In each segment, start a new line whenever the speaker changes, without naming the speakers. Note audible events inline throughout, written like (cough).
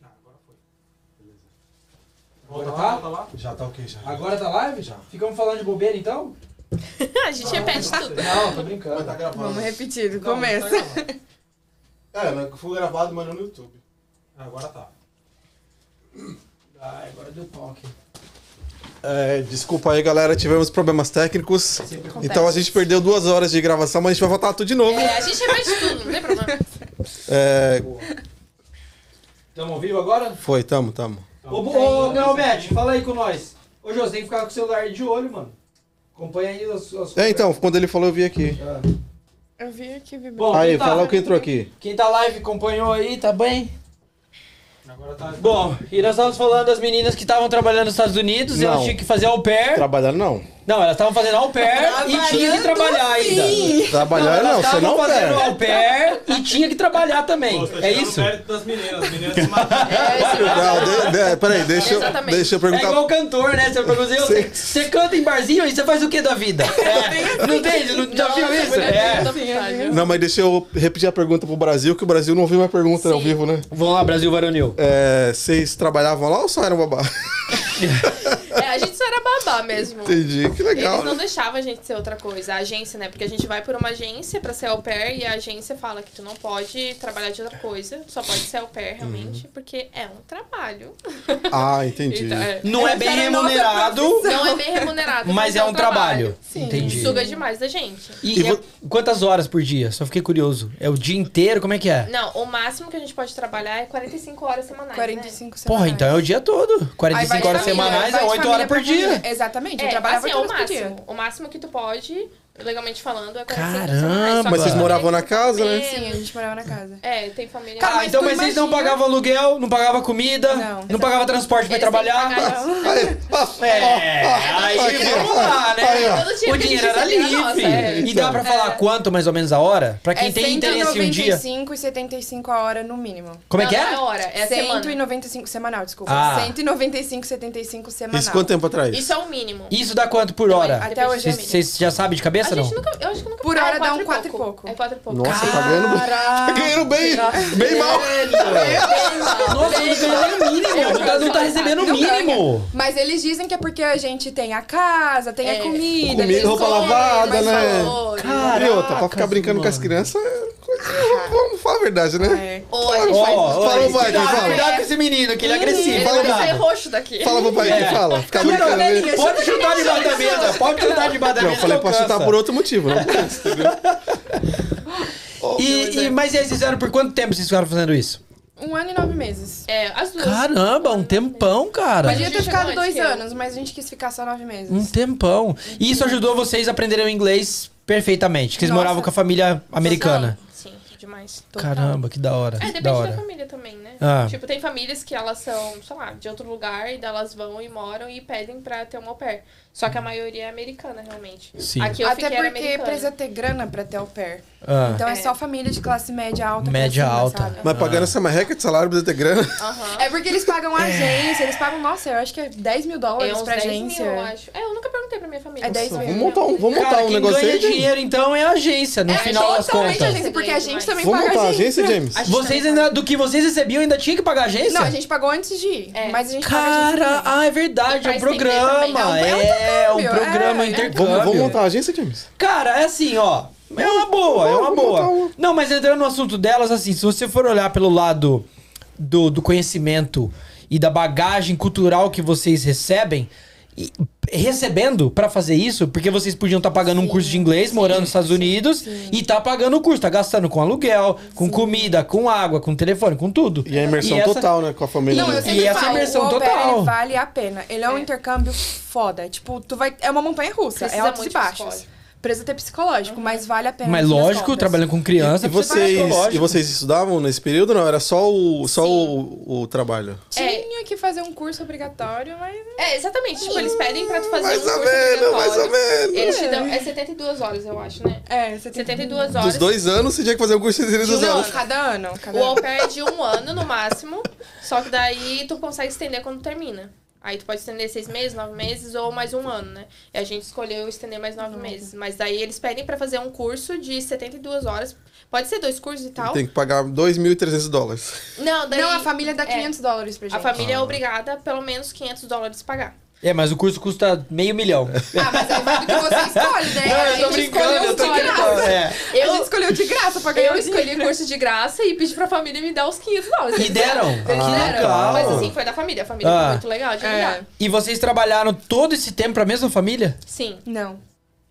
Tá,
Volta lá?
lá.
Já tá ok, já.
Agora tá live? Já. Ficamos falando de bobeira então?
A gente repete
Tá,
tudo.
Não, tô
Mas tá
brincando.
gravado.
Vamos repetir do
Não,
começo.
tá gravando.
É, mas foi gravado, mas não no YouTube.
Agora tá. Ai, Ah, agora deu pau aqui.
É, desculpa aí, galera. Tivemos problemas técnicos.
Sempre
acontece.
Então a gente perdeu duas horas de gravação, mas a gente vai voltar tudo de novo.
É, a gente repete tudo, não tem problema.
É,
Tamo ao vivo agora?
foi, tamo, tamo.
Ô, bu- ô Neomete, fala aí com nós. Ô, Jô, você tem que ficar com o celular de olho, mano. Acompanha aí as suas
É, então, quando ele falou, eu vi aqui.
Eu vi aqui, Bibi.
Bom,
Aí,
quem tá-
fala o que entrou aqui.
Quem tá live acompanhou aí, tá bem?
Agora tá.
Bom, e nós estávamos falando das meninas que estavam trabalhando nos Estados Unidos,
Não.
elas tinham que fazer au pair.
Trabalhando não.
Não, elas estavam fazendo au pair e tinha que trabalhar ainda.
Trabalhar É, não,
elas
você
estavam
não
Tá,
fazendo
pega.
au pair e tinha que trabalhar também.
Pô, tá
é
chegando
isso? É
mérito das meninas. As meninas se mataram.
É, esse
Não, de, de, peraí, deixa eu,
Exatamente. É
deixa eu perguntar.
igual cantor, né? Você pergunta, eu-
Sim.
você canta em barzinho e você faz o que da vida? (laughs) É. Não tem? Não, já viu
né?
isso? É.
Não, mas deixa eu repetir a pergunta pro Brasil, que o Brasil não ouviu minha pergunta ao vivo, né?
Vamos lá, Brasil Varonil.
É, vocês trabalhavam lá ou só eram babá? (laughs)
É, a gente só era babá mesmo.
Entendi, que legal.
Eles não deixavam a gente ser outra coisa. A agência, né? Porque a gente vai por uma agência pra ser au pair e a agência fala que tu não pode trabalhar de outra coisa, só pode ser au pair
Uhum.
realmente, porque é um trabalho.
Ah, entendi.
Então, é.
Não é bem
Essa era a nossa
remunerado,
Não é bem remunerado,
mas é um trabalho.
Sim.
Entendi.
Suga demais da gente.
E,
E vo-
é- quantas horas por dia? Só fiquei curioso. É o dia inteiro? Como é que é?
Não, o máximo que a gente pode trabalhar é 45 horas semanais.
45 semanas.
Porra, então é o dia todo.
Aí vai
45
de
horas
família,
semanais
vai
é 8
de família
horas por
pra
dia.
família. Exatamente,
É,
eu trabalhava
assim, é
oito
o
horas por dia.
máximo. O máximo que tu pode, legalmente falando, é 45
Caramba,
semanais. Só que
Mas vocês
tem
moravam na
família
casa,
que
né?
tem
Sim, a
menos.
gente morava na casa.
É, tem família.
Cara,
Ah,
mas
então
tu
vocês não
imagina-
pagavam aluguel, não pagavam comida,
Não.
não, pagavam transporte pra
Eles têm que
trabalhar.
pagar isso.
É, aí
Aqui,
vamos
ó.
lá, né?
Aí, ó.
Todo dia
o
que a gente
dinheiro era
recebia
livre.
era nossa, é.
E dá pra falar quanto mais ou menos a hora? Pra quem
é
tem interesse um dia.
195 e 75 a hora no mínimo.
Como é que
Não,
é?
não hora, é semana.
195 semanal, desculpa.
Ah.
195 75 semanal.
Isso quanto tempo atrás?
Isso é o mínimo.
Isso dá quanto por
Não,
hora?
Até hoje é o mínimo.
Vocês já sabem de cabeça
A
ou não?
gente nunca, eu acho que nunca
Por
Ah, é
hora dá
quatro
um
e
quatro e pouco.
É quatro e pouco.
Nossa, tá ganhando, tá
Caraca!
ganhando bem, bem mal.
Nossa, não ganha nem o mínimo. O cara não tá recebendo o
Não ganha.
mínimo.
Mas eles dizem que é porque a gente tem a casa, tem
É.
a comida,
Comida,
tem
roupa
som,
lavada,
mais
né?
valores.
e outra, pra ficar
Caracas,
brincando com as
mano.
crianças, é coisa- vamos falar a verdade, né?
É.
Ou a gente
Ó,
vai-
ó,
Fala,
esse-
Michael,
cuidado,
fala.
Cuidado com esse menino, que ele é
Ele
agressivo.
vai sair
Cuidado.
roxo daqui.
Fala pro pai
É. é
que fala. Ficar
Tira a
brincando. né?
orelhinha,
Pode chutar debaixo da mesa, pode chutar debaixo da
Não,
mesa.
eu falei
que
pra chutar
alcança.
por outro motivo, né?
(laughs)
não por esse, entendeu?
E, e- mas e aí, vocês fizeram por quanto tempo vocês ficaram fazendo isso?
Um ano e nove meses.
É, as duas.
Caramba, um tempão, cara.
Podia
gente
ter
chegou
ficado
antes
dois
que eu.
anos, mas a gente quis ficar só nove meses.
Um tempão. E isso ajudou vocês a aprenderem o inglês perfeitamente, que vocês
Nossa.
moravam com a família americana.
Não, Sim, demais. Total.
Caramba, que da hora.
É,
que
depende
da
da,
hora.
família também, né?
Ah.
Tipo, tem famílias que elas são, sei lá, de outro lugar e daí elas vão e moram e pedem pra ter um au pair. Só que a maioria é americana, realmente.
Sim.
Aqui eu
Até
fiquei era
porque
americana.
precisa ter grana pra ter au pair.
Ah.
Então é.
É.
só família de classe média alta. pra
Média
cima,
alta.
sabe?
Mas pagando essa marreca de salário, precisa ter grana.
Aham.
É porque eles pagam agência, eles pagam, nossa, eu acho que é 10 mil
É
dólares
uns
pra
10
agência.
mil, eu acho. É, eu nunca perguntei pra minha família.
É 10 mil.
Vamos montar um, vamos montar
Cara,
um
quem
negócio
ganha
aí, James?
dinheiro, então, é a agência, no
É,
final das
totalmente
contas.
agência, porque a gente também
Vamos
paga
montar a agência, James?
A gente
Vocês
também
ainda, do que vocês recebiam, ainda tinha que pagar a agência?
Não, a gente pagou antes de ir,
É.
mas a gente
Cara,
paga
ah, é
E
verdade,
pra
é um
estender
programa.
também,
É um
intercâmbio,
programa,
é.
é um intercâmbio.
Vamos, vamos montar a agência, James?
Cara, é assim, ó. É uma boa, é uma
vamos montar
boa.
um.
Não, mas entrando no assunto delas, assim, se você for olhar pelo lado do, do conhecimento e da bagagem cultural que vocês recebem, e- recebendo pra fazer isso, porque vocês podiam estar pagando um curso de inglês, morando nos Estados Unidos, e tá pagando o curso, tá gastando com aluguel, com comida, com água, com telefone, com tudo.
E a imersão
essa-
total, né? Com a família.
Não, eu
né?
sempre
essa
falo,
imersão
o au pair,
total.
ele vale a pena. Ele é um
É.
intercâmbio foda. Tipo, tu vai. É uma montanha russa,
Precisa
é altos e
muito
baixos.
psicológico. Uhum.
Precisa ter psicológico, mas vale a pena.
Mas
no fim das
lógico,
contas.
trabalhando com criança,
E vocês, e vocês estudavam nesse período? Não, era só o, só
Sim.
o, o trabalho.
Tinha que fazer um curso obrigatório, mas.
É, exatamente. Tipo, eles pedem pra tu fazer
Mais
um
ou
curso
menos, mais ou
obrigatório.
menos.
Eles te dão... É 72 horas, eu acho, né?
É, você tem que-
72 horas.
Dos dois anos, você tinha que fazer o curso de dos
Não,
anos.
cada ano. Cada
O au
ano.
pair é de um ano no máximo, só que daí tu consegue estender quando termina. Aí tu pode estender seis meses, nove meses ou mais um ano, né? E a gente escolheu estender mais nove meses. Mas daí eles pedem pra fazer um curso de 72 horas. Pode ser dois cursos e tal?
Tem que pagar 2.300 dólares.
Não, daí é,
Não, a família dá 500 dólares pra gente.
a família
Ah.
é obrigada a pelo menos 500 dólares pagar.
É, mas o curso custa meio milhão.
Ah, mas aí vai do que você (laughs) escolhe, né?
Não,
É,
a
eu tô
gente
brincando,
escolheu
eu tô
de
brincando.
graça.
É.
A gente
Eu,
escolheu de graça pra ganhar
eu
o
escolhi (laughs)
dinheiro.
curso de graça e pedi pra família me dar os 500 dólares.
E deram?
Ah,
que legal.
Mas assim, foi da família. A família
Ah.
foi muito legal de me
É.
dar.
E vocês trabalharam todo esse tempo pra mesma família?
Sim.
Não.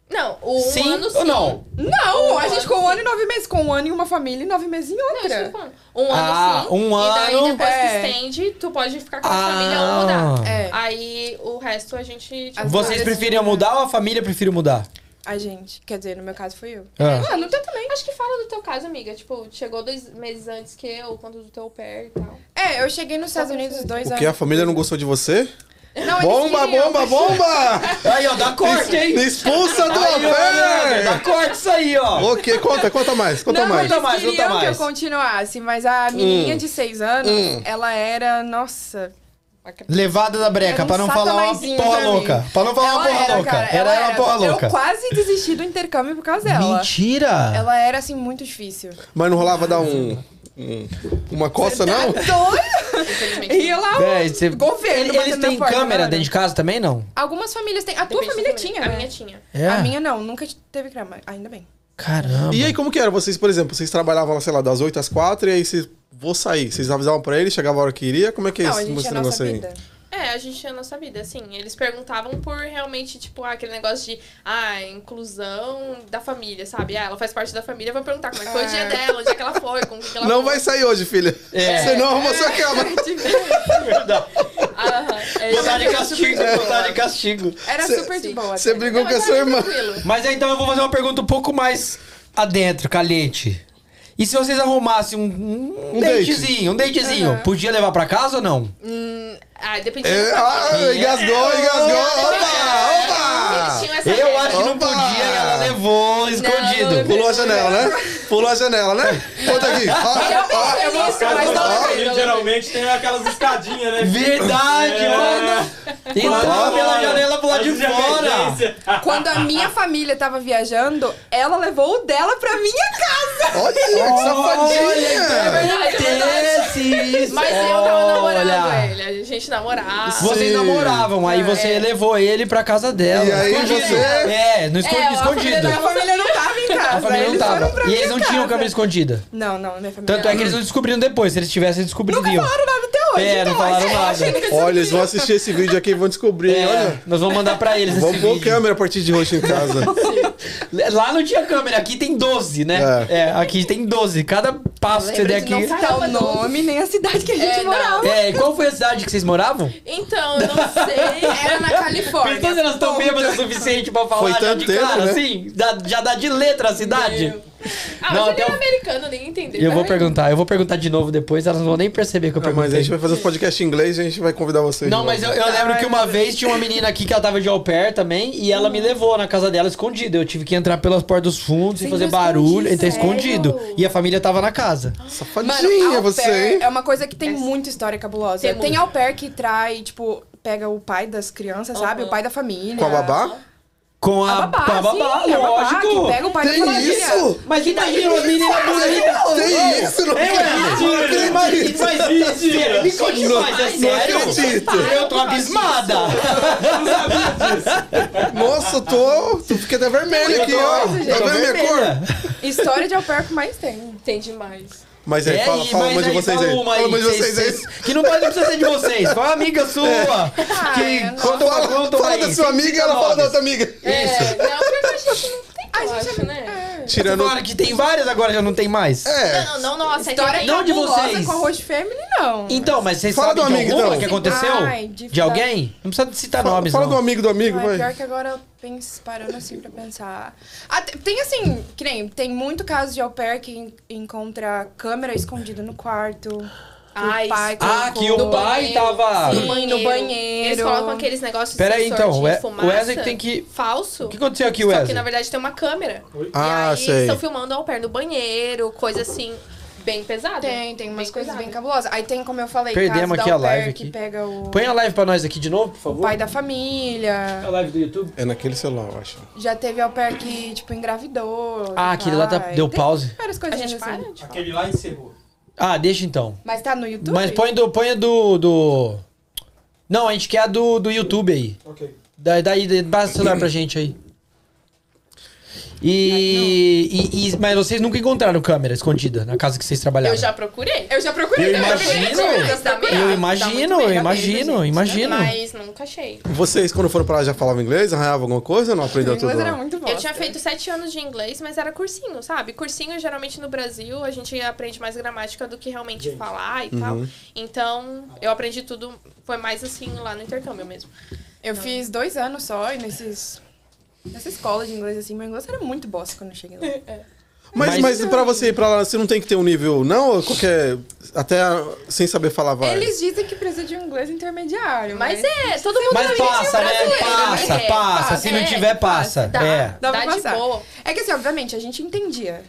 Não, o um
sim
ano sim.
ou não?
Não,
Um
a
ano,
gente ficou um ano e nove meses. Com um ano em uma família e nove meses em
Não, isso que eu
outra.
tô falando. Um
Ah,
ano sim.
um
E
ano,
daí depois
é.
que estende, tu pode ficar com a família ou mudar.
É,
Aí o resto a gente. tipo,
As
Vocês
várias-
preferiam mudar ou a família prefere mudar?
a gente. Quer dizer, no meu caso foi eu.
Ah.
Ah, no teu também.
Acho que fala do teu caso, amiga. Tipo, chegou dois meses antes que eu, quanto do teu pé e tal.
É, eu cheguei nos Estados Unidos dois
O
anos.
que? é A família não gostou de você?
Não, eles
Bomba,
queriam.
bomba, bomba!
Aí, ó, dá corte, hein?
Expulsa do
Aí, ó, né? Leandro, dá
Aper!
corte isso aí, ó.
Ok, conta, conta mais, conta
Não,
mais.
eles
Conta mais, conta
queriam que
mais.
eu continuasse, mas a menininha de seis anos,
Hum.
ela era, nossa,
Levada da breca,
Era um
pra não falar uma
satanãzinho
porra
pra mim.
louca. Pra não falar uma
é.
porra louca. era ela uma porra louca.
Eu quase desisti do intercâmbio por causa dela.
Mentira!
Ela era, assim, muito difícil.
Mas não rolava dar um. um- uma coça,
tá
não?
Infelizmente.
E lá,
Véi, você-
o tá governo
Ele- Eles
batendo na
têm
porta,
câmera
mano.
dentro de casa também, não?
Algumas famílias têm. A tua
Depende
família
da
tinha,
A
né?
minha tinha.
É?
A minha não, nunca teve câmera, ainda bem.
Caramba. (laughs)
E aí, como que era? Vocês, por exemplo, vocês trabalhavam, sei lá, das 8 às 4 e aí vocês. Vou sair. Vocês avisavam pra ele, chegava a hora que iria? Como é que é
não,
esse,
a gente é
esse
a nossa
negócio aí?
vida.
É, a gente tinha a nossa vida, assim. Eles perguntavam por realmente, tipo, ah, aquele negócio de, ah, inclusão da família, sabe? Ah, ela faz parte da família, vou perguntar como é que foi o dia
É.
dela, onde é que ela foi, com o que que ela
Não vai
foi.
sair hoje, filha.
É.
Você não arrumou sua cama.
Aham, é,
Botar de
super-
castigo,
super-
botar de castigo.
Era
Cê-
super de
sim.
boa. assim.
Você
até.
brigou
Não,
com a
mas
sua
era
irmã.
tranquilo.
Mas aí, então eu vou fazer uma pergunta um pouco mais adentro, caliente. E se vocês arrumassem um, um,
Um date.
datezinho, um datezinho,
Aham.
podia levar pra casa ou não?
Hum, ah, dependia
É,
da família.
ah, engasgou, engasgou. Opa, opa!
Eles tinham essa
Eu
regra.
acho que não
Opa!
podia e ela levou escondido.
não,
Pulou a janela, né? Pulou a janela, né? Conta aqui. Ah, ah,
Eu vou
Mas
ficar mais um
não,
da
gente, geralmente tem aquelas escadinhas, né?
Verdade,
É.
mano. Entrava Então, pela janela pro lado de
é
fora.
Quando a minha família tava viajando, ela levou o dela pra minha casa.
ah, olha que
então,
safadinha!
verdade, é
Acontece isso.
Mas eu tava namorando
Olha.
ele, É. a gente namorava.
Vocês
Sim.
namoravam, aí você levou ele pra casa dela.
E aí você-
É, no escondi-
É, a família
escondido.
Minha família não tava em casa.
A família não
eles
tava.
foram pra
E
minha
eles não
casa.
tinham câmera escondida.
Não, não, minha família.
Tanto é que eles não descobriram depois. Se eles tivessem, descobriram.
Nunca falaram nada até hoje.
É,
então,
não falaram
acho-
nada.
acho que eles
Olha, eles vão assistir esse vídeo aqui e vão descobrir.
É,
Olha,
nós vamos mandar pra eles esse
(laughs) vamos pôr
vídeo.
câmera a partir de hoje em casa.
Lá não tinha câmera, aqui tem 12, né? É,
É.
aqui tem 12. Cada passo que você der
Lembra
aqui.
de não citar Tá o nome nem a cidade que a gente
É, não.
morava.
É, e qual foi a cidade que vocês moravam?
Então, eu não sei.
Era na Califórnia.
Pensando elas estão
Ponto.
bêbadas o suficiente pra falar
Foi
já
tanto
de
tempo,
cara,
né?
assim? Dá- já dá de letra a cidade?
Ah,
Não,
mas ele
até
era
o-
americano, nem entendeu.
Eu vou perguntar, eu vou perguntar de novo depois, elas não vão nem perceber que eu
Ah, mas a
perguntei.
gente vai fazer os podcasts em inglês e a gente vai convidar vocês.
Não,
de
mas eu,
novo.
eu lembro
Ai,
que uma
meu Deus.
vez tinha uma menina aqui que ela tava de au pair também e ela me levou na casa dela escondida. Eu tive que entrar pelas portas dos fundos e
Você
fazer
entrou
barulho, entrei
escondido,
escondido. E a família tava na casa.
Mano,
Safadinha
au
você,
pair
hein?
é uma coisa que tem muita história cabulosa.
Tem
Tem,
muito.
au pair que trai, tipo, pega o pai das crianças, sabe?
Aham.
O pai da família.
Com a babá?
Com a,
A babá,
com a babá,
sim, a babá
lógico.
que pega o pai
Tem
da família.
isso?
Mas imagina uma menina bonita.
Tem isso? Não
É mentira, mas isso, mas isso. Me conte
Não
mais, é sério?
acredito.
Eu tô abismada.
Nossa, eu tô. Tu fica até vermelho aqui, ó.
coisa,
Tá
gente.
vendo minha cor?
História de au pair que mais tem.
Tem demais.
Mas aí,
É,
fala,
e-
fala
mas
uma de
aí,
vocês
fala
aí.
uma aí,
Fala uma de
vocês-
vocês aí. É. Ah,
vocês- Que não pode não precisa ser de vocês. Fala uma amiga sua. Que
é, não.
conta uma,
Fala,
conta uma
fala
aí.
da sua amiga, ela fala da outra amiga.
É, não, porque a gente não tem, eu
é
acho,
é
né?
Tirando...
Tirando.
Agora que tem várias, agora já não tem mais.
É.
Não, não, nossa,
História
é
Não de
cabulosa
vocês.
com a Host Family, não.
Então, mas vocês
Fala
sabem
do
de
amigo,
alguma
então.
que aconteceu?
Ai,
de,
de-
alguém? Não precisa citar
Fala,
nomes,
fala
não. é
do amigo do amigo,
Ai, é pior
vai.
que agora eu penso, parando assim pra pensar. Ah, te- tem assim, que nem, tem muito caso de au pair que en- encontra a câmera escondida no quarto. que o
Ai,
pai
Ah,
colocou.
que o pai tava...
Sim. no banheiro.
Eles colocam aqueles negócios
Pera aí,
sensor
então,
de
o We-
fumaça
o Wesley tem que-
Falso.
O que aconteceu aqui,
Só que,
Wesley?
na verdade, tem uma câmera.
Ah,
e aí,
sei.
estão filmando ao pé no banheiro, coisa assim. bem pesada.
Tem, tem umas
Bem
coisas
pesado.
bem cabulosas. Aí tem, como eu falei,
Perdemos
caso
aqui a
da au pair
live aqui.
que pega o
Põe a live pra nós aqui de novo, por favor.
pai da família.
a live do YouTube?
É naquele celular, eu acho.
Já teve au pair que, tipo, engravidou.
Ah,
do
aquele lá tá-
pai.
deu
Tem
pause.
Várias
A
coisas
gente
assim.
para de falar.
Aquele lá encerrou.
Ah, deixa então.
Mas tá no YouTube?
Mas põe do. Põe a do, do. Não, a gente quer a do, do YouTube aí.
Ok.
Daí, daí, daí passa o celular pra gente aí. E, e- e- Mas vocês nunca encontraram câmera escondida na casa que vocês trabalharam?
Eu já procurei.
Eu já procurei.
Eu
também,
imagino.
gente, mas dá medo.
Eu
Dá
imagino,
muito
eu
medo,
imagino,
gente, dá
imagino.
né? Mas nunca achei.
Vocês, quando foram pra lá, já falavam inglês? Arranhavam alguma coisa ou não
O
aprendeu tudo?
inglês era
não?
muito bom.
Eu tinha feito sete anos de inglês, mas era cursinho, sabe? Cursinho, geralmente no Brasil, a gente aprende mais gramática do que realmente falar e tal.
Uhum.
Então, eu aprendi tudo, foi mais assim lá no intercâmbio mesmo.
Eu fiz dois anos só e nesses. Nessa escola de inglês, assim, meu inglês era muito bosta quando eu cheguei lá.
Mas, mas,
Mas-
pra você ir pra lá, você não tem que ter um nível, não? Ou qualquer. Até sem saber falar vai.
Eles dizem que precisa de um inglês intermediário.
Mas é, todo mundo
Mas
aprende
passa, né?
brasileiro,
Passa,
né?
passa.
É,
Se não
é,
tiver, passa.
Dá,
É.
Dá
dá,
pra
de
passar.
boa.
É que assim, obviamente, a gente entendia.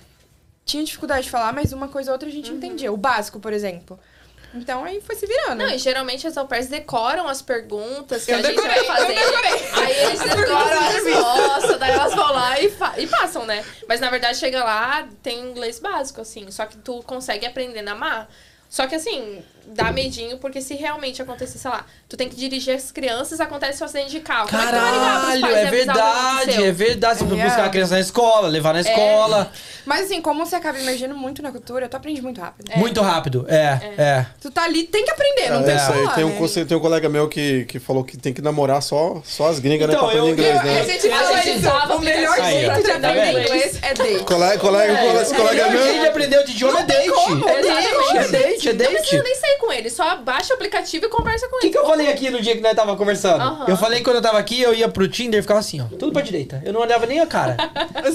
Tinha dificuldade de falar, mas uma coisa ou outra a
Uhum.
gente entendia. O básico, por exemplo. Então aí foi se virando.
Não, e geralmente as au pairs decoram as perguntas que
Eu
a gente
decorei,
vai fazer.
eu decorei.
Aí eles decoram as respostas, daí elas vão lá e, fa- e passam, né? Mas na verdade chega lá, tem inglês básico, assim. Só que tu consegue aprender na mar. Só que assim, dá medinho, porque se realmente acontecer, sei lá, tu tem que dirigir as crianças, acontece um acidente de carro. Como é que tu vai ligar pros
Caralho,
pais e
é
avisar o que
verdade,
aconteceu? Então, É,
é verdade. Você precisa
É real.
buscar a criança na escola, levar na escola.
Mas assim, como você acaba emergindo muito na cultura, tu aprende muito rápido.
Muito rápido. É, é.
Tu tá ali, tem que aprender, não
É,
tem
isso
o que
aí.
falar,
Tem um,
né?
conce- tem um colega meu que, que falou que tem que namorar só, só as gringas, né? Pra aprender inglês, né?
A gente
Eu-
fala
a gente
isso.
usava
O melhor
aplicação. Aí,
jeito de
ó, tá
aprender
vendo?
inglês
(laughs)
é date.
Colega, colega, colega, esse
O
colega é
melhor jeito de
meu.
aprender o idioma é date. É date, é date, é
Não precisa
date.
nem sair com ele, só baixa o aplicativo e conversa com
O que,
ele.
que eu falei aqui no dia que nós tava conversando?
Aham.
Eu falei que quando eu tava aqui, eu ia pro Tinder e ficava assim, ó. Tudo pra direita. Eu não olhava nem a cara.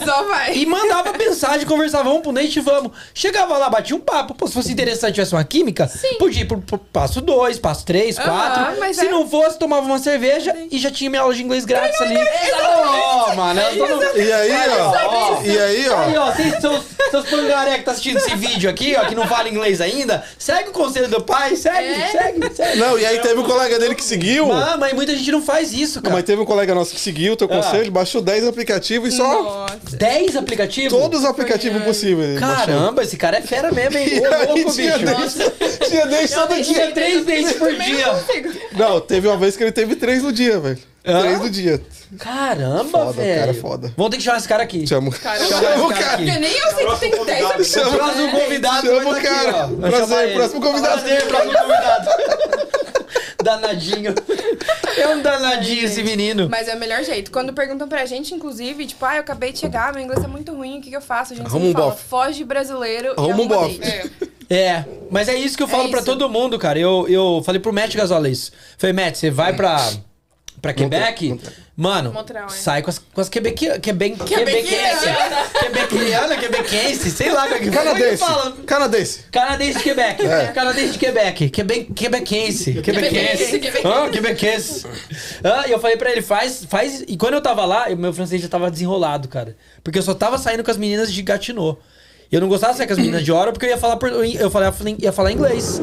Só vai.
E mandava mensagem, conversava, vamos pro Nate, vamos. Chegava lá, batia um papo. Pô, se fosse interessante, tivesse uma química, podia ir pro, pro passo 2, passo 3,
Aham,
4.
mas
Se
é-
não fosse, tomava uma cerveja e já tinha minha aula de inglês grátis ali. Ó, mano, elas tão no-
E aí, ó.
Exatamente.
E aí,
Aí,
ó.
ó, vocês seus, seus pangaré que tá assistindo esse vídeo aqui, ó, que não fala inglês ainda, segue o conselho do pai, segue, segue, segue.
Não, e aí teve um colega dele que seguiu.
Não, mas muita gente não faz isso,
Mas
cara.
teve um colega nosso que seguiu o teu conselho, baixou 10 aplicativos e só
Nossa.
10 aplicativos?
todos os aplicativos possíveis. ele baixou.
Caramba, esse cara é fera mesmo, hein?
(laughs) E
Ô,
aí,
louco,
tinha
bicho.
10 tinha 10 só do
Tinha
dia.
três dentes por dia.
Não, teve uma vez que ele teve 3 no dia, velho.
Hã?
3 no dia.
Caramba,
Foda,
velho.
cara, foda.
Vou ter que chamar esse cara aqui.
Chama,
Chama
chama
esse
o cara.
aqui.
Porque nem eu sei que tem 10
Próximo
aplicativos.
O
Chama-
próximo convidado
Chama
vai
o
tá aqui,
cara.
ó. Vou
Prazer,
chamar ele.
próximo convidado.
Prazer, próximo convidado. (laughs) danadinho. É um danadinho esse menino.
Mas é o melhor jeito. Quando perguntam pra gente, inclusive, tipo, ah, eu acabei de chegar, meu inglês é muito ruim, o que, que eu faço? A gente
Arruma
sempre
um
fala,
bofe.
foge brasileiro
Arruma um
e
bofe.
date.
É, mas é isso que eu falo pra
isso.
todo mundo, cara. Eu, eu falei pro Matt Gasola isso. Falei, Matt, você vai pra, pra Quebec? Mano,
Montreal, é.
sai com as, com as quebequi- queben- quebequense. Quebequiana, quebequense, sei lá como é que como é que
Canadense.
fala.
Canadense.
Canadense de Quebec.
É.
Canadense de Quebec. Quebe- Quebequense. Quebequense.
Quebequense.
Ah, quebequense. Ah, e eu falei pra ele, faz, faz. E quando eu tava lá, eu- meu francês já tava desenrolado, cara. Porque eu só tava saindo com as meninas de Gatineau. Eu não gostava de sair com as meninas de hora porque eu ia falar, por, eu ia, eu falava- ia falar inglês.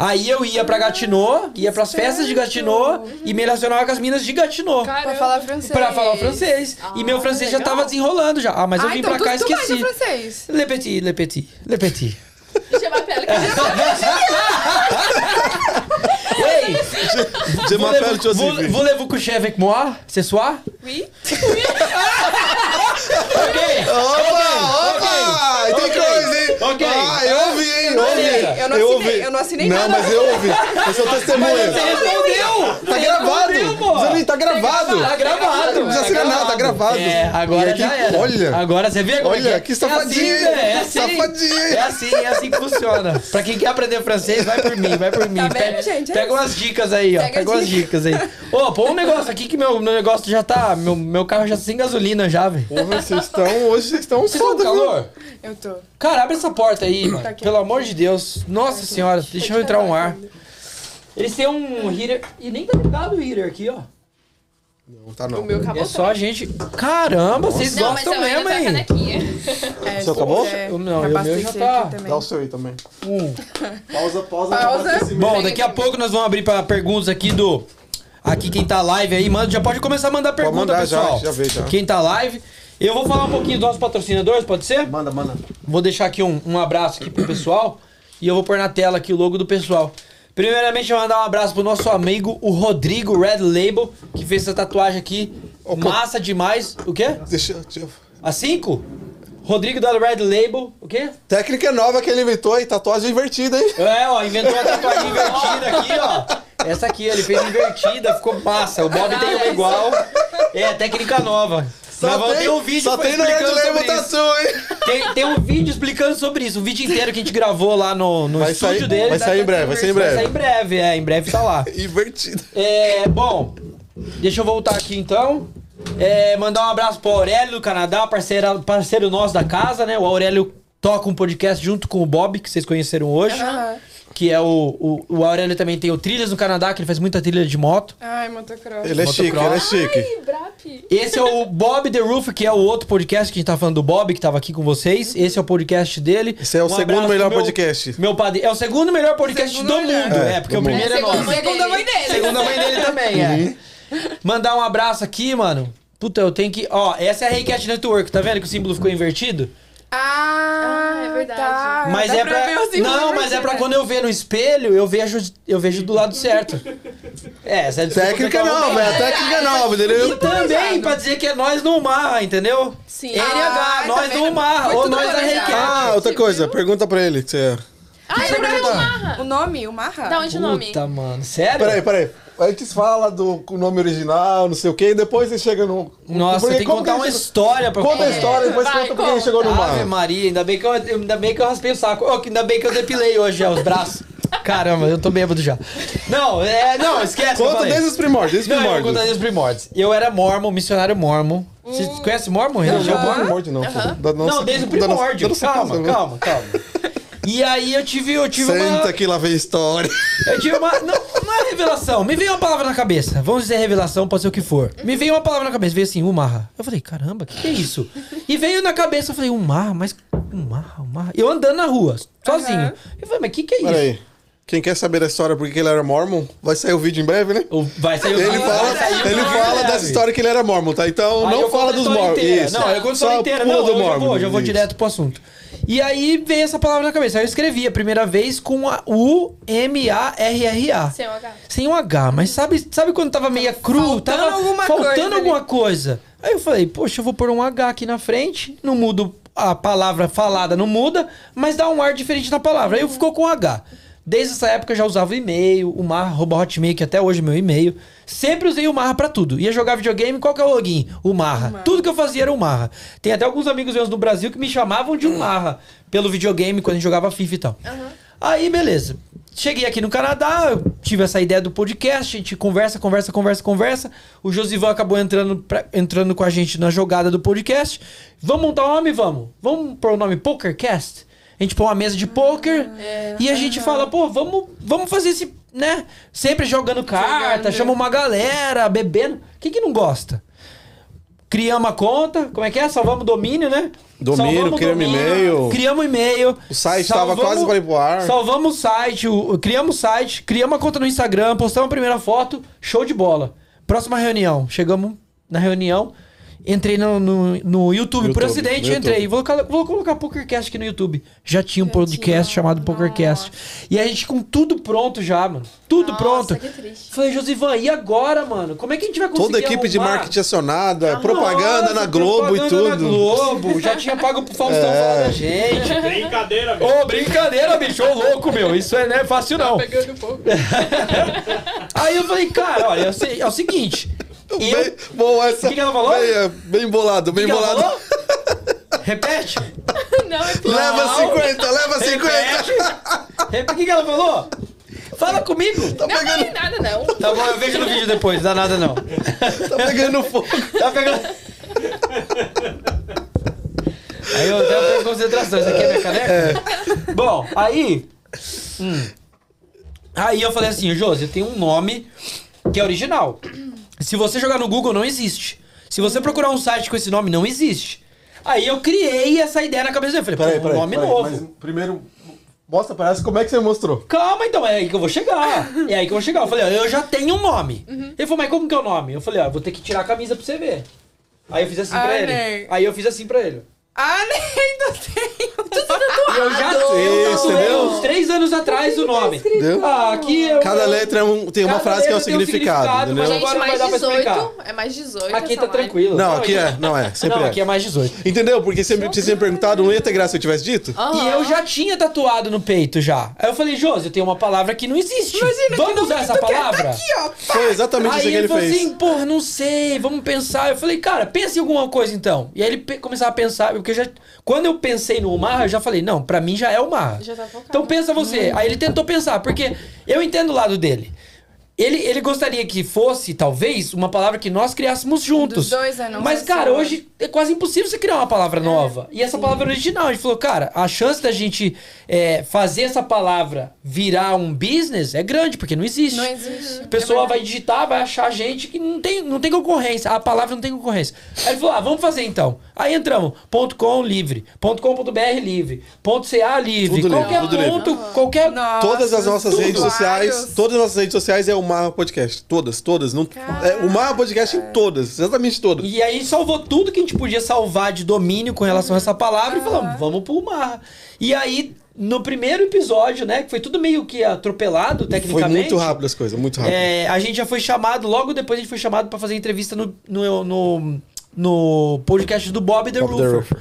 Aí eu ia pra Gatineau, ia pras festas de Gatineau e me relacionava com as meninas de Gatineau.
Pra falar francês.
Pra falar francês. e meu francês já
legal.
tava desenrolando já. Ah, mas eu
ah,
vim
então
pra cá e
tu, tu
esqueci.
manja francês.
Le petit, le petit, le petit.
Chama a
(laughs)
Pele, que a gente-
Ei!
Je
Vous
m'appelle
voulez- vous-
Josephine.
Voulez-vous coucher avec moi ce soir?
Oui.
Ok!
Opa,
ok,
opa! Tem
ok.
coisa, hein?
Ok.
Ah, eu ouvi, hein? Eu ouvi.
assinei,
eu não
ouvi.
assinei, eu não assinei
Não,
nada.
mas eu ouvi. Eu sou testemunha.
Você respondeu!
Tá
Você
gravado.
respondeu, pô.
Zani, tá gravado.
Tá gravado!
Não precisa
tá
assinar nada, tá gravado.
É, agora
E aqui,
já era.
olha.
Agora você vê como é que é?
Olha, que
É
safadinho,
assim, velho, é
hein?
assim.
Safadinho, hein?
É assim, é assim que funciona. Pra quem quer aprender francês, vai por mim, vai por mim.
Tá vendo,
pega
gente? É
pega umas dicas aí, ó.
Pega
Pega umas dicas aí. Ô, põe um negócio aqui que meu, meu negócio já tá... Meu, meu carro já tá sem gasolina já, velho.
Porra, vocês estão. Hoje vocês estão
Vocês estão com
foda, viu?
calor?
Eu tô.
Cara, abre essa porta aí, mano.
Tá aqui.
Pelo amor de Deus. Nossa senhora, deixa eu entrar um ar. Eles têm um heater. E nem tá ligado o heater aqui, ó.
Não, tá
O
não.
meu acabou.
É só a gente. Caramba, vocês
Não, mas
gostam
eu
mesmo,
ainda
hein?
tô a canequinha.
É,
Você acabou?
é,
Eu não,
pra
eu- meu já
abastecer
tá-
aqui também.
Dá o seu aí também.
Um.
Pausa, pausa.
Pausa.
abastecimento.
Bom, daqui a pouco nós vamos abrir para perguntas aqui do. Aqui quem tá live aí, manda, já pode começar a mandar pergunta,
mandar já,
pessoal.
já vejo, já.
Quem tá live. Eu vou falar um pouquinho dos nossos patrocinadores, pode ser?
Manda, manda.
Vou deixar aqui um, um abraço aqui pro pessoal e eu vou pôr na tela aqui o logo do pessoal. Primeiramente, eu vou mandar um abraço pro nosso amigo, o Rodrigo Red Label, que fez essa tatuagem aqui. Massa demais. O quê?
Deixa, deixa. eu-
A 5? Rodrigo da Red Label. O quê?
Técnica é nova que ele inventou aí, tatuagem invertida, hein?
É, ó, inventou uma tatuagem invertida aqui, ó. Essa aqui, ele fez invertida, ficou massa. O Bob tem uma igual. É, técnica nova. Nós vamos ter um vídeo
só tem no Red
explicando
Label
sobre isso.
Tatu, hein?
Tem, tem um vídeo explicando sobre isso. O vídeo inteiro que a gente gravou lá no, no
Vai
estúdio
sair,
dele.
vai
tá-
sair em breve, vai sair em
Vai sair
breve.
em breve, é, em breve tá lá.
Invertida.
É, bom, deixa eu voltar aqui então. É, mandar um abraço pro Aurélio do Canadá, parceiro, parceiro nosso da casa, né? O Aurélio toca um podcast junto com o Bob, que vocês conheceram hoje.
Aham.
Que é o, o. O Aurélio também tem o Trilhas no Canadá, que ele faz muita trilha de moto.
Ai, motocross.
Ele é chique, ele é
Motocross.
chique.
Ih, Brap.
Esse é
(laughs)
o Bob The Roof, que é o outro podcast que a gente tá falando do Bob, que tava aqui com vocês. Esse é o podcast dele.
Esse é o
Um
segundo
abraço
melhor
pro meu-
podcast.
Meu padre. É o segundo melhor podcast
Segundo
do
melhor.
mundo. É,
É,
porque
do
o
mundo.
primeiro é, nosso.
Segunda mãe dele.
Segunda mãe dele também, é. Mandar um abraço aqui, mano. Puta, eu tenho que. Ó, essa é a Recat Network, tá vendo que o símbolo ficou invertido?
Ah,
Ah, é verdade.
Tá.
mas
Dá
é
pra ver o
pra.
símbolo
Não, mas
invertido,
é pra
né?
quando eu ver no espelho, eu vejo, eu vejo do lado certo. É, essa é a desculpa que eu
Técnica
tô
nova, é
arrumando.
a técnica nova,
E
entendeu?
também pra dizer que é nós no Marra, entendeu?
Sim.
NH,
Ah,
nós
tá
no
vendo?
Marra,
Foi
ou
tudo
nós a
planejado.
Recat.
Ah, outra coisa, pergunta pra ele. que você- é.
Ah, eu quero
O
Marra.
nome, o Marra?
Da onde o nome?
Puta, mano. Sério?
Peraí, peraí. Antes fala do com o nome original, não sei o quê, e depois você chega no.
Nossa,
Porque
tem que
como
contar
a
uma
gente-
história pra
Conta a
É.
história, depois
Vai,
conta porque a gente
conta.
chegou no
Ave
mar.
Maria, ainda bem que eu, ainda bem que eu raspei o saco. Ô, que ainda bem que eu depilei hoje é, os braços. Caramba, eu tô bêbado já. Não, é, não, esquece. que eu
Conta
falei.
desde os primórdios, desde
Não,
os
eu vou contar
primórdios.
desde os primórdios. Eu era mormon, missionário mormon. Você
Hum.
conhece mormon, religião
Não,
mormon?
primórdio não. pô. Da
Não,
nossa-
desde o
da nossa-
primórdio.
da nossa
calma,
casa, né?
calma, calma. E aí eu tive, eu tive uma...
Senta que lá vem história.
Eu tive É, uma. Não, não é revelação. Me veio uma palavra na cabeça. Vamos dizer revelação, pode ser o que for. Me veio uma palavra na cabeça. Veio assim, Umarra. Eu falei, caramba, o que, que é isso? E veio na cabeça, eu falei, Umarra, mas. Umarra, Umarra. Eu andando na rua, sozinho. Eu falei, mas o que, que é isso?
Peraí. Quem quer saber da história porque ele era mormon, vai sair o vídeo em breve, né?
O- Vai sair o
Ele fala,
vai sair o-
ele fala dessa história que ele era mormon, tá? Então
Aí eu
não fala
conto a
dos
história
mormons.
inteira.
Isso.
Não, eu conto a história
Só
inteira.
pula
Não, eu
do
já vou,
mormon.
já vou
Isso.
direto pro assunto. E aí veio essa palavra na cabeça. Aí eu escrevi a primeira vez com a U-M-A-R-R-A.
Sem o H.
Sem o H, mas sabe, sabe quando tava meio cru?
Faltando
tava
Então, alguma
faltando
coisa ali.
alguma coisa. Aí eu falei, poxa, eu vou pôr um H aqui na frente, não mudo a palavra falada, não muda, mas dá um ar diferente na palavra. Aí eu ficou com um H. Desde essa época eu já usava o e-mail, o Marra, arroba hotmail, que até hoje é meu e-mail. Sempre usei o Marra pra tudo. Ia jogar videogame, qual que é o login? O Marra. Tudo que eu fazia era o Marra. Tem até alguns amigos meus do Brasil que me chamavam de um Marra pelo videogame, quando a gente jogava FIFA e tal. Aí, beleza. Cheguei aqui no Canadá, eu tive essa ideia do podcast, a gente conversa, conversa, conversa, conversa. O Josivan acabou entrando, pra- entrando com a gente na jogada do podcast. Vamos montar o nome? Vamos. Vamos pôr o nome PokerCast? A gente põe uma mesa de poker e a gente fala, pô, vamos, vamos fazer esse, né? Sempre jogando carta,
Jogando.
chama uma galera, bebendo. Quem que não gosta? Criamos a conta, como é que é? Salvamos o domínio, né?
Domínio,
Salvamos o
criamos
domínio,
e-mail.
Criamos e-mail.
O site tava quase pra ir pro ar.
Salvamos o site, o- o- criamos o site, criamos uma conta no Instagram, postamos a primeira foto, show de bola. Próxima reunião. Chegamos na reunião, entrei no, no, no YouTube, por
YouTube,
acidente,
no
eu entrei.
YouTube.
Vou, colo- vou colocar PokerCast aqui no YouTube. Já tinha um podcast chamado PokerCast. E a gente com tudo pronto já, mano. Tudo
Nossa,
pronto.
que triste.
Falei, Josivan, e agora, mano? Como é que a gente vai conseguir
Toda a equipe de
arrumar?
marketing acionada, propaganda na
Nossa,
Globo e
propaganda na
tudo. É.
Globo, já tinha pago pro Faustão falar da gente.
Brincadeira, bicho.
Ô, brincadeira, bicho, ô louco, meu. Isso aí não é fácil, não.
Pegando um pouco.
Aí eu falei, cara, olha, é o se- é o seguinte.
Bem,
Eu...
bom, essa.
O que que ela falou?
Bem, é, bem bolado, bem
que ela
bolado.
falou? Repete.
(laughs) Não, é pior.
Leva
Não.
50, leva 50.
Repete. Repete. O que que ela falou? Fala comigo.
Não, não tem nada, não.
Tá bom, eu vejo no vídeo depois, dá nada não.
Tá pegando fogo.
Tá pegando. Aí eu até perco concentração. Isso aqui é minha caneca? Bom, aí. Hum. Aí eu falei assim, Josi, eu tenho um nome que é original. Se você jogar no Google, não existe. Se você procurar um site com esse nome, não existe. Aí eu criei essa ideia na cabeça. Eu falei, pô, um nome novo.
Mas primeiro, mostra pra essa como é que você mostrou.
Calma, então, é aí que eu vou chegar. É aí que eu vou chegar. Eu falei, ó, eu já tenho um nome. Ele falou, mas como que é o nome? Eu falei, ó, eu vou ter que tirar a camisa pra você ver. Aí eu fiz assim pra
Ah,
ele.
né.
Aí eu fiz assim pra ele.
Ah, nem do
E eu já eu
Isso,
tatuei
entendeu?
uns três anos atrás o nome.
Entendeu?
Ah, aqui eu,
Cada letra é um- tem uma
Cada
frase que é o
letra tem um significado,
significado,
mas
entendeu?
Agora não
Gente,
vai
mais
dar pra explicar.
18. É mais 18.
Aqui
essa
tá
live.
tranquilo.
Não, aqui é, não é, sempre
Não,
é.
aqui é mais 18.
Entendeu? Porque você me, vocês tinham perguntado, não ia ter graça se eu tivesse dito?
Aham.
E eu já tinha tatuado no peito já. Aí eu falei, Josi, eu tenho uma palavra que não existe. vamos usar essa palavra?
Foi exatamente
Aí
isso que
ele
ele
falou
fez.
assim, porra, não sei, vamos pensar. Eu falei, cara, pensa em alguma coisa então. E aí ele pe- começava a pensar, porque eu já. Quando eu pensei no Marra, eu já falei, não, pra mim já é o Marra.
Já tá focado.
Então pensa você. Aí ele tentou pensar, porque eu entendo o lado dele. Ele, ele gostaria que fosse, talvez, uma palavra que nós criássemos juntos.
Dos dois, é, não
Mas,
sei
cara,
se- É.
hoje é quase impossível você criar uma palavra nova. E essa palavra é original. A gente falou, cara, a chance da gente é, fazer essa palavra virar um business é grande, porque não existe.
Não existe.
A pessoa vai digitar, vai achar gente que não tem, não tem concorrência. A palavra não tem concorrência. Aí ele falou, ah, vamos fazer então. Aí entramos, ponto .com livre, ponto .com.br livre, ponto .ca livre,
Tudo livre,
qualquer
tudo livre.
ponto, qualquer...
Nossa,
Todas as nossas
tudo.
redes sociais,
Vários.
todas as nossas redes sociais é o Marra Podcast. Todas, todas. Não, é, o Marra Podcast em todas, exatamente todas.
E aí salvou tudo que a gente podia salvar de domínio com relação a essa palavra e falamos, vamos pro mar. E aí, no primeiro episódio, né, que foi tudo meio que atropelado
Foi
tecnicamente.
muito rápido as coisas, muito rápido.
É, a gente já foi chamado, logo depois a gente foi chamado pra fazer entrevista no, no, no, no podcast do Bob the
Bob the
Roofer.
Roofer.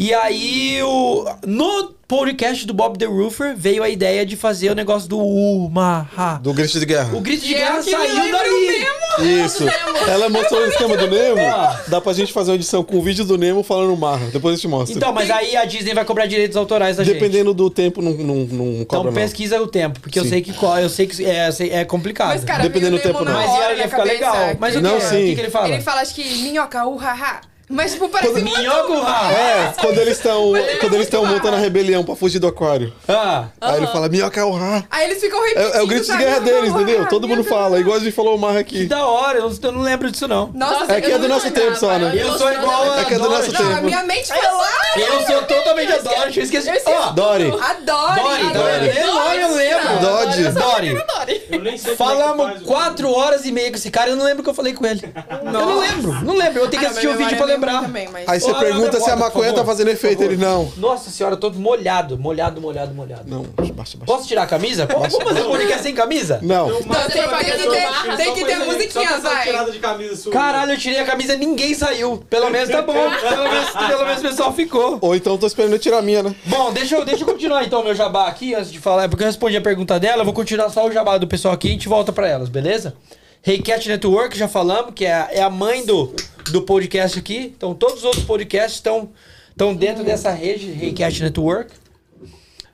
E aí, o, no podcast do Bob the Roofer, veio a ideia de fazer o negócio do Umaha.
Do grito de guerra.
O grito de
E é
guerra
o que
saiu
lembra
dali.
Isso. Ela mostrou o esquema do Nemo.
Ah.
Dá pra gente fazer uma edição com o vídeo do Nemo falando Marra. Depois eu te mostro.
Então, mas aí a Disney vai cobrar direitos autorais da gente.
Dependendo do tempo, não, não, não
Então
cobra não.
pesquisa o tempo, porque eu
Sim.
sei que co- eu sei que é, sei- é complicado.
Mas, cara,
Dependendo do
veio
tempo,
Nemo na
não.
Mas ia,
hora,
ia
na
ficar
cabeça.
legal. Mas o que,
Não,
é?
sim.
O que que ele fala?
Ele fala, acho que minhoca, uhaha. Mas, tipo, parece uma
Minhoca, uhaha.
É, quando eles estão
Mas ele é
quando eles estão
muito
montando a
Marra.
rebelião pra fugir do aquário.
Ah,
Aí ele fala, minhoca é o Ra.
Aí eles ficam repetindo.
É, é o grito de
sabe?
guerra
Uhaha,
deles, entendeu? Todo mundo
minhoca, é
fala,
uhaha.
igual a gente falou o Marra
que
aqui.
da hora, eu não, eu não lembro disso não.
Nossa,
É que
eu
é do
não
nosso
lembrava.
tempo só, né?
Eu sou igual a
É que é do nosso
Dory.
Não, a
tempo.
minha mente foi lá.
Eu sou totalmente a Dory, eu esqueci.
Eu esqueci.
Ó,
Dory.
Adoro.
Dory, Dory,
adoro.
eu lembro, eu lembro.
Dory.
eu só lembro da Dory.
Eu nem sei como é que faz
Falamos
o-
quatro horas e meia com esse cara, eu não lembro o que eu falei com ele. Eu não lembro, não lembro. Eu tenho que
Ah,
assistir
minha
o vídeo
memória
pra lembrar.
é ruim Também, mas...
Aí você
Olha a
pergunta se a
memória, por
maconha tá
favor.
fazendo efeito. Ele, não.
Nossa senhora, eu tô molhado, molhado, molhado, molhado.
Não, baixa, baixa.
Posso tirar a camisa? Pô, Vamos fazer um podcast sem camisa?
Não.
Não, Então, tem,
Mas
tem que
eu
ter,
barra,
tem que ter musiquinha, vai.
Tirada de camisa sua.
Caralho, eu tirei a camisa e ninguém saiu. Pelo menos tá bom. Pelo menos, pelo menos o pessoal ficou.
Ou então eu tô esperando eu tirar a minha, né?
Bom, deixa eu, deixa eu continuar então meu jabá aqui antes de falar. É porque eu respondi a pergunta dela. Eu vou continuar só o jabá do pessoal aqui e a gente volta pra elas, beleza? Recat Network, já falamos, que é a, é a mãe do, do podcast aqui. Então todos os outros podcasts estão estão dentro dessa rede, Recat Network.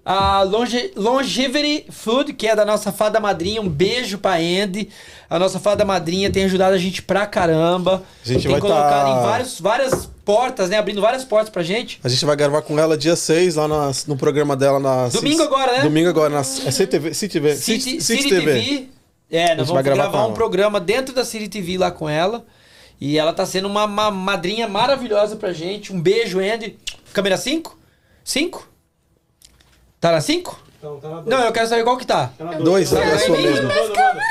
A Longe, Longevity Food, que é da nossa fada madrinha. Um beijo pra Andy. A nossa fada madrinha tem ajudado a gente pra caramba.
A gente
tem
vai
colocado
tá-
em vários, várias portas, né? Abrindo várias portas pra gente.
A gente vai gravar com ela dia 6 lá nas- no programa dela na.
Domingo agora, né?
Domingo agora na. É CTV? CTV.
City,
City,
City
TV.
TV. É, nós
gente vai
vamos
gravar
gravar,
com
um
ela.
programa dentro da City TV lá com ela. E ela tá sendo uma, ma- madrinha maravilhosa pra gente. Um beijo, Andy. Câmera 5? 5? Tá na 5?
Então, tá na dois.
Não, eu quero saber qual que tá.
Tá na
Dois,
Tá
é
na
a sua
dois.
mesmo.
Manda, manda.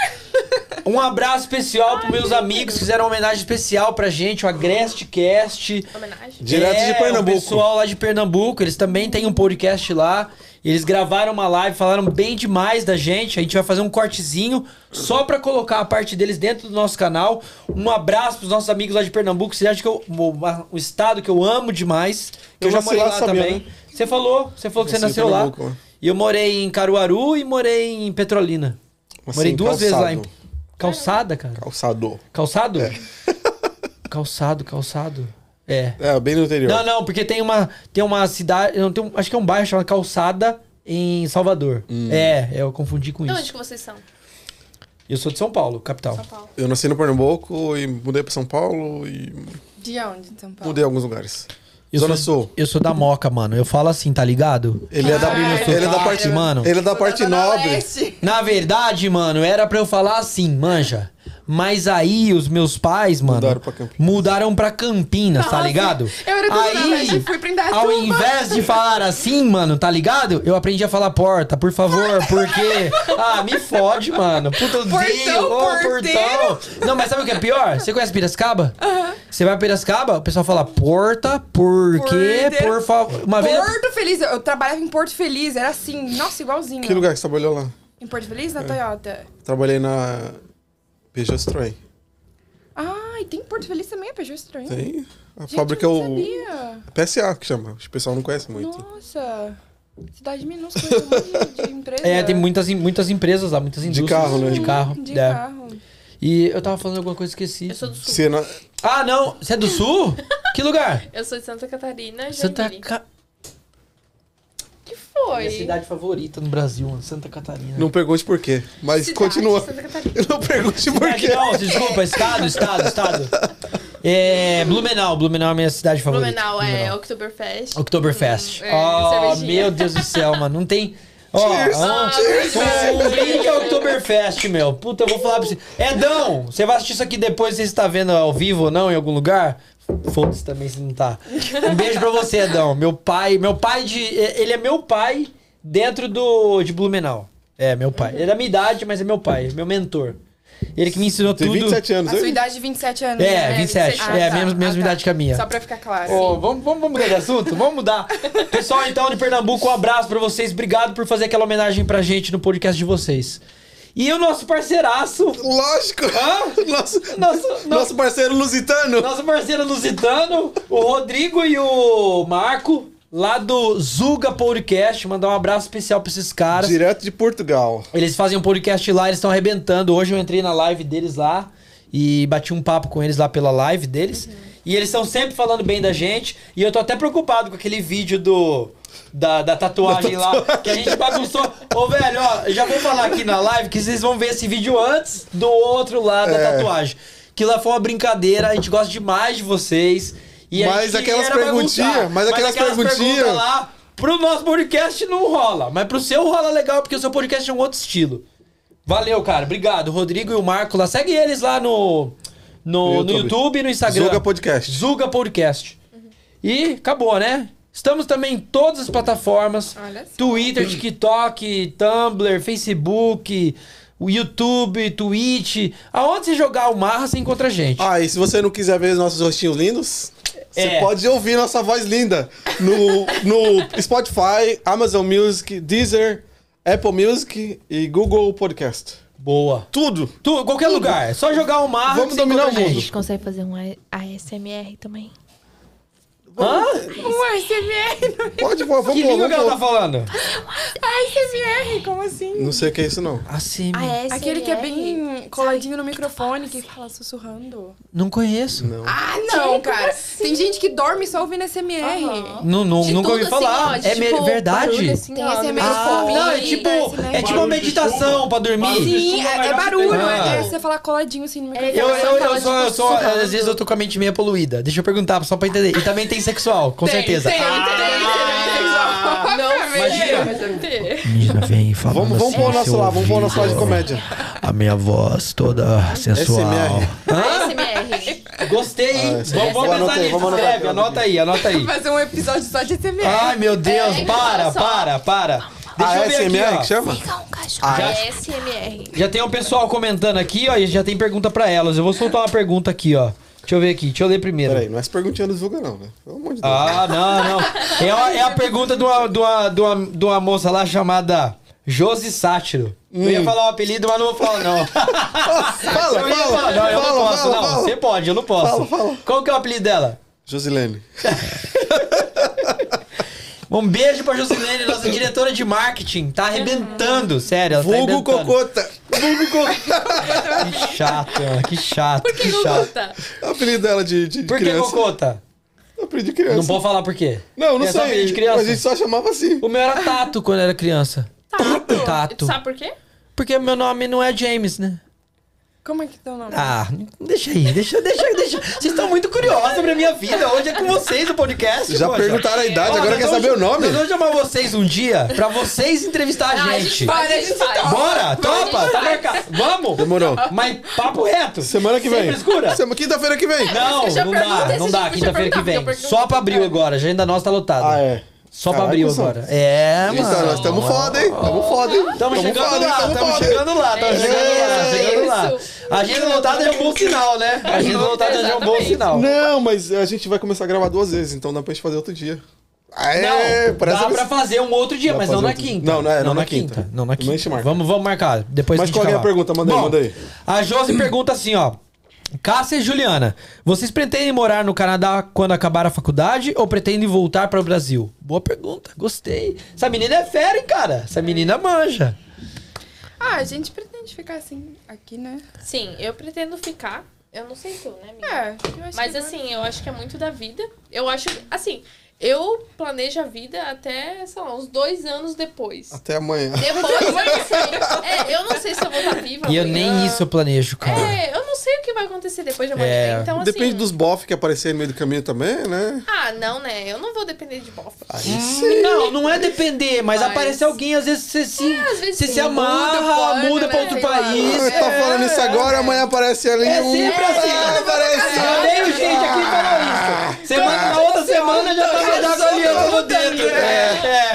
Um abraço especial pros meus amigos que fizeram uma homenagem especial pra gente, o AgresteCast.
Homenagem.
Direto de Pernambuco.
É, O pessoal lá de Pernambuco, eles também têm um podcast lá. Eles gravaram uma live, falaram bem demais da gente. A gente vai fazer um cortezinho só pra colocar a parte deles dentro do nosso canal. Um abraço pros nossos amigos lá de Pernambuco, cidade que eu, o, o estado que eu amo demais. Que eu,
Eu
já
nasci
morei lá,
lá, sabia,
também.
né?
Você falou, você falou que você
Nasci em
nasceu lá.
Pernambuco, né?
E eu morei em Caruaru e morei em Petrolina.
Assim,
morei duas vezes lá em
calçado. É.
Calçada, cara.
Calçador.
Calçado? (laughs) calçado, calçado. É.
É, bem no interior.
Não, não, porque tem uma, tem uma cidade. Não, tem um- acho que é um bairro chamado Calçada em Salvador.
Hum.
É, eu confundi com
De
isso.
Então, onde que vocês são?
Eu sou de São Paulo, capital.
São Paulo.
Eu nasci no Pernambuco e mudei pra São Paulo e
De onde, de São Paulo?
mudei alguns lugares.
Eu
Zona
sou,
Sul.
Eu sou da Moca, mano. Eu falo assim, tá ligado?
Ele é da,
Ah, meu
ele é da
sotaque,
parte.
mano.
Ele é da parte
Zona
nobre.
Leste.
Na verdade, mano, era pra eu falar assim, manja. Mas aí os meus pais, mano,
Mudaram pra Campinas.
mudaram pra Campinas, tá
Nossa,
ligado?
eu era do Nordeste,
aí,
fui pra Indaiatuba.
ao invés de falar assim, mano, tá ligado? Eu aprendi a falar porta, por favor,
(laughs)
porque ah, me fode, mano. Putãozinho,
Portão,
ô portão.
porteiro.
Não, mas sabe o que é pior? Você conhece Piracicaba? Você vai pra Piracicaba, o pessoal fala porta, porque,
Porteiro.
por favor. Uma vez é,
Porto Feliz, eu eu trabalhava em Porto Feliz, era assim, nossa, igualzinho.
Que lugar que você trabalhou lá?
Em Porto Feliz, na Toyota.
Trabalhei na Peugeot Citroën.
Ah, e tem Porto Feliz também, a Peugeot estranho.
Tem a
Gente,
fábrica é
eu
o
não sabia.
PSA que chama. O pessoal não conhece muito.
Nossa, cidade minúscula, tem um monte de, de empresa.
É, tem muitas, muitas empresas lá, muitas indústrias.
carro, né?
De carro.
Hum, De
é.
carro.
E eu tava falando alguma coisa, esqueci.
Eu sou do sul.
Você na-
Ah, não! Você é do sul? que lugar?
Eu sou de (laughs) Santa Catarina,
Santa
Joinville.
Ca...
que foi?
Minha cidade favorita no Brasil, mano. Santa Catarina.
Não pergunte por quê, mas
Cidade,
continua. (laughs)
Santa Catarina.
Eu não pergunte por
Cidade
quê.
não, desculpa, estado, estado, estado. É, Blumenau, Blumenau é a minha cidade favorita.
Blumenau é Oktoberfest.
Oktoberfest.
Hum, é,
oh,
cervejinha. Ah,
meu Deus do céu, mano. Não tem. Ó,
Cheers.
ó,
Cheers.
um link é Oktoberfest, meu. Puta, eu vou falar pra você. Edão, você vai assistir isso aqui depois, você está vendo ao vivo ou não, em algum lugar? Foda-se também se não tá. Um beijo pra você, Edão. Meu pai, meu pai de. Ele é meu pai dentro do. de Blumenau. É, meu pai. Ele é da minha idade, mas é meu pai, meu mentor. Ele que me ensinou
Tem
tudo.
27 anos,
A sua
hein?
idade de 27 anos.
É,
né?
27.
Ah,
é,
tá,
mesma, mesma
Ah, tá.
idade que a minha.
Só pra ficar claro.
Ô, vamos, vamos, vamos mudar de assunto? Vamos mudar. Pessoal, então, de Pernambuco, um abraço pra vocês. Obrigado por fazer aquela homenagem pra gente no podcast de vocês. E o nosso parceiraço,
Lógico. (laughs) Nosso,
Nosso-
nosso, parceiro lusitano.
nosso parceiro lusitano, o Rodrigo e o Marco, lá do Zuga Podcast. Mandar um abraço especial pra esses caras.
Direto de Portugal.
Eles fazem um podcast lá, eles estão arrebentando. Hoje eu entrei na live deles lá e bati um papo com eles lá pela live deles. E eles estão sempre falando bem da gente. E eu tô até preocupado com aquele vídeo do. Da, da tatuagem lá, que a gente bagunçou. Ô, velho, ó, já vou falar aqui na live que vocês vão ver esse vídeo antes do outro lado da
É.
tatuagem. Que lá foi uma brincadeira, a gente gosta demais de vocês. E a
Mas
gente
aquelas
queria
perguntinha,
bagunçar,
mas aquelas
perguntas
perguntinha.
lá, ah, Pro nosso podcast não rola, mas pro seu rola legal, porque o seu podcast é um outro estilo. Valeu, cara. Obrigado. Rodrigo e o Marco lá. Segue eles lá no, no, no
No
YouTube.
YouTube.
no Instagram.
Zuga Podcast.
Zuga Podcast. E acabou, né? Estamos também em todas as plataformas.
Olha só.
Twitter, TikTok, Tumblr, Facebook, o YouTube, Twitch. Aonde você jogar o Marra, você encontra a gente.
Ah, e se você não quiser ver nossos rostinhos lindos,
É.
você pode ouvir nossa voz linda no, no Spotify, Amazon Music, Deezer, Apple Music e Google Podcast.
Boa.
Tudo.
Tu, qualquer lugar. É só jogar o Marra.
Vamos
que você
dominar
A
encontra a
o mundo.
Então, gente.
gente consegue fazer um ASMR também.
Hã?
Um ASMR.
Pode, vamos,
Que
vamos,
língua que ela tá
vamos.
falando?
ASMR, como assim?
Não sei o que é isso, não.
Assim,
Ah,
ASMR?
Aquele que é bem coladinho no microfone, que fala sussurrando. assim?
não conheço.
Não.
Ah, não, cara. Tem gente que dorme só ouvindo SMR.
Aham.
Não, não,
De
nunca
tudo,
ouvi falar.
assim, ó, de,
é me-
tipo,
verdade?
barulho, assim,
Tem
ó,
esse
no
meio
microfone,
Ah,
fone,
não, é tipo,
assim,
esse, né?
é tipo uma
Barulho de
meditação
chuva.
pra dormir.
Sim, é, é barulho.
Ah.
É você falar coladinho assim no
é tipo
microfone.
Eu, eu, eu, sou, eu sou,
tipo, Sussurrando.
às vezes eu tô com a mente meio poluída. Deixa eu perguntar só pra entender. E também tem sexual, com
Tem,
certeza. Ah,
tem, tem, tem, tem,
Imagina.
tem, tem, tem. Não,
Menina, vem falando
Vamos, vamos pôr o nosso lá, vamos pôr o nosso lá de comédia.
A minha voz toda
SMR.
ASMR.
Gostei, hein?
Ah, essa-
vamos vamos
eu
pensar
anotei,
nisso.
vamos anotar,
Escreve,
eu
anota aí, anota aí.
Fazer um episódio só de SMR.
Ai, meu Deus,
É,
para,
só-
para, para. Deixa eu
Ah,
ver aqui,
SMR
ó.
que chama?
Ah,
ASMR.
Já tem o pessoal comentando aqui, ó, e já tem pergunta pra elas. Eu vou soltar uma pergunta aqui, ó. Deixa eu ver aqui, deixa eu ler primeiro.
Peraí, não é essa perguntinha do Zuga, não, né? Pelo amor de Deus.
Ah, não, não. É a, é a pergunta de uma, de, uma, de, uma, de uma moça lá chamada Josi Sátiro. Eu ia falar o apelido, mas não vou falar, não.
Hum. (laughs) fala,
Eu ia
fala,
falar, não, eu não
fala,
posso,
fala,
não.
fala.
Você pode, eu não posso.
Fala, fala.
Qual que é o apelido dela?
Josilene.
Um beijo pra Josilene, nossa diretora de marketing. Tá arrebentando, sério. Ela tá
Vulgo
arrebentando.
Cocota. Vulgo Cocota.
Que chato, mano, que chato, que
Que
chato.
luta.
(laughs) Apelido dela de, de, de
Por que
criança.
Cocota?
Apelido de criança.
Não pode falar por quê?
Não, não
É só
sei.
apelido de criança?
A gente só chamava assim.
O meu era Tato quando eu era criança.
Tato.
Tato.
Sabe por quê?
Porque meu nome não é James, né?
Como é que tá o nome?
Ah, deixa aí, deixa, deixa, deixa. Vocês estão muito curiosos sobre a minha vida. Hoje é com vocês o podcast.
Já
poxa.
perguntaram a idade,
Ó,
agora
nós
quer
vamos-
saber o nome?
Nós vamos chamar vocês um dia pra vocês entrevistar a
Ah, a
gente.
gente faz, a gente faz.
Bora,
Vamos,
topa, tá
vai.
marcado. Vamos.
Demorou.
Mas papo reto.
Semana que
Sem
vem.
frescura.
Sema- Quinta-feira que vem.
Não,
Deixa eu
não dá,
perguntar,
não
deixa
dá.
eu
Quinta-feira que
perguntar,
vem.
eu pergunto.
Só pra abril agora, a agenda nossa tá lotada.
Ah, é.
Só pra
Caraca,
abril
cuzão.
agora. É, mano.
Então, nós estamos foda, hein? Estamos foda, hein?
Tamo chegando, lá,
tamo
tamo
foda.
chegando lá, tamo
É
chegando lá, tamo chegando lá.
isso.
A agenda lotada é um bom sinal, né? A agenda lotada já é um bom
Exatamente.
sinal.
Não, mas a gente vai começar a gravar duas vezes, então dá pra gente fazer outro dia. É,
Não, dá
que-
pra fazer um outro dia,
Dá
mas
pra
não
fazer
na
outro dia.
quinta.
Não, não é, não na quinta.
Não na
Mas a gente
quinta.
marca.
Vamos, vamos marcar. Depois
Mas
a gente
qual que é a
acaba.
pergunta? Manda aí,
Bom,
manda aí.
A
(clears throat)
Josi pergunta assim, ó. Cássia e Juliana, vocês pretendem morar no Canadá quando acabar a faculdade ou pretendem voltar para o Brasil? Boa pergunta, gostei. Essa menina é fera, hein, cara? Essa menina manja.
Ah, a gente pretende ficar assim aqui, né?
Sim, eu pretendo ficar. Eu não sei tu, né, amiga?
É, eu acho
Mas
que
assim, eu acho que é muito da vida. Eu acho, assim, eu planejo a vida até, sei lá, uns dois anos depois.
Até amanhã.
Depois, eu não sei. É, eu não sei se eu vou estar viva.
E eu
amanhã.
nem isso eu planejo, cara.
É, eu não sei o que vai acontecer depois de amanhã.
É.
Então, assim.
Depende dos bof que aparecerem no meio do caminho também, né?
Ah, não, né? Eu não vou depender de bofa.
Não, não é depender, mas,
Mas-
aparecer alguém, às vezes você se,
às vezes
você
sim,
se
muda o
amarra,
plano,
muda
né?
pra outro
Sei lá.
país.
Ah, tá falando isso agora, amanhã aparece ali
É
um.
sempre assim.
Ah, aparece. Ah.
Eu odeio gente aqui falando isso. Semana, na outra semana já tá rodado ali, eu tô dentro. É,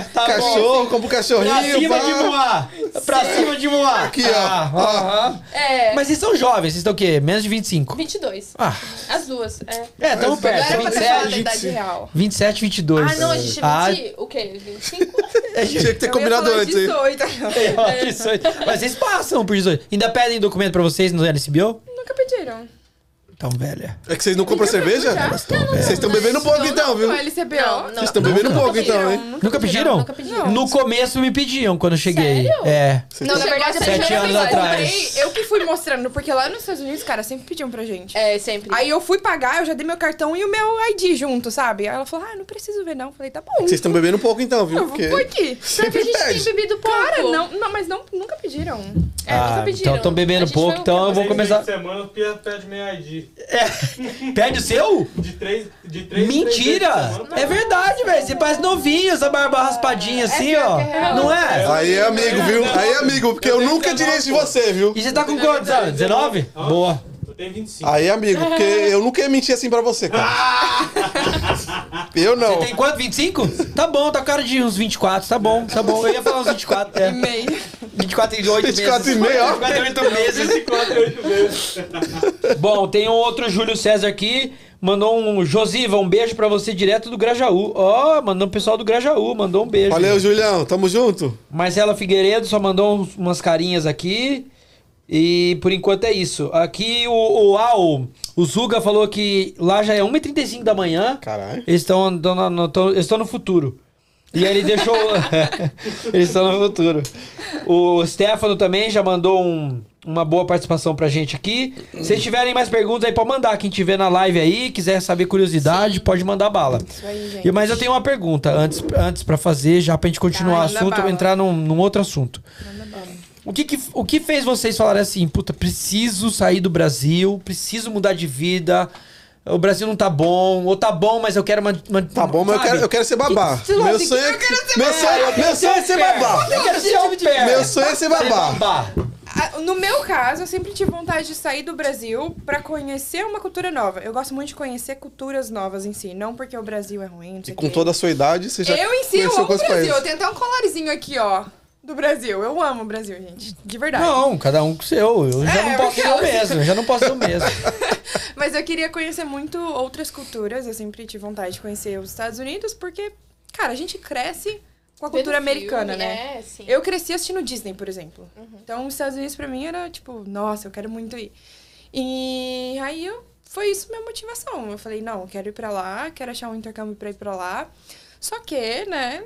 é, tá bom.
Cachorro, compra o
Pra
cachorrinho.
cima
pá.
de Moá. Pra cima de Moá.
Aqui, ó.
Ah,
Ó.
aham.
É.
Mas vocês são jovens, vocês estão o quê? Menos de 25.
22.
Ah,
As duas. É.
é, tamo
Mas
Não
perto.
era pra ter falado da
27,
idade real.
27 22.
Ah, não, a gente
Ah, é
é 20. O quê? 25?
(laughs) Tinha que ter
Eu ia
combinado
falar
antes, hein?
(laughs) 18.
ó, 18. Mas vocês passam por 18. Ainda pedem documento pra vocês no LCBO?
Nunca pediram.
Então, velha.
É que vocês não compram
Pediram pra
cerveja?
puxar?
Vocês estão bebendo pouco então, viu?
Com LCBO.
Não, não.
Vocês estão bebendo
Nunca
pouco então,
pediram,
hein?
Nunca pediram?
Nunca pediram.
Não.
No começo me pediam quando eu cheguei.
Sério?
É.
Não, na
Chegou
verdade, a
sete
primeira
anos
vez que eu
atrás.
comprei, eu que fui mostrando, porque lá nos Estados Unidos, cara, sempre pediam pra gente.
É, sempre.
Aí eu fui pagar, eu já dei meu cartão e o meu ID junto, sabe? Aí ela falou, ah, não preciso ver, não. Eu falei, tá bom.
Vocês estão bebendo pouco então, viu?
Eu vou
Porque
por aqui.
Porque
sempre
a gente tem
pede.
bebido pouco.
Cara, não, não, mas não, nunca pediram.
É, nunca pediram.
então estão
A
bebendo
gente
pouco,
um
foi o
então eu
quê?
vou
assim.
começar.
semana o Pia pede meia ID.
Pede o seu?
De três, de três
Mentira!
três vezes por semana.
É verdade, velho. Você parece novinho, essa barba raspadinha assim,
pior
ó.
que é real.
Não é?
Aí é amigo, viu? Aí é amigo, porque eu nunca direi de você, viu?
E você tá com quantos anos? 19?
Hã?
Boa.
Eu tenho 25.
Aí é amigo, porque eu nunca ia mentir assim pra você, cara. Eu não.
Você tem quanto? 25? Tá bom, tá com cara de uns 24, tá bom, tá bom. Eu ia falar uns 24, é.
Meio.
24 e 8 meses.
24 e meio, ó.
24 e 8 meses.
24, 8 vezes.
Bom, tem um outro Júlio César aqui. Mandou um. Josiva, um beijo pra você direto do Grajaú. Ó, mandou o pessoal do Grajaú, mandou um beijo.
Valeu, Julião. Tamo junto.
Marcela Figueiredo só mandou uns- umas carinhas aqui. E por enquanto é isso. Aqui o, o Al, o Zuga falou que lá já é 1h35 da manhã.
Caralho.
Eles estão no, no- tão- eles tão no futuro. E ele deixou. (laughs) eles estão no futuro. O Stefano também já mandou um- uma boa participação pra gente aqui. Se vocês tiverem mais perguntas aí, pode mandar. Quem tiver na live aí, quiser saber curiosidade, pode mandar bala.
Isso aí, gente.
E, mas eu tenho uma pergunta antes, antes para fazer, já pra gente continuar o
Tá, manda
assunto,
bala.
entrar num, num outro assunto. O que, que- o que fez vocês falarem assim, puta, preciso sair do Brasil, preciso mudar de vida, o Brasil não tá bom, ou tá bom, mas eu quero uma. uma-
Tá bom, mas eu
sabe?
quero, eu quero ser babá.
Sei lá,
Meu
assim,
sonho é.
eu quero ser
Meu
babá.
sonho, meu sonho é ser babá.
Eu quero ser au pair.
Meu sonho é ser babá.
Ah, No meu caso, eu sempre tive vontade de sair do Brasil pra conhecer uma cultura nova. Eu gosto muito de conhecer culturas novas em si, não porque o Brasil é ruim, não sei
E
o
com
quê.
toda a sua idade, você já
Eu em si, eu
conheceu
amo o
quantos
Brasil. Eu
países?
tenho até um colarzinho aqui, ó, do Brasil. Eu amo o Brasil, gente, de verdade.
Não, cada um com o seu. Eu já
É,
não posso
porque
ser o
eu-
mesmo. Eu já não posso ser o
(laughs)
mesmo.
Mas eu queria conhecer muito outras culturas. Eu sempre tive vontade de conhecer os Estados Unidos, porque, cara, a gente cresce com a cultura
Vendo
americana,
filme,
né?
É, sim.
Eu cresci assistindo Disney, por exemplo. Então, os Estados Unidos pra mim era tipo, nossa, eu quero muito ir. E aí eu, foi isso minha motivação. Eu falei, não, eu quero ir pra lá, quero achar um intercâmbio pra ir pra lá. Só que, né,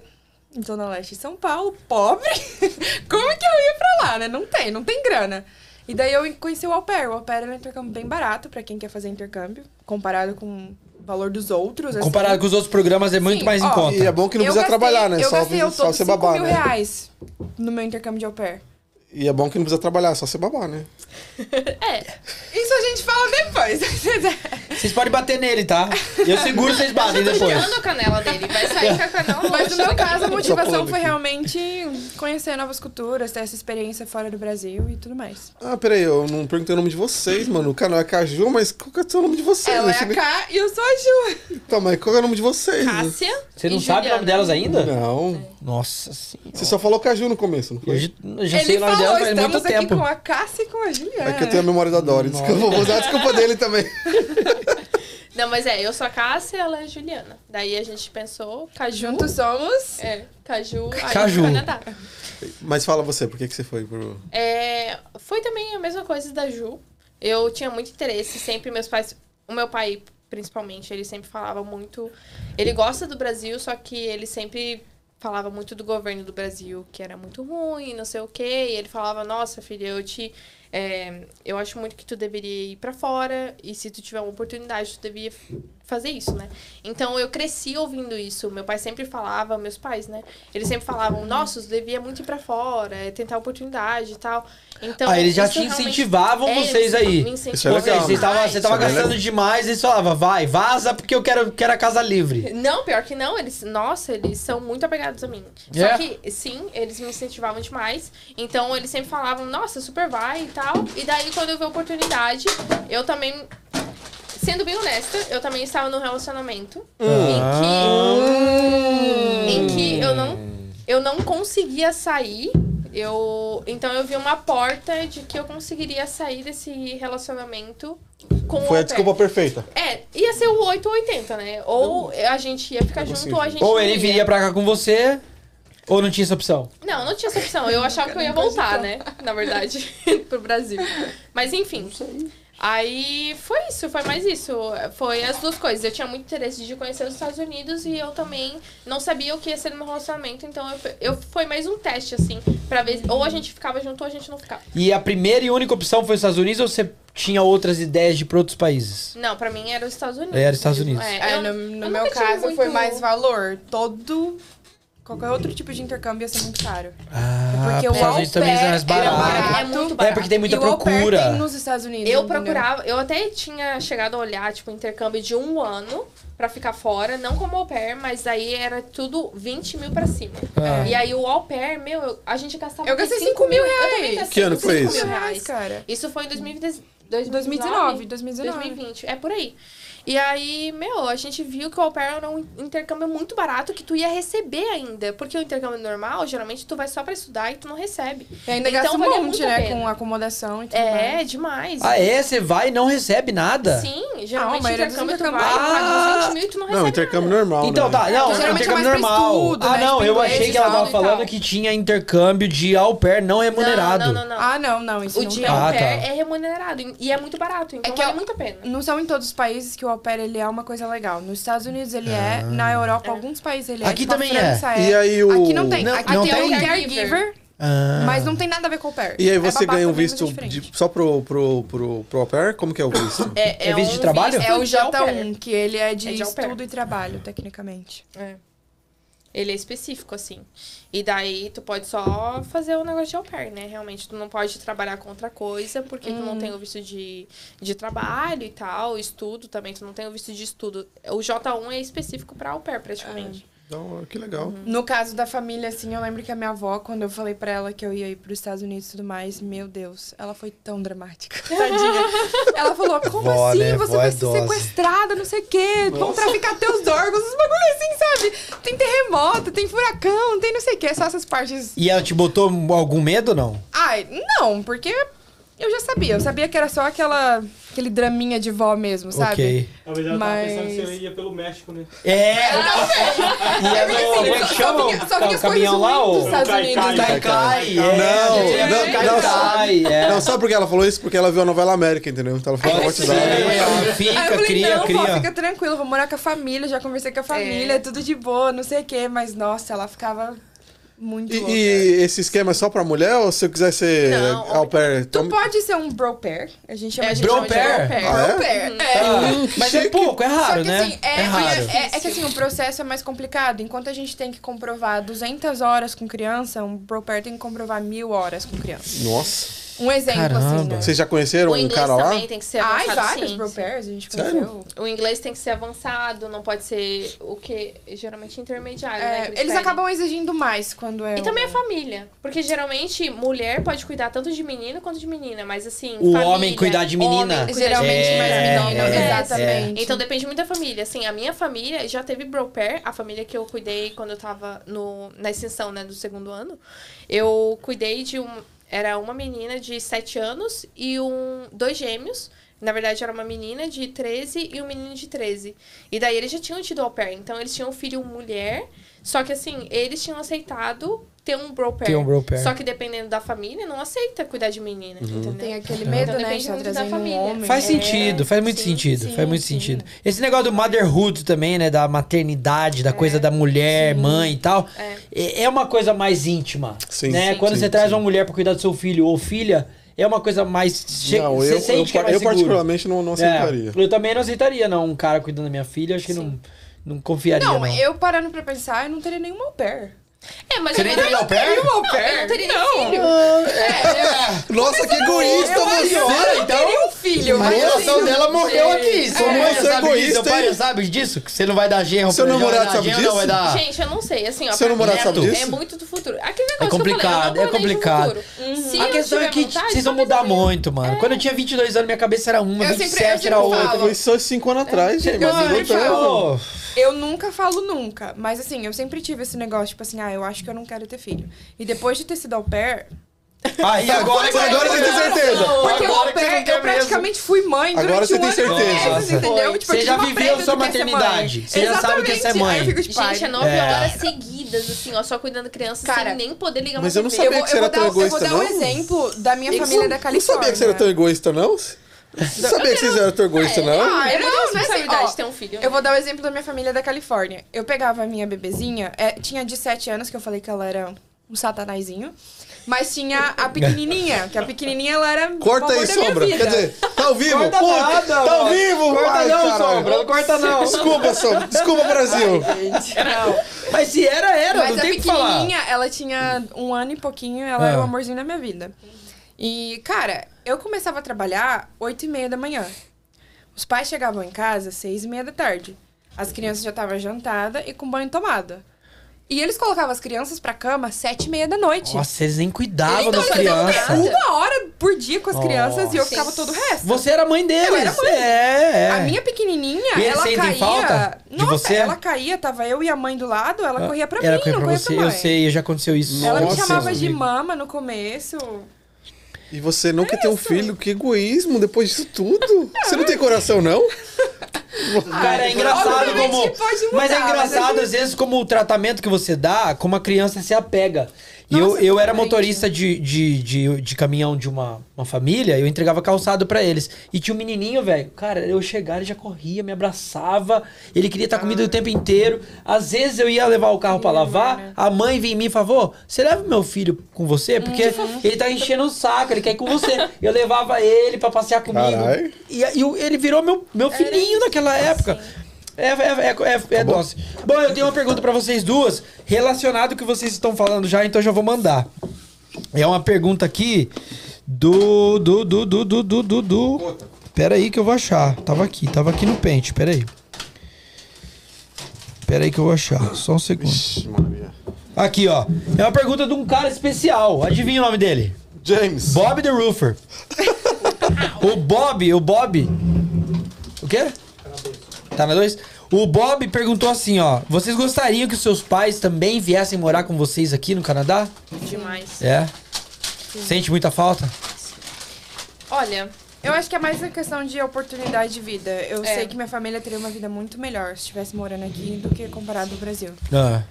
Zona Leste de São Paulo, pobre, (laughs) como que eu ia pra lá, né? Não tem, não tem grana. E daí eu conheci o Au Pair. O Au Pair era um intercâmbio bem barato pra quem quer fazer intercâmbio, comparado com o valor dos outros. assim.
Comparado com os outros programas, é muito
Sim,
mais em
ó,
conta.
E é bom que não
Eu
precisa
gastei-
trabalhar, né?
Eu
Só,
gastei ao
só
todo
ser
5
babá,
mil
né?
reais no meu intercâmbio de au pair.
E é bom que não precisa trabalhar, é só você babar, né?
Isso a gente fala depois.
Vocês podem bater nele, tá? Eu seguro, vocês batem
Eu tô
Ah, depois.
tirando a canela dele. Vai sair com a canela
(laughs) Mas no
roxa.
meu
daqui a (laughs)
caso, a
pouco.
motivação
pulando
foi
aqui.
realmente conhecer novas culturas, ter essa experiência fora do Brasil e tudo mais.
Ah, peraí, eu não perguntei o nome de vocês, mano. O canal é Caju, mas qual que é o seu nome de vocês?
Ela é
Você
a
nem-
K e eu sou a Ju.
Tá, mas qual é o nome de (laughs) vocês? né?
Cássia.
Você não
e
sabe o nome
Juliana.
delas ainda?
Não.
Nossa senhora.
Você só falou Caju no começo, não
Eu
foi?
já, eu já sei
Ele
o nome
falou,
delas faz é muito
estamos aqui
tempo.
com a Cássia e com a Juliana.
É que eu tenho a memória da Dory. Desculpa, vou usar a desculpa dele também.
Não, mas é, eu sou a Cássia e ela é a Juliana. Daí a gente pensou, Caju.
Juntos somos...
É, Caju. aí
Caju.
foi Canadá.
Mas fala você, por que, que você foi pro.
É, foi também a mesma coisa da Ju. Eu tinha muito interesse, sempre meus pais, o meu pai principalmente, ele sempre falava muito, ele gosta do Brasil, só que ele sempre falava muito do governo do Brasil, que era muito ruim, não sei o quê, e ele falava, nossa, filha, eu te é, eu acho muito que tu deveria ir pra fora e se tu tiver uma oportunidade, tu devia fazer isso, né? Então eu cresci ouvindo isso. Meu pai sempre falava, meus pais, né? Eles sempre falavam, nossa, tu devia muito ir pra fora, é tentar oportunidade e tal. Então
ah, eles já
isso
te
realmente-
incentivavam
É,
vocês
eles me
aí.
Isso é
incentivavam
Ou seja,
legal,
você
né?
tava,
demais.
você tava
Isso é legal.
gastando demais, eles falavam, vai, vaza porque eu quero, quero a casa livre.
Não, pior que não, eles, nossa, eles são muito apegados a mim.
É?
Só que, sim, eles me incentivavam demais. Então eles sempre falavam, nossa, super vai e tal. E daí, quando eu vi a oportunidade, eu também. Sendo bem honesta, eu também estava num relacionamento
Ah.
Hum,
em que eu não, eu não conseguia sair. Eu, então eu vi uma porta de que eu conseguiria sair desse relacionamento com
Foi
o
a
au pair.
desculpa perfeita.
É, ia ser o 8 ou 80, né? Ou a gente ia ficar
Não
junto
consigo.
ou a gente
Ou
não
ele
ia.
viria pra cá com você, ou não tinha essa opção.
Não, não tinha essa opção. Eu achava que eu ia voltar, né? Na verdade, (laughs) pro Brasil. Mas enfim. Aí foi isso, foi mais isso. Foi as duas coisas. Eu tinha muito interesse de conhecer os Estados Unidos e eu também não sabia o que ia ser no meu relacionamento. Então eu, eu foi mais um teste, assim, pra ver. Ou a gente ficava junto ou a gente não ficava.
E a primeira e única opção foi os Estados Unidos ou você tinha outras ideias de ir pra outros países?
Não, pra mim era os Estados Unidos.
Era Estados Unidos.
É,
eu-
no
eu
no
nunca
meu
tive
caso
muito-
foi mais valor. Todo. Qualquer outro tipo de intercâmbio ia ser muito caro.
Ah,
porque o
os Estados
au
Unidos também
pair
são mais
era
barato.
É muito
É,
barato.
porque tem muita
e o au pair
procura.
tem nos Estados Unidos.
Eu
entendeu?
procurava, eu até tinha chegado a olhar, tipo, intercâmbio de um ano pra ficar fora, não como au pair, mas aí era tudo 20 mil pra cima.
É.
Ah.
E aí o au pair, meu, eu- a gente gastava.
Eu gastei
entre
5 mil
Eu também
reais.
gastei
Que ano foi
5
isso?
mil
reais,
reais.
cara.
Isso foi em 2019, 2019,
2019, 2019.
2020, é por aí. E aí, meu, a gente viu que o au pair era um intercâmbio muito barato que tu ia receber ainda. Porque o intercâmbio normal, geralmente, tu vai só pra estudar e tu não recebe.
E ainda
Então,
gasta um
valia
monte,
muito a
né?
pena.
Com acomodação e tudo mais.
É, demais.
Ah, é? Você vai e não recebe nada?
Sim,
Ah,
geralmente
mas era
intercâmbio tu vai,
desintercâmbio.
Ah!
paga uns 20 mil e tu não
é
recebe
Não, intercâmbio
nada.
normal.
Então
né?
tá, não,
Geralmente é
intercâmbio
mais pra
normal.
estudo,
ah,
né?
não,
Tipo,
eu
inglês
achei
e
que ela
tal
tava
e tal.
falando que tinha intercâmbio de au pair não é remunerado.
Não, não, não. não.
Ah, não, não. Isso
o
não
dia
tá.
Ah,
au pair
tá.
é remunerado e- e é muito barato, então
É que
vale
eu-
muito a pena.
Não são em todos os países que o au pair ele é uma coisa legal. Nos Estados Unidos ele é,
Ah.
na Europa, alguns países ele é.
Aqui
tipo, a
também é.
França é.
E aí o-
Aqui não tem.
Não-
Aqui
não
tem,
tem?
o
É.
caregiver,
Ah.
mas não tem nada a ver com o au pair.
E aí
É
você
babá
ganha um
também, mas é
visto
diferente.
(laughs) de- só pro, pro, pro, pro au pair? Como que é o visto?
É visto de trabalho?
É o
de au pair.
J1, que ele é de,
É de au pair.
estudo e trabalho, tecnicamente.
É. Ele é específico, assim. E daí tu pode só fazer o negócio de au pair, né? Realmente, tu não pode trabalhar com outra coisa, porque tu
Hum.
não tem o visto de, de trabalho e tal, estudo também, tu não tem o visto de estudo. O J1 é específico pra au pair, praticamente.
Então, que legal.
No caso da família, assim, eu lembro que a minha avó, quando eu falei pra ela que eu ia ir pros Estados Unidos e tudo mais, meu Deus, ela foi
(laughs)
tão dramática. Tadinha. ela falou: como
Vó,
assim?
né?
Você
Vó é
vai ser
idosa."
sequestrada, não sei o quê, vão traficar teus órgãos, uns bagulho assim, sabe? Tem terremoto, tem furacão, tem não sei o quê, só essas partes.
E ela te botou algum medo, não?
Ai, não, porque eu já sabia. Eu sabia que era só aquela. aquele draminha de vó mesmo, sabe?
Ok.
Talvez ela tava pensando que
Mas-
você ia pelo México, né?
É!
(laughs)
E é no- como é que chama?
vinha- assim,
Tá,
só vinha
o
as
caminhão
coisas
lá,
ruins dos
ô?
Estados
Cai,
Unidos.
cai.
né?
Cai, cai,
Não,
é.
não,
Cai,
não,
cai, é.
Não, sabe por que ela falou isso? Porque ela viu a novela América, entendeu? Então ela foi
Pode ser,
traumatizada.
ela
Aí eu
Fica,
falei,
cria, Tá.
não, vó, fica
cria.
tranquilo, é vou morar com a família, já conversei com a família, é. tudo de boa, não sei o quê. Mas, nossa, ela ficava muito
E,
louca.
e esse esquema é só pra mulher ou se eu quiser ser
Não,
au pair?
Tu
tam-
pode ser um bro pair. A gente chama
É,
de
bro
chama de
pair?
Ah, é?
Bro pair. É.
Mas é pouco, é
Só
raro,
que
né?
assim, é,
é raro.
é- é que assim, o processo é mais complicado. Enquanto a gente tem que comprovar 200 horas com criança, um bro pair tem que comprovar mil horas com criança.
Nossa.
Um exemplo, assim,
Caramba.
né?
Vocês já conheceram
O
um
inglês
cara lá?
também tem que ser
Ai,
avançado,
vários
sim,
bro
sim.
pairs, a gente
Sério?
conheceu.
O inglês tem que ser avançado, não pode ser o que geralmente intermediário, né?
É,
que
eles
pedem.
acabam exigindo mais quando é.
E também a
um-
família. Porque geralmente mulher pode cuidar tanto de menino quanto de menina, mas assim.
O
família,
homem cuidar de menina.
homem cuidar de
Geralmente
É,
mais menino,
é,
exatamente.
Então depende muito da família. Assim, a minha família já teve bro pair, a família que eu cuidei quando eu tava no, na extensão, né, do segundo ano. Eu cuidei de um. Era uma menina de 7 anos e um. dois gêmeos. Na verdade, era uma menina de 13 e um menino de 13. E daí eles já tinham tido au pair. Então eles tinham um filho mulher. Só que assim, eles tinham aceitado ter um bro pair.
Ter um bro pair. Uhum.
Só que dependendo da família, não aceita cuidar de menina. Entendeu?
Tem aquele
Então,
medo, né?
depende
De estar
muito da
trazendo um
família.
homem.
Faz
É.
sentido, faz muito
sim,
sentido,
sim,
faz muito
sim.
sentido. Esse negócio do motherhood também, né, da maternidade, da
É,
coisa da mulher, mãe e tal,
É.
é, é uma coisa mais íntima,
Sim,
né?
sim,
Quando
sim,
você traz
sim.
uma mulher pra cuidar do seu filho ou filha, é uma coisa mais che-
Não,
você
eu, eu,
sente que é mais
eu
seguro.
particularmente não, não
É,
aceitaria.
eu também não aceitaria não um cara cuidando da minha filha, acho que não não confiaria não.
Não, eu parando pra pensar, eu não teria nenhum au pair.
É, mas
Você
eu
nem
não-
teria au pair?
Nenhum au
eu não
pair?
teria nem filho.
Nossa, que egoísta você!
É então
Teria um filho,
a
mas
relação
assim,
dela morreu aqui. Sua
É.
mãe
Você
sabe
egoísta,
disso, seu pai
hein?
sabe disso? Que você não vai dar genro
Seu
pra ele, não vai
namorado
dar
sabe
genro, não vai
disso?
dar...
Gente, eu não sei, assim, ó.
Seu
pra
namorado
mim,
sabe
É
disso?
muito do futuro. Aquele negócio
É complicado,
que eu
é
falei, eu não planejo
complicado.
o futuro. Se
a
eu
questão é
tiver
que
vontade,
vocês vão
talvez
mudar
eu tenha.
muito, mano. Quando eu tinha 22 anos, minha cabeça era uma,
Eu sempre-
27
eu
era
digo,
outra.
fala.
Foi só cinco anos atrás, gente.
eu
Mas
sempre
mudou tanto.
falo.
Pô,
Eu nunca falo nunca, mas assim, eu sempre tive esse negócio, tipo assim, ah, eu acho que eu não quero ter filho. E depois de ter sido au pair,
Aí agora que
Agora você tem certeza.
porque o
Agora
au
que você não
pair,
quer
eu praticamente fui mãe durante
Agora você
um
tem
ano
certeza.
e meses,
Nossa.
entendeu?
Você
eu
já
tive uma
viveu
prenda
sua
do que é ser mãe.
maternidade. Você já sabe o que é ser
Exatamente.
mãe.
Aí eu fico, tipo,
Gente, é
ai,
nove
É.
horas seguidas, assim, ó, só cuidando criança
Cara,
sem nem poder ligar
mas
uma
eu não
TV.
sabia
eu vou,
que você
eu vou
era tão
dar, eu vou
egoísta,
dar um
não?
exemplo da minha
Eu
família é
não-
da
Não
Califórnia.
sabia que você era tão egoísta, não? Não sabia que vocês eram tão egoístas, não?
Ah,
É muita
eu não, mas assim,
responsabilidade
ó,
ter um filho.
Eu vou dar o exemplo da minha família da Califórnia. Eu pegava a minha bebezinha, é, tinha de 7 anos, que eu falei que ela era um satanazinho. Mas tinha a pequenininha, que a pequenininha ela era. o
Corta
amor
aí,
da minha
Sombra.
vida.
Quer dizer, tá ao vivo?
Corta
Puta,
nada,
tá ao
mano.
vivo?
Corta
Ai,
não,
caralho.
Sombra. Não corta não.
Desculpa, Sombra. Desculpa, Brasil.
Gente, não.
Mas se era, era.
Mas
não
a
tem o que falar.
pequenininha, ela tinha um ano e pouquinho, ela
Ah.
era o amorzinho da minha vida. E, cara, eu começava a trabalhar 8 e meia da manhã. Os pais chegavam em casa às 6 e meia da tarde. As crianças já estavam jantadas e com banho tomada. E eles colocavam as crianças pra cama às 7 e meia da noite.
Nossa, eles nem cuidavam das
eles davam
crianças.
Uma hora por dia com as crianças e eu
Nossa.
ficava todo o resto.
Você era mãe deles.
Eu era mãe.
É, é.
A minha pequenininha,
E eles
ela
sentem
caía.
falta de
Nossa,
você? Ah,
ela caía, tava eu e a mãe do lado, ela corria pra
Ela
mim,
corria
não
pra
corria
você.
pra mãe.
Eu sei, já aconteceu isso.
Ela me
Nossa,
chamava de
comigo.
mama no começo.
E você não quer ter um filho? Que egoísmo depois disso tudo? Você não tem coração, não?
Cara, é engraçado
obviamente
como.
que pode mudar,
mas é engraçado,
mas a
às vezes, como o tratamento que você dá, como a criança se apega. E eu,
Nossa,
eu era
totalmente.
motorista de, de, de, de caminhão de uma, uma família, eu entregava calçado pra eles. E tinha um menininho, velho. Cara, eu chegava, ele já corria, me abraçava. Ele queria estar comigo o tempo inteiro. Às vezes eu ia levar o carro pra lavar, a mãe vinha em mim e falava: "Ô, você leva meu filho com você? Porque ele tá enchendo o saco, ele quer ir com você. eu levava ele pra passear comigo.
Caralho.
E, e o- ele virou meu, meu filhinho naquela época. É, é, é, é, é doce. Bom, eu tenho uma pergunta pra vocês duas, relacionado ao que vocês estão falando já, então eu já vou mandar. É uma pergunta aqui do. do. do. do. do. do. do. do. Pera aí que eu vou achar. Tava aqui, tava aqui no pente, pera aí. Pera aí que eu vou achar, só um segundo.
Ixi, Maria.
Aqui, ó. É uma pergunta de um cara especial. Adivinha o nome dele?
James.
Bob the Roofer. o Bob, o Bob. O quê? Tá na 2? O Bob perguntou assim, ó. Vocês gostariam que os seus pais também viessem morar com vocês aqui no Canadá?
Demais.
É. Sente muita falta?
Olha,
Eu acho que é mais a questão de oportunidade de vida. Eu
É.
sei que minha família teria uma vida muito melhor se estivesse morando aqui do que comparado ao Brasil.
Ah.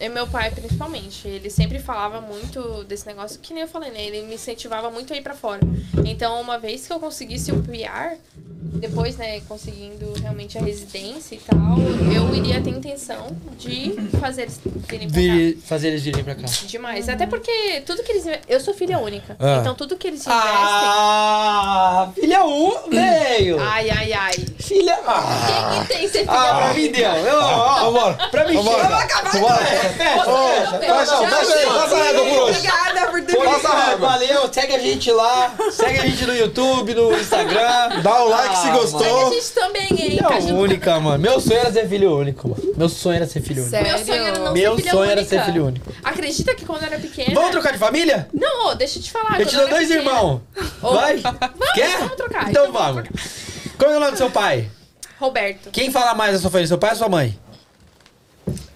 E meu pai, principalmente, ele sempre falava muito desse negócio, que nem eu falei, né? Ele me incentivava muito a ir pra fora. Então, uma vez que eu conseguisse o PR, depois, né, conseguindo realmente a residência e tal, eu iria ter intenção de fazer eles virem pra cá.
De fazer eles virem pra cá.
Demais. Até porque tudo que eles. Eu sou filha única.
Ah.
Então, tudo que eles investem.
Ah, filha um, veio.
Ah.
Ai, ai, ai.
Filha... Ah,
Quem que tem ser filha
ah,
pra
me
mim?
deu. Eu, ó,
Vambora.
pra mim,
Vambora.
chega.
Vambora.
Fecha,
Ô,
fecha.
Passa
Não,
passa aí, passa a régua por hoje.
Obrigada por ter
Passa
Passa
a
régua.
Valeu, segue a gente lá. Segue a gente no YouTube, no Instagram.
Dá o like se
Ah,
Só
gostou.
que a gente também, hein?
Filha
Ajuda-
única, mano. Meu sonho era ser filho único, mano. Meu sonho era ser filho único.
Meu sonho era não
Meu
ser filha
sonho
única.
era ser filho único.
Acredita que quando eu era pequena.
Vamos trocar de família?
Não, ô, deixa eu te falar.
Eu te dou
quando era
dois
pequena-
irmãos.
Ô,
Vai? Quer?
vamos trocar,
Então
então vamos
vamos. Como é o nome do seu pai?
Roberto.
Quem fala mais da sua família, seu pai ou sua mãe?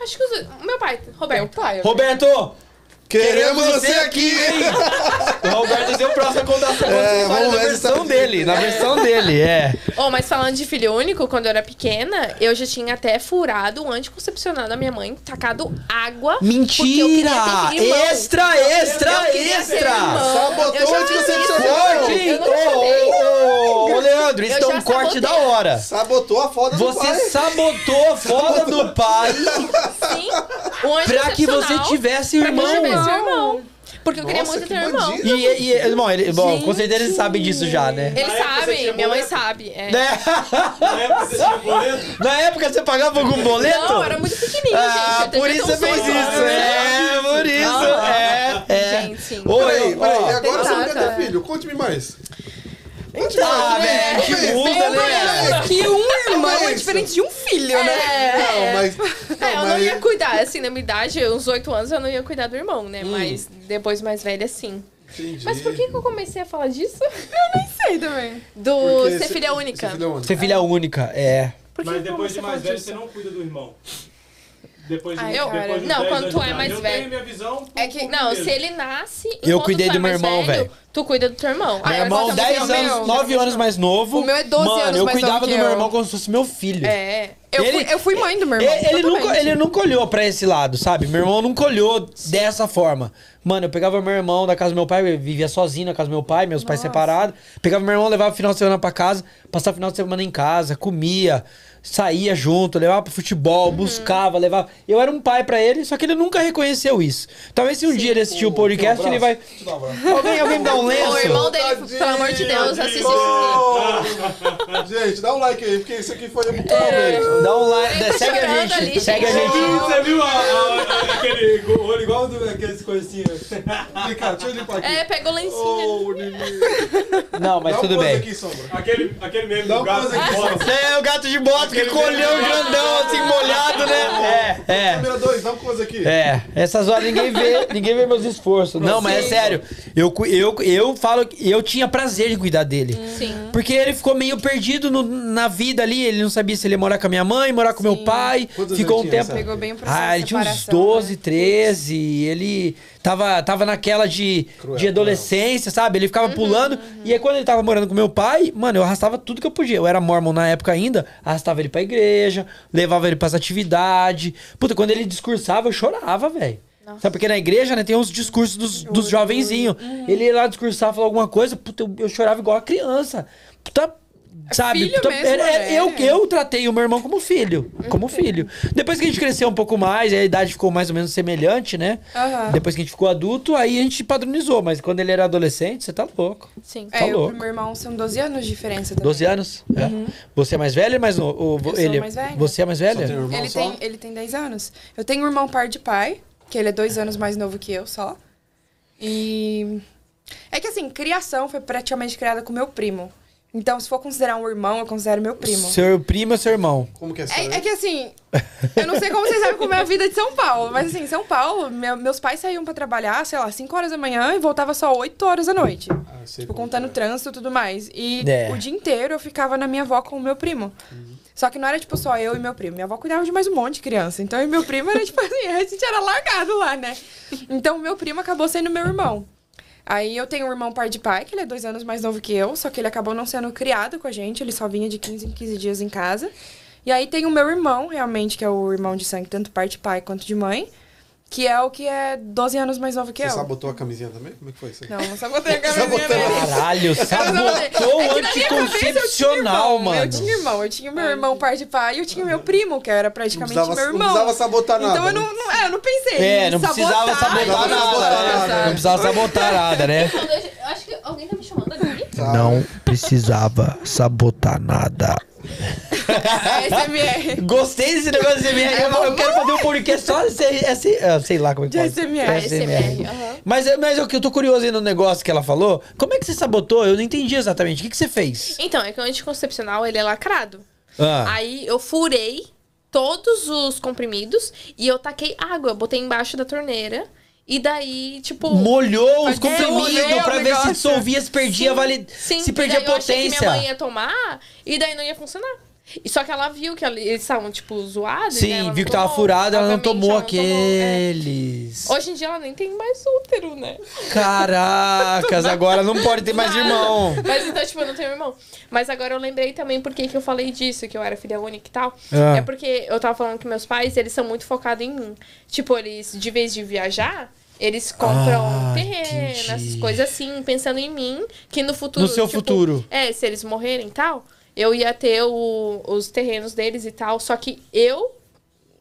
Acho que os dois. Meu pai, Roberto. pai.
Roberto!
Queremos você aqui.
hein? O Roberto tem o próximo a contar essa
É,
história
vamos
na
ver se
versão
tá-
dele. Na versão dele, é.
Oh, mas falando de filho único, quando eu era pequena, eu já tinha até furado o anticoncepcional da minha mãe, tacado água. porque eu
Mentira!
queria ter irmão.
Extra, extra,
Eu queria ter
extra!
irmão.
Sabotou
Eu já
o anticoncepcional.
sabia.
Corte!
Eu não sabia.
Ô, ô, ô, ô, Leandro, isso
Eu
dá um
já
corte
sabotei.
da hora.
Sabotou a foda do pai.
Você sabotou a foda do pai
Sim, o anticoncepcional.
pra que você tivesse
pra que eu
irmão.
tivesse irmão. Porque eu queria
Nossa,
muito
que
ter um irmão.
bandido.
E, e- bom, ele, bom com certeza ele sabe disso já, né?
Ele
Na época você
sabe,
tinha
minha mãe
boleto?
sabe. é.
Né? (laughs)
Na época é, você tinha boleto?
Na época você pagava algum boleto?
Não, eu era muito pequenininho,
ah,
gente. eu
por
devia
isso
ter
você
uns
fez
oito
isso.
anos.
É, por isso. É, é.
Gente, sim.
Ô,
Peraí,
ó,
peraí. E agora você não quer ter
Exato, é.
filho? Conte-me mais.
Ah, velho, que
Meu
muda, né?
que um irmão
Como é
é
isso?
diferente de um filho,
É,
né?
é.
Não, mas.
É, eu
mas-
não ia cuidar, assim, na minha idade, uns 8 anos eu não ia cuidar do irmão, né? Mas depois mais velha, sim.
Entendi.
Mas por que, que eu comecei a falar disso? (laughs)
Sei também.
Do
Porque
ser
se-
é filha
ser
única.
é filha única.
Ser filha única, é.
Por que
Mas
que eu
depois de
comecei a falar
mais velho,
disso?
você não cuida do irmão. Depois de, um
Ai,
depois
cara.
de
Ah, Não,
10
quando
anos
tu
de
é
idade.
mais
eu
velho.
Tenho minha visão por
É que,
pouco
não,
mesmo.
se ele nasce.
Eu
enquanto
cuidei
tu é
do meu
mais
irmão, velho.
Tu cuida do teu irmão.
Meu
É,
Aí agora
irmão,
tá muito
10
meu,
anos,
meu.
9 anos mais novo.
O meu é 12
Mano,
anos
eu
mais
cuidava
novo
do
que
meu
eu.
irmão como se fosse meu filho.
É.
Eu,
Ele-
fui, eu fui mãe do meu irmão.
Ele, ele nunca,
totalmente.
ele nunca olhou pra esse lado, sabe? Meu irmão nunca olhou dessa forma. Mano, eu pegava meu irmão da casa do meu pai, eu vivia sozinho na casa do meu pai, meus pais separados. Pegava meu irmão, levava o final de semana pra casa, passava o final de semana em casa, comia, saía junto, levava pro
Uhum.
futebol, buscava, levava. Eu era um pai pra ele, só que ele nunca reconheceu isso. Talvez se um dia ele assistir o podcast, ele vai. Alguém, alguém me dá um lenço?
O irmão dele,
Tadinho,
pelo amor de Deus,
tadinho.
assiste isso. aqui.
Oh! Gente, dá um like aí, porque isso aqui foi muito bom,
Dá um like,
Ele tá
segue a
chorando
gente,
ali,
segue a
gente.
gente.
Você viu a- a- aquele o olho igual do, aqueles
(laughs)
coisinhos?
Vem cá, deixa eu limpar aqui.
É, pega o lencinho.
Ô, Nini.
Não, mas
Dá um
tudo
close
bem.
aqui, Sombra.
Aquele, aquele meme
Dá
do
um
gato
close aqui,
fora.
Sombra.
É, o gato de bota que colheu o grandão assim molhado, né? É, é.
Câmera 2, dá um close aqui.
É, essas horas ninguém vê, ninguém vê meus esforços. Não, mas é sério. Eu, cu- eu, eu falo que eu tinha prazer em cuidar dele.
Sim.
Porque ele ficou meio perdido no- na vida ali. Ele não sabia se ele ia morar com a minha mãe, morar com meu pai.
Quantos
ficou
ele
um
tinha,
tempo.
sabe?
Pegou bem o processo
Ah, ele
de
tinha uns
separação,
12,
né?
13. Ele tava, tava naquela de,
Cruel,
de adolescência, sabe? Ele ficava
Uhum,
pulando. E aí, quando ele tava morando com meu pai, mano, eu arrastava tudo que eu podia. Eu era mormon na época ainda, arrastava ele pra igreja, levava ele pras atividades. Puta, quando ele discursava, eu chorava, velho. Sabe, porque na igreja, né, tem uns discursos dos, dos jovenzinhos. Ele ia lá discursar, falar alguma coisa, puta, eu, eu chorava igual a criança. tá, Puta, sabe?
filho
puta,
mesmo,
era- era-
né?
eu, eu tratei o meu irmão como filho. Como filho. Depois que a gente cresceu um pouco mais, a idade ficou mais ou menos semelhante, né?
Aham.
Depois que a gente ficou adulto, aí a gente padronizou. Mas quando ele era adolescente, você tá louco.
Sim.
Tá
É, eu
louco.
pro meu irmão são 12 anos de diferença também.
12 anos? É. Você é mais velho ou mais novo? Ou vo-
Uhum. Eu sou
ele,
mais velha.
Você é mais
Só tem um
velha?
irmão
Ele
só?
tem, ele tem 10 anos. Eu tenho um irmão par de pai, que ele é dois anos mais novo que eu só. E. É que assim, criação foi praticamente criada com meu primo. Então, se for considerar um irmão, eu considero meu primo.
Seu primo ou seu
(laughs)
irmão?
Como que é essa?
É, é que assim, eu não sei como vocês sabem como é a vida de São Paulo, mas assim, São Paulo, meu- meus pais saíam pra trabalhar, sei lá, 5 horas da manhã e voltava só 8 horas da noite.
Ah, sei
Tipo,
como
contando
é.
trânsito e tudo mais. E
É.
o dia inteiro eu ficava na minha avó com o meu primo.
Uhum.
Só que não era, tipo, só eu e meu primo. Minha avó cuidava de mais um monte de criança. Então, eu e meu primo era, (laughs) tipo assim, a gente era largado lá, né? Então, meu primo acabou sendo meu irmão. Aí, eu tenho um irmão par de pai, que ele é dois anos mais novo que eu. Só que ele acabou não sendo criado com a gente. Ele só vinha de 15 em 15 dias em casa. E aí, tem o meu irmão, realmente, que é o irmão de sangue, tanto par de pai quanto de mãe. que é o que é 12 anos mais novo que
Você
eu.
sabotou a camisinha também? Como é que foi isso aí?
Não, não sabotei
(laughs)
a camisinha
Sabotando.
dele.
Caralho, sabotou o
É que na minha cabeça eu tinha
anticoncepcional,
irmão,
mano.
Eu tinha irmão, eu tinha meu irmão par de pai, e eu tinha meu primo, que era
Não
praticamente
precisava, não
meu irmão.
precisava sabotar nada.
então eu
né?
não, não- é, eu não pensei.
É,
em
não precisava
(laughs) sabotar,
sabotar
não precisava
nada.
sabotar
né?
nada.
Não precisava sabotar nada, né?
Eu acho que alguém tá me chamando ali.
Tá.
precisava sabotar nada.
SMR.
Gostei desse negócio de SMR. Eu, eu quero fazer um podcast só de ser- é ser- ah, sei lá como é que
De
fala.
SMR.
É,
SMR, aham.
Mas, é- mas eu, eu tô curioso aí no negócio que ela falou. Como é que você sabotou? Eu não entendi exatamente. O que, que você fez?
Então, é que o anticoncepcional, ele é lacrado.
Ah,
Aí eu furei todos os comprimidos e eu taquei água. Eu botei embaixo da torneira. E daí, tipo.
molhou os
Fazia- um
comprimidos
molhou
pra
o
ver se
negócio.
dissolvia, se perdia, vali...
Sim,
se
e
perdia
daí eu achei que minha mãe
potência.
ia tomar e daí não ia funcionar. E só que ela viu que ali- eles estavam, tipo, zoados. e daí
Sim,
ela
viu
não
que tava
tomou.
furada, ela não
Obviamente,
tomou
ela não é.
aqueles.
Hoje em dia ela nem tem mais útero, né? (laughs)
Caracas, agora não pode ter mais irmão.
Mas então, tipo, eu não tenho irmão. Mas agora eu lembrei também por que que eu falei disso, que eu era filha única e tal.
Ah.
É porque eu tava falando que meus pais, eles são muito focados em mim. Tipo, eles, de vez de viajar, eles compram
Ah,
terreno,
entendi.
essas coisas assim, pensando em mim, que no futuro.
No seu
tipo,
futuro.
É, se eles morrerem e tal, eu ia ter o- os terrenos deles e tal. Só que eu,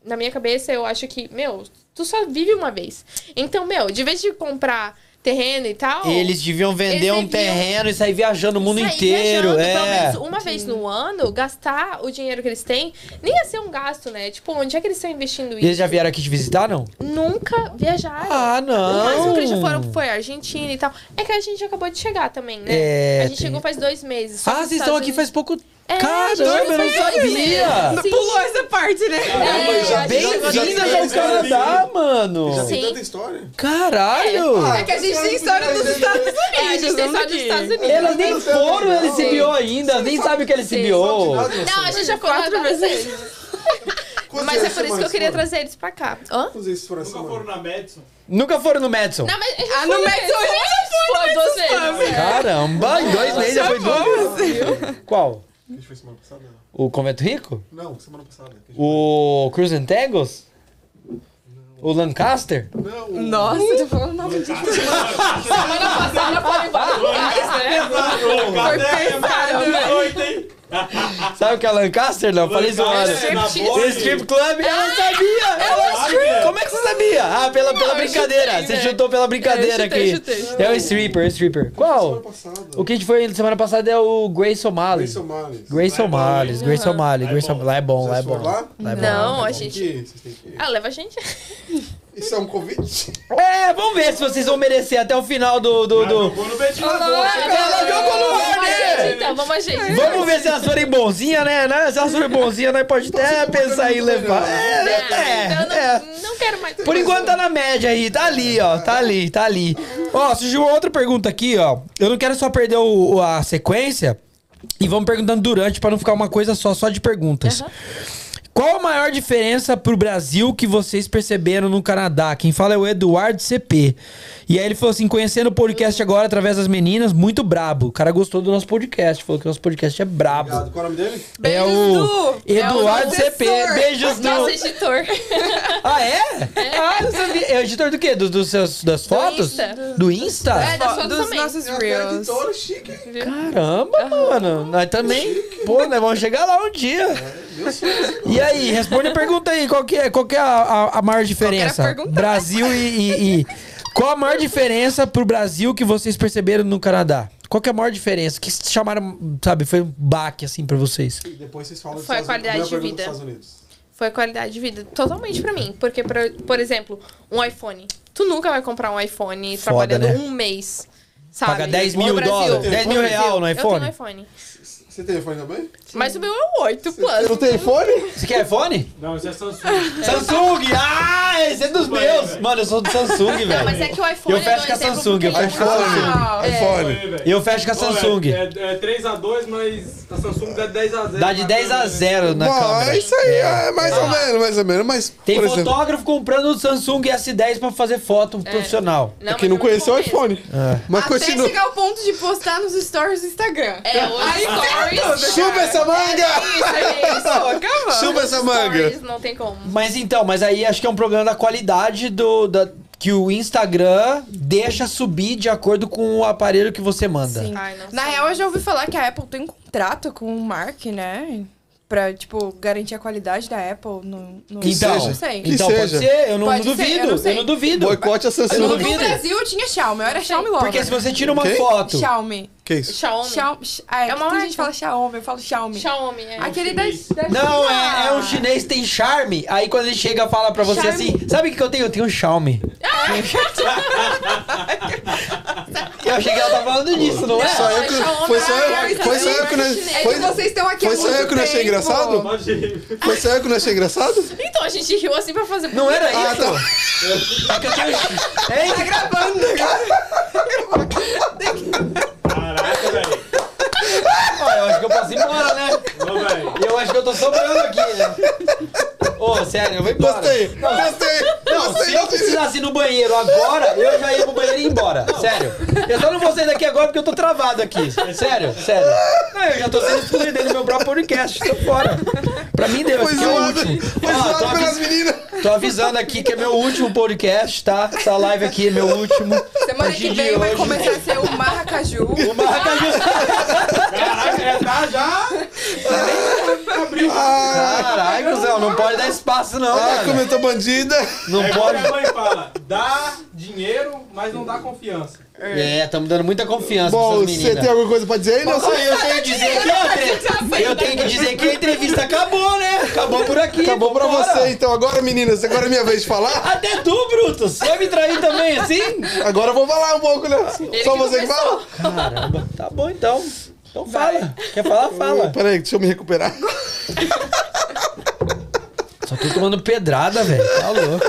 na minha cabeça, eu acho que, meu, tu só vive uma vez. Então, meu, de vez de comprar terreno e tal.
Eles deviam vender
Eles
um
deviam-
terreno e sair viajando o mundo
é Sair
inteiro.
viajando, Pelo
é.
menos uma vez no ano, gastar o dinheiro que eles têm, nem ia ser um gasto, né? Tipo, onde é que eles estão investindo
E Eles
isso?
já vieram aqui te visitar, não?
Nunca viajaram.
Ah,
O máximo que eles já
não. Ah,
foram foi a Argentina e tal. É que a gente acabou de chegar também, né?
É,
a gente
tem-
chegou faz dois meses. só
Ah,
que
vocês
os
estão
Estados
aqui
Unidos-
faz pouco.
É,
Caramba, eu não sabia!
Sim.
Pulou essa parte, né?
É,
já-
a gente chegou
já-
Bem-vindas
já-
ao
já-
Canadá, mano!
né? Já
Sim.
tem tanta história?
Caralho!
É que a gente tem história dos Estados Unidos.
É, a gente tem
não
só dos
daqui.
Estados Unidos. Ah,
Elas nem foram no LCBO ainda, nem sabem o que é LCBO.
Sabe de nada,
Não, a
você?
gente já foi quatro vezes.
Quantos
Mas é
dias
por isso que eu
vocês
queria
foram?
trazer eles pra cá. Hã?
Quantos dias foram essa
Nunca
semana?
foram na
(laughs)
Madison.
Nunca foram no Madison.
Não, mas a gente
Ah, no
foi
México a gente
foi, duas vezes.
Caramba, em dois meses já foi duas vezes. Qual?
A gente foi semana passada?
O Convento Rico?
Não, semana passada. que a gente
O Cruz and Tangles? O Lancaster?
foi. Não, o-
Nossa, tô falando nome de
semana passada foi em vários lugares, né?
Cara,
pesado,
é noite, hein?
Sabe o que é Lancaster? Não, falei zoado.
Lancaster na
tipo
bola,
Esse tipo strip club,
Ah,
ela sabia! Ela
stripper.
Como é que você sabia? Ah, pela, pela
eu
brincadeira.
chutei,
você
né?
chutou pela brincadeira
Eu chutei,
aqui.
chutei.
É o stripper, é o stripper.
Semana
Qual?
passada.
O que a gente foi semana passada é o Grayson O'Malley.
Grace
Lá
Grayson
O'Malley.
é bom,
O'Malley,
hein?
Grayson O'Malley,
Lá é
Grayson
bom.
O'Malley. Lá é bom, lá é
Vocês
bom.
foram lá?
Lá é bom.
Não, a
Tem que
gente.
ir, vocês têm que ir.
Ah, leva a gente.
Isso é um convite?
É, vamos ver se vocês vão merecer até o final do. do, do-
Jogou no ventilador.
Ela jogou no ar,
Vamos a
né?
gente, então, vamos a gente.
Vamos ver se elas forem bonzinhas, né? né? Se elas forem bonzinhas, nós pode até pensar em levar. É,
Não,
é, é.
eu não, não quero mais.
Por enquanto tá na média aí, tá ali, ó, tá ali, tá ali. Ó, surgiu uma outra pergunta aqui, ó. Eu não quero só perder o- o- a sequência e vamos perguntando durante pra não ficar uma coisa só, só de perguntas. Qual a maior diferença pro Brasil que vocês perceberam no Canadá? Quem fala é o Eduardo CP. E aí ele falou assim, conhecendo o podcast agora através das meninas, muito brabo. O cara gostou do nosso podcast, falou que o nosso podcast é brabo.
Obrigado. Qual é o nome dele?
É
Beijos,
o
Du.
Eduardo
É o é
CP.
professor.
Beijos,
Nosso
Du.
editor.
Ah, é? Ah, não sabia. É o editor do quê? Do, dos seus, das fotos?
Insta.
Do Insta?
É, das fotos
dos
também.
nossos
É aquela
Reels.
editora chique. hein?
Caramba, mano. Nós também. Pô, nós vamos chegar lá um dia.
Meu sonho.
E aí, responde a pergunta aí. Qual que é, qual que é a, a- a maior diferença?
pergunta?
Brasil e, e- e- Qual a maior diferença pro Brasil que vocês perceberam no Canadá? Qual que é a maior diferença? O que vocês chamaram, sabe, foi um baque, assim, pra vocês?
E depois vocês falam dos
Foi a
Estados Unidos.
qualidade
Primeira
de vida.
pergunta dos Estados Unidos.
Foi a qualidade de vida totalmente pra mim. Porque, por, por exemplo, um iPhone. Tu nunca vai comprar um iPhone
Foda,
trabalhando
né?
um mês. Sabe?
Paga 10 mil
No Brasil.
dólares, 10 mil
No Brasil.
real no
Eu
iPhone.
tenho iPhone.
Você tem telefone também?
Mas o meu é o 8 Plus.
Não tem telefone?
Você quer iPhone?
Não, isso é Samsung.
Samsung! Ah, esse é dos
Vai,
meus!
vai.
Mano, eu sou do Samsung, velho.
Não, mas é que o iPhone
Eu fecho
é
com a Samsung,
Ah,
eu fecho com
um
a
Uau.
iPhone.
E eu fecho com a
É,
Samsung.
é, é 3x2, mas a Samsung dá 10x0.
Dá de 10
né?
a 0 na câmera. Ah.
Mas isso aí é mais ou menos, mais ou menos. Mas,
Tem
por exemplo,
fotógrafo
É.
comprando o Samsung S10 pra fazer foto profissional. É.
que não conheceu o é iPhone. Mas
Até Até
continua.
chegar ao ponto de postar nos stories do Instagram.
É, hoje stories.
Chupa essa manga!
Isso, (laughs) é isso, acabou.
Chupa essa manga!
Stories não tem como.
Mas então, mas aí acho que é um problema da qualidade do da, que o Instagram deixa subir de acordo com o aparelho que você manda.
Sim.
Ai, não
Na
sei.
real, eu já ouvi falar que a Apple tem um contrato com o Mark, né? Pra, tipo, garantir a qualidade da Apple no... no
Então,
não sei.
Que
então pode
seja.
ser, eu não,
Pode
não
ser, eu
duvido,
não
eu não,
sei.
duvido.
Boicote a
No,
não
Samsung.
vi.
no
duvido.
Brasil tinha Xiaomi, eu era Xiaomi logo.
Porque se você tira uma
Ok?
foto,
Xiaomi.
Que isso?
Xiaomi.
Xiaomi. Ah, é,
É
é
uma
uma
marca?
gente fala Xiaomi, eu falo Xiaomi.
Xiaomi, é.
Aquele da,
chinês.
da
não,
China.
é, é um chinês tem charme. Aí quando ele chega fala pra você
Charme.
assim, sabe o que que eu tenho? Eu tenho um Xiaomi. eu achei que ela tá falando disso, não é?
Só eu
é
que-
Xiaomi,
Foi só
é
eu- foi só eu
Xiaomi,
que
é
não.
É
foi-
que vocês estão aqui
foi
há
só eu
muito
que não achei
tempo.
engraçado?
Imagina.
Foi só eu que não achei engraçado?
Então, a gente riu assim pra fazer...
Não era
Ah,
isso? É que eu tenho...
Tá
Hein?
gravando agora.
Caraca, velho.
Ó, eu acho que eu posso ir embora, né?
Ô, velho.
E eu acho que eu tô sobrando aqui, né? Ô, sério, eu vou embora.
Gostei, gostei,
Não, se eu
gostei.
precisasse ir no banheiro agora, eu já ia pro banheiro e ir embora. Sério. Eu só não vou sair daqui agora porque eu tô travado aqui. Sério, sério. Não, eu já tô sendo excluído dentro do meu próprio podcast. Tô fora. Pra mim, Deus,
Foi
que é o
zoado,
último. Ó, tô,
foi zoado pelas
avis-
meninas.
tô avisando aqui que é meu último podcast, tá? Essa live aqui é meu último.
Semana que vem vai começar a ser o
(laughs)
Maracaju.
é
O Maracaju.
Caraca, já tá já.
Ah,
Caraca, Zé, não pode dar espaço, não.
ah,
cara.
como eu tô bandida.
Não
é
pode.
como minha mãe fala, dá dinheiro, mas não dá confiança.
É, estamos dando muita confiança pra
Bom,
essas
você
meninas.
tem alguma coisa pra dizer aí? Não
Só
sei.
eu tenho que dizer que a entre- eu tenho que dizer que a entrevista acabou, né? Acabou por aqui.
Acabou pra
vambora.
você, então. Agora, meninas, agora é minha vez de falar.
Até tu, Brutus. Vai me trair também, assim?
Agora eu vou falar um pouco, né? Só
que
você que fala?
Caramba. Tá bom, então. Então fala. Quer falar, fala.
Peraí, deixa eu me recuperar.
Só tô tomando pedrada, velho. Tá louco.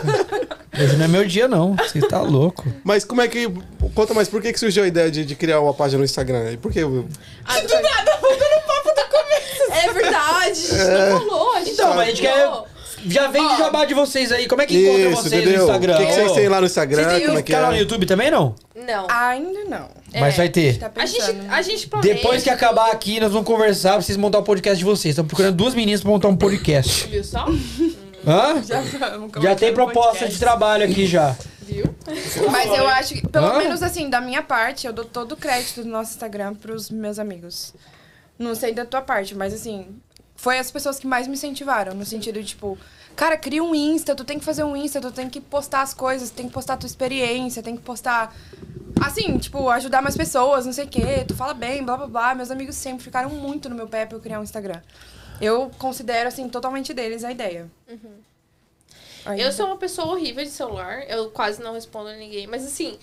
Hoje não é meu dia, não. Você tá louco.
Mas como é que. Conta mais, por que, que surgiu a ideia de, de criar uma página no Instagram? E por que. eu-
Ah, do nada, voltando
um
no papo do começo. É verdade, a gente não falou. A gente
Então,
não
mas a gente
falou.
quer... Já vem de
Ó.
jabá de vocês aí. Como é que encontra vocês no Instagram?
O que, que vocês
Ô,
têm lá no Instagram?
Vocês têm
como
um
é que
Canal no
é?
YouTube também, não?
Não.
Ainda não.
É.
Mas vai ter.
Tá
A gente,
Ah, pensando.
a gente planeja...
Depois que acabar aqui, nós vamos conversar pra vocês montar o podcast de vocês. Estamos procurando duas meninas pra montar um podcast.
Viu só?
Hã?
Já, vamos
Já
é
começar
tem
o
proposta
podcast.
de trabalho aqui já.
Viu?
Mas eu acho que, pelo
Hã?
menos assim, da minha parte, eu dou todo o crédito do nosso Instagram pros meus amigos. Não sei da tua parte, mas assim, foi as pessoas que mais me incentivaram, no sentido de, tipo, cara, cria um Insta, tu tem que fazer um Insta, tu tem que postar as coisas, tem que postar a tua experiência, tem que postar. Assim, tipo, ajudar mais pessoas, não sei o quê, tu fala bem, blá blá blá. Meus amigos sempre ficaram muito no meu pé pra eu criar um Instagram. Eu considero, assim, totalmente deles a ideia. Aí-
Eu sou uma pessoa horrível de celular, eu quase não respondo a ninguém, mas assim,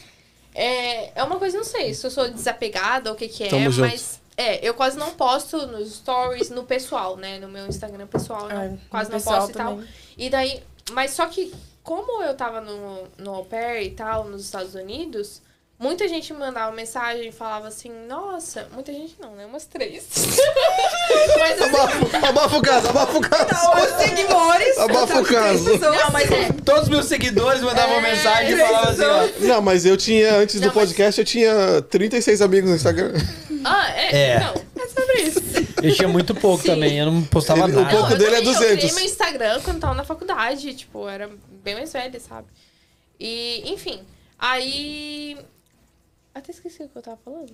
é, é uma coisa, não sei, se eu sou desapegada ou o que que é,
Tamo junto.
mas é, eu quase não posto nos stories, no pessoal, né, no meu Instagram pessoal, eu não-
É, no
quase não
pessoal
posto e tal.
também.
E daí, mas só que como eu tava no, no au pair e tal, nos Estados Unidos... Muita gente me mandava mensagem e falava assim, nossa, muita gente não, né? Umas três. (laughs) Mas assim,
Abafa, abafa o caso, abafa o caso.
Os seguidores.
Abafa o
eu tava com três
caso.
pessoas.
não, mas é,
Todos meus seguidores mandavam
É,
mensagem e
três
falavam assim, ó.
Não, mas eu tinha, antes
Não,
do
mas-
podcast, eu tinha 36 amigos no Instagram.
Ah, é,
É.
Não, é sobre isso.
Eu tinha muito pouco também, eu não postava
Ele- o
nada.
pouco-
eu
dele é
também,
200.
Eu criei meu Instagram quando tava na faculdade, tipo, eu era bem mais velha, sabe? E, enfim, aí... Até esqueci o que eu tava
(laughs)
falando.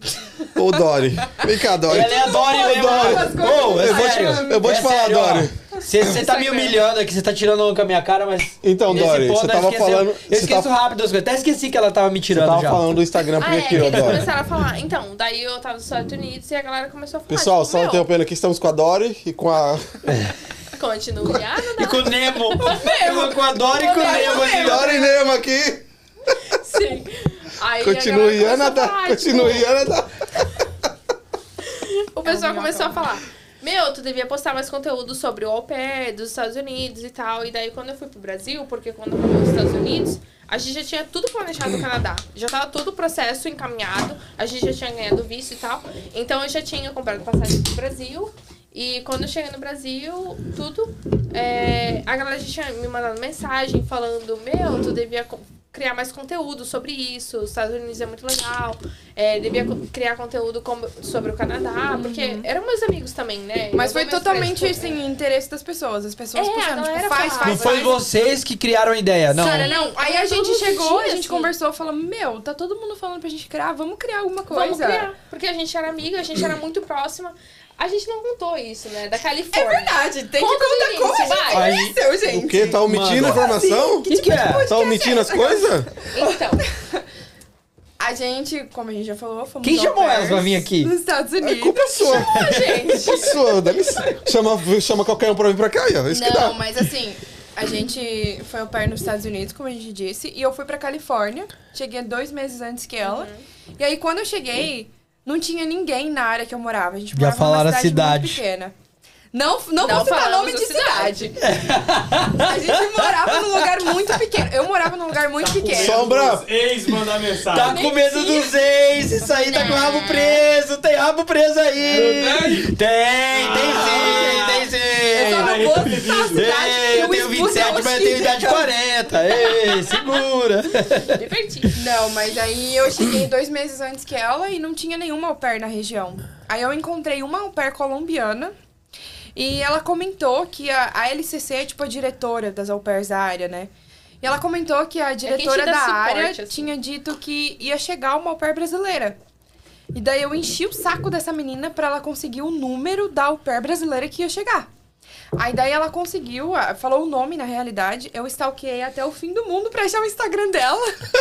Ô, Dori. Vem cá, Dori.
Ela é a Dori mesmo. Ô, é
Eu vou te-
sério.
eu vou te
É
falar,
sério, ó.
Dori.
Você você tá me humilhando aqui, você tá tirando onda com a minha cara, mas.
Então,
nesse
Dori,
ponto
você
eu
tava
esqueci-
falando-
Eu
você
esqueço
tava-
rápido as coisas. Até esqueci que ela tava me
Eu
tirando
tava
já.
falando do Instagram por
Ah, é, que
aqui, ó,
eles
Dori.
começaram a falar. Então, daí eu tava nos Estados Unidos e a galera começou a falar.
Pessoal,
tipo,
só um
meu,
interrompendo aqui, estamos com a Dori e com a. (laughs)
Continue. Ah, não
E
dá.
com o Nemo. Eu com a Dori e com o Nemo aqui, ó.
Dori Nema aqui!
Sim. Aí a galera
Continue,
começou a
Ana da.
falar, tipo,
Continue, Ana tá? da.
O pessoal começou a falar: Meu, tu devia postar mais conteúdo sobre o au pair dos Estados Unidos e tal. E daí, quando eu fui pro Brasil, porque quando eu fui pros Estados Unidos, a gente já tinha tudo planejado no Canadá. Já tava todo o processo encaminhado, a gente já tinha ganhado visto e tal. Então, eu já tinha comprado passagem pro Brasil. E quando eu cheguei no Brasil, tudo, é, a galera já tinha me mandado mensagem falando: Meu, tu devia co- criar mais conteúdo sobre isso, os Estados Unidos é muito legal, é, é, devia co- criar conteúdo como- sobre o Canadá, porque eram meus amigos também, né?
Uhum. Mas
Eu
foi
dou meus
totalmente,
créditos.
assim, interesse das pessoas. As pessoas
né? É, a
puxando,
galera
tipo, faz,
falava.
Não
faz,
foi
faz.
vocês que criaram a ideia, não.
Cara,
Não, aí a
Foi
gente
todo
chegou, a
dia,
gente
assim.
conversou, falamos, meu, tá todo mundo falando pra gente criar, vamos criar alguma coisa.
Vamos criar. Porque a gente era amiga, a gente era muito próxima. A gente não contou isso, né? Da
É
Califórnia.
verdade, tem
Conta do
que
início,
contar como a gente
vai.
É
conheceu, gente.
O quê? Tá omitindo
Mano.
a informação?
que,
tipo,
que é?
Tá omitindo as coisas?
Então, (laughs)
A gente, como a gente já falou, fomos
Quem
au
chamou
pairs
elas pra vir aqui?
Nos Estados
É
Unidos.
culpa sua. É
a gente.
Culpa sua, dá licença. Chama, chama qualquer um pra vir pra cá,
É
ó. Isso que
Não,
dá.
mas assim, a gente foi ao pé nos Estados Unidos, como a gente disse, e eu fui pra Califórnia. Cheguei dois meses antes que ela. E aí, quando eu cheguei, não tinha ninguém na área que eu morava. A gente
Já
morava
falaram a
numa
cidade.
cidade, muito pequena. Não, não,
Não
vou citar
falamos
nome
a
de cidade. a gente morava num lugar muito pequeno. Eu morava num lugar muito pequeno.
Sombra.
Os Ex mandar mensagem.
tipo,
Tá com medo dos ex, isso aí tá com o rabo preso, tem rabo preso aí. Tem, tem sim, tem
Eu só
sim.
não vou citar a cidade.
Ei, eu
porque
tenho
o expulso é
27, mas eu
hostil.
tenho idade 40. Ei, segura.
Tá
Divertido.
Não, mas aí eu cheguei dois meses antes que ela e não tinha nenhuma au pair na região. Aí eu encontrei uma au pair colombiana e ela comentou que a, a LCC é tipo a diretora das au pairs da área, né? E ela comentou que a diretora
É dá
da
suporte,
área
assim.
tinha dito que ia chegar uma au pair brasileira. E daí eu enchi o saco dessa menina pra ela conseguir o número da au pair brasileira que ia chegar. Aí daí ela conseguiu, ah, falou o nome na realidade. Eu stalkeei até o fim do mundo pra achar o Instagram dela.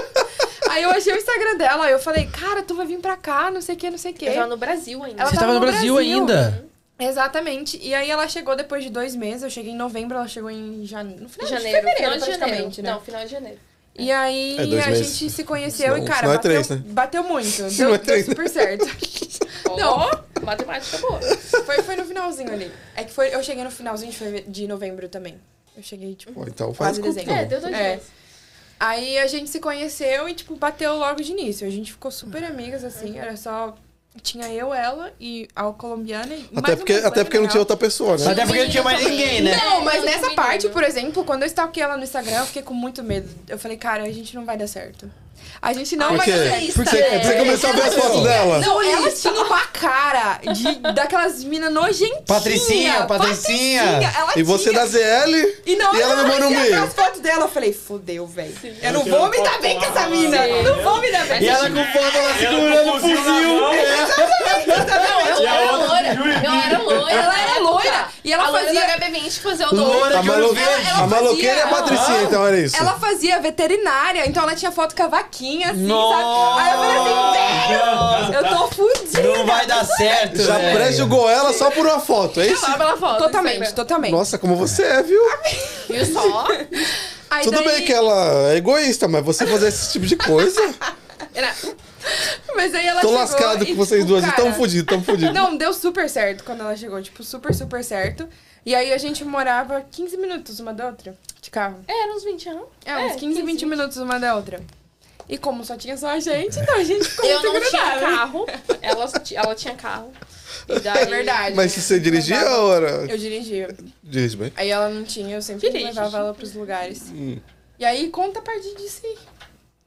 (laughs) aí eu achei o Instagram dela, aí eu falei, cara, tu vai vir pra cá, não sei o que, não sei o que.
Eu tava no Brasil ainda.
Ela- tava no Brasil. Exatamente. E aí ela chegou depois de dois meses, eu cheguei em novembro, ela chegou em janeiro. No final
janeiro,
de fevereiro,
final de janeiro.
praticamente, né?
Não, final de janeiro.
E aí
É, dois
a
meses.
gente se conheceu
Senão-
e, cara,
senão é
bateu,
três, né?
bateu muito.
Senão
Deu,
é três,
deu super certo.
(laughs)
Não,
Ó, matemática boa.
foi, foi no finalzinho ali. É que foi, eu cheguei no finalzinho de, feve- de novembro também. Eu cheguei, tipo,
Pô, então faz
quase
culpa.
dezembro.
É, deu dois
É.
meses.
Aí a gente se conheceu e, tipo, bateu logo de início. A gente ficou super amigas, assim, era só. Tinha eu, ela e a colombiana. E mais
Até
um
porque,
brasileiro
até porque não
na
tinha
real.
outra pessoa, né?
Até é porque não tinha mais ninguém, né?
Não, mas
Não,
nessa
não
parte,
menino.
por exemplo, quando eu stalkei ela no Instagram, eu fiquei com muito medo. Eu falei, cara, a gente não vai dar certo. A gente não
Por
vai
quê?
dar certo.
Por quê? Pra Você começou a ver as fotos dela.
Não, ela tinha uma cara de, daquelas minas nojentinhas.
Patricinha, Patricinha.
Ela
E você
tinha.
da ZL?
E não,
E ela um no Morumbi.
as fotos dela. Eu falei, fodeu, velho. Eu não
Porque
vou
ela
me dar
pode
bem com
falar,
essa mina.
né?
Não vou me dar bem.
E ela com foto, ela segurando
com
o
o fuzil na
fuzil.
mão.
É.
Não, eu
E a
era
outra
loira.
juiz.
Eu era loira.
Ela era loira e ela
a loira
fazia-
do HB20 fazer o
Loira.
dobro.
A,
que eu
malu...
vejo. Ela-
ela
a maloqueira é a
fazia-
Patricinha, então era isso.
Ela fazia veterinária, então ela tinha foto com a vaquinha, assim,
Nossa.
sabe? Aí eu falei assim, velho, eu tô fudida.
Não vai dar certo.
Já
velho.
prejugou ela só por uma foto, é isso?
Lá pela foto.
Totalmente,
Instagram.
totalmente.
Nossa, como você é, viu?
Viu só?
Ah, Aí
Tudo
daí-
bem que ela é egoísta, mas você fazer esse tipo de
(laughs)
coisa.
Era-
Mas aí ela
Tô
chegou
lascado
e,
com vocês
tipo,
duas. então
cara,
Tão fudido, tão fudido.
Não, deu super certo quando ela chegou, tipo, super, super certo. E aí a gente morava 15 minutos uma da outra, de carro.
É, era uns 20 anos.
É, uns 15, 20 minutos uma da outra. E como só tinha só a gente, então a gente ficou
Eu
muito
não tinha
grudada.
carro. Ela, ela tinha carro. E daí...
É verdade.
Mas se você dirigia
Levava-
ou era.
Eu dirigia.
Dirige bem.
Aí ela não tinha, eu sempre
Dirige.
levava ela pros lugares.
Hum.
E aí conta a parte de si.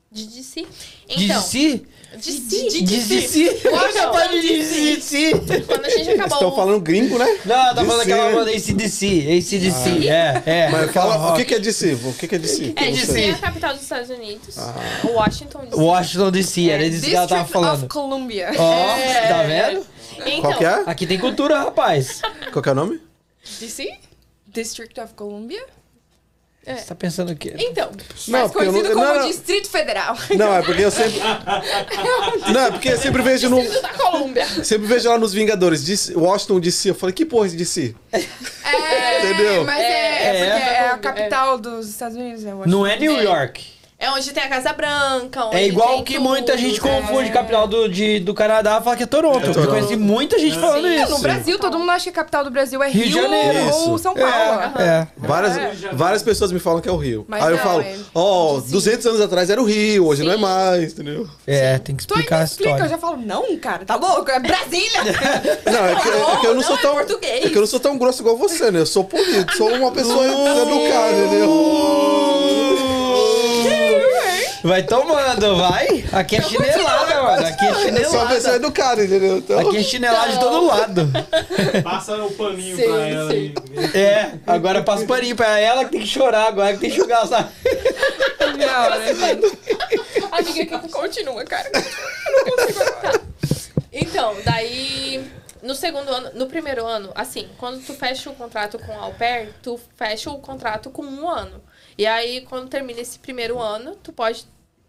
De DC.
De
Então,
si?
de si.
De si. Você pode de si.
Quando a gente
Tá
Eles
acabou...
estão falando gringo, né?
Não, tá falando
DC.
aquela banda ACDC. ACDC, é, é.
Ah. Mas fala, o que que é de si? O que que é de si?
É,
Eu não
DC
sei.
é a capital dos Estados Unidos.
Ah.
Washington, DC.
Washington DC, era disso que ela tava
District
falando.
of Columbia. É,
Ó, tá vendo?
Então,
Qual que é?
Aqui tem cultura, rapaz.
Qual que é o nome?
DC? District of Columbia?
Você tá pensando o quê?
Então,
mais
porque eu
conhecido
não-
como
não, não.
Distrito Federal.
Não, é porque eu
(laughs)
sempre. Não, é porque eu sempre vejo no.
(laughs) da Colômbia.
Sempre vejo lá nos Vingadores, DC, Washington DC. Eu falei, que porra de DC?
É,
Entendeu?
Mas é,
É,
é porque
é.
é a capital dos Estados Unidos, né?
Não é New York.
É onde tem a Casa Branca. Onde
É igual
tem
que
tudo,
muita gente
né?
confunde capital do, de- do Canadá fala que é Toronto. Eu
Toronto.
conheci muita gente falando
É, no
isso.
Brasil, todo mundo acha que a capital do Brasil é Rio,
assim. de Janeiro.
ou
Isso.
São Paulo.
É.
Várias,
É.
várias pessoas me falam que é o Rio.
Mas
Aí eu
não,
falo,
é
ó, 200 anos atrás era o Rio, hoje não é mais, entendeu?
É, tem que
Tu ainda
explicar a
explica, eu
história.
já falo, não, cara, tá louco, é
(laughs)
Brasília!
Não, é que, é que eu não, sou tão.
português.
É que eu não sou tão grosso igual você, né? Eu sou polido, sou uma pessoa educada, entendeu?
Vai tomando, vai. Aqui é chinelada, mano. Aqui é
Eu sou uma pessoa
chinelada.
educada, entendeu? Então,
Aqui é chinelagem de todo lado. Tá.
Passa o paninho
Sim,
pra ela
sim.
aí.
É, agora passa o paninho pra ela que tem que chorar, agora que tem que enxugar, sabe?
(laughs) Amiga, que continua, cara. Eu não consigo aguentar. Então, daí. No segundo ano, no primeiro ano, assim, quando tu fecha o contrato com a au pair, tu fecha o contrato com um ano. E aí, quando termina esse primeiro ano, tu pode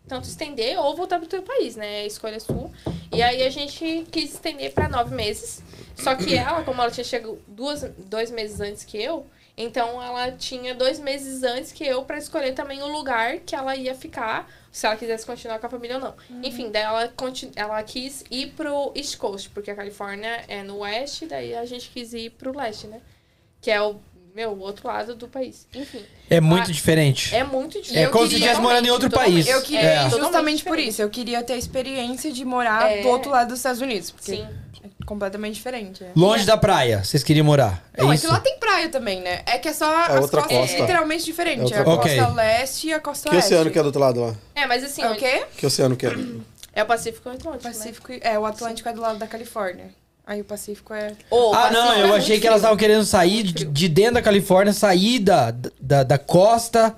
tanto estender ou voltar pro teu país, né? A Escolha é sua. E aí a gente quis estender pra nove meses. Só que ela, como ela tinha chegado duas, dois meses antes que eu, então ela tinha dois meses antes que eu pra escolher também o lugar que ela ia ficar, se ela quisesse continuar com a família ou não.
Uhum.
Enfim, daí ela, conti- ela quis ir pro East Coast, porque a Califórnia é no oeste, daí a gente quis ir pro leste, né? Que é o meu o outro lado do país. Enfim,
É muito
Ah,
diferente.
é muito difícil.
É
Eu
como se
queria-
estivesse morando em outro país.
Eu queria
É.
ir
Totalmente
justamente por
diferente.
isso. Eu quea ter a experiência de morar
É.
do outro lado dos Estados Unidos. Porque
Sim.
é completamente diferente. É.
Longe da praia, vocês queriam morar. É
Não, é
isso?
que
tá
lá tem praia também, né? É que é só as
outra
costas
costa.
literalmente diferentes.
É
É, a
outra
costa
costa. Ok.
leste e a costa
que
oeste.
oceano que é do outro lado lá?
É, mas assim,
É o quê?
Que oceano que é?
é o Pacífico e o Atlântico, né?
Pacífico, e- é, o Atlântico é do lado da Califórnia. Aí o Pacífico é...
Ô, o
Ah,
Pacífico
não,
é
eu
muito
achei que elas
frio.
estavam querendo sair de, de dentro da Califórnia, sair da, da, da costa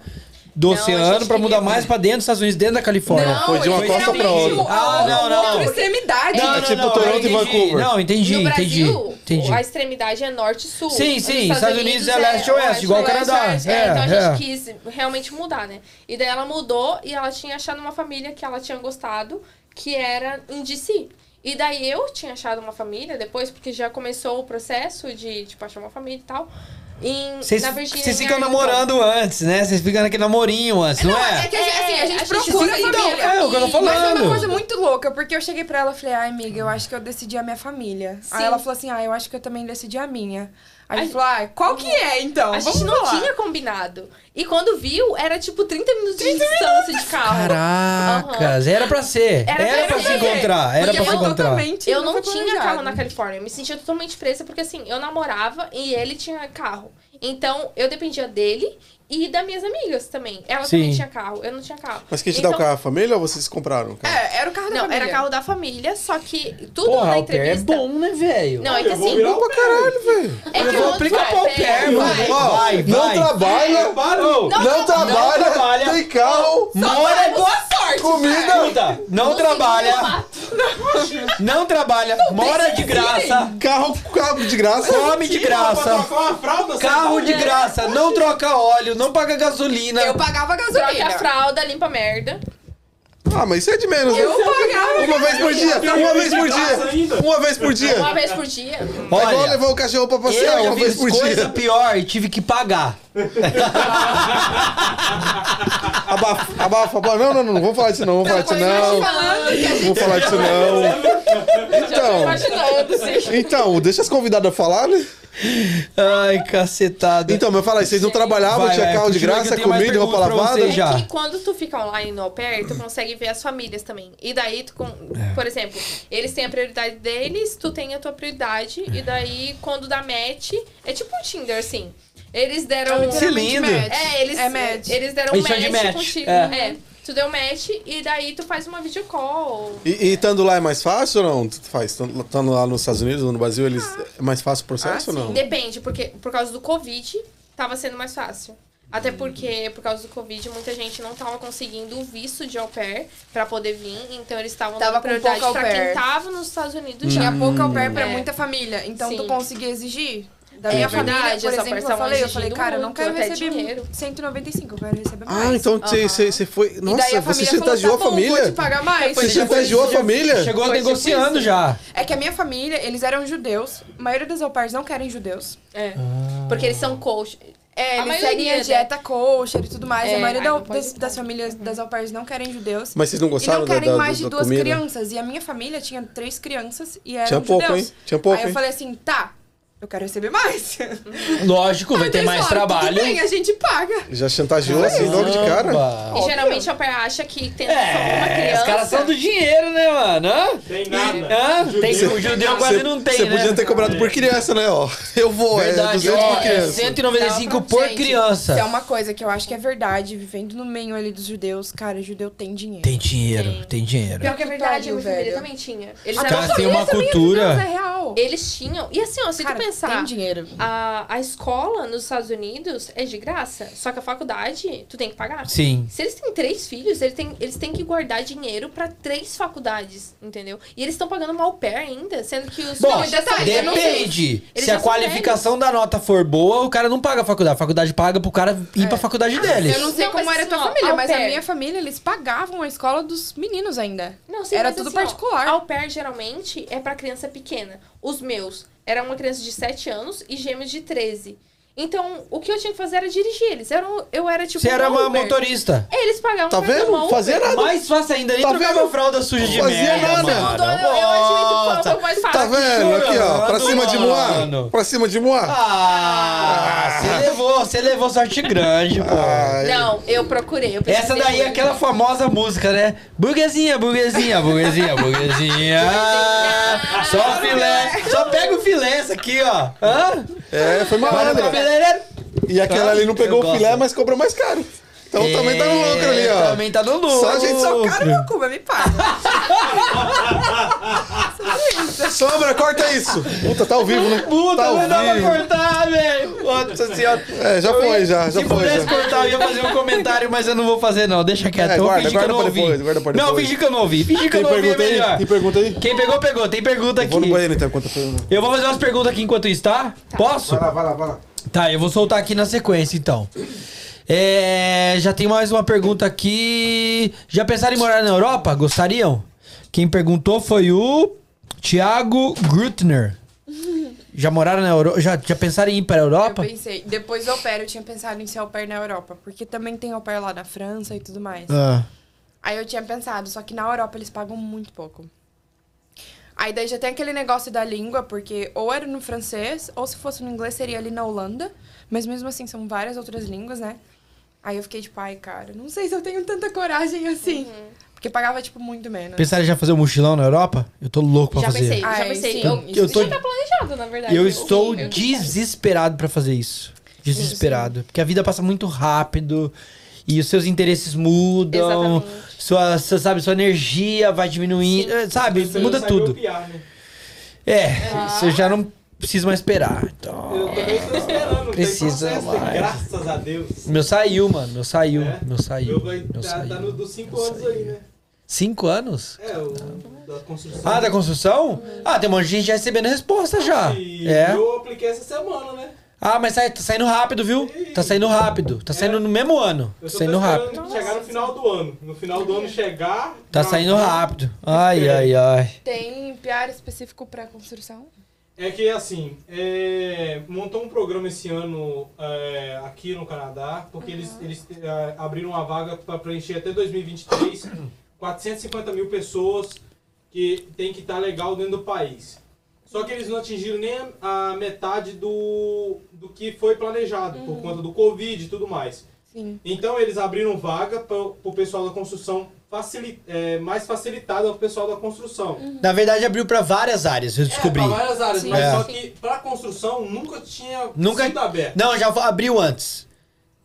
do
Não, a
oceano
gente
pra mudar
queria-
mais pra dentro dos Estados Unidos, dentro da Califórnia.
foi de uma
foi
é
costa pra
literalmente
outra.
outra. Ah, não, não.
Outra extremidade.
Não, É tipo Toronto
entendi.
e Vancouver.
Não, entendi,
no
entendi.
Brasil,
entendi.
a extremidade é norte e sul.
Sim,
Nos
sim, Estados Unidos é leste e oeste, igual o Canadá.
oeste.
É,
então a
é.
gente quis realmente mudar, né? E daí ela mudou e ela tinha achado uma família que ela tinha gostado, que era em DC. E daí eu tinha achado uma família depois, porque já começou o processo de, tipo, achar uma família e tal. Em,
Vocês
na Virgínia.
vocês
em
ficam
Arlington.
namorando antes, né? Vocês ficam naquele namorinho antes, não,
É
é?
que a gente, assim, a gente procura
se-
a família.
é o que eu tô
e-
falando.
Mas foi uma coisa muito louca, porque eu cheguei pra ela e falei, ai, amiga, eu acho que eu decidi a minha família.
Sim.
Aí ela falou assim, ah, eu acho que eu também decidi a minha. Aí a
A
gente falou, ah, qual que é, então?
A gente
Vamos
não
lá.
tinha combinado. E quando viu, era tipo 30 minutos de distância de carro.
Caracas, era pra ser. Era,
Era
pra
pra
se
ser.
encontrar, era
Porque
pra se
eu
encontrar.
totalmente
Eu não
foi
tinha
planejado.
carro na Califórnia. Eu me sentia totalmente presa porque, assim, eu namorava e ele tinha carro. Então, eu dependia dele e das minhas amigas também. Ela
Sim.
também tinha carro, eu não tinha carro.
Mas quem te
então,
dá o carro? é A família ou vocês compraram o carro?
É, era o carro da
Não,
família.
era carro da família, só que tudo
Porra,
na
au pair é
entrevista...
bom, né, velho?
Não, é que
Eu vou
assim...
virar o pé.
É que
Eu vou
o
aplicar pra au pair,
é-
mano. Vai, vai,
Não
vai.
trabalha,
Barulho!
não, trabalha, tem carro,
Mora
Boa sorte!
comida,
Puta, não
No segundo
trabalha,
mato.
não trabalha, mora de graça,
carro, carro de graça.
come de
Pra
graça,
trocar uma fralda, tá
carro
sabe?
de graça, não troca óleo, não paga gasolina.
Eu pagava a
Troca a
gasolina.
fralda, limpa a merda.
Ah, mas isso é de menos. né?
Eu pagava.
Uma vez por dia, uma vez por dia, uma vez por
Uma
dia.
vez por dia.
É igual
Olha,
levar o cachorro pra passear é
eu já
uma vez
fiz
por
coisa
dia. (laughs)
pior e tive que pagar.
Abafa, abafa, abafa. Não, não, não, não vou falar disso não, vou falar disso não.
Falando que a gente
Não vou falar disso
(laughs)
não. Então,
Imaginando, assim. sim.
então, deixa as convidadas falar, né?
Ai, cacetada.
Então, mas fala aí, vocês não trabalhavam,
Vai,
tinha
é,
vai,
carro de
continua que eu
graça,
tenho mais
comida, roupa
perguntas pra
lavada?
vocês já.
É que quando tu fica online no au pair, tu consegue ver as famílias também. E daí, tu, con-
É.
por exemplo, eles têm a prioridade deles, tu tem a tua prioridade. E daí, quando dá match, é tipo um Tinder, assim. Eles deram...
Que lindo.
É, eles,
um É match.
eles deram
Eles chamam
match,
de match,
contigo.
é.
É. Tu deu match e daí tu faz uma videocall.
E, e estando lá é mais fácil ou não? Tu Faz, estando estando lá nos Estados Unidos, no Brasil, eles é mais fácil
Ah,
o
Ah,
processo ou não?
Depende, porque por causa do Covid, tava sendo mais fácil. Até
Hum.
porque, por causa do Covid, muita gente não tava conseguindo o visto de au pair pra poder vir. Então, eles estavam
Tava
dando
com
prioridade
pouco au
pra quem
pair.
tava nos Estados Unidos já.
tinha pouco au pair pra
É.
muita família. Então
Sim.
tu conseguia exigir? Da
É
minha
verdade,
família, por
essa
exemplo, eu
parcela
falei, eu falei,
exigindo
cara, eu não
muito,
quero
até
receber
dinheiro.
195, eu quero receber mais.
Ah, então você você- você foi.
E daí
Nossa,
a
você
família falou,
chantageou a
tá bom, Vou
família?
te pagar mais.
Você
já
chantageou a família?
Chegou
Foi tipo
negociando
isso.
já.
É que a minha família, eles eram judeus. A maioria dos au pairs não querem judeus.
É.
Ah.
Porque eles são coach.
É,
A
eles
maioria,
seguem a
né?
dieta kosher e tudo mais.
É,
a maioria
ai,
da-
não pode
das,
ser.
das famílias das au pairs não querem judeus.
Mas vocês não
E não
gostaram da,
querem
da,
mais
da
de duas
comida?
crianças. E a minha família tinha três crianças e eram
Tinha pouco,
judeus.
hein? Tinha pouco,
Aí eu
hein?
falei assim, tá, eu quero receber mais.
Lógico,
(laughs)
vai
Aí
ter
eles
mais
falaram,
trabalho.
Tudo bem, a gente paga.
Já chantageou assim logo de cara?
Opa.
E geralmente a pai acha que tendo só uma
É,
criança.
os caras são do dinheiro, né, mano? Hã?
Tem nada.
Hã? Tem, o judeu quase
Cê-
não tem,
cê
né?
podia ter cobrado por criança, né? Ó, eu vou,
Verdade,
é 200
ó,
por
é
criança.
195
Dá pra-
um
por
Gente,
criança.
Isso é uma coisa que eu acho que é verdade, vivendo no meio ali dos judeus, cara, judeu tem
um
dinheiro.
Tem dinheiro,
Tem.
tem dinheiro.
Pior que é verdade, a minha
Pariu,
família
velho.
também tinha. Eles,
tá, Os
eram-
é
caras têm uma
Deus, é
cultura.
real.
eles tinham. E assim, ó, se
Cara,
tu
Tem
pensar,
dinheiro.
a, a escola nos Estados Unidos é de graça. Só que a faculdade, tu tem que pagar.
Sim.
Se eles têm três filhos, eles têm, eles têm que guardar dinheiro pra três faculdades, entendeu? E eles estão pagando mal pé ainda, sendo que os.
Bom,
Não, e detalhe, eu não sei.
depende.
Eles
Se
já
a
são
qualificação da nota for boa, o cara não paga a faculdade. A faculdade paga pro cara ir pra faculdade deles.
Eu não sei
É. Ah, Não,
como
mas
era a tua
assim, ó,
família,
au
mas a
pair.
minha família, eles pagavam a escola dos meninos ainda.
Não, sim,
Era
mas
tudo
assim, ó,
particular.
Au pair geralmente é pra criança pequena. Os meus era uma criança de 7 anos e gêmeos de 13. Então, o que eu tinha que fazer era dirigir eles. Era um- eu era tipo.
Você era
uma
uma motorista.
Eles pagavam
Tá
pra ter uma
vendo?
Uber.
Fazia nada.
Mais fácil ainda, nem
Tá
trocava
vendo?
fralda suja de
Fazia
merda,
nada.
mano.
Mano, eu, eu admito que foi
Nossa.
o mais fácil.
Tá vendo? Aqui, ó. Pra
Mano,
cima de
mano.
Moá. Pra cima de Moá.
Ah, você levou, você levou sorte grande, pô.
Ai.
Não, eu procurei. eu pesquisei
Essa daí é
muito.
aquela famosa música, né? Burguesinha, burguesinha, burguesinha, burguesinha. Só o filé. Só pega o filé, essa aqui, ó. Hã?
É, foi
Para o né?
malandro.
cabeleireiro.
E aquela ali não
Eu
pegou o
gosto.
filé, mas cobrou mais caro. Então também tá no lucro ali,
É,
ó.
Também tá no lucro.
Só a gente só
Cara, meu cu, mas me paga.
Sombra, corta isso. Puta, tá ao vivo, né?
Puta,
tá
não dá
ao
pra
vivo.
cortar, velho. Nossa senhora.
É, já
Eu
foi,
ia-
já, já
Se
foi,
pudesse
já.
cortar, eu ia fazer um comentário, mas eu não vou fazer, não. Deixa quieto.
É,
Eu vou
guarda,
fingir que eu
guarda
não
pra
ouvi.
depois, guarda pra
Não,
depois.
fingir que eu não ouvi. Fingir que eu
Tem
não ouvi é
pergunta
melhor.
aí? Tem pergunta aí?
Quem pegou, pegou. Tem pergunta
Vou no
aqui.
banheiro então, enquanto eu tô-
Eu vou fazer umas perguntas aqui enquanto isso, tá? Posso?
Vai lá, vai lá, vai lá.
Tá, eu vou soltar aqui na sequência, então. É, já tem mais uma pergunta aqui. Já pensaram em morar na Europa? Gostariam? Quem perguntou foi o Thiago Grutner. Já moraram na Europa? Já, já pensaram em ir para a
Eu
Europa?
pensei, depois do au pair, eu tinha pensado em ser au pair na Europa, porque também tem au pair lá na França e tudo mais.
Ah,
Aí eu tinha pensado, só que na Europa eles pagam muito pouco. Aí daí já tem aquele negócio da língua, porque ou era no francês, ou se fosse no inglês seria ali na Holanda. Mas mesmo assim, são várias outras línguas, né? Aí eu fiquei tipo, ai, cara, não sei se eu tenho tanta coragem assim. Porque pagava, tipo, muito menos.
pensaram em já fazer um mochilão na Europa? Eu tô louco pra
Já
fazer.
pensei, já
Ai,
pensei.
sim.
Eu,
Eu
isso
tô-
já tá planejado, na verdade.
Eu
Eu-
estou
eu-
desesperado pra fazer isso. Desesperado. Porque a vida passa muito rápido e os seus interesses mudam.
Exatamente.
Sua, sua- sabe, sua energia vai diminuindo. eh, Sabe,
Você
muda
não
tudo.
sabe opiar, né?
É, você já não precisa mais esperar. Então,
Eu também tô esperando. tem
Precisa
processo,
mais.
Graças a Deus.
meu saiu, mano. Meu saiu.
É?
Meu saiu.
Meu vai
Meu
tá, tá no
saiu.
dos 5 anos aí, né?
Cinco anos?
É, o da construção.
Ah, da construção? Ah, tem um monte de gente já recebendo resposta já.
E
É.
eu apliquei essa semana, né?
Ah, mas sai- tá saindo rápido, viu? Tá saindo rápido. Tá saindo no mesmo ano. Tá
É. Eu só
saindo
tô
rápido.
esperando chegar no final do ano. No final do ano chegar.
Tá
pra-
saindo rápido. Ai, ai, ai.
Tem PR específico pra construção?
É que assim, é, montou um programa esse ano é, aqui no Canadá, porque eles, eles é, abriram uma vaga para preencher até 2023 450 mil pessoas que tem que estar legal dentro do país. Só que eles não atingiram nem a, a metade do, do que foi planejado, por conta do Covid e tudo mais.
Sim.
Então eles abriram vaga para o pessoal da construção, facili, é, mais facilitada ao pessoal da construção.
Na verdade, abriu pra várias áreas, eu descobri.
É, pra várias áreas,
Sim.
mas
É.
só que pra construção nunca tinha
Nunca-
sido aberto.
Não, já abriu antes.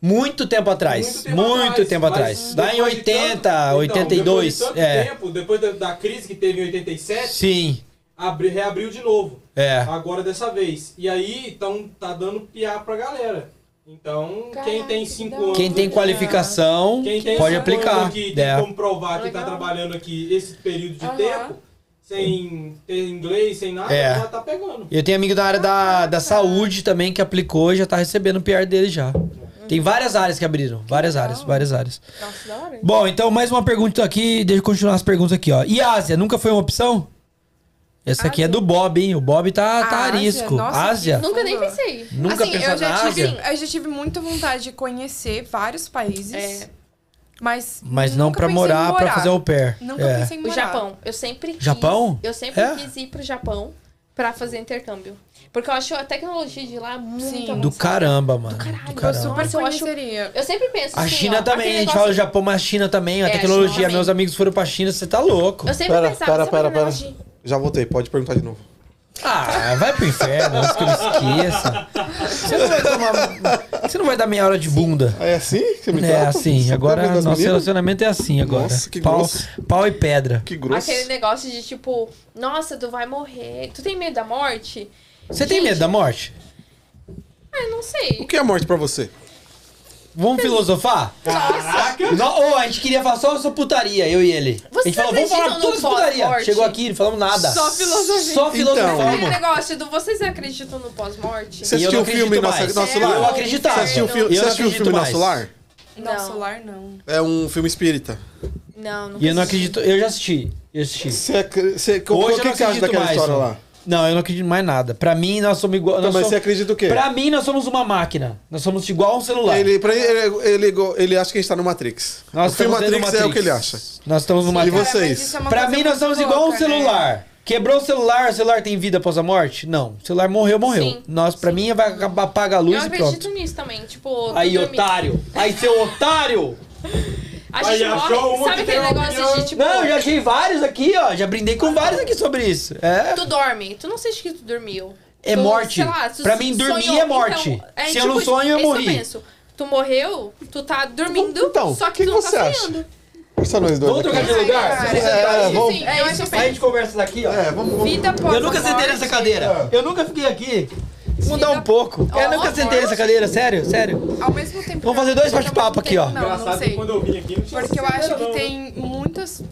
Muito tempo atrás. Muito tempo atrás.
mas
Lá em
depois de
80,
tanto- então,
82.
Depois de tanto
é.
tempo, depois da, da crise que teve em 87,
Sim,
abri, reabriu de novo.
é.
Agora dessa vez. E aí, então, tá dando piá pra galera. Então, quem
Caraca,
tem
que
5
da hora.
anos...
Quem tem qualificação
Quem tem
pode
cinco
aplicar.
anos Que tem
É.
como provar que tá
Legal.
trabalhando aqui esse período de
Aham.
tempo, sem ter inglês, sem nada,
É.
já tá pegando.
Eu tenho amigo da área
Ah,
da,
tá.
da saúde também que aplicou e já tá recebendo o PR dele já. Tem várias áreas que abriram. Várias
legal.
áreas, várias áreas.
Nossa, da hora.
Bom, então mais uma pergunta aqui. Deixa eu continuar as perguntas aqui, ó. E Ásia, nunca foi uma opção? Essa aqui é do Bob, hein? O Bob tá, tá
A Ásia,
arisco.
nossa, que
Ásia?
Nunca nem pensei.
Nunca
assim,
pensou
eu já
na
tive,
Ásia?
Eu já tive muita vontade de conhecer vários países.
É.
Mas,
Mas não
nunca
pra
pensei em
morar, pra fazer au pair.
Nunca
É.
pensei em
O
morar.
Japão. Eu sempre quis,
Japão?
Eu sempre
É?
quis ir pro Japão pra fazer intercâmbio. Porque eu acho a tecnologia de lá muito
Sim.
avançada.
Do caramba, mano.
caralho.
Do
Eu
caramba.
super
Nossa, eu acho-
conheceria.
Eu sempre penso
A
assim,
China
ó,
também,
aquele
a gente fala do
negócio-
Japão, mas a China também, a
É, a China
tecnologia.
também.
Meus amigos foram pra China, você tá louco.
Eu sempre
Pera,
pensava
pera,
nessa
pera, pera.
parada de-
Já voltei, pode perguntar de novo.
Ah, vai pro inferno, antes que eu esqueça. Você não vai dar uma- Você não vai dar meia hora de bunda.
É assim que você me
É
trata?
assim,
Você
agora
pega das
nosso
meninas?
relacionamento é assim agora.
Nossa, que
pau,
grosso.
pau e pedra.
Que grosso.
Aquele negócio de tipo, nossa, tu vai morrer. Tu tem medo da morte?
Você tem medo da morte?
Ah, eu não
O
sei.
que é morte pra você?
Vamos filosofar?
Caraca!
Não, ô, a gente queria falar só sobre putaria, eu e ele. a
Vocês
gente falou, vamos falar
acreditam
todas
no
putaria.
pós-morte?
Chegou aqui, não falamos nada.
Só filosofia.
Então.
Só filosofamos.
Aquele negócio do vocês acreditam no pós-morte?
Você
E eu
assistiu
não
o filme
acredito mais.
Nossa-
É,
Nosso
Eu
Lar?
não acreditava.
Você assistiu o
Eu
filme,
não
você assistiu o
acredito
filme
mais.
Nosso Lar?
Não,
Não.
solar não.
É um filme espírita.
Não, não
E eu não acredito, eu já assisti. Eu assisti.
Você, acre- você, o
Hoje
que,
eu não
que você acha
acredito
daquela
mais,
história
mano.
lá?
Não, eu não acredito em mais nada. Pra mim, nós somos igual.
Então,
nós
mas
somos-
você acredita o quê?
Pra mim, nós somos uma máquina. Nós somos igual a um celular.
Ele, pra ele, ele, ele, go- ele acha que a gente tá no Matrix.
Nós
o filme
estamos dentro do
Matrix, é o que ele acha.
Nós estamos no
E
Matrix.
vocês?
Pra mim, nós estamos igual
né?
um celular. Quebrou o celular, o celular tem vida após a morte? Não. O celular morreu, morreu.
Sim.
Nós, pra mim, vai acabar, apaga a
Eu
luz e
acredito
pronto.
nisso também. Tipo,
Aí,
tu dormir.
otário! Aí, seu otário!
A
Aí,
gente morre.
achou é uma
Sabe
que
aquele
tem uma
negócio
opinião.
de tipo.
Não, eu já achei vários aqui, ó. Já brindei com vários aqui sobre isso. É.
Tu dorme, tu não sente que tu dormiu.
É
Tu,
morte.
sei lá, tu
Pra mim, dormir é morte. Se eu não
isso,
sonho, eu
é isso
morri.
penso. Tu morreu, tu tá dormindo,
Então,
só
que
que, tu
que
não
você
tá
acha?
sonhando.
Só nós dois.
Vamos trocar
aqui.
de lugar?
cara.
Você-
É,
Sim,
vamos-
sim, eu acho
Aí a gente conversa isso daqui, ó.
É, vamos, vamos.
Vida pós
Eu nunca sentei nessa cadeira. Eu nunca fiquei aqui. Vou mudar um pouco.
Ó,
Eu nunca
ó,
sentei
ó.
nessa cadeira, sério, sério.
Ao mesmo tempo.
Vamos fazer dois bate-papo aqui, ó.
Não, não
Engraçado que
sei.
quando eu vim aqui não tinha
Porque eu
essa
acho
não,
que
né?
tem muitas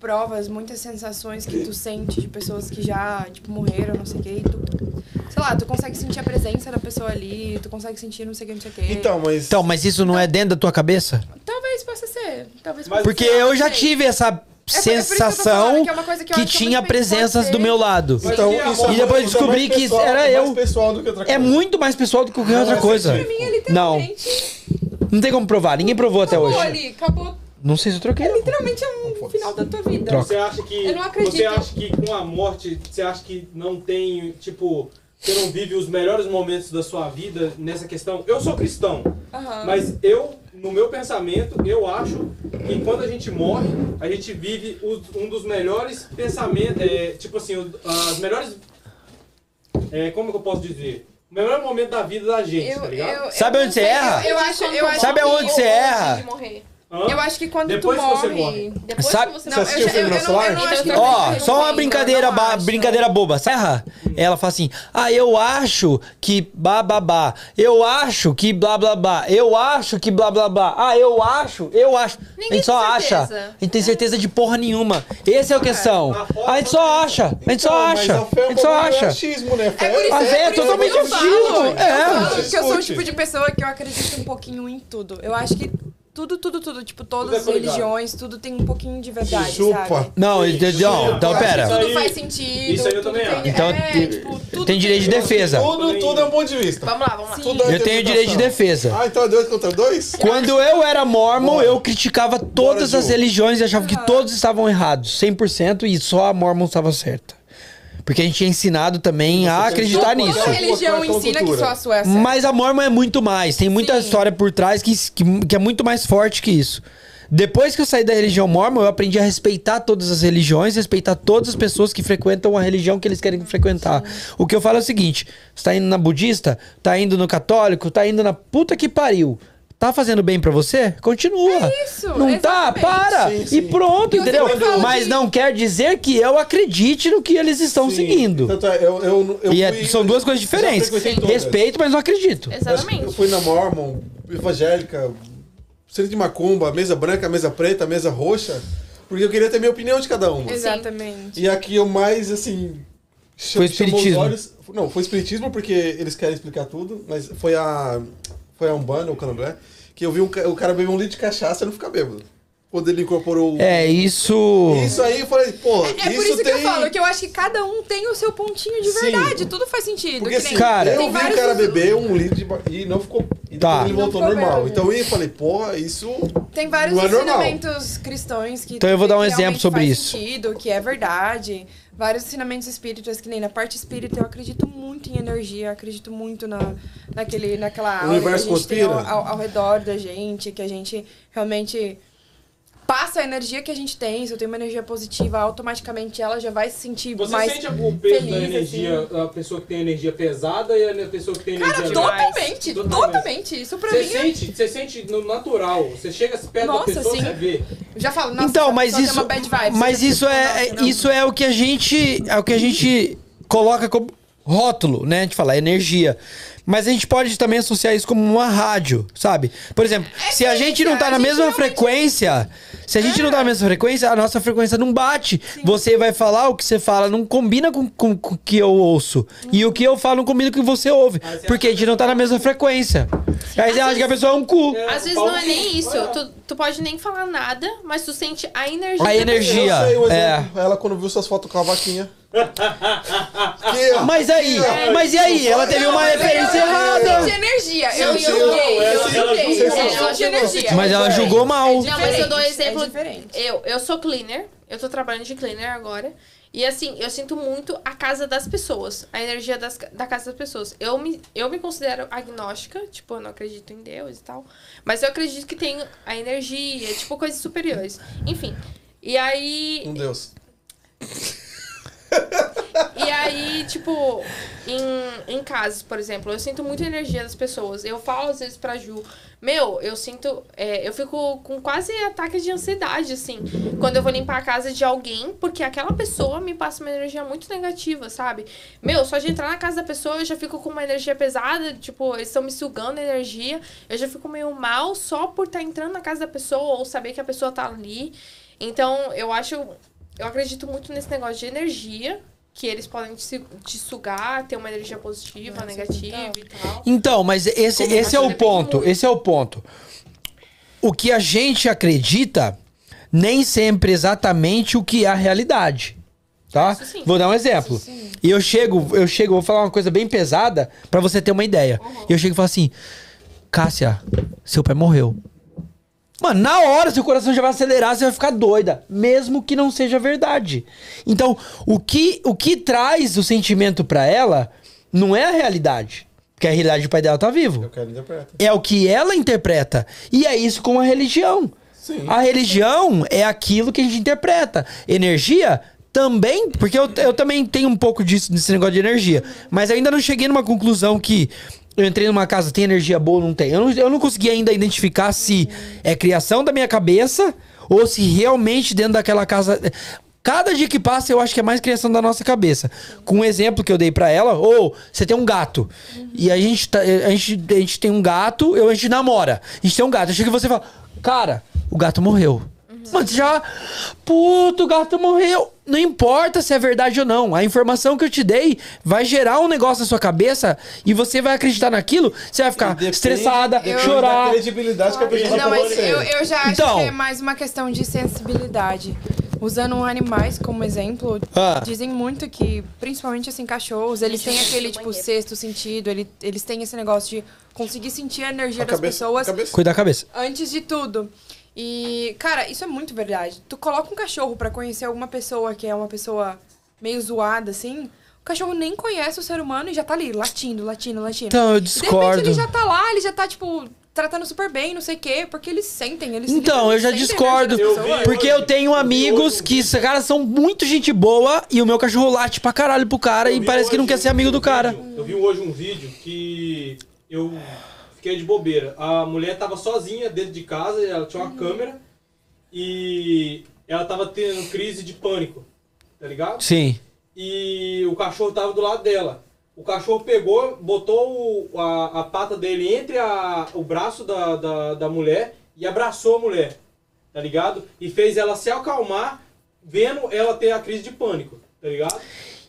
provas, muitas sensações que tu sente de pessoas que já, tipo, morreram, não sei o quê. e tu- sei lá, tu consegue sentir a presença da pessoa ali, tu consegue sentir não sei o que, não sei o quê.
Então, mas.
Então, mas isso não é dentro da tua cabeça?
Talvez possa ser. Talvez
Mas-
possa
Porque
ser,
eu
não
já
sei.
tive essa
por- é por isso que eu tô
sensação
falando, que é uma coisa que eu
que
acho que
tinha
muito bem pode
presenças
ser.
do meu lado.
Mas
Então,
que é
isso
amor,
E depois eu
isso é
descobri
mais
que
pessoal,
era
é
eu.
Mais pessoal do que outra
É
coisa.
muito mais pessoal do que qualquer outra
é
coisa.
científico.
Pra mim, é literalmente. Não.
Não tem como provar, ninguém provou até
Acabou
hoje.
ali, acabou.
Não sei se eu troquei. não.
Literalmente é um final da tua vida.
Troca.
Você acha que.
Eu não acredito.
Você acha que com a morte, você acha que não tem, tipo, você não vive os melhores momentos da sua vida nessa questão? Eu sou cristão,
Aham.
mas eu, no meu pensamento, eu acho que quando a gente morre, a gente vive os- um dos melhores pensamentos, é, tipo assim, o- as melhores. é, como que eu posso dizer? O melhor momento da vida da gente, tá ligado?
Sabe onde você
eu-
erra?
Eu acho, eu acho
Sabe
que-
aonde você erra?
Hã?
Eu acho que quando
Depois
tu
que você
morre.
morre.
Depois
Sabe-
que você
Não, eu,
assistiu
já-
o filme
eu, eu,
Nosso
não,
Lar?
eu não acho que
Então,
eu
Ó,
não
só uma
tenho,
brincadeira,
um eu não
ba-
acho.
brincadeira boba, serra. Ela fala assim: "Ah, eu acho que blá blá blá. Eu acho que blá blá blá. Eu acho que blá blá blá. Ah, eu acho, eu acho".
Ninguém
a gente só
tem certeza.
acha. A gente tem certeza de porra nenhuma. Esse é o questão. A gente só acha. A gente
Então,
só
mas
acha.
a fé é um
A gente só
bagulho
acha.
achismo, né? Fé
É por isso,
A fé é
por isso
totalmente
que eu falo.
achismo, é.
Eu falo que eu sou o
Discute.
tipo de pessoa que eu acredito um pouquinho em tudo. Eu acho que tudo, tudo, tudo, tipo, todas
é
as
coligado.
religiões, tudo tem um pouquinho de verdade,
Chupa.
sabe?
Não, ele-
Isso
não,
aí,
é
então
eu acho
pera.
que
Tudo
Aí-
faz sentido.
isso aí eu
tudo
também
tem,
acho.
Então,
é,
tem-
tipo, tudo
Tem direito de defesa.
Tudo, tudo é um ponto de vista.
Vamos lá, vamos lá.
Sim.
Tudo é
Eu tenho direito um de
interpretação.
defesa.
Ah, então é dois contra dois?
Quando eu era mormon, eu criticava todas
Ju.
as religiões e achava que todos estavam errados, 100%, e só a mormon estava certa. Porque a gente é ensinado também a acreditar
tem-
nisso.
Toda
Isso.
religião
Cultura, toda
ensina que
cultura.
só a sua é certa.
Mas a mormon é muito mais, tem muita
Sim.
história por trás que, que, que é muito mais forte que isso. Depois que eu saí da religião mormon, eu aprendi a respeitar todas as religiões, respeitar todas as pessoas que frequentam a religião que eles querem frequentar. O que eu falo é o seguinte: você tá indo na budista, tá indo no católico, tá indo na puta que pariu. Tá fazendo bem pra você? Continua.
É isso,
Não
exatamente.
tá? Para!
Sim,
E
sim.
pronto,
Eu
entendeu?
sempre falo
Mas
de-
não quer dizer que eu acredite no que eles estão
Sim.
seguindo.
Tanto é, eu, eu, eu
e é-
fui-
são duas coisas
já
diferentes.
frequentei todas.
Respeito, mas não acredito.
Eu acho que
Exatamente.
Eu fui na Mormon, evangélica, centro de macumba, mesa branca, mesa preta, mesa roxa, porque eu queria ter minha opinião de cada uma.
Exatamente.
E aqui eu mais, assim. cha-
Foi
chamou
espiritismo.
Não, foi espiritismo porque eles querem explicar tudo, mas foi a. Foi a Umbanda, o Candomblé, que eu vi um, ca- o cara beber um litro de cachaça e não ficar bêbado. quando ele incorporou o-
É, isso.
Isso aí eu falei, pô,
É por isso que eu falo, que eu acho que cada um tem o seu pontinho de
Sim.
verdade. Tudo faz sentido.
Porque
que
assim,
nem-
Cara-
eu
tem
vi o
vários-
cara beber um litro de... ba- E não ficou... E
Tá.
depois ele
Não
voltou
ficou
normal.
bem.
Então eu falei, porra, isso...
Tem vários
Não é normal.
ensinamentos cristãos que
Então eu vou dar um
que realmente
exemplo sobre
faz
isso.
sentido, que é verdade. Vários ensinamentos espíritas, que nem na parte espírita eu acredito muito em energia, acredito muito na, naquele, naquela aura que a
universo
gente tem ao,
conspira?
ao- ao redor da gente, que a gente realmente passa a energia que a gente tem. Se eu tenho uma energia positiva, automaticamente ela já vai se sentir
Você
mais.
sente o peso da
feliz, assim.
energia, a pessoa que tem energia pesada e a pessoa que tem
Cara,
energia leve?
totalmente,
Demais.
totalmente. Isso pra
Você
mim é.
sente, você sente no natural. Você chega perto
Nossa,
da pessoa,
sim.
você vê.
Eu Já falo, nossa,
então,
essa
mas
pessoa tem
isso,
uma bad vibe,
mas
essa
isso
pessoa-
é,
Nossa, não.
isso é o que a gente, é o que a gente coloca como rótulo, né? A gente fala energia. Mas a gente pode também associar isso como uma rádio, sabe? Por exemplo, se a gente não tá
É a
na
gente
mesma
realmente-
frequência, se a gente não tá na mesma frequência, a nossa frequência não bate. Você vai falar o que você fala, não combina com, com, com o que eu ouço. E o que eu falo não combina com o que você ouve. Porque a gente não tá na mesma frequência. Aí você acha que a pessoa é um cu.
É,
Às vezes
Paulo
não é
que-
nem isso.
Olha,
Tu, tu pode nem falar nada, mas tu sente a
A
energia. da
energia.
pessoa.
Energia,
Eu sei, um
é.
exemplo. Ela quando viu suas fotos com a vaquinha. Que, ó,
Mas aí,
É,
mas é e aí? Ela teve uma referência errada.
Sente energia. Eu
Não,
julguei,
ela-
eu
ela
julguei.
julgou.
Ela de energia.
Mas é
É
ela julgou mal.
Não, mas eu dou
Diferente,
exemplo.
é diferente.
eu, eu sou cleaner, eu tô trabalhando de cleaner agora. E assim, eu sinto muito a casa das pessoas, a energia das, ca- da casa das pessoas. Eu me, eu me considero agnóstica, tipo, eu não acredito em Deus e tal. Mas eu acredito que tem a energia, tipo, coisas superiores. Enfim. E aí,
Um Deus.
E aí, tipo, em, em casas, por exemplo, eu sinto muita energia das pessoas. Eu falo às vezes pra Ju, meu, eu sinto. é, eu fico com quase ataque de ansiedade, assim, quando eu vou limpar a casa de alguém, porque aquela pessoa me passa uma energia muito negativa, sabe? Meu, só de entrar na casa da pessoa eu já fico com uma energia pesada, tipo, eles estão me sugando energia, eu já fico meio mal só por estar entrando na casa da pessoa ou saber que a pessoa tá ali. Então, eu acho. Eu acredito muito nesse negócio de energia que eles podem te, su- te sugar, ter uma energia positiva, negativa e tal.
Então, mas esse,
Como
esse é o
depende
ponto.
muito.
Esse é o ponto. O que a gente acredita nem sempre exatamente o que é a realidade. Tá?
Isso sim.
Vou dar um exemplo. E eu chego, eu chego, vou falar uma coisa bem pesada pra você ter uma ideia. E eu chego e falo assim: Cássia, seu pai morreu. Mano, na hora seu coração já vai acelerar, você vai ficar doida, mesmo que não seja verdade. Então, o que o que traz o sentimento pra ela não é a realidade, porque a realidade do pai dela tá vivo.
Eu quero interpretar.
É o que ela interpreta. E é isso com a religião.
Sim.
A religião é aquilo que a gente interpreta. Energia também, porque eu, eu também tenho um pouco disso, desse negócio de energia. Mas ainda não cheguei numa conclusão que eu entrei numa casa, tem energia boa ou não tem. Eu não, eu não consegui ainda identificar se é criação da minha cabeça ou se realmente dentro daquela casa. Cada dia que passa, eu acho que é mais criação da nossa cabeça. Com um exemplo que eu dei pra ela, ou você tem um gato. E a gente, tá- a, gente, a gente tem um gato, eu, a gente namora. A gente tem um gato. Eu chego e você fala, cara, o gato morreu.
Uhum.
Mano, você já. Puto, o gato morreu. Não importa se é verdade ou não. A informação que eu te dei vai gerar um negócio na sua cabeça e você vai acreditar naquilo. Você vai ficar
Depende-
estressada,
depende
chorar.
da credibilidade que a pessoa tá
Não,
com
mas
você.
eu, eu já acho
Então.
que é mais uma questão de sensibilidade. Usando um animais como exemplo,
Ah.
dizem muito que, principalmente assim, cachorros, eles têm aquele, tipo, sexto sentido, ele, eles têm esse negócio de conseguir sentir a energia
A
das
cabeça,
pessoas
a cabeça.
Cuidar da cabeça.
antes de tudo. E, cara, isso é muito verdade. Tu coloca um cachorro pra conhecer alguma pessoa que é uma pessoa meio zoada, assim. O cachorro nem conhece o ser humano e já tá ali, latindo, latindo, latindo.
Então, eu
E, De
discordo.
repente ele já tá lá, ele já tá, tipo, tratando super bem, não sei o quê, porque eles sentem, eles
Então, eu já
sentem né, a
discordo.
energia das
Eu vi-
pessoas.
Porque eu tenho amigos que, esses caras, são muito gente boa e o meu cachorro late pra caralho pro cara
Eu
e
vi
parece que não
hoje
quer ser amigo
um
do cara.
vídeo- eu vi hoje um vídeo que eu fiquei de bobeira. A mulher tava sozinha dentro de casa, ela tinha uma
Uhum.
câmera e ela tava tendo crise de pânico, tá ligado?
Sim.
e o cachorro tava do lado dela. O cachorro pegou, botou o- a, a pata dele entre a- o braço da, da, da mulher e abraçou a mulher, tá ligado? E fez ela se acalmar, vendo ela ter a crise de pânico, tá ligado?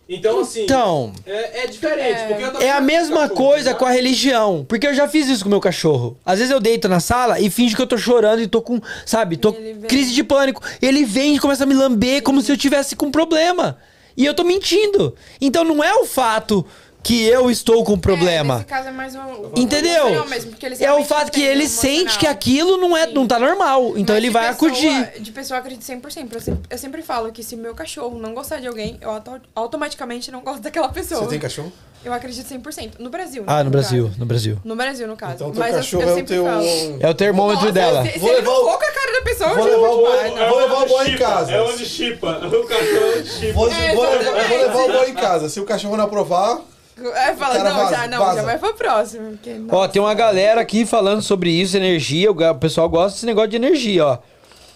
Então, assim,
Então,
é, é diferente. porque eu tava
é a
com
mesma
cachorro,
coisa
né?
com a religião. Porque eu já fiz isso com o meu cachorro. Às vezes eu deito na sala e finge que eu tô chorando e tô com, sabe, tô
E ele vem.
crise de pânico. Ele vem e começa a me lamber como se eu tivesse com problema. E eu tô mentindo. Então não é o fato que eu estou com
É,
problema.
nesse caso é mais o, o
Entendeu?
emocional mesmo, porque eles
É o
realmente
fato que
têm
ele
o
sente
emocional.
que aquilo não é, não tá normal. Então
Mas
ele
de
vai
pessoa- é
acudir.
De pessoa acredita 100%. Eu sempre, eu sempre falo que se meu cachorro não gostar de alguém, eu auto- automaticamente não gosto daquela pessoa.
Você tem cachorro?
Eu acredito 100%. No Brasil. né,
Ah, no Brasil,
caso.
no Brasil.
No Brasil, no caso.
Então teu
Mas eu-
cachorro
eu,
é o
sempre
teu.
falo.
um-
É o termômetro
Nossa,
dela.
Se, se
Vou
ele
levar
não
o-
for com a cara da pessoa,
Vou
eu
levar o
juro.
boi,
Ah, não.
vou levar o
onde
boi em
chipa,
casa.
É onde chipa. (laughs) O cachorro chipa.
Vou,
É,
vou- vou
exatamente.
levar o boi em casa. Se o cachorro não aprovar,
Aí É, fala,
O cara
não,
vaza,
já não,
vaza.
já vai pro próximo. Porque, nossa.
Ó, tem uma galera aqui falando sobre isso, energia. O ga- o pessoal gosta desse negócio de energia, ó.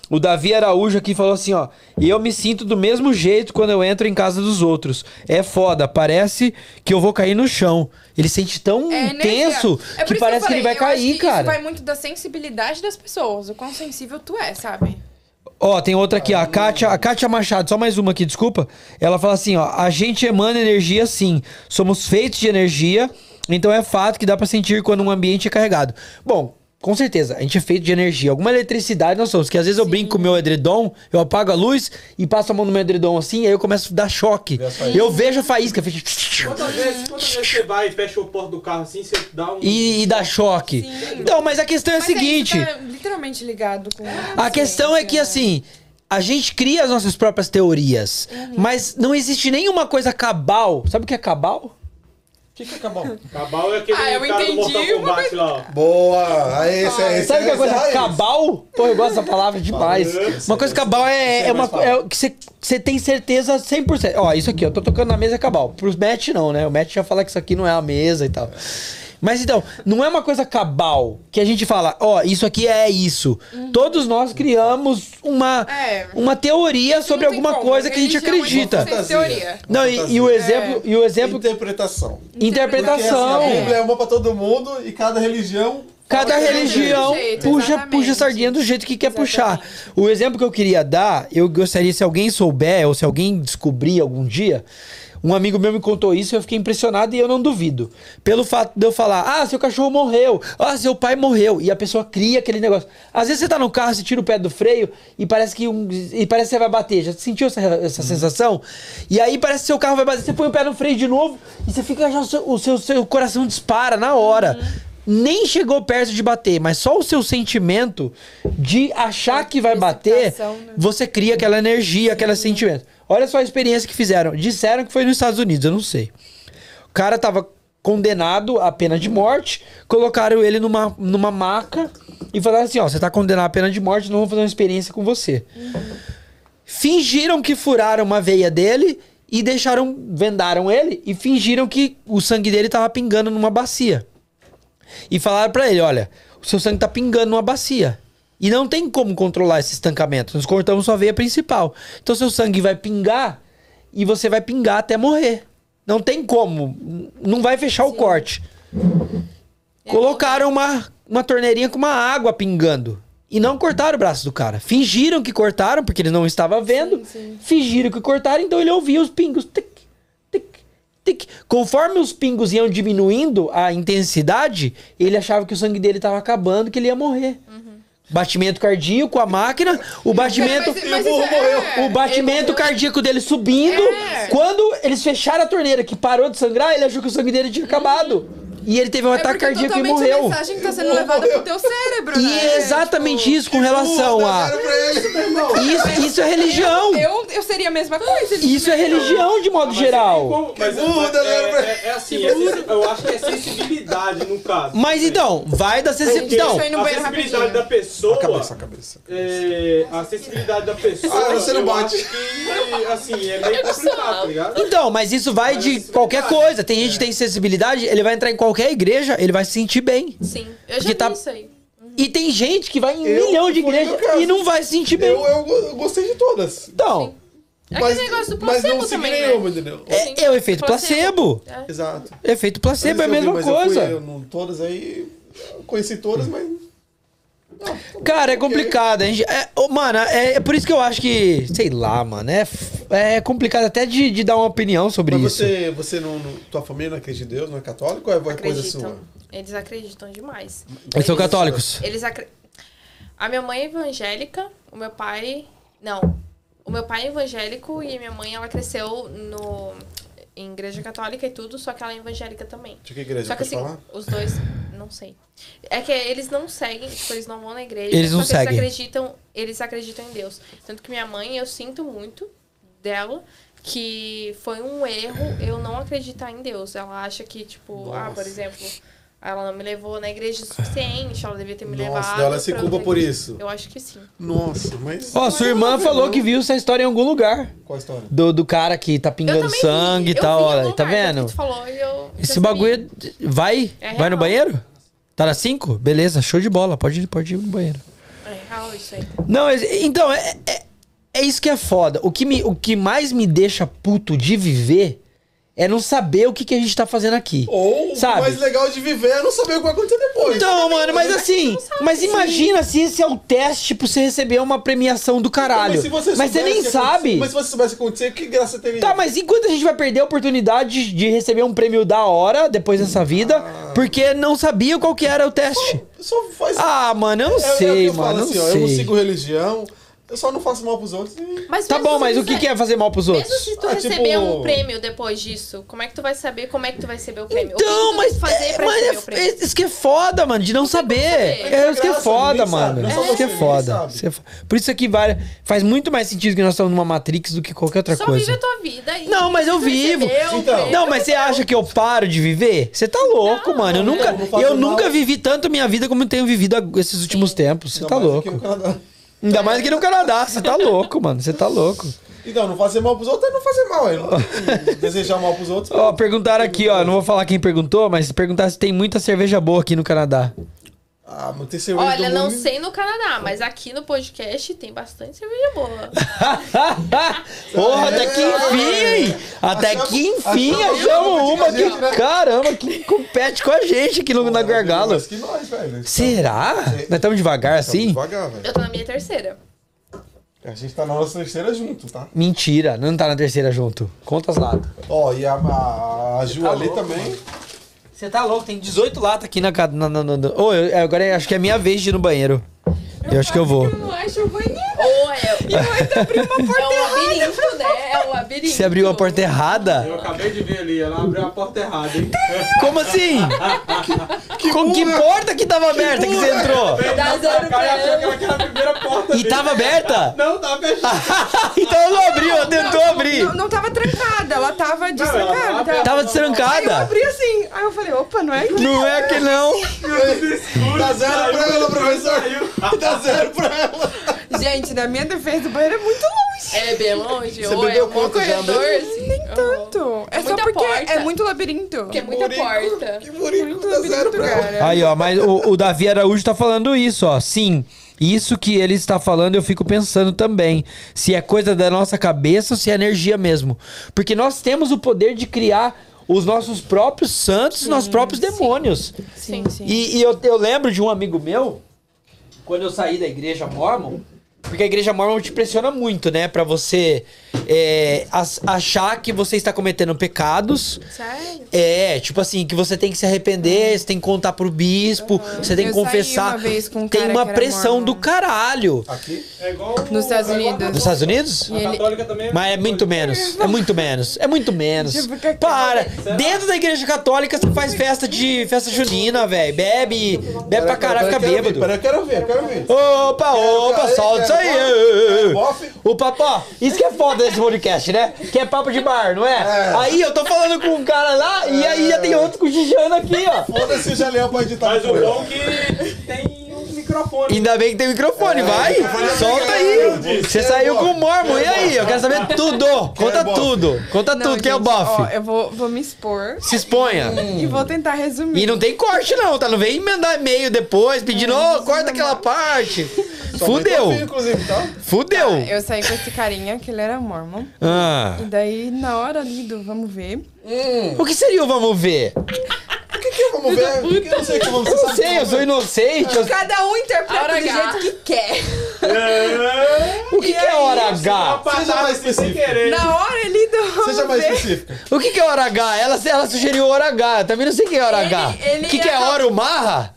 O Davi Araújo aqui falou assim, ó. Eu me sinto do mesmo jeito quando eu entro em casa dos outros. É foda, parece que eu vou cair no chão. Ele sente tão
É energia.
tenso
É por isso
que
eu
parece que ele vai
falei, eu acho
cair,
que
cara.
Isso vai muito da sensibilidade das pessoas, o quão sensível tu é, sabe?
Ó, tem outra aqui, ó, a Kátia, a Kátia Machado, só mais uma aqui, desculpa. Ela fala assim, ó, a gente emana energia sim, somos feitos de energia, então é fato que dá pra sentir quando um ambiente é carregado. Bom, com certeza, a gente é feito de energia, alguma eletricidade nós somos, que às vezes eu brinco com o meu edredom, eu apago a luz e passo a mão no meu edredom assim, aí eu começo a dar choque. Eu vejo a faísca, fecha...
Quantas vezes, quantas vezes você vai e fecha o porta do carro assim, você dá um.
E, e dá choque. Então, mas a questão é a
Mas
seguinte...
É, isso tá literalmente ligado com.
A questão é que, assim, a gente cria as nossas próprias teorias,
Uhum.
mas não existe nenhuma coisa cabal. Sabe o que é cabal?
o que, que acabou?
Cabal é aquele
Ah, eu
cara do Mortal
entendi uma
Kombat lá, ó.
Boa! Aí, esse, esse,
Sabe o que é
esse
coisa
aí.
cabal? Pô, eu gosto dessa palavra demais. Uma coisa cabal é, é uma co- é o que você- você tem certeza 100%. Ó, isso aqui, eu tô tocando na mesa é cabal. Pros match não, né? O match já fala que isso aqui não é a mesa e tal. Mas então, não é uma coisa cabal que a gente fala, ó, isso aqui é isso. Todos nós criamos uma,
Uhum. É.
uma teoria sobre
Não tem
alguma
como.
coisa que a gente
Religião é
acredita.
Tem
Fantasia.
teoria.
Não, e, e o exemplo, e o exemplo
Interpretação. É. Porque, assim,
interpretação.
a Bíblia é uma pra todo mundo e cada religião.
Cada
Cada
religião
jeito,
puxa,
exatamente.
puxa a sardinha do jeito que quer puxar.
Exatamente.
O exemplo que eu queria dar, eu gostaria, se alguém souber ou se alguém descobrir algum dia, um amigo meu me contou isso e eu fiquei impressionado e eu não duvido. Pelo fato de eu falar, ah, seu cachorro morreu, ah, seu pai morreu. E a pessoa cria aquele negócio. Às vezes você tá no carro, você tira o pé do freio e parece que, um, e parece que você vai bater. Já sentiu essa, essa sensação? E aí parece que seu carro vai bater. Você põe o pé no freio de novo e você fica já, o seu, o seu, seu coração dispara na hora nem chegou perto de bater, mas só o seu sentimento de achar que vai bater,
Excitação, né?
você cria aquela energia, aquele sentimento. Olha só a experiência que fizeram. Disseram que foi nos Estados Unidos, eu não sei. O cara tava condenado à pena de morte, colocaram ele numa, numa maca e falaram assim: ó, você tá condenado à pena de morte, não vou fazer uma experiência com você. Fingiram que furaram uma veia dele e deixaram, vendaram ele e fingiram que o sangue dele tava pingando numa bacia e falaram pra ele, olha, o seu sangue tá pingando numa bacia. E não tem como controlar esse estancamento. Nós cortamos sua veia principal. Então seu sangue vai pingar e você vai pingar até morrer. Não tem como, n- não vai fechar o corte. Colocaram uma, uma torneirinha com uma água pingando. E não cortaram o braço do cara. Fingiram que cortaram, porque ele não estava vendo. Fingiram que cortaram, então ele ouvia os pingos. Tic, tic, tic. Conforme os pingos iam diminuindo a intensidade, ele achava que o sangue dele estava acabando, que ele ia morrer. Batimento cardíaco, a máquina, o batimento.
mas- mas isso é-
O batimento cardíaco dele subindo.
É.
Quando eles fecharam a torneira que parou de sangrar, ele achou que o sangue dele tinha acabado. E ele teve um
É
ataque
porque
cardíaco e
totalmente A
morreu.
mensagem que tá sendo levada pro teu cérebro,
E
né?
é exatamente
Tipo,
isso com relação ah.
Dá
a.
zero pra ele, meu irmão.
Isso, isso é religião.
Eu, eu seria a mesma coisa.
Isso é religião de modo
Mas tem
geral.
como- Mas,
Que muda,
mas
né, pra-
é, é, é assim, é sensi- eu acho que é sensibilidade no caso.
Mas então, vai da então,
Porque-
sensibilidade.
Deixa eu ir no
a
banheiro
sensibilidade
rapidinho.
da pessoa.
A cabeça, a cabeça.
É, a sensibilidade da pessoa.
Ah, você não
eu
bate.
acho que, assim, é meio complicado, tá ligado?
Então, mas isso vai
Mas
de
isso é
qualquer
verdade.
coisa. Tem gente que tem sensibilidade, ele vai entrar em qualquer igreja, ele vai se sentir bem.
Sim, eu já
Porque
vi
tá-
isso aí.
E tem gente que vai em
Eu-
milhão de
foi
igrejas
meu caso.
e não vai se sentir bem.
Eu, eu, eu gostei de todas.
Então,
É aquele
mas,
negócio do
mas não
placebo
segui
também,
nenhuma,
né?
entendeu?
Sim.
é, é o efeito placebo.
Placebo.
né?
É.
Exato.
Efeito placebo é a
Mas eu
mesma
vi- mas Eu fui,
coisa.
eu não- todas aí. eu Conheci todas, mas.
Cara, é complicado. A gente, é, ô, mano, é, é por isso que eu acho que. Sei lá, mano. É, f- é complicado até de, de dar uma opinião sobre
Mas
isso.
você, você não, não- Tua família não acredita em Deus, não é católico ou é coisa
Acreditam.
sua?
Eles acreditam demais.
Eles são católicos.
Eles acre- A minha mãe é evangélica, o meu pai. Não. O meu pai é evangélico e a minha mãe, ela cresceu no... em igreja católica e tudo, só que ela é evangélica também.
De que igreja?
Só que
Pode
assim,
falar?
os dois. Não sei. É que eles não seguem, tipo, eles não vão na igreja.
Eles não
só que
seguem.
Eles acreditam, eles acreditam em Deus. Tanto que minha mãe, eu sinto muito dela que foi um erro eu não acreditar em Deus. Ela acha que, tipo, ah, por exemplo, ela não me levou na igreja o suficiente, ela devia ter me
Nossa,
levado.
ela se
pra
culpa
outra
por
igreja.
isso.
Eu acho que sim.
Nossa, mas.
Ó, sua irmã falou que viu essa história em algum lugar.
Qual a história?
Do, do cara que tá
Eu
pingando
também vi,
sangue e
eu
tal,
vi em
olha,
algum
tá
lugar,
vendo?
tanto que tu falou e eu já
Esse
sabia.
bagulho. é- Vai?
É
vai no
real.
banheiro? Tá na 5? Beleza, show de bola. Pode ir, pode ir no banheiro.
É real isso aí.
Não, mas- então, é, é, é isso que é foda. O que, me, o que mais me deixa puto de viver é não saber o que, que a gente tá fazendo aqui.
Ou
Sabe?
o mais legal de viver é não saber o que vai acontecer depois.
Então, mano, mas assim, mas imagina se esse é o teste pra você receber uma premiação do caralho.
Então,
Mas, você nem
soubesse
sabe.
acontecer- Mas se você soubesse acontecer, que graça teria?
Tá, mas enquanto a gente vai perder a oportunidade de receber um prêmio da hora depois dessa vida, porque não sabia qual que era o teste.
Só faz.
Ah, mano, eu não
É- é o que
sei,
eu falo
mano,
assim,
não
ó,
sei.
Eu não sigo religião, eu só não faço mal pros outros e.
Mas
Tá
mesmo assim,
bom, mas
se
o que
você-
que é fazer mal pros
Mesmo
outros?
se tu
Ah,
receber
tipo-
um prêmio depois disso, como é que tu vai saber como é que tu vai receber o prêmio? O que que
Então,
tu
mas,
fazer pra
mas
receber
é-
o prêmio?
isso que é foda, mano, de não saber.
saber.
É isso que é
Graça,
foda,
ninguém sabe,
mano.
não só
Isso que é
você,
foda.
ninguém
Isso é fo- Por isso aqui vai- faz muito mais sentido que nós estamos numa Matrix do que qualquer outra
Só
coisa.
vive a tua vida e
Não, mas eu
tu
vivo.
recebeu o
Então.
prêmio.
Não, mas você acha que eu paro de viver? Você tá louco, mano. Eu nunca,
não
eu,
faço mal.
nunca vivi tanto minha vida como eu tenho vivido ag- esses últimos tempos. Você
Ainda
tá
mais aqui
louco.
no Canadá.
Ainda mais que no Canadá. Você tá louco, mano. Você tá louco.
Então, não fazer mal pros outros é não fazer mal. É não
(laughs)
desejar mal pros outros.
Ó, perguntaram aqui, ó. Não vou falar quem perguntou, mas perguntaram se tem muita cerveja boa aqui no Canadá.
Ah, mas tem cerveja
Olha,
do
não
mundo.
sei no Canadá, mas aqui no podcast tem bastante cerveja boa.
(laughs) Porra, até que enfim, hein? Até
Achamos-
que enfim
achamos
achamos uma
uma um de
que.
gente, né?
Caramba, que compete com a gente aqui no, na gargala.
Mas que nós, velho.
Será? Nós estamos devagar
Estamos
assim?
Devagar, velho.
Eu tô na minha terceira.
A gente tá na nossa terceira junto, tá?
Mentira, não tá na terceira junto. Contas lata.
Ó, e a, a, a Ju
tá
ali
louco,
também.
Você tá louco, tem 18 latas aqui na casa. Na, na, na, na- Ô, eu- agora eu acho que é minha vez de ir no banheiro. Eu acho que eu vou.
Eu não acho o banheiro.
Ou
(laughs)
é, é um labirinto, né? É um labirinto.
Você abriu a porta errada?
Eu acabei de ver ali, ela abriu a porta errada, hein?
Como assim?
(laughs)
Com que porta que tava aberta que você entrou?
Dá zero
O cara
pra
achou
ela.
que ela era a primeira porta
E tá-
dele.
tava aberta?
Não, tá fechado.
(laughs) Então ela não abriu, ela tentou abrir.
Não, não tava trancada, ela tava
ela
destrancada.
tava-
Tava
Aí eu
destrancada.
abri assim. Aí eu falei, opa, não é aqui.
Não é que não.
Dá Tá zero pra ela, professor. Dá zero pra ela.
Gente, na minha defesa, o banheiro é muito longe.
É bem longe,
Você
ou é
bebeu
um
quanto já
corredor,
mesmo?
assim.
Nem
Aham.
tanto. É só
muita
porque
porta.
é muito labirinto.
Porque é muita
Murico.
porta. tá
Que burico,
muito
dá zero
labirinto,
pra ela.
cara.
Aí, ó, mas o, o Davi Araújo tá falando isso, ó. Sim, isso que ele está falando, eu fico pensando também. Se é coisa da nossa cabeça ou se é energia mesmo. Porque nós temos o poder de criar os nossos próprios santos, e nossos próprios demônios.
Sim, sim.
E, e eu, eu lembro de um amigo meu, quando eu saí da igreja mormon, porque a igreja mormon te pressiona muito, né? Pra você é, as- achar que você está cometendo pecados.
Sério?
É, tipo assim, que você tem que se arrepender, você tem que contar pro bispo, você tem que
Ah. Eu saí
confessar.
uma vez com um
tem
cara
uma
que era
pressão
mormon.
do caralho.
Aqui?
É igual.
Nos Estados
é igual a
Unidos.
católica.
Nos Estados Unidos?
E ele-
A católica também é.
Mas é muito menos, é muito menos, é muito menos.
Tipo,
Para! Dentro da igreja católica você faz festa de festa junina, velho. Bebe, bebe É pra caralho, fica
Peraí,
bêbado.
Peraí, eu quero ver, eu quero ver.
Opa, opa, solta isso aí. O papá, isso que é foda desse podcast, né? Que é papo de bar, não é? Aí eu tô falando com um cara lá e
É.
aí já tem outro cochichando aqui, ó.
Foda-se o Jaleão pra editar.
Mas o
depois.
bom é que tem um microfone.
Ainda bem que tem microfone, vai!
microfone é
Solta
legal,
aí!
viu?
Você
Quem é
saiu
o
com o
bofe?
mormo, e aí? Eu quero saber tudo! Conta
bofe?
tudo! Conta
Não,
tudo, quem é o
gente, Ó, é
bofe?
eu vou, vou me expor
Se exponha!
e vou tentar resumir.
E não tem corte, não, tá? Não vem mandar e-mail depois pedindo, ô, corta aquela parte!
Sua mãe tá ouvindo,
Fudeu!
Inclusive, tá?
Fudeu!
Eu saí com esse carinha, que ele era mormon.
Ah.
E daí, na hora ali do vamos ver,
O que seria o vamos ver?
O que vamos ver? Eu não sei como você
Eu não
sabe.
sei, eu sou inocente. eu-
cada um interpreta
Hora
do
H.
jeito que quer.
É. O que, que é hora H?
Seja mais
sem
específico.
querer.
Na hora ele do.
Seja mais específica.
O que, que é hora H? Ela, ela sugeriu hora H. Eu também não sei o que é hora H.
Ele- ele
O que, que é
ia-
hora marra?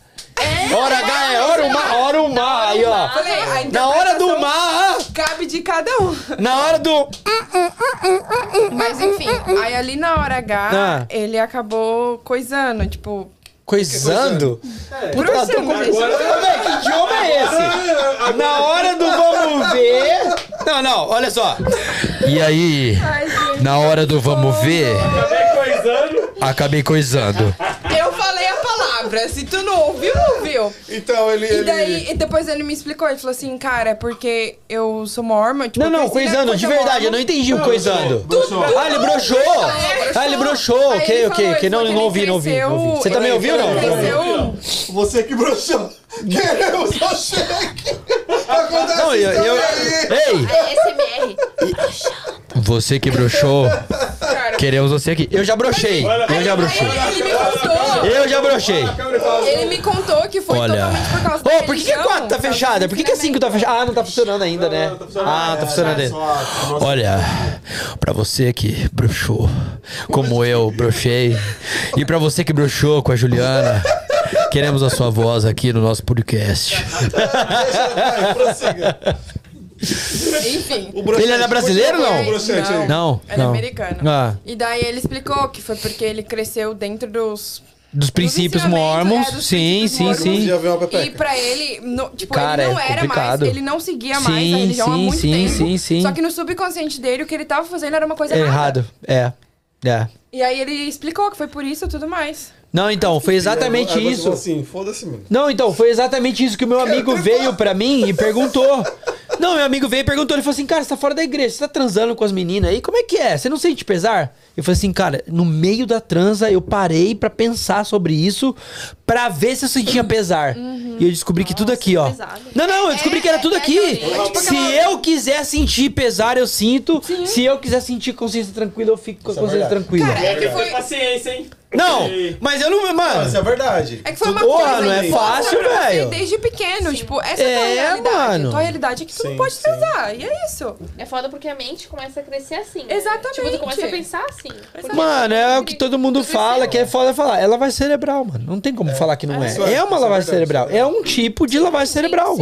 Hora H é hora marra, hora marra. Aí, ó.
Falei, "Ah, a
Na hora do
interpretação
marra,
Cabe de cada um.
na hora do...
Mas enfim, aí ali na hora H,
Ah.
ele acabou coisando, tipo.
Coisando?
É.
Puta, ela tá
Coisando,
coisando.
gente.
Ô, velho, que idioma é esse? Na hora do vamos ver... Não, não, olha só. E aí,
Ai, gente.
na hora do vamos ver,
Acabei coisando.
acabei coisando.
Eu falei a palavra. Se tu não ouviu, ouviu.
Então, ele.
E
ele-
daí, e depois ele me explicou, ele falou assim, cara, é porque eu sou mormon. Tipo,
Não, não,
cresci na
coisando, de
coisa
verdade, eu não
mormon.
entendi o coisando. Ah, ele broxou! Ah, ele broxou,
Aí
ok,
ele
ok,
falou,
ok.
ele
Não,
falou que
não
ele
ouvi, não ouvi. não ouvi.
cresceu-
Você também ouviu, não?
ele cresceu-
Você que broxou. Queremos o cheque. Pra contar
Não,
essa
eu, eu.
história aí.
Ei!
A SMR.
Você que broxou,
Cara,
queremos você aqui. Eu já brochei, eu já brochei.
Aí ele me contou.
Eu já brochei.
A câmera fala.
Ele me contou que foi
Olha.
totalmente por causa
Ô,
da
por que, que a
religião,
4 tá
por causa
fechada?
do
Por que, que a 5 tá
ensinamento.
fechada? Ah, não tá funcionando ainda, né?
Não, tá funcionando.
Ah, tá funcionando ainda.
Só, nossa,
Olha, pra você que broxou, como eu
assim?
brochei, e pra você que broxou com a Juliana, queremos a sua voz aqui no nosso podcast.
Vai, prossiga.
Enfim.
O broxante,
Ele era brasileiro ou
O
não?
broxante aí.
Não,
Ele é
não.
americano.
Ah,
E daí ele explicou que foi porque ele cresceu dentro dos.
dos princípios
ensinamentos,
mormons.
é, dos
sim, sim,
princípios
sim.
Já viu uma
E
pepeca?
pra ele, no- tipo,
Cara,
ele não
é
era
complicado.
mais, ele não seguia mais
Sim,
a religião há
sim,
muito
sim,
tempo.
sim, sim.
Só que no subconsciente dele, o que ele tava fazendo era uma coisa
É
errada.
errado, é. É.
E aí ele explicou que foi por isso e tudo mais.
Não, então, foi exatamente
Aí você
isso.
falou assim, foda-se, menino.
Não, então, foi exatamente isso que o meu amigo veio pra mim e perguntou. Não, meu amigo veio e perguntou. Ele falou assim, cara, você tá fora da igreja, você tá transando com as meninas aí, como é que é? Você não sente pesar? Eu falei assim, cara, no meio da transa eu parei pra pensar sobre isso, pra ver se eu sentia pesar. E eu descobri que tudo aqui, ó.
pesado.
Não, não, eu descobri que era tudo
é
aqui.
teoria.
Tipo, se eu quiser sentir pesar, eu sinto. Se eu quiser sentir consciência tranquila, eu fico com a
Isso é
consciência
verdade.
tranquila.
Cara, é que
Tem que
foi.
ter paciência, hein?
Não,
Ei.
mas eu não,
Mas
mano.
é verdade.
É que foi uma
Porra,
coisa
não é
imposta
fácil,
pra você
velho.
Desde pequeno, tipo, essa é a tua
É,
realidade.
mano.
A tua realidade é que tu
Sim,
não pode
sim.
transar. E é isso.
É foda porque a mente começa a crescer assim. né?
Exatamente.
Tipo, tu começa a pensar assim. Porque
Mano, é o que todo mundo
Tu
fala,
cresceu.
que é foda falar. É lavagem cerebral, mano. Não tem como falar que não é.
Isso é-
É uma
isso é
lavagem
verdade,
cerebral.
isso é
É um tipo de lavagem cerebral.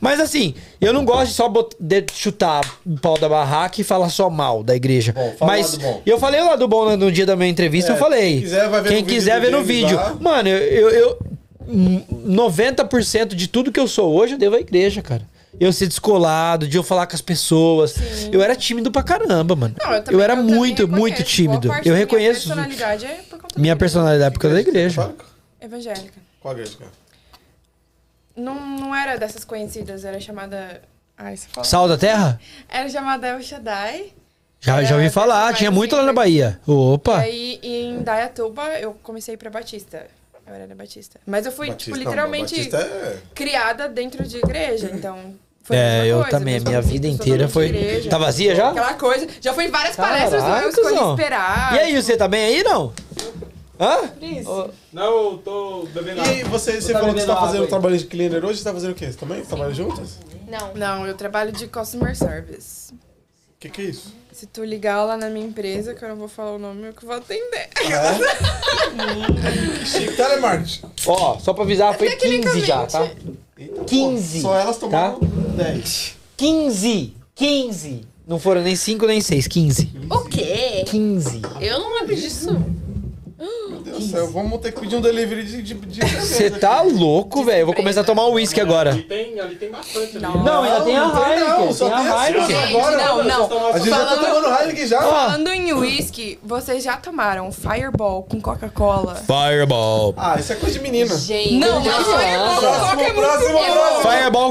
Mas assim, eu não gosto de só bot- de chutar o pau da barraca e falar só mal da igreja.
Bom, fala o
Mas
lado bom.
eu falei o lado bom no- no dia da minha entrevista,
É,
eu falei.
quem quiser vai ver
Quem
no vídeo
quiser
do
ver no
James
vídeo.
lá.
Mano, eu, eu, eu- hum, 90% de tudo que eu sou hoje eu devo à igreja, cara. Eu ser descolado, de eu falar com as pessoas. Eu era tímido pra caramba, mano.
Não,
eu,
também-
era
também
muito,
reconheço.
muito
Boa
tímido.
parte
Eu
da
reconheço
Minha personalidade é por conta
minha
da
personalidade por causa da igreja.
evangélica.
Qual a
né?
igreja? cara?
tipo, Não, não era dessas conhecidas, era chamada. Ai, você fala.
Sal da terra?
Era chamada El Shaddai.
Já,
É,
já ouvi
dessas
falar,
mais
tinha muito lá na
simples.
Bahia. Opa!
E aí, em Dayatuba, eu comecei a ir pra Batista. Eu era da Batista. Mas eu fui,
Batista,
um
tipo,
não,
literalmente
Batista é...
criada dentro de igreja, então. Foi a
É,
mesma
eu
coisa,
também.
mesmo
Minha
princípio,
vida inteira
totalmente
foi.
igreja.
Tá vazia já?
Aquela coisa. Já fui em várias palestras, não
Caraca,
eu escolhi
Zão.
esperar.
E aí, você tá bem aí, não? Hã?
Não, eu tô bebendo
E aí,
água.
você, você
tá
falou que
bebendo
você tá fazendo
água aí.
trabalho de cleaner hoje, você tá fazendo o quê? Você também trabalha juntas?
Não.
Não, eu trabalho de customer service.
O que que é
(laughs)
isso?
Se tu ligar lá na minha empresa, que eu não vou falar o nome, eu que vou atender.
Chique É? telemarketing.
Ó, só pra
É
avisar, foi 15 já, tá? 15.
Só elas tomaram
Tá?
10.
15! 15! Não foram nem 5 nem 6, 15.
O quê?
15.
Eu não lembro disso.
Meu Deus do céu, vamos ter que pedir um delivery de... de, de
Você tá louco, velho. Eu vou começar a tomar um uísque agora.
Ali tem, ali tem bastante. né?
Não.
Ali.
Não, ainda tem a
não tem não,
Heineken.
só
Tem
tem a
a
Silva.
Heineken.
Gente, não, não.
A gente já tá
Falando-
tomando Heineken já.
Ó.
Falando em whisky, vocês já tomaram um Fireball com Coca-Cola?
Fireball.
Ah, isso é coisa de menina.
Gente.
Não, mas Fireball com Coca é muito bom.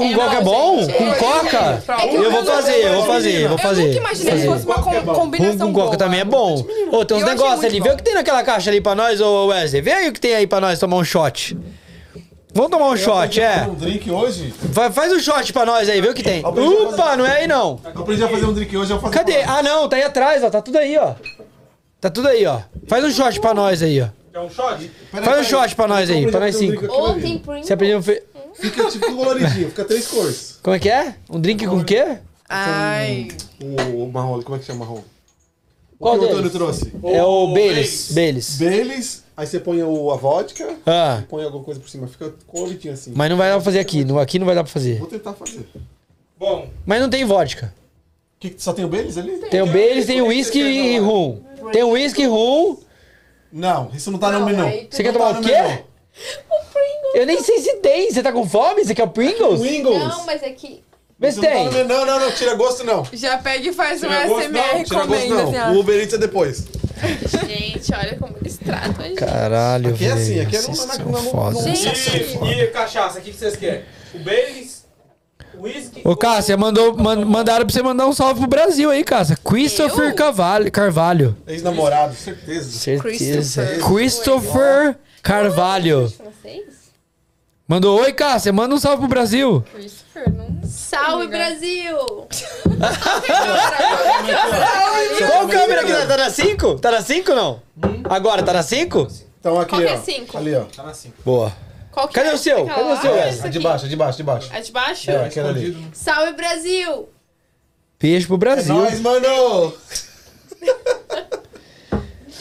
Fireball com
É,
coca é
não,
bom?
gente,
Com
é,
coca?
é, é que
eu
eu
vou
nunca-
fazer, eu vou fazer, eu vou fazer.
Eu nunca imaginei que
Vou
fosse
fazer.
uma
Coca é
com-
bom.
Rum
combinação
com coca
boa.
também é bom. Ô, tem uns
Eu achei
negócios
muito
ali. Vê
bom.
o que tem naquela caixa ali pra nós, ô Wesley. Vê aí o que tem aí pra nós tomar um shot. Vamos tomar um shot, é.
Um drink hoje?
Vai- faz um shot pra nós aí, vê o que tem. Upa, não é aí não.
Eu aprendi a fazer um drink hoje, eu faço...
Cadê? Ah, não, tá aí atrás, ó. Tá tudo aí, ó. Tá tudo aí, ó. Faz um shot pra nós aí, ó.
É um shot?
Peraí,
Faz um
peraí.
um
shot pra nós aí, pra nós cinco.
Ou tem print.
Você aprendeu... a fe-
Fica tipo coloridinho, fica três cores.
Como é que é? Um drink com o quê?
Ai.
O, o marrom, como é que chama marrom?
Qual
o que o
deles?
Antônio trouxe?
É o
Ô,
Beles. Beles.
Baileys, aí você põe o, a vodka,
Ah,
põe alguma coisa por cima, fica coloridinho assim.
mas não vai dar pra fazer aqui. no- Aqui não vai dar pra fazer.
Vou tentar fazer.
Bom,
Mas não tem vodka.
Que, só tem o Baileys ali?
Tem o Baileys, tem o whisky e rum. Tem o whisky e rum.
Não, isso não tá no
Não,
é
menu.
aí
Você
Você
quer
Não tá
tomar o
no
quê?
menu.
Eu nem sei se tem. Você tá com fome? Você quer o Pringles?
Pringles.
Não, mas é que.
Vê
Isso
se
não tá no
tem.
menu. Não, não, não, tira gosto não.
Já pega e faz um
Tira
é
gosto não,
SMR
tira gosto
comendo, assim,
não. O
ó.
Uber Eats é depois.
Gente, olha como eles tratam a gente.
Caralho,
Aqui é
velho.
assim, aqui é no-
vocês
na-
são
no- no-
foda.
no-
Gente.
e, e cachaça, o que que vocês querem? O Baileys, whisky...
Ô, Cássia, mandou, man- mandaram pra você mandar um salve pro Brasil aí, Cássia. Christopher
Eu?
Carvalho, Carvalho.
Ex-namorado, certeza.
Certeza.
Christopher.
Christopher Carvalho.
Francês?
Mandou, oi, Cássia, manda um salve pro Brasil.
Christopher, não.
Salve, Brasil!
Qual câmera que tá? Tá na 5? Tá na 5 não? Agora, tá na 5?
Então aqui,
Qual que é
ó.
cinco?
Ali, ó.
Tá na cinco.
Boa.
Qual que
Cadê
é?
o seu? Cadê o seu,
Ah,
Wesley?
esse
A de
aqui.
baixo, a de baixo, a de baixo.
A de baixo?
É, aquela ali.
Escondido, né?
Salve, Brasil!
Beijo pro
É
Brasil.
nóis, mano!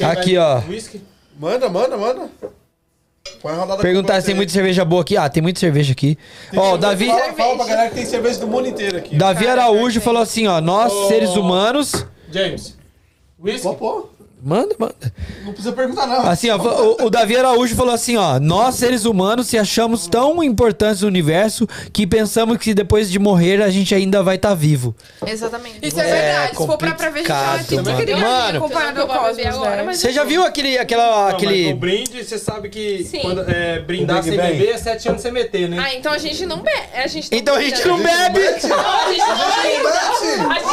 Aqui, ó.
Whisky?
Manda, manda, manda. Põe a rodada
Perguntar se
completa
tem
aí.
muita cerveja boa aqui. Ah, tem muita cerveja aqui. Ó, o Davi,
Fala, fala pra galera que tem cerveja do mundo inteiro aqui.
Davi Araújo falou assim, ó. Nós,
Ô.
seres humanos...
James, whisky?
Pô, pô,
Manda, manda.
não precisa perguntar, não.
Assim, ó, o, o Davi Araújo falou assim, ó. Nós, seres humanos, se achamos tão importantes no universo que pensamos que depois de morrer a gente ainda vai estar vivo.
Exatamente.
Isso é, verdade. Se for pra, pra ver, a gente é
complicado,
tipo
mano.
criança
Mano.
comparado ao Cosmos, né?
agora, mas
Você já viu aquele, aquela,
Não, mas
aquele...
O brinde, você sabe que
Sim.
quando, é, brindar
O Big
sem
Bang.
beber é sete anos sem meter, né?
Ah, então a gente não bebe. A gente não
Então a
bebe,
gente
né?
não bebe!
Não, a gente não bebe.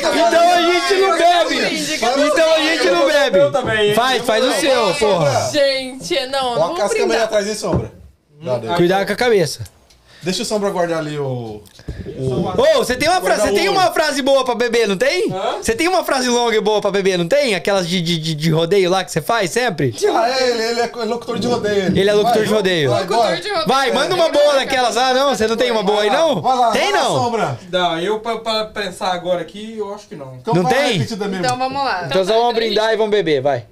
Então a gente não bebe!
Brinde,
Então a gente não
Eu
bebe!
também, hein?
Faz, faz o seu, porra!
Gente, não, não
Coloca
vou
as câmeras
brindar.
atrás em sombra. Dá, dá.
Cuidado com a cabeça.
Deixa o sombra guardar ali o.
Ô, você tem uma frase, você tem uma frase boa pra beber, não tem? Você tem uma frase longa e boa pra beber, não tem? Aquelas de, de, de- de rodeio lá que você faz sempre?
Ah, é, ele, ele é co- locutor de rodeio.
Ele é locutor
Vai,
de rodeio.
vai, bora.
Locutor de rodeio.
Vai, manda uma boa daquelas lá, não? Você não tem uma boa aí, não?
É. Vai lá,
Tem
vai lá,
não?
sombra.
Dá, eu pra, pra pensar agora aqui, eu acho que não.
Então
Não
vai
tem?
repetida mesmo.
Então vamos lá.
Então só vamos brindar e vamos beber, vai.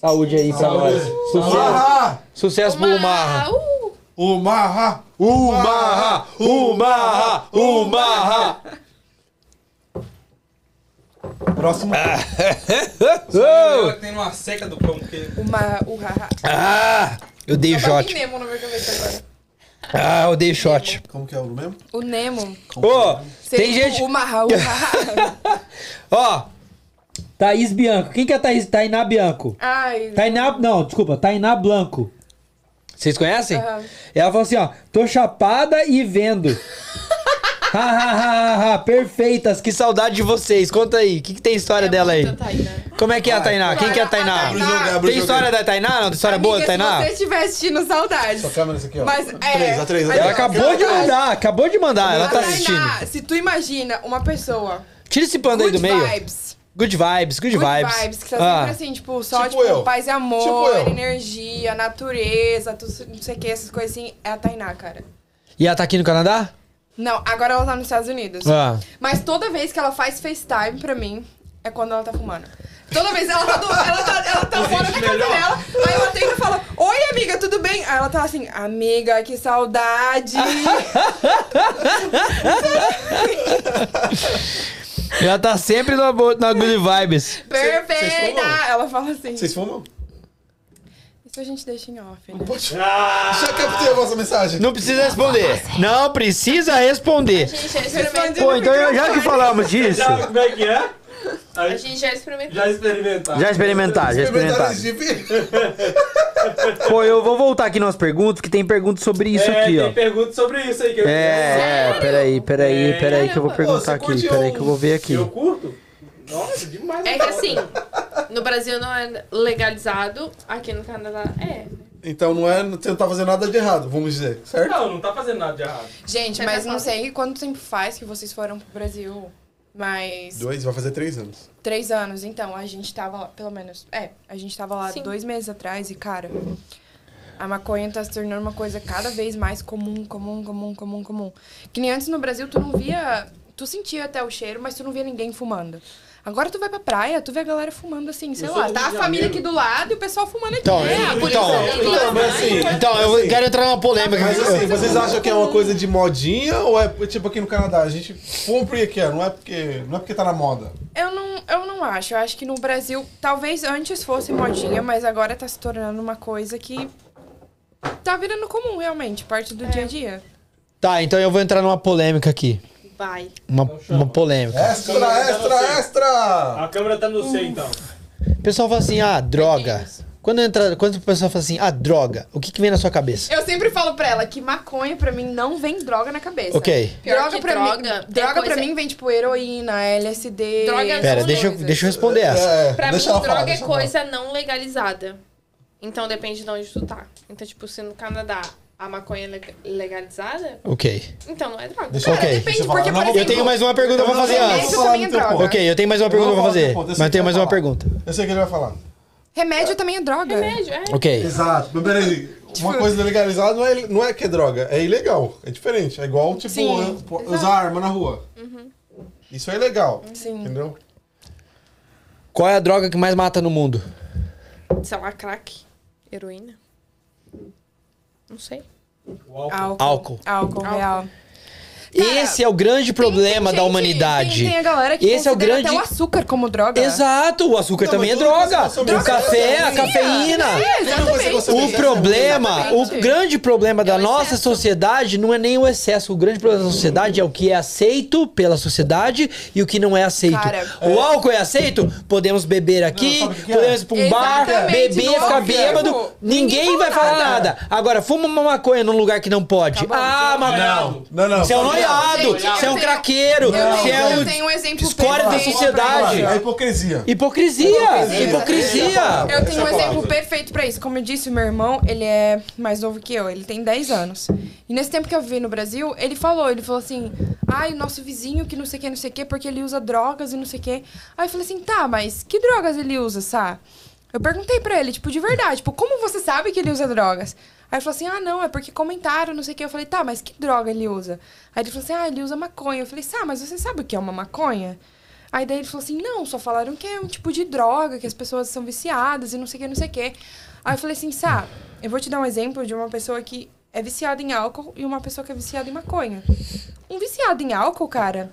Saúde aí pra nós. Sucesso.
Marra!
Sucesso pro Marra.
uh,
O Marra!
O Marra, o Marra, o Marra.
Próximo.
Oh!
Tem uma seca do pão, porque...
Uma, o haha.
(laughs) Ah, eu dei
O
shot.
Nemo na minha cabeça agora.
Ah, eu dei shot.
Como que é o nome mesmo?
O Nemo.
Ô, tem gente...
tipo O marra, o haha.
Ó, Thaís Bianco. Quem que é a Thaís? Tainá Bianco.
Ai.
Tainá, não, desculpa, Tainá Blanco. Vocês conhecem?
Aham.
Ela falou assim, ó, tô chapada e
(laughs)
vendo. Ha, ha, ha, ha, ha, perfeitas, que saudade de vocês. Conta aí, o que, que tem história
É
dela aí? Como é que é a Tainá? Quem que é a Tainá?
A
Abre
Tainá-
Tem
o jogo
história
aí.
da Tainá? Não, tem história boa da
Amiga,
Tainá?
Se você estiver assistindo, saudades.
Sua câmera, essa aqui, ó.
Mas é.
Três, a três, a
Mas
três.
Ela
não,
acabou de
saudades.
mandar, acabou de mandar, ela tá
Tainá,
assistindo.
Se tu imagina uma pessoa.
Tira esse panda aí
good
do meio.
vibes.
Good vibes, good
Good
vibes.
vibes. Que tá
Ah,
sempre assim, tipo, só
Tipo
tipo,
eu.
paz e amor,
Tipo eu.
energia, natureza, tudo, não sei o que, essas coisas assim. É a Tainá, cara.
E ela tá aqui no Canadá?
Não, agora ela tá nos Estados Unidos.
Ah.
Mas toda vez que ela faz FaceTime pra mim, é quando ela tá fumando. Toda vez ela tá, do, ela tá, ela tá fora da casa dela, aí eu atendo e falo, oi amiga, tudo bem? Aí ela tá assim, amiga,
(laughs)
que saudade.
Ela tá sempre na, bo- na good vibes.
vocês
Perfeita!
fumam?
Ela fala assim.
Vocês fumam?
Isso a gente deixa em off, né?
Pode. Já captei a vossa mensagem.
Não precisa responder. Não precisa responder.
Gente, já experimentou.
Pô, então eu- já que falamos disso,
Já, como é que é?
A gente já experimentou.
Já É, experimentar.
já experimentar, já experimentar.
esse chip?
Pô, eu vou voltar aqui nas perguntas, que tem perguntas sobre isso
é,
aqui,
tem
ó.
perguntas sobre isso aí que eu
É, é, peraí, peraí,
É.
peraí que eu vou
Caramba.
perguntar
Você
aqui,
curte
peraí
um-
que eu vou ver
que
aqui.
eu curto. Nossa, demais.
É que assim, no Brasil não é legalizado, aqui no Canadá é.
Então não é você não tá fazendo nada de errado, vamos dizer, certo?
Não, não tá fazendo nada de errado.
Gente,
Você
mas
vai
não
falar.
sei quanto tempo faz que vocês foram pro Brasil. Mas
Dois, vai fazer três anos.
três anos, então, a gente tava lá, pelo menos. É, a gente tava lá
Sim.
dois meses atrás e, cara, A maconha tá se tornando uma coisa cada vez mais comum, comum, comum, comum, comum. Que nem antes no Brasil tu não via. Tu sentia até o cheiro, mas tu não via ninguém fumando. Agora tu vai pra praia, tu vê a galera fumando assim, sei
Eu sou
lá.
do
Tá a
Rio de
família
Janeiro.
aqui do lado e o pessoal fumando aqui.
Então,
É, a polícia
então,
tem lá,
então,
mas
assim,
então, eu quero entrar numa polêmica.
Mas
aqui.
assim, vocês acham que é uma coisa de modinha ou é tipo aqui no Canadá? A gente fuma porque quer, não é porque, não é porque tá na moda.
Eu não, eu não acho. Eu acho que no Brasil, talvez antes fosse modinha, mas agora tá se tornando uma coisa que tá virando comum, realmente, parte do dia a dia.
Tá, então eu vou entrar numa polêmica aqui.
Vai.
Uma,
Então chama. É?
uma polêmica.
Extra, extra, extra!
A câmera tá no C, então.
O pessoal fala assim, ah, droga. Quando, entra, quando o pessoal fala assim, ah, droga, o que, que vem na sua cabeça?
Eu sempre falo pra ela que maconha pra mim não vem droga na cabeça.
Ok.
Pior
Droga
que
pra
droga,
mim,
tem
droga pra
coisa-
mim vem tipo heroína, LSD.
Droga é
Pera,
são
deixa eu,
coisas.
deixa eu responder essa.
É,
Pra
deixa
mim,
ela
droga
falar,
é
deixa ela falar.
coisa não legalizada. Então depende de onde tu tá. Então, tipo, se no Canadá a maconha é leg- legalizada,
Ok.
então não é droga.
Deixa eu-
Ok.
Depende,
Deixa eu falar.
porque,
Não,
por
vou-
Eu tenho mais uma pergunta pra
não
fazer
sei,
remédio
antes.
deixa eu falar
também
no
é
teu
droga.
ponto.
Ok, eu tenho mais uma pergunta pra
vou falar do
fazer.
teu ponto, eu sei
Mas eu
que
tenho
vai
mais uma
falar.
pergunta.
Eu sei que ele vai falar.
Remédio também é droga.
Remédio, é.
Ok.
Exato, mas peraí. Uma coisa legalizada não é, não é que é droga, é ilegal. É diferente. É igual, tipo,
Sim,
eu- pô, usar arma na rua. Isso é ilegal.
Sim.
Entendeu?
Qual é a droga que mais mata no mundo?
Sei lá, crack, heroína. Não sei.
O álcool.
Álcool.
Álcool.
Álcool, real.
Esse é o grande problema
Tem
da
gente-
humanidade.
Tem, tem a galera que
Esse é o
considera
grande-
até o açúcar como droga.
Exato, o açúcar
Não,
também é
mas tudo que você
droga.
consome
O
é
café, a
droga.
cafeína.
É, exatamente.
Você
O
fez essa
problema, o
Exatamente. É
grande problema da
o
nossa
excesso.
sociedade não é nem o excesso. O grande problema da sociedade é o que é aceito pela sociedade e o que não é aceito.
Cara,
o álcool é aceito? Podemos beber aqui,
Não, sabe o que é?
podemos ir pra um bar,
Exatamente,
beber,
não,
ficar
não,
bêbado.
não.
Ninguém
Ninguém
vai
fala
falar nada.
nada.
Agora, fuma uma maconha num lugar que não pode.
Tá bom,
ah, mas
Não.
Não, não.
Você é um noiado,
Gente, eu
você é um
tenho-
craqueiro,
Eu,
você é
tenho, eu
um
tenho um exemplo
escória da
perfeito.
sociedade.
É hipocrisia.
Hipocrisia!
é Hipocrisia.
Hipocrisia!
Eu
Essa é
tenho
a
um exemplo
palavra.
perfeito pra isso. Como eu disse, meu irmão, ele é mais novo que eu, ele tem 10 anos. E nesse tempo que eu vivi no Brasil, ele falou, ele falou assim: "Ai, o nosso vizinho que não sei o que, não sei o que, porque ele usa drogas e não sei o que". Aí eu falei assim: "Tá, mas que drogas ele usa, Sá?" Eu perguntei pra ele, tipo, de verdade, tipo, como você sabe que ele usa drogas? Aí ele falou assim: "Ah, não, é porque comentaram, não sei o que". Eu falei: "Tá, mas que droga ele usa?". Aí ele falou assim: "Ah, ele usa maconha". Eu falei: "Sá, mas você sabe o que é uma maconha?" Aí daí ele falou assim, não, só falaram que é um tipo de droga, que as pessoas são viciadas e não sei o que, não sei o que. Aí eu falei assim, Sá, eu vou te dar um exemplo de uma pessoa que é viciada em álcool e uma pessoa que é viciada em maconha. Um viciado em álcool, cara,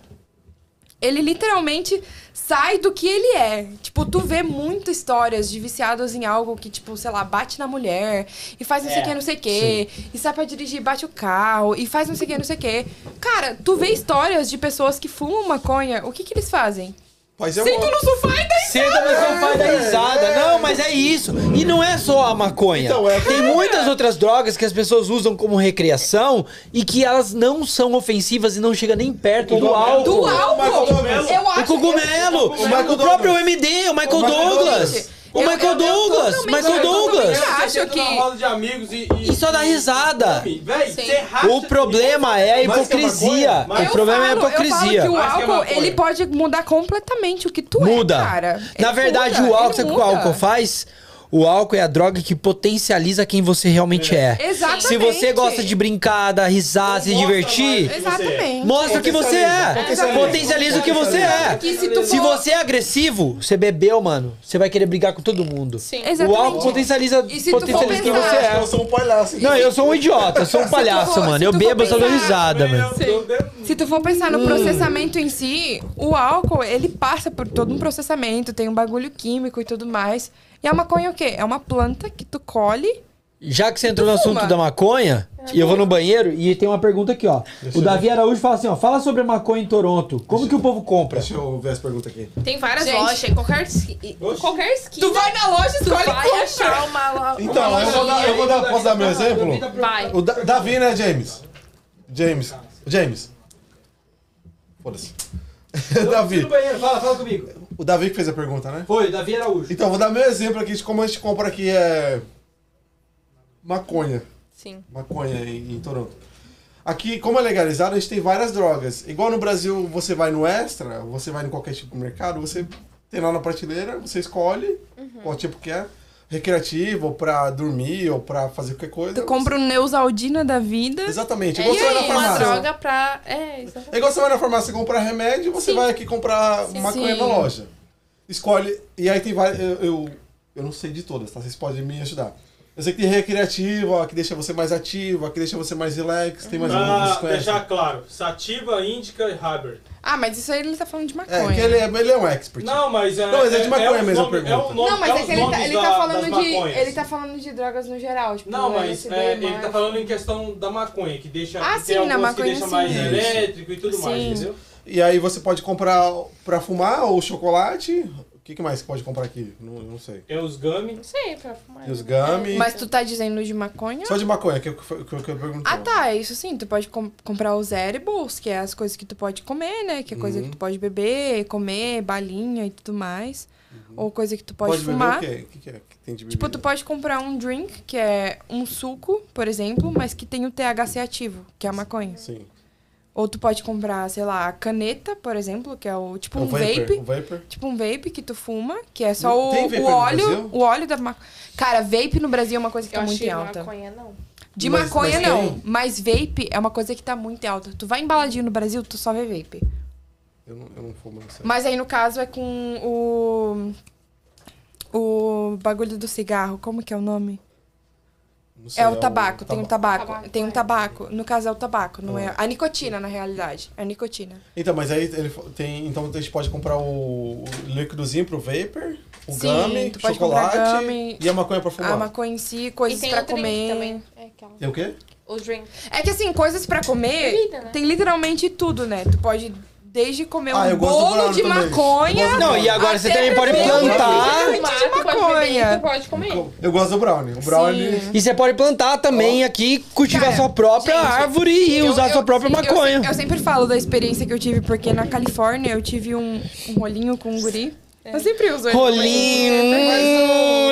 ele literalmente sai do que ele é. Tipo, tu vê muitas histórias de viciados em álcool que, tipo, sei lá, bate na mulher e faz não sei o que, não sei o que, e sai pra dirigir, bate o carro, e faz não sei o que, não sei o que. Cara, tu vê histórias de pessoas que fumam maconha, o que que eles fazem?
Mas é
Senta
uma...
no sofá e daí.
Senta no sofá e dá risada. Não, mas é isso. E não é só a maconha.
Então, é-
Tem muitas outras drogas que as pessoas usam como recreação e que elas não são ofensivas e não chegam nem perto do álcool.
Do
Michael
álcool!
Douglas.
Eu acho
O cogumelo,
O Michael
o, próprio
Douglas.
MD, o Michael
Michael
Douglas,
Douglas.
o
Eu-
Michael
eu- eu
Douglas,
totalmente-
Michael
eu totalmente
Douglas.
acho
Você senta
que-
numa roda de amigos e...
E só dá é risada.
Come, Véi,
Sim.
você racha...
O problema é a
Mais que a
hipocrisia.
maconha, mais-
O problema é a
falo- Eu
hipocrisia.
falo que o
Mas que é
álcool,
maconha.
ele pode mudar completamente o que tu
muda.
é, cara.
Na
Ele
verdade,
muda,
o álcool,
ele
sabe é o que o
muda.
álcool faz? O álcool é a droga que potencializa quem você realmente é.
Exatamente.
Se você gosta de brincar, dar risada, se
Mostra
divertir,
mais.
Exatamente.
mostra o que você é.
Potencializa.
Potencializa o que você é.
Que se tu
Se
for-
você é agressivo, você bebeu, mano. Você vai querer brigar com todo mundo.
Sim.
O
Exatamente.
álcool potencializa,
E se tu for
potencializa quem
pensar-
você é.
Eu sou um palhaço. então.
Não, eu sou um idiota, eu sou um palhaço,
for-
mano.
(laughs) se
Eu
tu for
bebo, eu só dou
é
pensar-
risada,
Meu
mano.
Deus, Deus.
Se tu for pensar
Hum.
no processamento em si, o álcool, ele passa por todo um processamento, tem um bagulho químico e tudo mais. E a maconha é o quê? É uma planta que tu colhe.
Já que você entrou no assunto
fuma? É.
da maconha, e eu vou no banheiro e tem uma pergunta aqui, ó. o Davi Araújo fala assim, ó, fala sobre a maconha em Toronto. Como que o povo compra?
Deixa eu ver essa pergunta aqui.
Tem várias
Gente.
lojas, em qualquer, esqui- em
Oxe.
qualquer esquina.
Tu vai na loja,
tu
escolhe e
vai
compra.
achar uma loja.
Então, eu vou dar, eu vou dar, posso dar meu exemplo?
tá
Vai.
O Da- Davi, né, James? James. James. Foda-se. (laughs)
Davi.
Davi.
Fala, fala comigo.
O Davi que fez a pergunta, né?
Foi, Davi Araújo.
Então, vou dar meu exemplo aqui de como a gente compra aqui é. Maconha.
Sim.
Maconha em, em Toronto. Aqui, como é legalizado, a gente tem várias drogas. Igual no Brasil, você vai no Extra,
Uhum.
você vai em qualquer tipo de mercado, você tem lá na prateleira, você escolhe qual tipo que é. recreativa, ou pra dormir, ou pra fazer qualquer coisa.
Tu compra um Neusaldina da vida.
Exatamente. É
É
igual você vai
isso,
na
uma
farmácia.
droga pra. É, exatamente.
É igual você vai na farmácia comprar remédio, você
Sim.
vai aqui comprar
Sim.
maconha
Sim.
na loja. Escolhe. E aí tem várias. Eu, eu, eu não sei de todas, tá? Vocês podem me ajudar. Eu sei que tem recreativa, que deixa você mais ativo, a que deixa você mais relax, tem mais alguma que
Pra
vocês conhecem?
deixar claro, Sativa, Índica e Haber.
Ah, mas isso aí ele tá falando de
É,
maconha.
que ele é, ele é um expert.
Não, mas é.
Não, mas é de maconha
os
mesmo a
nomes-
pergunta.
os nomes-
Não, mas
um os
é que ele tá,
nomes
ele
da-
tá
das
falando de.
maconhas.
Ele tá falando de drogas no geral, tipo.
Não, mas
LSD,
é, ele tá
macho.
falando em questão da maconha, que deixa.
Ah,
que tem
sim, na
algumas que
maconha,
deixa
sim.
mais
Isso.
elétrico e tudo mais,
Sim.
entendeu?
E aí você pode comprar pra fumar ou chocolate. O que, que mais que pode comprar aqui? Não, não sei.
É os gummy.
Não sei, pra fumar.
E os gummy.
Mas tu tá dizendo de maconha?
Só de maconha, que é o que foi- que eu, que eu perguntei.
Ah, tá, é isso sim. Tu pode com- comprar os edibles, que é as coisas que tu pode comer, né? Que é coisa que tu pode beber, comer, balinha e tudo mais. Ou coisa que tu pode,
beber
fumar.
o quê? O que, que é que tem de bebida?
Tipo, tu pode comprar um drink, que é um suco, por exemplo, mas que tem o THC ativo, que é a maconha.
Sim.
Ou tu pode comprar, sei lá, a caneta, por exemplo, que é o tipo
É
um
o vapor,
vape.
O vapor.
Tipo um vape que tu fuma, que é só o,
Tem vape
o
no
óleo.
Brasil?
O óleo da maconha. Cara, vape no Brasil é uma coisa que
Eu
tá
achei
muito em alta.
maconha, não.
De
Mas-
maconha
mas
não,
tem?
mas vape é uma coisa que tá muito em alta. Tu vai em baladinho no Brasil, tu só vê vape.
Eu não, eu não fumo nessa.
Mas aí no caso é com o. O bagulho do cigarro, como que é o nome?
Não sei,
É o tabaco, tem o tabaco.
Tabaco,
Tem um
é.
tabaco. No caso é o tabaco, não é.
Tabaco.
A nicotina, na realidade. É a nicotina.
Então, mas aí ele fa- tem. Então a gente pode comprar o, o líquidozinho pro vapor, o
Sim,
gummy,
tu pode
chocolate
comprar gummy.
e a maconha pra
A
fumar.
maconha em si,
E
coisas
tem
pra
o drink
comer.
também. É aquela.
Tem o quê?
O drink.
É que assim, coisas pra comer
Bebida, né?
tem literalmente tudo, né? Tu pode desde comer
Ah,
um
eu gosto do
bolo
brownie
de
também. Eu
maconha.
gosto do
Não, e agora você também pode
beber um
plantar.
drink.
Mato, pode
maconha.
beber, tu pode comer.
Eu gosto do brownie. O brownie.
E você pode plantar também aqui, cultivar
Cara,
sua própria
gente,
árvore e
Eu-
usar
eu-
sua própria
sim, eu
maconha.
se- Eu, sempre falo da experiência que eu tive, porque na Califórnia eu tive um, um rolinho com um guri.
É.
Eu sempre uso ele.
Rolinho, hum,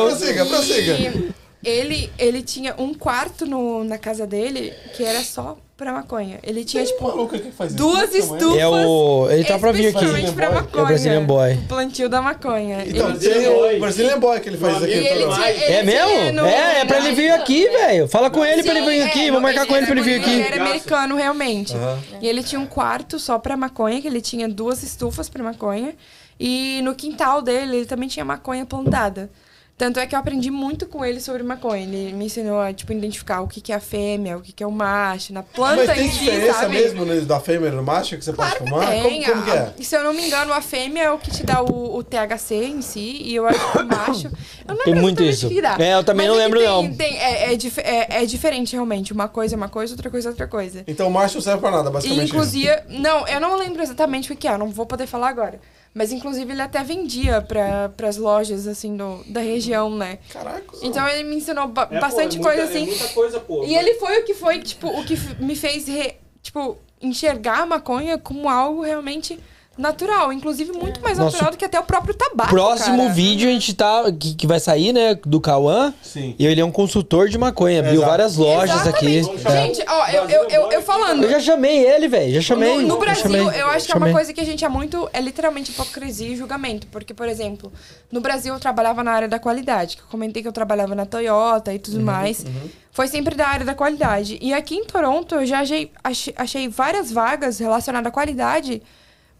rolinho.
Prossiga, prossiga.
E ele, ele tinha um quarto no, na casa dele que era só pra maconha. Ele tinha,
Tipo,
tipo,
maluco, o que faz isso?
duas
Também.
estufas.
É o- ele tá pra vir aqui.
especificamente pra
Boy. É o
maconha.
Brazilian Boy.
O plantio da maconha.
Então,
Ele- é
tem
Brazilian Boy.
o Brazilian Boy que ele faz
E
aqui.
ele
então.
tinha- ele
É
tinha
mesmo?
no-
É, é pra ele vir aqui, velho. Fala com ele pra ele vir
Sim,
aqui.
é,
Vou marcar com ele pra ele vir
Ele
aqui.
era americano, realmente. E ele tinha um quarto só pra maconha, que ele tinha duas estufas pra maconha. E no quintal dele, ele também tinha maconha plantada. Tanto é que eu aprendi muito com ele sobre maconha. Ele me ensinou a, tipo, identificar o que, que é a fêmea, o que, que é o macho, na planta
Mas tem
em si,
diferença
sabe?
mesmo né, da fêmea e do macho que você
Claro
pode
que
fumar?
tem. ah.
Como, como que
a-
é?
Se eu não me engano, a fêmea é o que te dá o, o THC em si, e eu acho que o macho. Eu não
Tem
lembro
muito
exatamente
isso.
o que dá.
É, eu também
Mas
não
é que
lembro,
tem-
não.
tem- é, é dif- é- é diferente, realmente. Uma coisa é uma coisa, outra coisa é outra coisa.
Então o macho não serve pra nada,
E,
basicamente.
inclusive, não, eu não lembro exatamente o que é, eu não vou poder falar agora. Mas, inclusive, ele até vendia pra, pras lojas, assim, do, da região, né?
isso. Caraca.
Então, ele me ensinou ba-
É, pô,
bastante
é muita-
coisa,
é
assim.
muita coisa, pô.
E ele foi o que foi, tipo, o que f- me fez, re- tipo, enxergar a maconha como algo realmente natural. Inclusive, muito mais
Nosso
natural do que até o próprio tabaco,
Próximo
cara.
vídeo a gente tá. Que, que vai sair, né? Do Cauã.
Sim.
E ele é um consultor de maconha. Abriu
Exato.
várias lojas
Exatamente.
aqui. É.
Gente, ó, eu, eu, eu, eu falando...
Eu já chamei ele, velho. Já chamei.
No, no
já
Brasil,
chamei,
eu acho que é
chamei.
uma coisa que a gente é muito. É literalmente hipocrisia e julgamento. Porque, por exemplo, no Brasil eu trabalhava na área da qualidade, que eu comentei que eu trabalhava na Toyota e
Uhum,
tudo mais. Foi sempre da área da qualidade. E aqui em Toronto eu já achei, achei, achei várias vagas relacionadas à qualidade,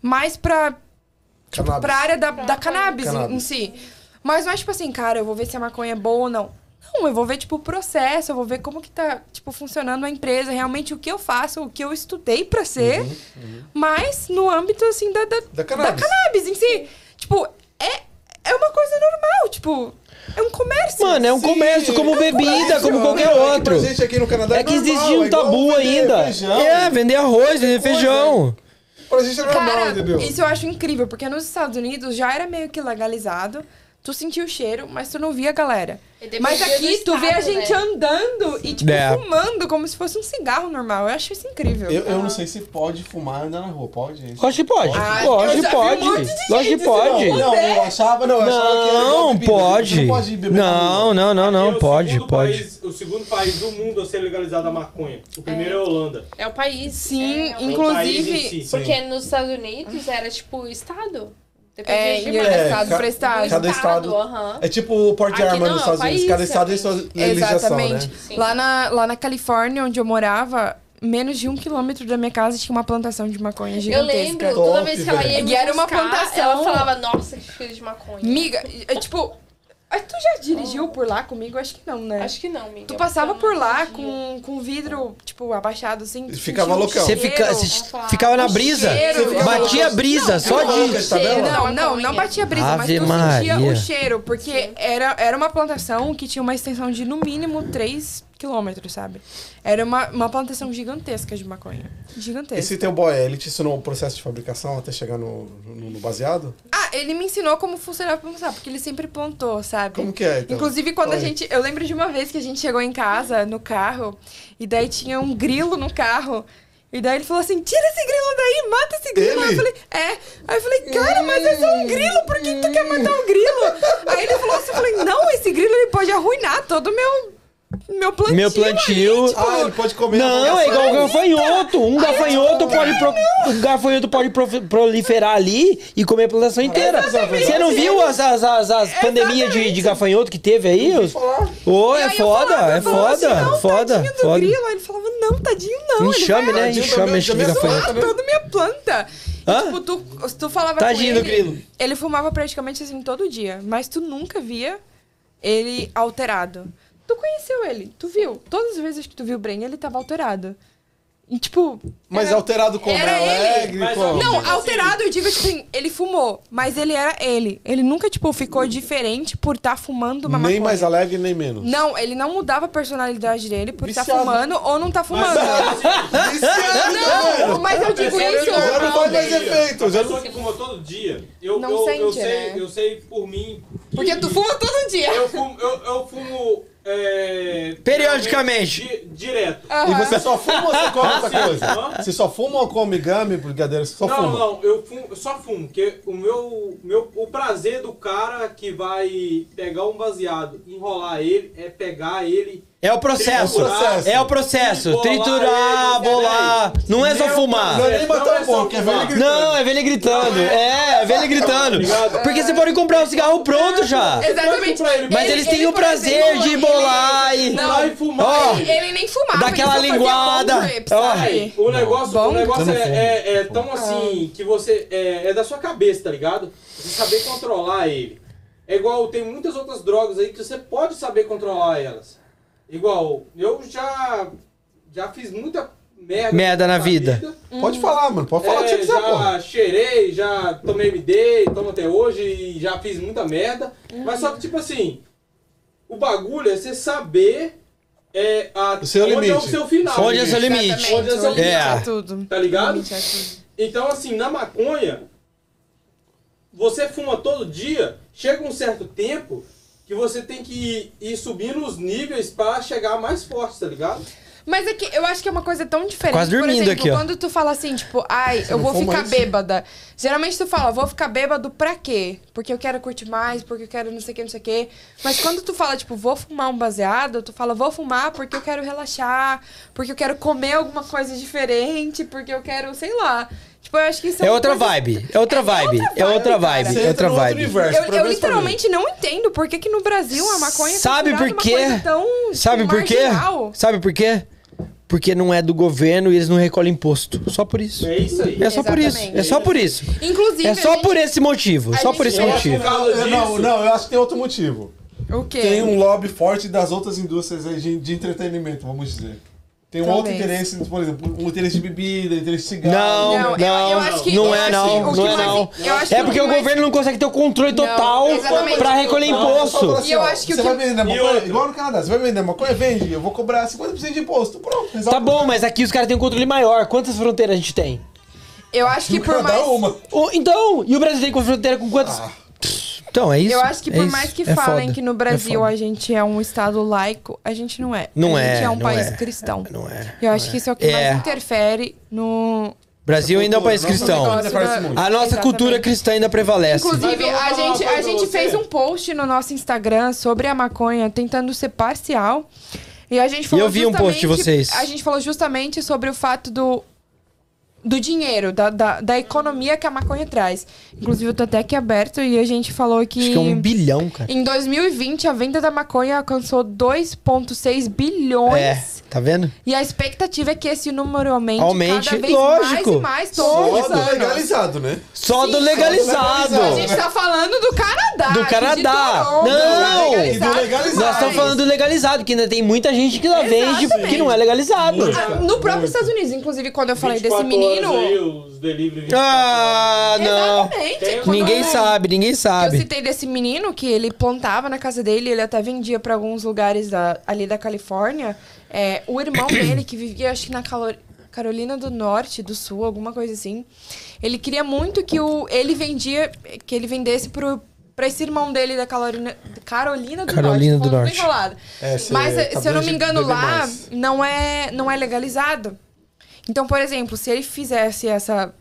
mas pra,
Cannabis.
Tipo, pra área da, da cannabis,
Cannabis.
Em, em si. Mas não é tipo assim, cara, eu vou ver se a maconha é boa ou não. Não, eu vou ver, tipo, o processo, eu vou ver como que tá, tipo, funcionando a empresa, realmente o que eu faço, o que eu estudei pra ser, mas no âmbito, assim, da, da,
Uhum, Da cannabis.
da cannabis em si. Tipo, é, é uma coisa normal, tipo, é um comércio.
Mano, é um
Sim,
comércio como
é um
bebida, como qualquer
Não, é que
outro.
pra gente aqui no Canadá
É que
normal,
existia um
é igual
tabu
vender
ainda.
Feijão.
É, vender arroz, vender
Coisa.
feijão.
Pra gente é normal,
Cara,
entendeu?
isso eu acho incrível, porque nos Estados Unidos já era meio que legalizado. Tu sentia o cheiro, mas tu não via a galera.
E dependia
Mas aqui
do
tu vê a
estado,
gente
né?
andando e, tipo,
É.
fumando como se fosse um cigarro normal. Eu acho isso incrível.
Eu, eu não sei se pode fumar e andar na rua, pode? gente?
Lógico que pode.
Ah, eu
Lógico
já
que
vi
pode.
um monte de
Lógico
gente
que
se
pode.
Não, não, eu achava, não, eu achava que era igual
Não,
bebida,
pode.
você Não pode beber na
Não,
rua.
não, não,
Aqui é
não.
o
Pode,
segundo
pode.
país- o segundo país do mundo a ser legalizado a maconha. O primeiro é, a Holanda.
É o país.
Sim,
é,
inclusive-
O país em si.
Porque nos Estados Unidos era tipo o estado Depende
É,
de
em
demais.
cada
É,
estado
ca-
pra estado.
cada estado-
aham.
É tipo o porte de
Aqui
arma nos
não, é o
Estados Unidos.
país,
Cada estado tem
realmente.
sua
é
legislação,
é Exatamente.
né?
Sim.
Lá na, lá na Califórnia, onde eu morava, menos de um quilômetro da minha casa tinha uma plantação de maconha
Eu
é gigantesca.
lembro,
Top,
toda vez que ela ia
velho.
me
E era uma
buscar,
plantação.
ela falava, nossa, que cheiro de maconha.
Miga, é, tipo, ah, tu já dirigiu por lá comigo? Acho que não, né?
Acho que não, amiga.
Tu passava
porque eu
por
não
lá
entendia.
com, com o vidro, tipo, abaixado assim. tu
Ficava
sentia um
loucão.
Você
cheiro.
fica- você
vamos falar.
ficava na
O
brisa,
cheiro.
Você ficava
batia a
louca.
brisa, só
ficava
de.
louca, Isabela.
cheiro.
Não, não,
maconha.
não batia a brisa,
Ave
mas tu sentia
Maria.
o cheiro, porque
Sim.
era, era uma plantação que tinha uma extensão de no mínimo 3 quilômetros, sabe? Era uma, uma plantação gigantesca de maconha. Gigantesca.
E se teu boy, ele te
é um
ensinou o processo de fabricação até chegar no, no- no baseado?
Ah, ele me ensinou como funcionava pra plantar, porque ele sempre plantou, sabe?
Como que é, então?
Inclusive, quando a
Oi.
gente. Eu lembro de uma vez que a gente chegou em casa, no carro, e daí tinha um grilo no carro. E daí ele falou assim: tira esse grilo daí, mata esse
Ele?
grilo. Aí eu falei, é. Aí eu falei, cara, mas é só um grilo, por que que tu quer matar um grilo? Aí ele falou assim: eu falei, não, esse grilo ele pode arruinar todo o meu. Meu plantio.
Meu plantio.
ali, tipo,
Ah, ele pode comer
Não, é igual gafanhoto. Um gafanhoto pode, pro- um gafanhoto pode pro- proliferar ali e comer a plantação inteira.
Exatamente.
Você não viu as, as, as, as pandemias de, de gafanhoto que teve aí? Os... Ô,
e
é
aí eu falava,
foda, é
eu falava assim,
foda,
não,
foda,
tadinho do
foda.
grilo. Aí ele falava, não, tadinho não. ele
Enxame,
vai
né?
Tadinho do
Enxame
meu-
acho que
da
de
minha
gafanhoto.
também.
toda minha planta. E,
Hã?
tipo, tu, se tu falava
Tadinho
com
do
ele,
grilo.
ele fumava praticamente assim todo dia, mas tu nunca via ele alterado. Tu conheceu ele, tu viu. Todas as vezes que tu viu o Bren, ele tava alterado. E, tipo,
Mas
era-
alterado como?
Era ele.
alegre,
Mas
como?
não,
assim-
alterado, eu digo, tipo, assim, ele fumou, mas ele era ele. Ele nunca, tipo, ficou diferente por estar fumando uma
nem
maconha.
mais alegre, nem menos.
Não, ele não mudava a personalidade dele por estar
Viciado.
fumando ou não tá
Mas, é
fumando.
(laughs)
não, mas eu digo
Sério,
isso.
não.
Já não faz mais efeito. Já
a
não...
pessoa que fuma todo dia, eu,
Não
eu, eu
sente,
sei,
né?
eu sei por mim. que-
Porque tu fuma todo dia.
Eu fumo. Eu, eu fumo é,
Periodicamente.
di- direto.
E
Aham.
você só fuma ou você come outra coisa?
Hã?
Você só fuma ou come gami, brigadeiro? Você só
não,
fuma?
não, eu fumo, eu só fumo, porque o meu, meu. O prazer do cara que vai pegar um baseado, enrolar ele, é pegar ele.
É o processo,
Processo.
é o processo. Triturar,
Tribolar,
bolar. Não é só
Meu
fumar.
Não é nem
Não
matar
é
o porco,
só
é ver ele
fumar.
gritando.
Não, é velho gritando. É, é velho gritando.
Obrigado.
Porque você pode comprar um cigarro pronto já.
Exatamente.
Pra é ele,
Mas
Ele-
eles têm
ele,
o
por exemplo,
prazer de
ele-
bolar e.
Não.
Lá e fumar.
Ó.
ele-
Ele nem fumava.
Dá
ele
aquela
só fazia
linguada.
bong trip,
Ó.
sabe?
O negócio,
Bom,
o negócio
então
é,
não fumo.
é- é tão assim que você. É, é da sua cabeça, tá ligado? Você saber controlar ele. É igual, tem muitas outras drogas aí que você pode saber controlar elas. Igual, eu já. Já fiz muita merda.
Merda na vida.
Pode falar, mano. Pode falar o que você
Hum. É,
quiser, porra.
já cheirei, já tomei MD, tomo até hoje e já fiz muita merda. Mas só que, tipo assim, o bagulho é você saber é, a,
O seu
onde é o
limite.
seu final.
Onde é o seu limite?
Exatamente,
Onde é o seu
limite
É.
é tudo.
Tá ligado?
Limite é tudo.
Então, assim, na maconha, você fuma todo dia, chega um certo tempo que você tem que ir, ir subindo os níveis pra chegar mais forte, tá ligado?
Mas é que eu acho que é uma coisa tão diferente.
Quase dormindo
Por exemplo,
aqui, ó.
quando tu fala assim, tipo, ai, eu
não
vou
fuma
ficar
isso?
bêbada. Geralmente tu fala, vou ficar bêbado pra quê? Porque eu quero curtir mais, porque eu quero não sei o que, não sei o que. Mas quando tu fala, tipo, vou fumar um baseado, tu fala, vou fumar porque eu quero relaxar, porque eu quero comer alguma coisa diferente, porque eu quero, sei lá. Tipo, eu acho que isso
É outra vibe, é outra vibe, é outra vibe,
cara.
é outra
num outro
vibe.
universo.
Eu,
pelo menos
eu
pra mim.
literalmente não entendo por que, que no Brasil a maconha é
tá Sabe
considerada
por
uma
quê?
coisa tão
Sabe por quê?
marginal.
Sabe por quê? Porque não é do governo e eles não recolhem imposto. Só por isso.
É isso aí.
É só por isso. É só por isso.
Inclusive.
É
a
só
gente-
por esse motivo.
a
Só por
gente
esse
vê-
motivo.
causa
Eu- É, Não,
disso.
não, eu acho que tem outro motivo.
O quê?
Tem um lobby forte das outras indústrias aí de, de entretenimento, vamos dizer. Tem um outro
Talvez.
interesse, por exemplo, um interesse de bebida, interesse de cigarro.
Não,
Não,
não,
eu- eu acho que-
não
eu
é
acho que
não,
o
não
que
é
mais-
não.
eu acho que
É
o
porque
que
o
mais-
governo não consegue ter o controle total
exatamente.
pra recolher imposto.
E eu acho que o
você
que-
vai vender
E
maconha,
outra.
igual no Canadá, você vai vender maconha, vende, eu vou cobrar 50% de imposto. Pronto,
Tá
resolve.
bom, mas aqui os caras têm um controle maior. Quantas fronteiras a gente tem?
Eu
(laughs)
acho que
No
por
Canadá,
mais.
Tipo, uma.
O- então, e o Brasil tem com fronteira com quantos? Ah. Então, é isso.
Eu acho que
é
por
isso,
mais que
é
falem
foda,
que no
é
Brasil
foda.
a gente é um estado laico, a gente não é.
Não
a
é,
gente é um
não
país
é.
cristão.
Não é.
Eu acho que isso é o que
É.
mais interfere no.
Brasil ainda é um país
Nossa,
cristão.
negócio da-
A nossa
Exatamente.
cultura cristã ainda prevalece.
Inclusive,
Mas eu vou
a
falar uma
gente, a
coisa pra
gente
você.
fez um post no nosso Instagram sobre a maconha, tentando ser parcial. E a gente falou
eu vi um post de
justamente-
vocês.
A gente falou justamente sobre o fato do do dinheiro, da, da, da economia que a maconha traz. Inclusive, eu tô até aqui aberto e a gente falou que.
Acho que é um bilhão, cara.
Em 2020, a venda da maconha alcançou 2,6 bilhões.
É, tá vendo?
E a expectativa é que esse número aumente,
Aumente,
cada vez
lógico.
mais e mais
Só
todos os
do
anos.
legalizado, né?
Só
Sim,
do
só do
legalizado.
A gente tá falando do Canadá.
Então, Do
aqui
Canadá.
de Toronto,
Não!
do
E do legalizado.
Nós estamos falando do legalizado, que ainda tem muita gente que lá vende
Exatamente.
que não é legalizado.
Muito.
Ah, no próprio Estados Unidos, inclusive, quando eu falei desse
24 horas
menino.
aí, os delivery 24
Ah, não.
Exatamente. Quando
Ninguém
eu-
sabe, ninguém
que Eu
sabe.
citei desse menino que ele plantava na casa dele, ele até vendia pra alguns lugares da- ali da Califórnia. É,
(coughs)
o irmão dele, que vivia, acho que na Calo- Carolina do Norte, do Sul, alguma coisa assim. Ele queria muito que o, ele vendia, que ele vendesse pro, pra esse irmão dele da Carolina, Carolina do
Carolina
Norte. tô
do
falando
Norte.
bem enrolado.
É, cê-
Mas,
tá
se eu não me
bem-
engano,
bem
lá
mais.
não é, não é legalizado. Então, por exemplo, se ele fizesse essa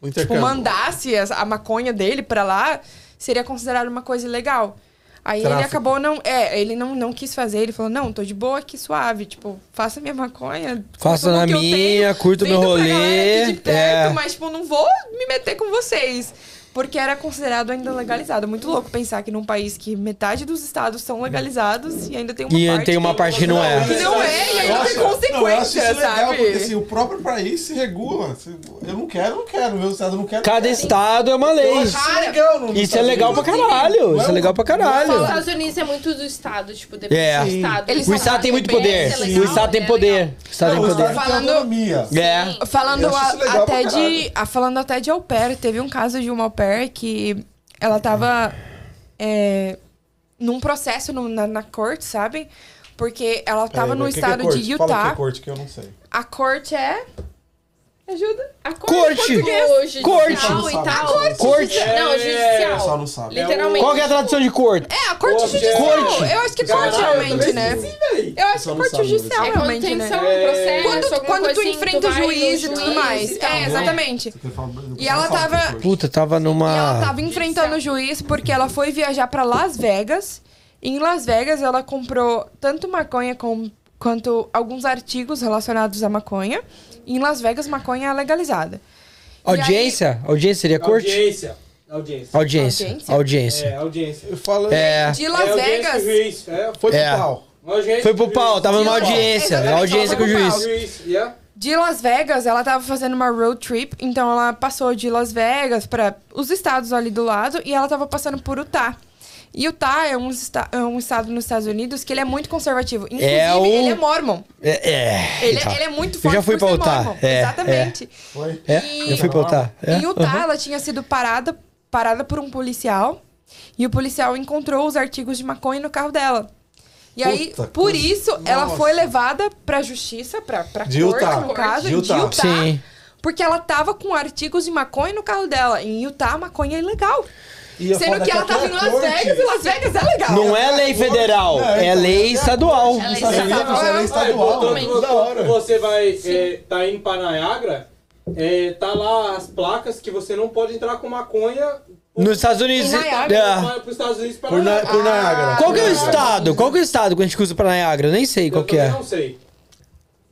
O
tipo,
intercâmbio.
mandasse as- a maconha dele pra lá, seria considerado uma coisa ilegal. Aí ele
Tráfico.
acabou não. É, ele não, não quis fazer, ele falou, não, tô de boa aqui, suave. Tipo, faça minha maconha.
Faça
tudo
na
que eu
minha,
tenho,
curto meu
vendo pra galera
rolê,
aqui de perto,
é.
mas, tipo, não vou me meter com vocês. Porque era considerado ainda legalizado. É Muito louco pensar que num país que metade dos estados são legalizados e ainda tem uma
E
parte.
tem uma
que-
parte que não
Que
é.
não é, e ainda tem
Não, eu acho isso
consequência,
legal, porque
sabe?
assim, o próprio país se regula. Se- Eu não quero, não quero. Meu estado não quero.
Cada
não quero.
estado é uma
Eu
lei.
acho isso legal. não-
Isso é legal pra
Não
caralho. Isso é
um-
legal pra
Os
caralho.
Estados Unidos é muito do Estado, tipo, depende
É.
do
Sim.
Estado.
Eles
O
são
Estado tem muito poder.
Legal,
O Estado tem
é
poder.
legal.
O Estado
Não,
tem
o
poder.
estado tem
Falando-
autonomia.
É.
Sim.
Falando,
Eu acho isso
a-
legal pra
até
caralho.
de, a- falando até de au pair, teve um caso de uma au pair que ela tava é, num processo no- na, na corte, sabe? Porque ela
Peraí,
tava
mas
no
o que que é
estado
corte?
de
Fala o que é
Utah.
corte que eu não sei.
A corte é. Ajuda.
A corte.
Corte.
Tipo, Hoje,
Corte.
E tal.
Corte.
Corte.
Não,
O
judicial.
pessoal não sabe.
Literalmente.
Qual que é a tradução de corte?
É, a corte
Corte.
judicial.
Corte.
Eu acho que é
Caralho,
corte realmente,
também
né?
sim, véi.
Eu acho que
Só
é
assim, não
corte
sabe, assim.
judicial,
É quando
realmente,
tem
né?
sei lá, um processo,
Quando, tu-
alguma
quando
coisa
tu
assim,
enfrenta
vai
o
no
juiz e tudo
juiz
mais.
e tal.
Uhum.
É, exatamente.
Você fala- eu
E ela
não sabe o que é
tava-
corte.
Puta, tava
E ela
numa.
tava enfrentando o juiz porque ela foi viajar pra Las Vegas. E em Las Vegas ela comprou tanto maconha com- quanto alguns artigos relacionados à maconha. E em Las Vegas maconha é legalizada.
Audiência? Audiência seria é corte?
Audiência. Audiência.
Audiência.
Audiência.
É,
Audiência.
audiência.
Eu falo.
É.
De
É,
Las
audiência com o
Vegas,
juiz. É,
Foi
É.
pro pau.
audiência
Foi
com o
pro pau,
juiz.
tava numa
Exatamente,
audiência. É né?
tava
Audiência com o
pro pau.
juiz.
Juiz, yeah.
de Las Vegas, ela tava fazendo uma road trip, então ela passou de Las Vegas pra os estados ali do lado e ela tava passando por Utah. E Utah é um, esta- é um estado nos Estados Unidos que ele é muito conservativo. Inclusive,
o-
ele é mormon.
É. é.
Ele,
Tá.
ele é muito
Eu
forte.
já fui
por
pra
ser
Utah.
mormon.
É,
Exatamente.
Foi.
É, eu fui pra Utah. É.
Em Utah,
aham.
ela tinha sido parada, parada por um policial. E o policial encontrou os artigos de maconha no carro dela. E aí,
Puta
por
coisa.
isso, ela
Nossa.
foi levada pra justiça, pra, pra
De
corte,
Utah.
no caso,
De
de
Utah.
Utah.
Sim.
Porque ela tava com artigos de maconha no carro dela. Em Utah, maconha é ilegal.
E a
Sendo
foda
que ela
aquela
tava em Las
corte-
Vegas e Las Vegas é legal.
é Não é lei federal,
É,
é
então,
lei
é a
estadual.
corte
Ela é
dos Estados Unidos,
estadual.
ela é estadual.
Aí, portanto,
Da hora.
Você vai, é, tá indo pra Niagara, é, tá lá as placas que você não pode entrar com maconha por-
Nos Estados Unidos.
Em Niagara. né?
É.
pra- pros Estados Unidos para
Por, na,
Ah,
por Niágara.
Qual que é o
Por Niágara.
estado? Qual que é o estado que a gente usa pra Niagara? Eu nem sei qual que é.
não sei.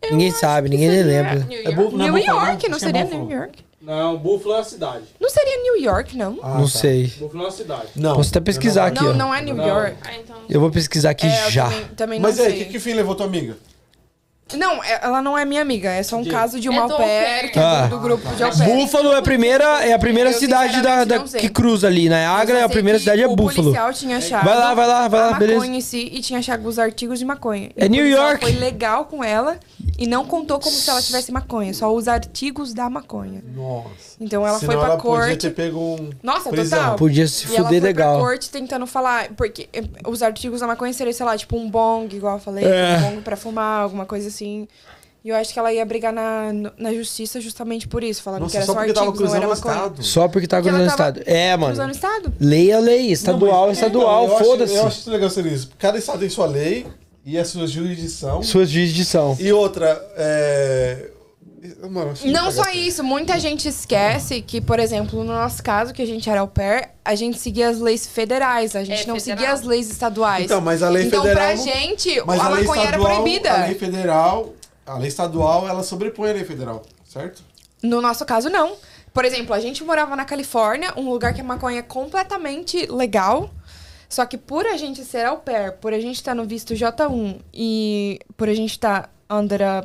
Ninguém sabe, ninguém nem lembra.
New
É
York.
bu- não é
New
Buffalo,
York, não
Acho que é
seria
Buffalo.
New York.
Não, Buffalo é a cidade.
Não seria New York, não.
Ah,
Não
tá.
sei.
Buffalo é a cidade.
Não.
Posso até
eu
pesquisar aqui, ó.
não, não é New
Não.
York.
Ah, então.
Eu vou pesquisar aqui
É, eu
já.
também, também não
Mas e aí, o
sei.
que, que fim levou tua amiga?
Não, é- ela não é minha amiga. É só um
De-
caso de
É
uma
do
au
au
pair,
pair.
que é
Ah.
do, do grupo de au pair.
Búfalo é a primeira, é a primeira
Eu
cidade da,
sinceramente
da-
não sei.
que cruza ali. Niagara é a
Eu sei
primeira
que
cidade é
o
Búfalo.
policial tinha achado
Vai lá, vai lá, vai
a
lá,
maconha
beleza.
em si e tinha achado os artigos de maconha. E
É
o
New
policial
York.
Foi legal com ela e não contou como se ela tivesse maconha, só os artigos da maconha.
Nossa.
Então ela
Senão
foi pra
ela podia
corte.
ter pego um...
Nossa,
prisão.
total.
Podia se
e ela foi
fuder
pra
legal.
corte tentando falar, porque eh, os artigos da maconha seriam, sei lá, tipo um bong, igual eu falei,
É.
um bong pra fumar, alguma coisa assim. E eu acho que ela ia brigar na, na justiça justamente por isso, falando que
Nossa,
era
só
só,
porque tava
artigos, não
cruzando
era
o
maconha.
estado.
Só porque tá
Porque ela
cruzando o
tava
estado. É,
Cruzando o
mano.
estado?
Lei é lei. Estadual é
Não, mas-
estadual,
Então, eu acho-
foda-se.
Eu acho isso legal ser isso. Cada estado tem sua lei e a sua jurisdição.
Sua jurisdição.
E outra, é... Mano, acho que
Não
tá
só
gastando.
isso, muita gente esquece que, por exemplo, no nosso caso, que a gente era au pair, a gente seguia as leis federais, a gente
É,
não
federal.
seguia as leis estaduais.
Então, mas a lei
então
federal...
pra
não-
gente,
Mas
a,
lei
maconha era
estadual-
proibida.
A lei federal, a lei estadual, ela sobrepõe a lei federal, certo?
No nosso caso, não. Por exemplo, a gente morava na Califórnia, um lugar que a maconha é completamente legal. Só que por a gente ser au pair, por a gente estar no visto J1 e por a gente estar under a-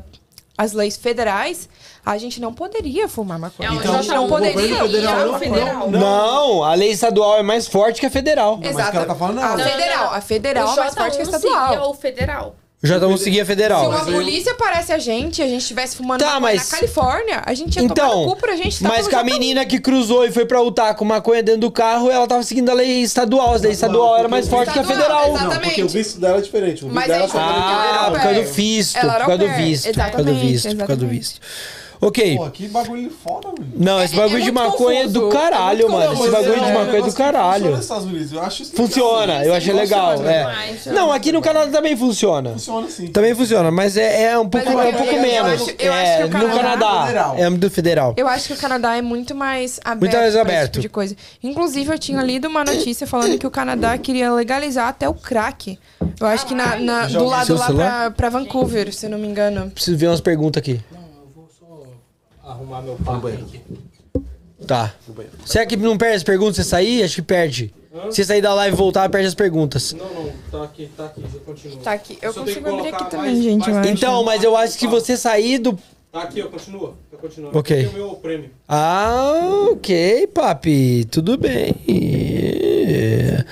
as leis federais, a gente não poderia fumar maconha.
É,
Então,
o
Então,
a gente
J1
não poderia.
federal não
não,
federal.
Não. a lei estadual é mais forte que a federal.
mas o que
Exato.
ela tá falando é
a
ela.
federal. A federal é mais
um
forte que a
seria
estadual.
o federal.
O J1 seguia a
Se
federal.
uma polícia aparece a gente e a gente estivesse fumando
Tá,
maconha
mas-
na Califórnia, a gente ia tomar
Então,
no cu por a gente tá estar
mas
pelo
que a
J1.
menina que cruzou e foi pra Utah com maconha dentro do carro, ela tava seguindo a lei estadual. A lei estadual era mais forte que a federal.
Estadual,
Não, porque o visto dela é diferente. O visto
Mas
dela
aí-
foi
Ah,
Ela era
por
au
causa do
pair.
visto,
Ela
por
era
causa do
au pair,
visto, por causa do
exatamente,
visto, por causa do
exatamente.
visto. Ok,
Pô, que bagulho fora, velho.
não, esse
é- é
bagulho de
muito
maconha é do
confuso, é
caralho,
muito
mano.
confuso.
Esse bagulho de maconha é do caralho.
um Funciona nos Estados Unidos, eu acho isso legal.
Funciona, eu achei
Nossa,
legal.
mas
é.
Mas,
Não, aqui no Canadá também funciona.
Funciona sim.
Também funciona, mas é, é um pouco,
é que
é um
eu-
pouco
eu
menos.
acho- eu
é,
acho que o
no
Canadá-
Canadá
Federal.
é do federal.
Eu acho que o Canadá é muito mais aberto,
Muito mais
pra
aberto.
esse tipo de coisa. Inclusive, eu tinha lido uma notícia falando que o Canadá queria legalizar até o crack. Eu acho que na, na-
Já
do
ouvi.
lado
Seu
lá
celular?
pra, pra Vancouver, se eu não me engano.
Preciso ver umas perguntas aqui.
Não, eu vou só arrumar meu papo aqui.
Tá. Será que não perde as perguntas se você sair? Acho que perde. Se você sair da live e voltar, perde as perguntas.
Não, não, tá aqui, tá aqui, já continua.
Tá aqui. Eu
Só tem que
consigo abrir
colocar
aqui
mais-
também, gente. eu
mais-
acho.
Então, mas eu acho que você sair do.
Tá aqui, ó, continua. Tá continuando.
Ok.
Aqui é o meu prêmio.
Ah, ok, papi. Tudo bem. É,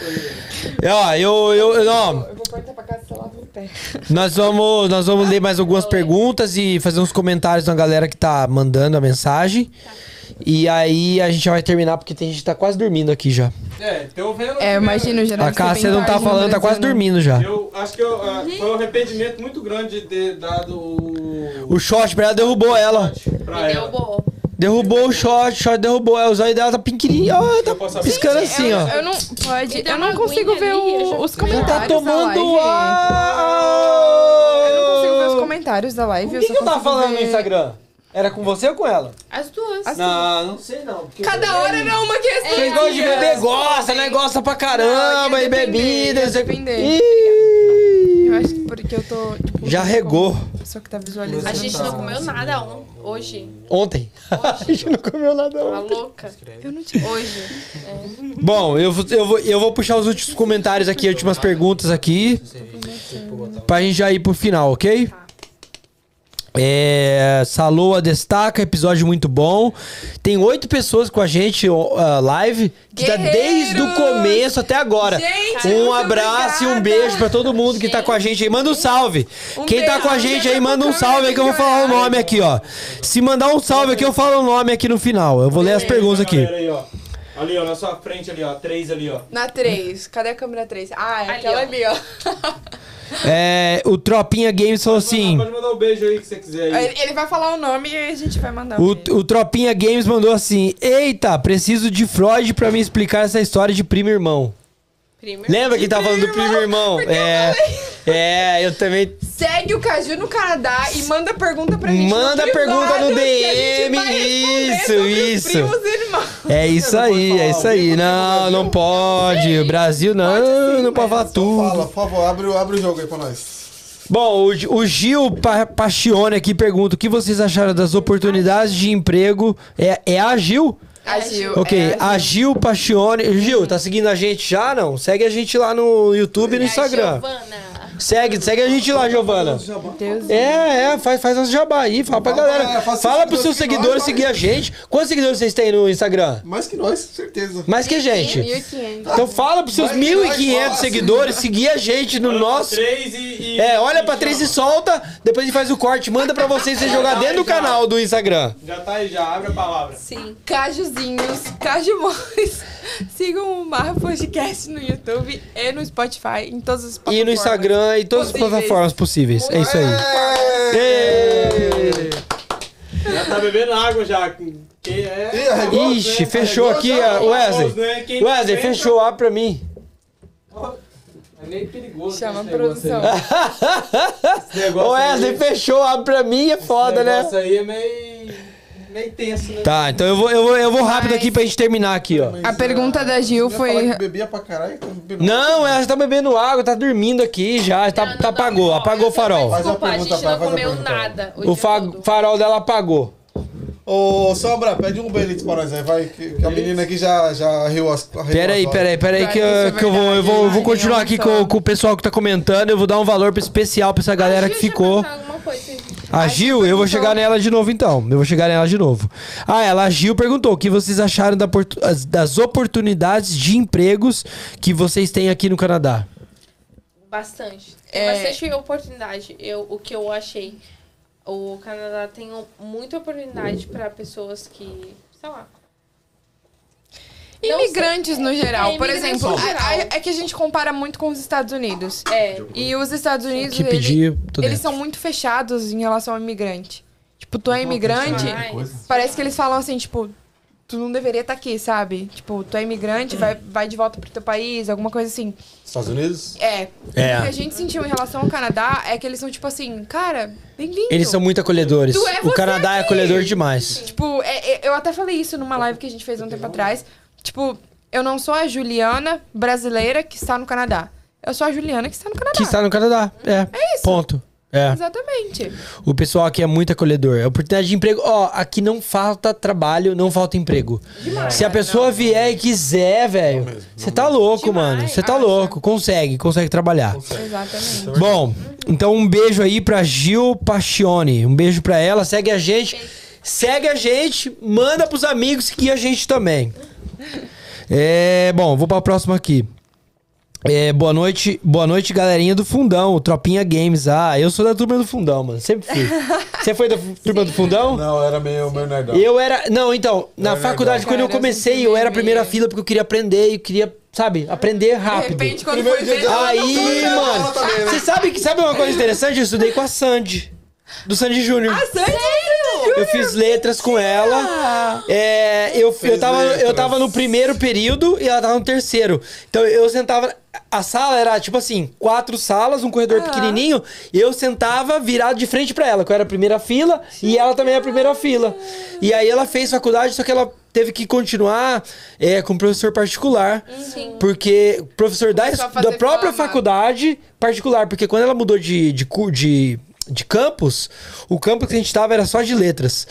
Ó, eu. eu, eu não.
Eu vou cortar pra casa, sei lá, no pé.
Nós vamos, nós vamos ler mais algumas perguntas e fazer uns comentários na galera que tá mandando a mensagem. E aí a gente já vai terminar, porque tem gente que tá quase dormindo aqui já.
É, tô vendo.
É, eu imagino, já deve
A
ser
Cássia
bem
não tá
tarde no
falando, tá
Brasil,
quase
né?
dormindo já.
Eu acho que eu, ah, foi um arrependimento muito grande de ter dado o.
O short pra ela derrubou ela.
pra
é.
Me deu
ela.
boa.
Derrubou o short, o short derrubou ela. Os olhos dela tá pinquirinho, ó, tá
Eu posso abrir?
piscando
Eu-
assim, ó.
Eu não,
Me
pode,
dá
eu
uma
não consigo
aguinha
ver
ali, eu já
o- os
fiz.
Ela
comentários.
tá
da
tomando
live.
ar.
Eu não consigo ver os comentários da live.
O que, que eu tava falando no Instagram? Era com você ou com ela?
As duas.
Não, não sei não. porque-
Cada hora era uma questão.
Vocês gostam de beber, gosta, né? Gosta pra caramba,
Não,
e
ia depender,
bebida,
ia
não sei o que.
depender.
Ih,
Eu acho que porque eu tô. Tipo,
Já regou.
a Pessoa que tá visualizando.
A gente não comeu nada on- hoje.
Ontem. (laughs) A gente não comeu nada.
Tá louca?
Eu não tinha.
Hoje.
Bom, eu, vou- eu, vou, eu vou puxar os últimos comentários aqui, as últimas perguntas aqui, pra gente já ir pro final, ok? É, Saloa destaca, episódio muito bom. Tem oito pessoas com a gente ó, ah, live, que tá desde o
Guerreiros!
começo até agora.
Gente,
um
muito
abraço e um
obrigada.
beijo pra todo mundo que tá com a gente aí. Manda um salve.
Um
Quem tá
beijo.
com a gente aí,
Chega
manda um
pro
salve aí que eu vou
câmera
falar o
olhar.
nome aqui, ó. Se mandar um salve aqui, eu falo o nome aqui no final. Eu vou ler as perguntas aqui.
Galera aí, ó. Ali, ó, na sua frente ali, ó. Três ali, ó.
Na 3. Cadê a câmera 3? Ah, é
Ali,
aquela
ó.
ali, ó.
É, o Tropinha Games falou assim.
Pode mandar um beijo aí que você quiser aí.
Ele ele vai falar o nome e a gente vai mandar. um beijo.
O, o Tropinha Games mandou assim: Eita, preciso de Freud pra me explicar essa história de primo e irmão.
Primeiro.
Lembra que tava falando do primo e irmão? É, é, eu também.
Segue o Caju no Canadá e manda pergunta pra gente.
Manda
no privado,
pergunta no
que a gente
DM,
vai responder
isso,
sobre os
isso.
primos e irmãos.
É isso aí, é isso aí. Não, não pode. O Brasil não, não pode falar
Fala,
tudo.
por favor, abre, o- abre o jogo aí pra nós.
Bom, o, Gi- o Gil pa Pachione aqui pergunta: o que vocês acharam das oportunidades de emprego? É, é a Gil?
A Gil.
Ok,
é,
a Gil Pachione. Gil, tá seguindo a gente já? Não? Segue a gente lá no YouTube e no
A
Instagram.
É, Giovana.
Segue, segue a gente lá, Giovana.
Deus
É, é, faz, faz as jabá aí, fala pra
Fala,
galera.
é, faz
Fala
seus
pros seus
seguidores
seguidores
que nós,
seguir a gente. Quantos seguidores vocês têm no Instagram?
Mais que nós, certeza.
Mais que a gente.
1500.
Então fala pros seus
Vai que nós,
1.500
nossa.
seguidores seguir a gente no
Olha pra
nosso.
Três e. e-
É, olha
e
pra três e
chama.
solta, depois a gente faz o corte, manda pra vocês vocês jogar dentro do canal do Instagram.
Já tá aí, já. Abre a palavra.
Sim. Cajuzinhos, Cajumões. (laughs) Sigam o Marro Podcast no YouTube e no Spotify, em todas as plataformas.
E no Instagram e todas as
Possíveis.
plataformas possíveis. É isso aí.
É!
Ê!
Já tá bebendo água já. Que é.
Ih, arregou,
Ixi,
né?
fechou
Arregou,
aqui,
já.
ó, Wesley.
Né? Quem não
Wesley,
aguenta-
fechou a pra mim.
É meio perigoso.
Chama a
esse negócio
produção.
aí. Esse negócio
Ô Wesley,
aí-
fechou, abre pra mim, é foda,
esse
né?
negócio aí é meio. Meio tenso, né?
Tá, então eu vou, eu vou, eu vou rápido aqui pra gente terminar aqui, ó.
A pergunta da Gil
Eu falei
foi...
que bebia pra caralho. que eu bebi-
Não, ela tá bebendo água, tá dormindo aqui já, tá,
Não, não,
tá
não,
apagou,
não.
apagou o
Essa foi-
farol.
Faz a
Desculpa, a
pergunta,
gente não
faz a
comeu
pergunta.
nada.
O fa- farol dela apagou.
Ô, Sombra, pede um Uber Eats pra nós aí, vai. Que, que a menina aqui já, já riu as. riu
Peraí,
as horas.
peraí, peraí, que,
é
eu, que eu vou, eu vou, eu vou continuar
né?
aqui com, com o pessoal que tá comentando. Eu vou dar um valor especial pra essa galera que
Deixa eu
ficou.
perguntar Alguma coisa.
A Gil, eu vou chegar nela de novo então. Eu vou chegar nela de novo. Ah, ela, a Gil perguntou o que vocês acharam da portu- as- das oportunidades de empregos que vocês têm aqui no Canadá.
Bastante. Tem
É.
bastante oportunidade. Eu, o que eu achei. O Canadá tem um- muita oportunidade pra pessoas que. Sei lá. Não
Imigrantes no geral,
É,
por
imigrantes
exemplo,
no
a- a-
geral.
é que a gente compara muito com os Estados Unidos.
É.
E os Estados Unidos,
Que
ele-
pedir, tô
eles
dentro.
são muito fechados em relação ao imigrante. Tipo, tu é imigrante,
Demais.
parece que eles falam assim, tipo, tu não deveria estar aqui, sabe? Tipo, tu é imigrante, vai, vai de volta pro teu país, alguma coisa assim.
Estados Unidos?
É.
É.
O que a gente sentiu em relação ao Canadá é que eles são tipo assim, cara, bem-vindo.
Eles são muito acolhedores.
Tu é
o
você
Canadá é acolhedor demais.
Tipo, é- é- eu até falei isso numa live que a gente fez um tempo atrás. Tipo, eu não sou a Juliana brasileira que está no Canadá. Eu sou a Juliana que está no Canadá.
Que está no Canadá. É. É isso. Ponto. É.
Exatamente.
O pessoal aqui é muito acolhedor. É oportunidade de emprego. Ó, aqui não falta trabalho, não falta emprego. Se a pessoa vier e quiser, velho, você tá louco,
Demais.
mano. Você tá
Ah,
louco. Consegue, consegue trabalhar.
Exatamente.
Bom, então um beijo aí pra Gil Pachione. Um beijo pra ela. Segue a gente. Segue a gente, manda pros amigos que a gente também. É, bom, vou pra próxima aqui. É, boa noite, boa noite, galerinha do Fundão, Tropinha Games. Ah, eu sou da turma do Fundão, mano. Sempre
(laughs)
fui. Você foi da fu- turma do Fundão?
Não, era meio, meio nerdão.
Eu era. Não, então, na
Não é
faculdade, quando eu
Cara, eu
comecei,
sempre
eu era a primeira
amei.
fila porque eu queria aprender, eu queria, sabe, aprender rápido.
De repente, quando
Primeiro
foi
dia
ver,
de aula.
Aí,
Ela
mano.
também, né?
Você sabe, que- sabe uma coisa interessante? Eu estudei com a Sandy. Do Sandy Júnior. Eu fiz letras com ela. É, eu, eu,
Fez
tava, eu
letras.
tava no primeiro período e ela tava no terceiro. Então eu sentava. A sala era tipo assim: quatro salas, um corredor pequenininho. Eu sentava virado de frente pra ela, que eu era a primeira fila e ela também era a primeira fila. E aí ela fez faculdade, só que ela teve que continuar é, com professor particular.
Sim.
Porque professor da,
Começou a fazer
da própria
fama.
faculdade particular, porque quando ela mudou de, de, cu- de, de campus, o campus que a gente tava era só de letras.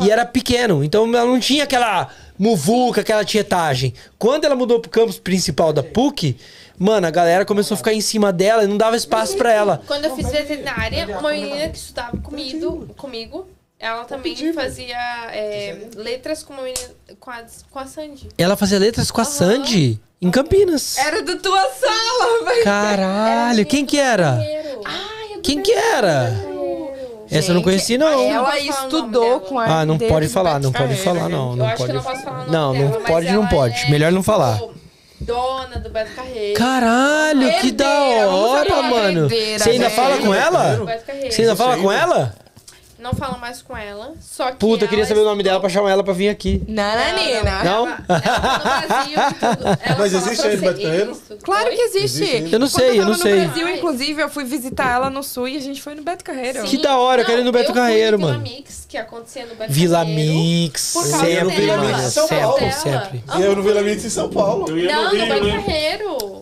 E era pequeno, então ela não tinha aquela muvuca, aquela tietagem. Quando ela mudou pro campus principal da PUC, mano, a galera começou a ficar em cima dela e não dava espaço pra ela.
Quando eu
é
fiz veterinária, uma menina que
Então,
estudava comigo, comigo ela também fazia é, letras com, uma menina, com, a, com a Sandy.
Ela fazia letras com a
Aham.
Sandy em Campinas.
Era da tua sala, velho.
Caralho, quem que era?
Ah,
Quem que era? Essa eu não
Gente,
conheci, não.
aí posso
Ela
falar o nome
estudou
dela.
com a
Ah, não
dele
pode
do
falar, não
Beto
pode
Carreiro.
falar, não.
Ah, é. Eu
Não
acho
pode
que eu não posso falar o nome
Não,
dela,
não
mas
pode, não
ela
pode.
é,
Melhor não falar.
tipo, Dona do Beto Carreiro.
Caralho, que da
Herdeira, vamos
hora,
falar
mano.
herdeira,
Você ainda
velho.
fala com ela?
Beto Carreiro.
Você ainda fala com ela?
Não falo mais com ela. Só que
Puta, eu queria
ela
saber o nome dela pra chamar ela pra vir aqui.
é
Nananina.
Não?
Ela, ela tá no
(laughs)
Brasil e tudo. Ela
Mas
fala
existe ainda
francês,
Beto Carreiro?
tudo.
Claro
Oi?
que existe.
Existe ainda?
Eu não
Quando
sei, eu não
tava
sei.
no Brasil, inclusive, eu fui visitar ela no Sul e a gente foi no Beto Carreiro.
Que da hora, eu quero ir no Beto
eu fui
Carreiro, mano.
Vila Mix, que acontecia no Beto
Vila
Carreiro.
Mix,
Por causa
sempre,
dela,
mano.
São Paulo.
Sempre,
Dela.
sempre.
E eu não vi Lamentes em São Paulo.
Eu ia
Não,
no
no
Rio,
Beto
né?
Carreiro.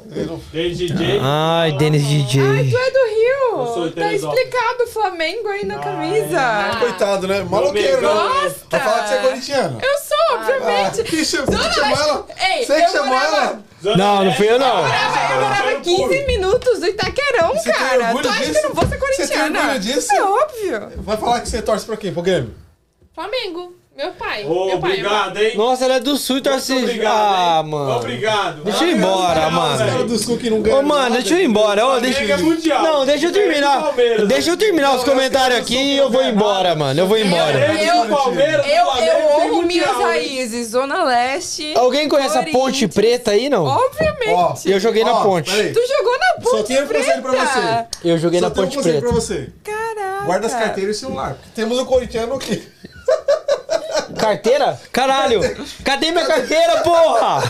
Desde DJ.
Ai, Dennis DJ.
Tu é do
Eu sou
Rio!
de
Tá
Teresópolis.
explicado o Flamengo aí na
Ah,
camisa.
é.
Coitado, né? Maloqueiro, né?
Mengão, né?
Vai falar que você é corintiano.
Tá. Eu sou,
Ah,
obviamente.
que che- você que chamou ela?
Ei,
Você que
eu
chamou
morava-
ela?
Zona
Não, não
Leste.
fui eu, não.
Eu morava 15 minutos do Itaquerão,
Você tem
cara.
orgulho
Tu acha que
disso?
eu não vou ser
Você tem
corintiana?
orgulho disso?
É óbvio.
Vai falar que você torce pra quem? Pro Grêmio?
Flamengo. Meu pai.
Ô,
meu pai.
Obrigado, hein?
Nossa, ela é do Sul e
Muito
torce...
obrigado,
Ah,
hein?
mano.
Obrigado.
Deixa eu ir
Ah,
embora,
não,
mano.
velho.
Cara dos cu que não né? ganha.
Ô, mano,
nada.
deixa eu ir embora. Ô, deixa
Flamengo é mundial.
Não, deixa eu terminar. Deixa eu terminar os comentários aqui e eu vou embora, mano. Eu vou embora.
Eu, Palmeiras,
Eu, eu honro minhas
mundial, hein?
raízes. Zona Leste.
Alguém conhece a Ponte
Corinthians.
Preta aí, não?
Obviamente.
Ó,
Eu joguei na
ó,
ponte.
peraí.
Tu jogou na ponte
Só tenho um conselho pra
Preta.
você.
Eu joguei
Só
na
tenho um
Ponte
conselho
Preta.
pra você.
Caraca.
Guarda as carteiras e o celular. porque Temos um corintiano aqui.
Carteira? Caralho! Cadê minha carteira, porra?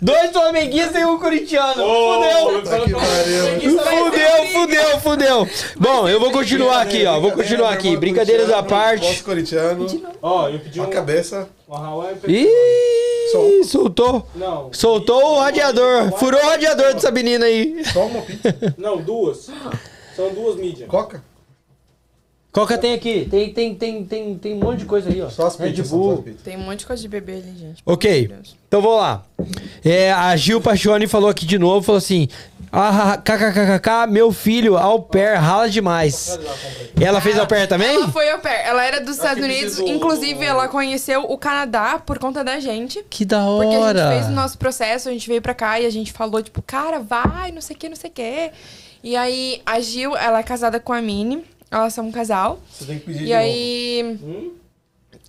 Dois flamenguistas e um corintiano.
Ô,
Fudeu!
eu falo
Que
pra-
pariu.
Fudeu, fudeu, fudeu. Bom, eu vou continuar
É,
aqui, ó. Vou continuar aqui. Brincadeiras à
né, Posso
parte.
corintiano.
Ó, eu pedi um...
Uma cabeça.
Uma é um Hawaii...
Ih, soltou.
Não.
Soltou o radiador. Furou o radiador dessa menina aí.
Toma uma pizza.
Não, duas. São duas mídias.
Coca.
Qual que eu tenho aqui? Tem, tem, tem, tem, tem um monte É de coisa aí, ó.
Só as
Red
pizzas, só as
Bull.
pizzas.
Tem um monte de coisa de bebê ali, gente.
Ok, então vamos lá. É, a Gil Pacione falou aqui de novo, falou assim... Ah, kkkk, meu filho, au pair, rala demais.
é
Ela fez au pair também?
Ela foi au pair. Ela era dos Estados
que
Unidos.
precisou-
Inclusive, ela conheceu o Canadá por conta da gente.
Que da
Porque a
hora.
gente fez o nosso processo, a gente veio pra cá e a gente falou, tipo, cara, vai, não sei o que, não sei o que. E aí, a Gil, ela é casada com a Mini. Elas são um casal.
Você tem que pedir de
E
novo.
aí.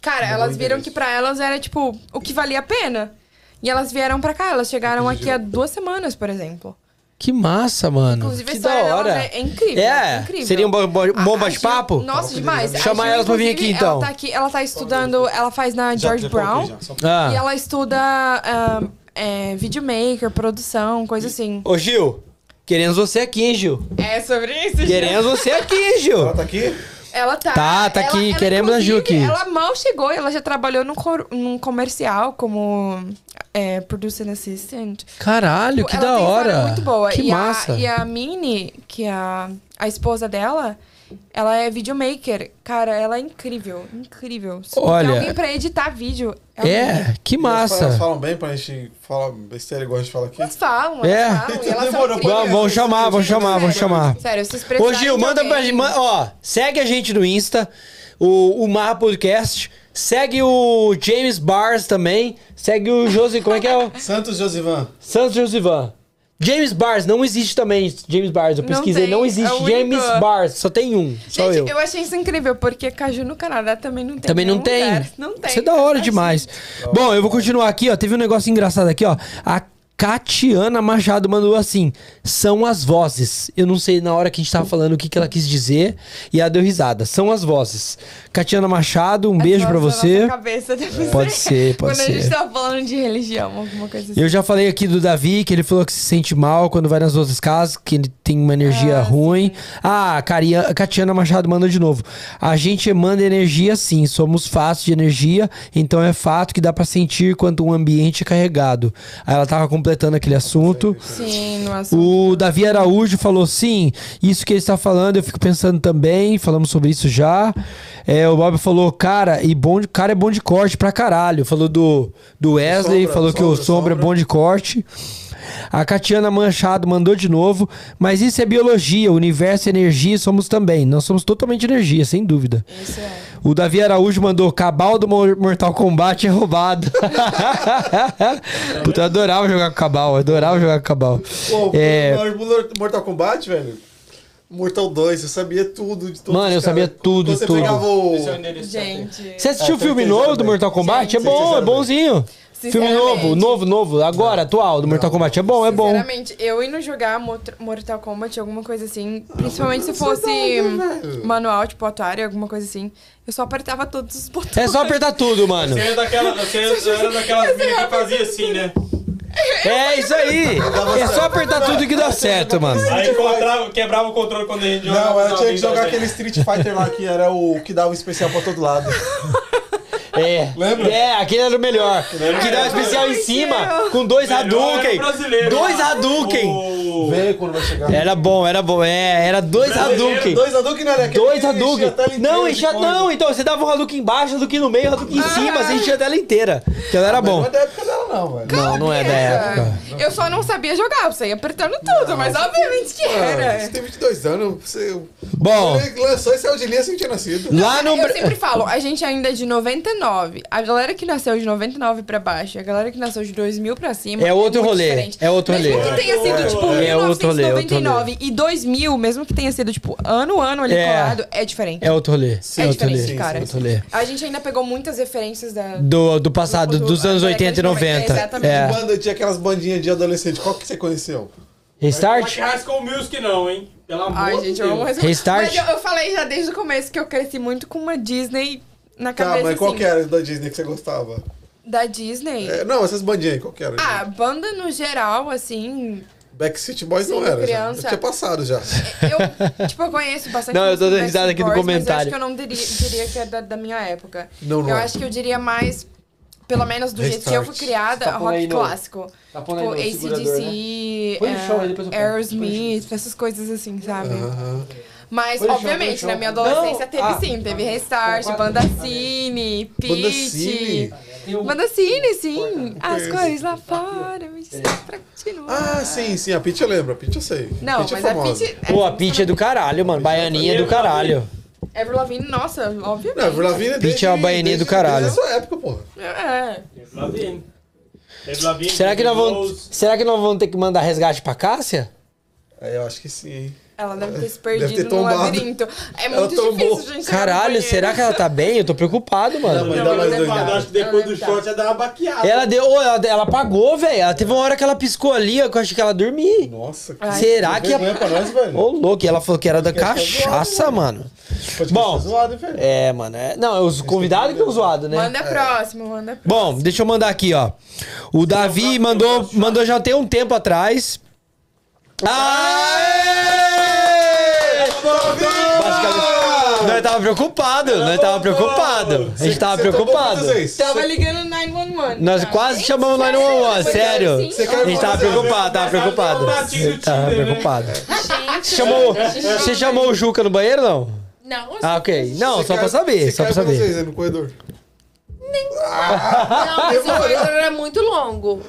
Cara, elas viram que pra elas era, tipo, o que valia a pena. E elas vieram pra cá, elas chegaram aqui há duas semanas, por exemplo.
Que massa, mano.
Inclusive, a
que
história
da
delas
hora.
é, é incrível.
É,
incrível.
seria um bo- bo-
A-
bom
a Gil-
bate-papo?
Nossa, demais. A
Chamar
Gil,
elas pra vir
inclusive,
aqui, então.
Ela tá aqui, ela tá estudando, ela faz na
Já-
um
George
já coloquei
Brown.
já, só- um
Ah.
E ela estuda ah, é, videomaker, produção, coisa assim.
Ô, Gil, queremos você aqui, hein, Gil?
É sobre isso,
Queremos você aqui, Gil.
Ela tá aqui?
Ela tá.
Tá, tá aqui,
ela,
queremos a Ju
inclusive,
aqui.
Ela mal chegou e ela já trabalhou num, cor- num comercial como é, producer assistant.
Caralho, que
ela
da
tem história
hora.
muito boa.
Que
e
massa.
A, e a Minnie, que é a, a esposa dela, ela é videomaker. Cara, ela é incrível, incrível. Se
Olha-
tem alguém pra editar vídeo, a Minnie.
É, que
Elas
massa.
falam bem pra gente falar besteira igual a gente fala aqui.
Elas falam, elas
É.
falam. E elas são
Demorou pra-
incríveis.
Vamos, vamos chamar, vamos chamar, vamos
Sério,
chamar.
né? Sério, vocês
Ô,
precisarem
Gil,
de
manda pra
alguém-
gente. ma- Ó, segue a gente no Insta, o, o Mar Podcast. Segue o James Bars também. Segue o Josi. Como é que é
(laughs)
o?
Santos Josivan.
Santos Josivan. James Bars, não existe também. James Bars, eu
Não
pesquisei,
tem,
não,
é o
existe.
único.
James Bars, só tem um. só
Gente,
eu.
eu. achei isso incrível, porque Caju no Canadá também não tem.
Também não
nenhum
tem.
lugar. Não tem.
Isso é da hora demais. Bom, eu vou continuar aqui, ó. Teve um negócio engraçado aqui, ó. A Catiana Machado mandou assim: são as vozes. Eu não sei na hora que a gente tava falando o que, que ela quis dizer e ela deu risada. São as vozes. Catiana Machado, um
As
beijo pra
vozes tá da
você.
nossa Cabeça deve
Pode ser, pode
Quando a gente
ser.
tava falando de religião, alguma coisa assim.
Eu já falei aqui do Davi, que ele falou que se sente mal quando vai nas outras casas, que ele tem uma energia ruim. Ah, Caria- Catiana Machado manda de novo. A gente emana energia sim, somos fatos de energia, então é fato que dá pra sentir quando um ambiente é carregado. Aí ela tava completando aquele assunto.
assim. Sim, no assunto.
O Davi Araújo falou sim, isso que ele está falando, eu fico pensando também, falamos sobre isso já. É, o Bob falou, cara, e bom de, cara é bom de corte pra caralho. Falou do, do Wesley,
Sombra,
falou que o
Sombra,
Sombra é
Sombra.
bom de corte. A Catiana Manchado mandou de novo, mas isso é biologia, o universo é energia e somos também. Nós somos totalmente energia, sem dúvida.
Isso é.
O Davi Araújo mandou: Cabal do Mor- Mortal Kombat é roubado. (laughs) Puta, eu adorava jogar com Cabal, eu adorava jogar com Cabal.
Pô,
É,
o Mor- Mortal Kombat, velho. Mortal 2, eu sabia tudo de todos os
Mano, eu
caras.
sabia tudo,
Quando você
tudo.
pegava
Esse é o
o...
endereço. certo.
Gente.
Você assistiu o
É,
filme
certeza,
novo do
bem.
Mortal Kombat? é
Sim,
bom, é
sinceramente.
bonzinho. Filme novo,
Sinceramente.
novo, novo, agora, atual, do Mortal Kombat. É bom, é bom.
Sinceramente, eu indo jogar Mot- Mortal Kombat, alguma coisa assim, principalmente se fosse
velho.
manual, tipo otário, alguma coisa assim, eu só apertava todos os botões.
É só apertar tudo, mano.
Você era daquela, você era daquela mina que fazia assim, né?
É isso aí. É só apertar tudo que dá certo, mano.
Aí encontrava, quebrava o controle quando a gente jogava.
Não, ela
os
tinha que
amigos da
jogar
gente.
aquele Street Fighter lá que era o que dava o especial pra todo (laughs) lado.
É.
Lembra?
É, aquele era o melhor. Que dá um especial em cima, com dois
Melhor era o
Hadouken.
brasileiro.
Dois Hadouken.
O-
Vê quando vai chegar.
Era bom, era bom. É, era dois Hadouken.
Dois Hadouken, não era aquele
Dois
que enchia
Hadouken.
a tela inteira
Não,
de
enchia.
coisa.
Não, então você dava um Hadouken embaixo, Hadouken no meio, Hadouken em cima,
Ah.
você enchia a tela inteira. Aquilo
Não
era bom.
é da época dela, não, velho.
Não, não é da época.
Eu só não sabia jogar, eu saía apertando tudo, mas obviamente que
é.
Cara, Você
era.
tem 22 anos, você...
Bom,
Você lançou e saiu de linha sem ter nascido.
lá no.
Eu
Bra-
sempre falo, a gente ainda é de 99. A galera que nasceu de 99 pra baixo, e a galera que nasceu de 2000 pra cima.
É outro
muito
rolê,
diferente.
é outro
mesmo
rolê.
que tenha sido, tipo,
É outro rolê, é outro
1999 e 2000, mesmo que tenha sido, tipo, ano ano ali
É.
colado, é diferente.
É outro rolê.
É
é outro
diferente,
rolê.
cara.
É outro rolê.
A gente ainda pegou muitas referências da.
Do, do passado,
Do-
dos anos
da
80 e
década de
90.
90,
É.
é exatamente.
Banda, tinha aquelas bandinhas de adolescente. Qual que você conheceu?
Mas
É
Restart?
que High School Music não, hein? Pelo amor
Ai,
de
gente, eu
Deus.
amo essa
Restart.
Mas eu, eu falei já desde o começo que eu cresci muito com uma Disney na
Tá,
cabeça.
mas qual
assim,
que
é?
era da Disney que você gostava?
Da Disney.
É, não, essas bandinhas aí, qual que era?
Ah, banda no geral, assim.
Backseat Boys não
Sim,
era. já.
criança.
Eu tinha passado
(laughs)
já.
Eu, tipo, eu conheço bastante.
Não, eu tô dando
Backstreet
risada aqui no
Boys, mas eu
comentário.
acho que eu não diria, diria que é da, da minha época.
Não, não
Eu
é.
acho que eu diria mais pelo menos do jeito que eu fui
Restart.
criada,
Tá pondo
rock
aí no-
clássico.
Tá pondo
Tipo,
aí no segurador, né?
ACDC,
Põe no chão aí,
eh,
depois eu pego.
Aerosmith, essas coisas assim, sabe?
Aham.
Mas,
Põe no chão,
obviamente,
põe no
na minha
chão.
adolescência
Não,
teve
ah,
sim. Teve
tá.
Restart,
Tá, tá.
Banda Cine,
Banda Cine.
Pit.
Tem um- o-
Banda Cine, sim.
Porta.
As coisas lá fora, me
É.
pra continuar.
Ah, sim, sim. A Peach eu lembro. A Peach eu sei.
Não,
Peach
mas
é
a
famosa.
Pit...
Pô, a Peach é do caralho, mano. Baianinha é do caralho.
Avril Lavigne, nossa, obviamente.
Não, a Lavigne é
Peach é uma baianinha do caralho.
Desde essa época, porra.
É.
Avril Lavigne. Avril Lavigne,
Será que, nós
Ruby
vamos,
Rose.
será que nós vamos ter que mandar resgate pra Cássia?
É, eu acho que sim, hein.
Ela deve ter
Deve
se
ter
perdido no
tombado.
labirinto. É
Ela
muito
tombou.
difícil, gente. chegar no
Caralho,
banheiro.
será que ela tá bem? Eu tô preocupado, mano.
Não,
Não, Dá
mas
mais
eu
dois
falo,
dedos.
acho que depois
Ela
do
deve
shot ia dar uma baqueada.
Ela deu. ô, ela, ela apagou, velho. Ela teve uma hora que ela piscou ali, eu acho que ela dormia.
Nossa, que
Ai,
Será que.
vergonha
A...
pra nós, velho.
Ô, louco, e ela falou que era da cachaça, mano.
Podcast
Bom.
zoado, hein, velho.
É, mano. é- Não, é os convidados que é o zoado, né?
Manda próximo, manda próximo.
Bom, deixa eu mandar aqui, ó. O Davi mandou, mandou já tem um tempo atrás. Aê! Basicamente, Nós tava preocupado, nós tava preocupado. A gente tava tá
Você tá tomou
preocupado. Então,
quantas vezes?
Tava ligando 911.
Nós
tá?
quase chamamos lá no One, sério.
Você
A
quer um
gente tava preocupado, tava preocupado. Tava
né?
preocupado.
tá?
(laughs) Chamou, você chamou o Juca no banheiro, não?
Não, assim,
Ah, ok. Não,
Você
só pra
caiu-
saber,
você
só pra
caiu quantas
saber.
vezes aí no corredor?
não,
(laughs)
mas o corredor era muito longo.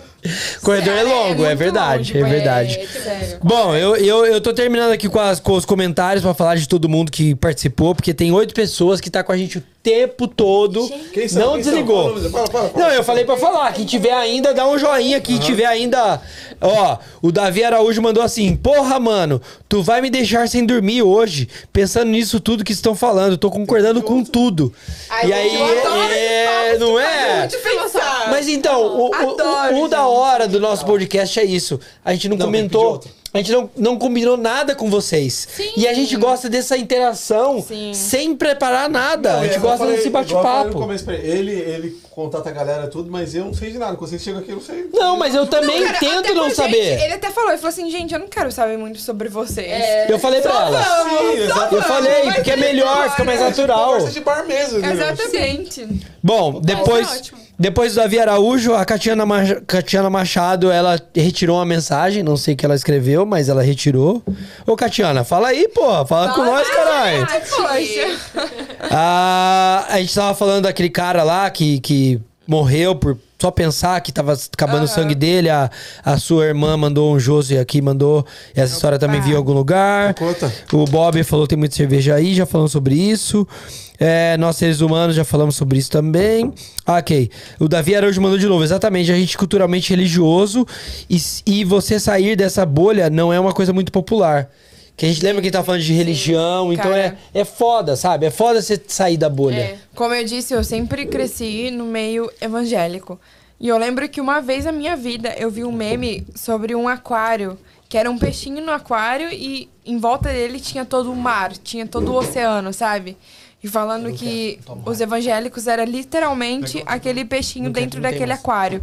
Corredor é
Sério,
longo, é
muito
verdade, é
longe,
verdade.
É, tipo,
Bom, eu, eu, eu tô terminando aqui com, as- com os comentários pra falar de todo mundo que participou, porque tem oito pessoas que tá com a gente o tempo todo.
Quem
Não
Quem
desligou.
Fala, Fala, fala, fala.
Não, eu falei pra falar. Quem tiver ainda, dá um joinha. Quem tiver ainda. Ó, o Davi Araújo mandou assim: Porra, mano, tu vai me deixar sem dormir hoje, pensando nisso tudo que estão falando. Tô concordando com tudo.
Ai,
e aí,
eu adoro
é,
esse papo,
não é?
Mas tá muito pensar.
Mas então, o, o-
Adoro,
o- o da
gente.
hora do nosso podcast é isso. A gente não,
Não, tem
comentou.
que pedir
A gente não, não combinou nada com vocês. E a gente gosta dessa interação
Sim.
sem preparar nada. a gente
Eu
gosta
falei-
desse
igual eu falei no
bate-papo.
começo pra Ele, ele contata a galera e tudo, mas eu não sei de nada. Quando você chega aqui, eu não sei.
Não, mas eu também
Cara, até
tento
com a
não
gente,
saber.
ele até falou, ele falou assim, gente, eu não quero saber muito sobre vocês.
Eu falei pra ela.
Sim, exato.
Eu falei,
mas
porque é
ele
melhor,
adora.
fica mais
É
natural.
Conversa de bar mesmo. né?
Exatamente.
Bom,
tá
depois,
ótimo.
depois do Davi Araújo, a Catiana, Mach- Catiana Machado, ela retirou uma mensagem, não sei o que ela escreveu, mas ela retirou. Ô, Catiana, fala aí, porra, fala com nós, caralho.
Ai, poxa.
Ah, a gente tava falando daquele cara lá que, que morreu por só pensar que tava acabando o sangue dele. A, a sua irmã mandou um Josi aqui, mandou. Essa história também viu em algum lugar.
Conta.
O Bob falou que tem muita cerveja aí, já falamos sobre isso. É, nós, seres humanos, já falamos sobre isso também. Ah, ok. O Davi Araújo mandou de novo. Exatamente, a gente é culturalmente religioso e, s- e você sair dessa bolha não é uma coisa muito popular. Que a gente lembra que tá falando de religião, então é,
Cara.
é foda, sabe? É foda você sair da bolha.
É. Como eu disse, eu sempre cresci no meio evangélico. E eu lembro que uma vez na minha vida eu vi um meme sobre um aquário, que era um peixinho no aquário e em volta dele tinha todo o mar, tinha todo o oceano, sabe? E falando que os evangélicos era literalmente aquele peixinho dentro daquele aquário.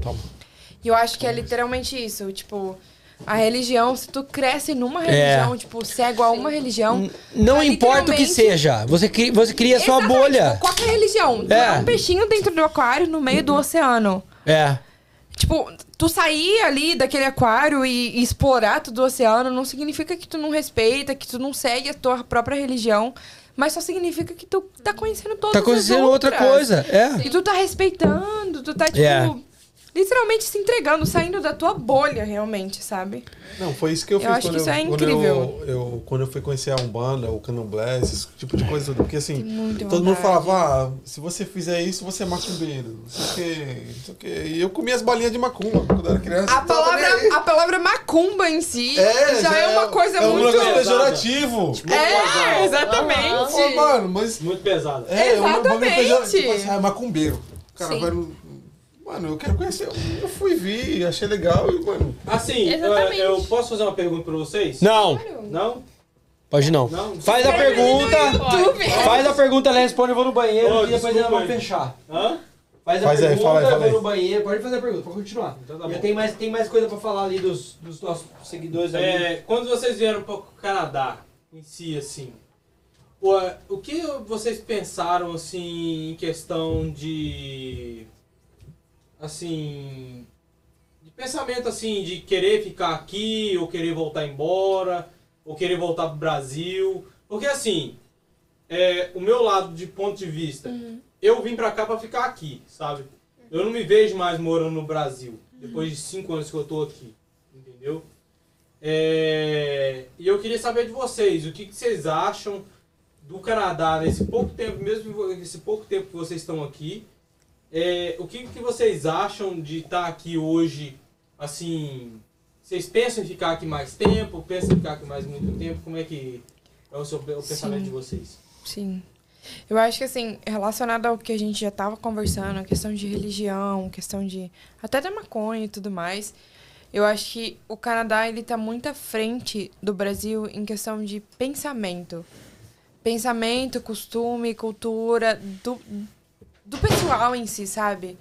E eu acho que é literalmente isso, tipo, a religião, se tu cresce numa religião, tipo, cego a uma religião,
É. Não
tá
importa o que
literalmente-
seja, você cria, você cria É a sua
Exatamente,
bolha.
tipo, Qualquer religião. Tu
É.
é. um peixinho dentro do aquário, no meio do oceano.
É.
Tipo, tu sair ali daquele aquário e, e explorar todo o oceano não significa que tu não respeita, que tu não segue a tua própria religião, mas só significa que tu tá conhecendo todas
Tá
as
acontecendo outra
outras.
coisa. É.
E tu tá respeitando, tu tá, tipo,
É.
literalmente se entregando, saindo da tua bolha, realmente, sabe?
Não, foi isso que eu,
Eu
fiz
acho
quando
que isso é
quando
incrível.
eu, eu- quando eu fui conhecer a Umbanda, o Candomblé, esse tipo de coisa tudo. Porque assim,
Tem muita
todo mundo
vontade.
falava, ah, se você fizer isso, você é macumbeiro. Não sei o quê, não sei o quê. E eu comia as bolinhas de macumba quando eu era criança.
A
não tava nem aí.
palavra, a palavra macumba em si já, (laughs) é uma coisa
é um
muito.
negócio pejorativo.
É,
Eu falo,
exatamente.
mano, mas...
Muito pesado.
É, um bagulho
Exatamente.
pejorativo, tipo assim, ah, é macumbeiro. O cara
Sim.
vai no... Mano, eu quero conhecer. Eu fui, vi, achei legal e, mano...
Assim, eu,
Exatamente.
eu posso fazer uma pergunta pra vocês?
Não,
Não?
pode não.
Não?
Faz a pergunta,
YouTube.
faz a pergunta, ela responde, eu vou no banheiro
Ô,
e depois ela
desculpa
vai
aí.
fechar.
Hã?
Faz a
Faz aí,
pergunta,
fala aí,
eu
fala
vou
aí.
no banheiro. Pode fazer a pergunta, pode continuar.
Então tá bom.
Já tem mais, tem mais coisa pra falar ali dos, dos nossos seguidores ali.
É, quando vocês vieram para o Canadá, em si, assim, o, eh, o que vocês pensaram, assim, em questão de assim. De pensamento assim, de querer ficar aqui, ou querer voltar embora, ou querer voltar pro Brasil. Porque assim, é, o meu lado de ponto de vista, eu vim pra cá pra ficar aqui, sabe? Eu não me vejo mais morando no Brasil, depois de cinco anos que eu tô aqui, entendeu? É, e eu queria saber de vocês, o que, que vocês acham do Canadá nesse pouco tempo, mesmo esse pouco tempo que vocês estão aqui, é, o que, que vocês acham de estar aqui hoje, assim, vocês pensam em ficar aqui mais tempo, pensam em ficar aqui mais muito tempo, como é que é o, seu, o pensamento
Sim.
de vocês?
Sim. Eu acho que, assim, relacionado ao que a gente já tava conversando, a questão de religião, questão de... Até da maconha e tudo mais. Eu acho que o Canadá, ele tá muito à frente do Brasil em questão de pensamento. Pensamento, costume, cultura, do, do pessoal em si, sabe?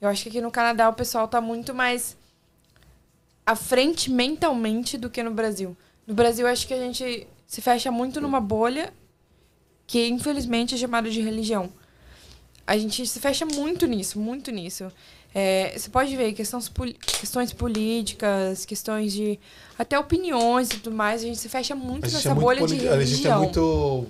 Eu acho que aqui no Canadá o pessoal tá muito mais à frente mentalmente do que no Brasil. No Brasil, acho que a gente se fecha muito numa bolha que infelizmente é chamado de religião. A gente se fecha muito nisso, muito nisso. É, você pode ver questões, poli- questões políticas, questões de até opiniões e tudo mais. A gente se fecha muito
A gente,
nessa
é muito
bolha de
politi-
religião.
a gente é muito.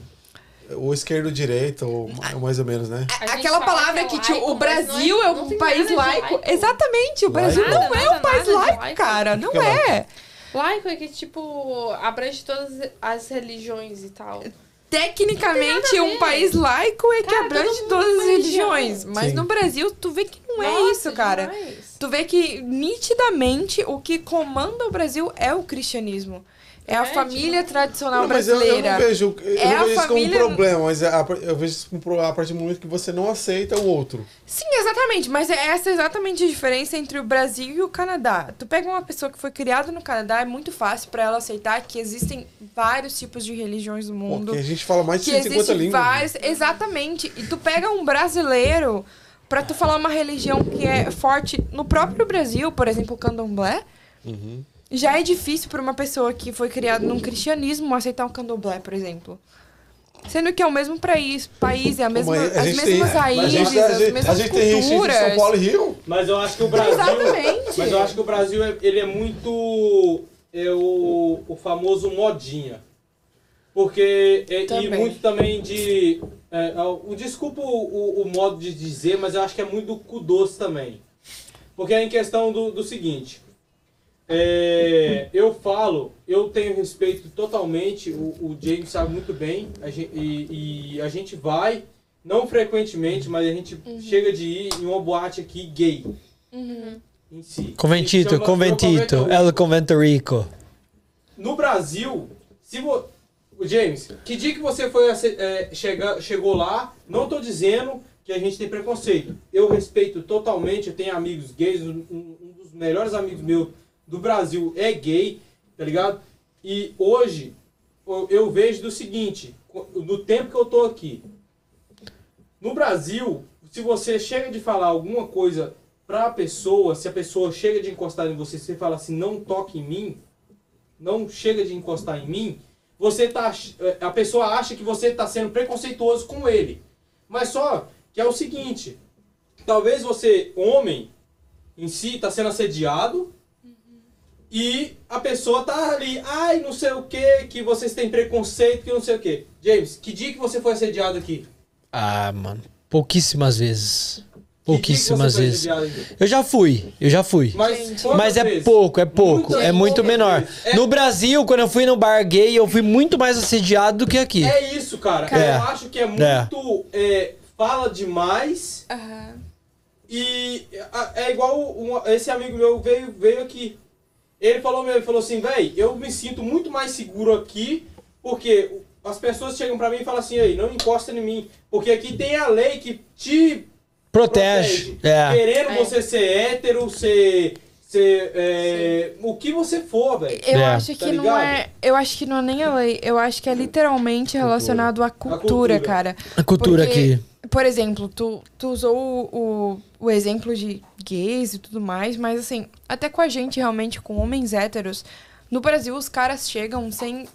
Ou esquerdo ou direita, ou ma- mais ou menos, né?
A gente
Aquela
fala
palavra
que
que,
é
tipo,
laico,
o Brasil
mas não é-
é
não
um
tem
país
nada de
laico.
laico.
Exatamente, o Brasil
Laico?
não é um
Nada,
país
nada de
laico,
laico.
cara. Não
Que é laico?
é.
Laico é que, tipo, abrange todas as religiões e tal. Não tem
Tecnicamente,
nada a
um
ver.
país laico é que
Cara, todo
abrange
mundo
todas as
tem religião.
religiões. Mas
Sim.
no Brasil, tu vê que não é
Nossa,
isso, cara.
demais.
Tu vê que nitidamente o que comanda o Brasil é o cristianismo. É a
É,
família tradicional
Não, mas eu, eu
brasileira.
não vejo, eu
É
não
a
vejo isso como um
família-
problema, mas a- eu vejo isso como um pro- a partir do momento que você não aceita o outro.
Sim, exatamente. Mas é essa exatamente a diferença entre o Brasil e o Canadá. Tu pega uma pessoa que foi criada no Canadá, é muito fácil pra ela aceitar que existem vários tipos de religiões no mundo.
Porque a gente fala mais de
que
150
existem
línguas. né?
vários. Exatamente. E tu pega um brasileiro pra tu falar uma religião que é forte no próprio Brasil, por exemplo, o candomblé.
Uhum.
Já é difícil pra uma pessoa que foi criada num cristianismo aceitar um candomblé, por exemplo. Sendo que é o mesmo país, país é a mesma,
Mas
as
tem-
mesmas
mas a
raízes,
gente-
as mesmas
A gente tem gente de
culturas.
São Paulo e Rio.
Mas eu acho que o Brasil.
Exatamente.
Mas eu acho que o Brasil é, ele é muito. É o, o famoso modinha. Porque. é- e
Também.
muito também de. é, é, o, desculpa o, o modo de dizer, mas eu acho que é muito do cu doce também. Porque é em questão do, do seguinte. é, eu falo, eu tenho respeito totalmente, o, o James sabe muito bem, a gen- e, e a gente vai, não frequentemente, mas a gente chega de ir em uma boate aqui gay. Em si. é Que
Conventito,
chama-
conventito, É
chama-
El Convento Rico.
No Brasil, se vo... Ô, James, que dia que você foi ace- é, chega- chegou lá? Não tô dizendo que a gente tem preconceito. Eu respeito totalmente, eu tenho amigos gays, um, um- um dos melhores amigos meus do Brasil é gay, tá ligado? E hoje eu, eu vejo do seguinte, co- do tempo que eu tô aqui. No Brasil, se você chega de falar alguma coisa pra pessoa, se a pessoa chega de encostar em você, você fala assim, não toque em mim, não chega de encostar em mim, você tá ach- eh, a pessoa acha que você está sendo preconceituoso com ele. Mas só que é o seguinte, talvez você, homem, em si, está sendo assediado e a pessoa tá ali, ai, não sei o que, que vocês têm preconceito, que não sei o que. James, que dia que você foi assediado aqui?
Ah, mano. Pouquíssimas vezes.
Que dia que você
Pouquíssimas
foi
vezes.
assediado aqui?
Eu já fui, eu já fui.
Mas,
Mas
quantas
é
vezes?
pouco, é pouco,
Muitas
é muito
vezes.
menor.
É-
No Brasil, quando eu fui no bar gay, eu fui muito mais assediado do que aqui.
É isso, cara.
Cara.
Eu acho que é muito. eh, fala demais. E ah, é igual um- esse amigo meu veio, veio aqui. Ele falou mesmo, ele falou assim, véi, eu me sinto muito mais seguro aqui, porque as pessoas chegam pra mim e falam assim, aí, não encosta em mim. Porque aqui tem a lei que te
Protege. É.
Querendo
É.
você ser hétero, ser. ser eh, o que você for, velho.
Eu
É.
acho que
Tá
não
ligado?
é. Eu acho que não é nem a lei. Eu acho que é literalmente relacionado à cultura,
cultura.
cara.
A cultura
Porque-
aqui.
Por exemplo, tu, tu usou o, o, o exemplo de gays e tudo mais, mas assim, até com a gente realmente, com homens héteros, no Brasil os caras chegam sem.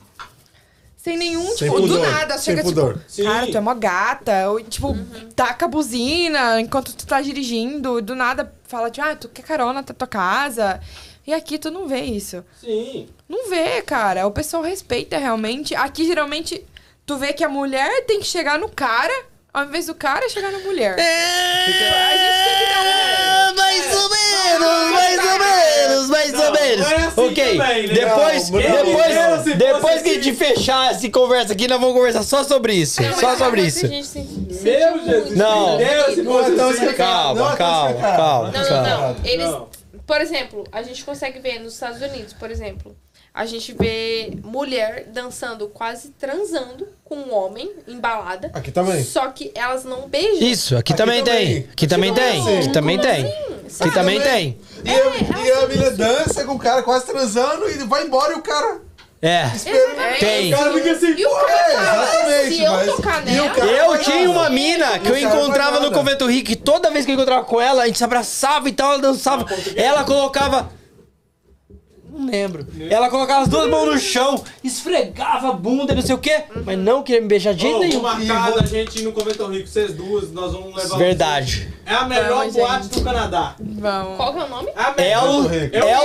Sem nenhum,
Sem
tipo,
pudor,
do nada.
sem
Chega,
pudor.
tipo,
Sim.
cara, tu é mó gata. Ou, tipo, taca a buzina enquanto tu tá dirigindo. Do nada fala, tipo, ah, tu quer carona tá tua casa. E aqui tu não vê isso.
Sim.
Não vê, cara. O pessoal respeita realmente. Aqui, geralmente, tu vê que a mulher tem que chegar no cara, ao invés do cara chegar na mulher.
É.
A gente tem que dar um...
É.
Mais ou menos, mais ou menos, mais
Não,
ou menos.
não é assim
ok,
também, né?
depois,
Não, não. Eu, se
depois, depois
fosse assim.
que a gente fechar essa conversa aqui, nós vamos conversar só sobre isso.
Não, é mas
só sobre
agora
isso.
a gente se- se
Meu
sentiu
Jesus.
muito
Não. então
Deus, se
Não é
fosse
tão
assim.
explicado.
Calma,
Não,
calma,
tá explicado.
calma,
Não, não,
calma.
não. Eles,
Não.
por exemplo, a gente consegue ver nos Estados Unidos, por exemplo, a gente vê mulher dançando, quase transando com um homem em balada.
Aqui também.
Só que elas não beijam.
Isso, aqui,
Aqui
também,
também.
tem. Aqui também é assim. tem.
também.
Aqui também tem. Aqui também
também.
tem.
E,
É,
a, e a menina dança com o cara quase transando e vai embora e o cara.
É.
Exatamente.
Tem.
O cara fica assim,
E o
"Ué,
cara fala,
"Ah,
exatamente,
se eu
mas-
tocar
e o
nela-
cara
Eu
faz
tinha
nada.
uma mina que eu
Não serve pra
encontrava no
nada.
Convento Rico e toda vez que eu encontrava com ela, a gente se abraçava e tal, ela dançava. Ela colocava. Não lembro. Ela colocava as duas mãos no chão, esfregava a bunda, não sei o quê, mas não queria me beijar de jeito
Ô, vou
nenhum.
marcar da gente ir no Convento Rico, vocês duas, nós vamos levar.
Verdade.
É a melhor
Vamos,
boate do Canadá.
Vamos.
Qual que é o nome?
É a
É
melhor,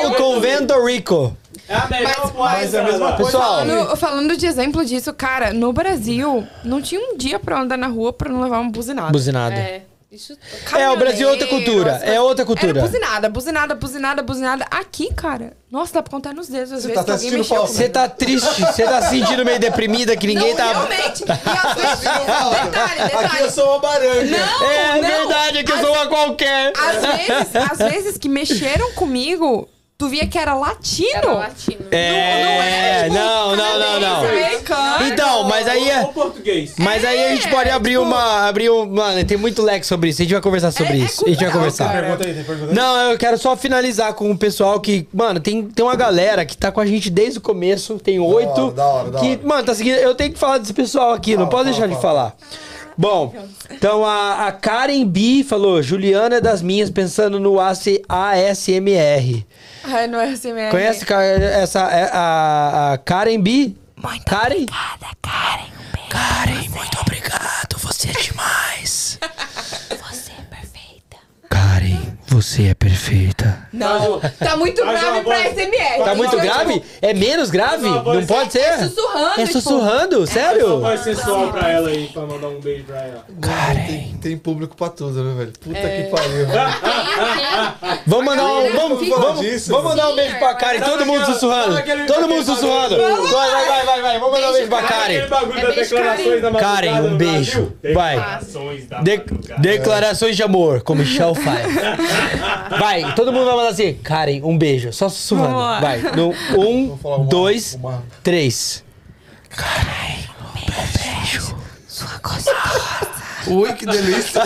o, é o Convento Rico.
é a melhor
Mas-
boate
mas
do
é a mesma
Canadá.
coisa.
Pessoal,
Falando, falando de exemplo disso, cara, no Brasil, não tinha um dia pra andar na rua pra não levar um uma buzinada.
buzinada. É,
É. Isso.
o Brasil é outra cultura. É outra
Era
cultura.
buzinada, buzinada, buzinada, buzinada. Aqui, cara, nossa, dá pra contar nos dedos às
Você
vezes
tá
que alguém
assistindo
mexeu
falso.
Você tá triste, você tá se sentindo meio deprimida que ninguém
não,
tá.
realmente.
(laughs)
E às vezes, detalhe,
Aqui eu
detalhe.
sou uma baranga.
Não,
É
não.
verdade, é que eu sou uma qualquer.
Às vezes, às vezes que mexeram comigo, tu via que era latino.
Era latino.
É, não, não, não, não.
tipo, Americano.
Então, mas aí é.
Ou, ou português.
Mas aí a gente pode
É,
abrir uma. Abrir um, mano, tem muito leque sobre isso. A gente vai conversar sobre
tipo- É- é
isso. a gente vai
cultural,
conversar.
cara.
Pergunta aí, tem pergunta aí.
Não, eu quero só finalizar com o pessoal que. Mano, tem, tem uma galera que tá com a gente desde o começo. Tem oito.
hora, da hora, da
que,
hora.
Mano, tá seguindo. Eu tenho que falar desse pessoal aqui,
Fala,
não posso
fala,
deixar de
fala.
falar. Bom, então a, a Karen B falou: Juliana é das minhas, pensando no AC ASMR.
Ai, não é assim mesmo.
Conhece ca- essa é, a, a Karen B? Muito Karen? obrigada, Karen. Um Karen, muito obrigado. Você é (laughs) demais.
Você é perfeita.
Karen, você é perfeita.
Não, tá muito
Mas,
grave
ó,
pra
vamos-
SMR.
Tá muito grave? É menos grave?
Não,
Não
você-
pode ser?
É sussurrando,
É
tipo.
sussurrando,
Só
sério?
vai ser só pra ela aí, pra mandar um beijo pra ela.
Tem, tem público pra tudo, né, velho? Puta
É.
que pariu.
Vamos mandar um, vamos,
fica-
vamos,
disso,
vamos mandar um beijo pra Karen. Todo mundo sussurrando. Todo mundo sussurrando. Vai, vai, vai, vai, vai. Vamos mandar um beijo pra
Aquele
Karen.
bagulho
É
das
beijo,
declarações da madrugada
Karen, um
no
beijo.
Brasil.
Vai.
Declarações da
De-
madrugada.
declarações de amor, como Michel
(laughs)
faz. Vai, todo mundo vai mandar assim. Karen, um beijo. Só sussurrando.
Vamos lá.
Vai. No, um,
Vou falar uma-
dois,
uma-
três.
Ui, que delícia.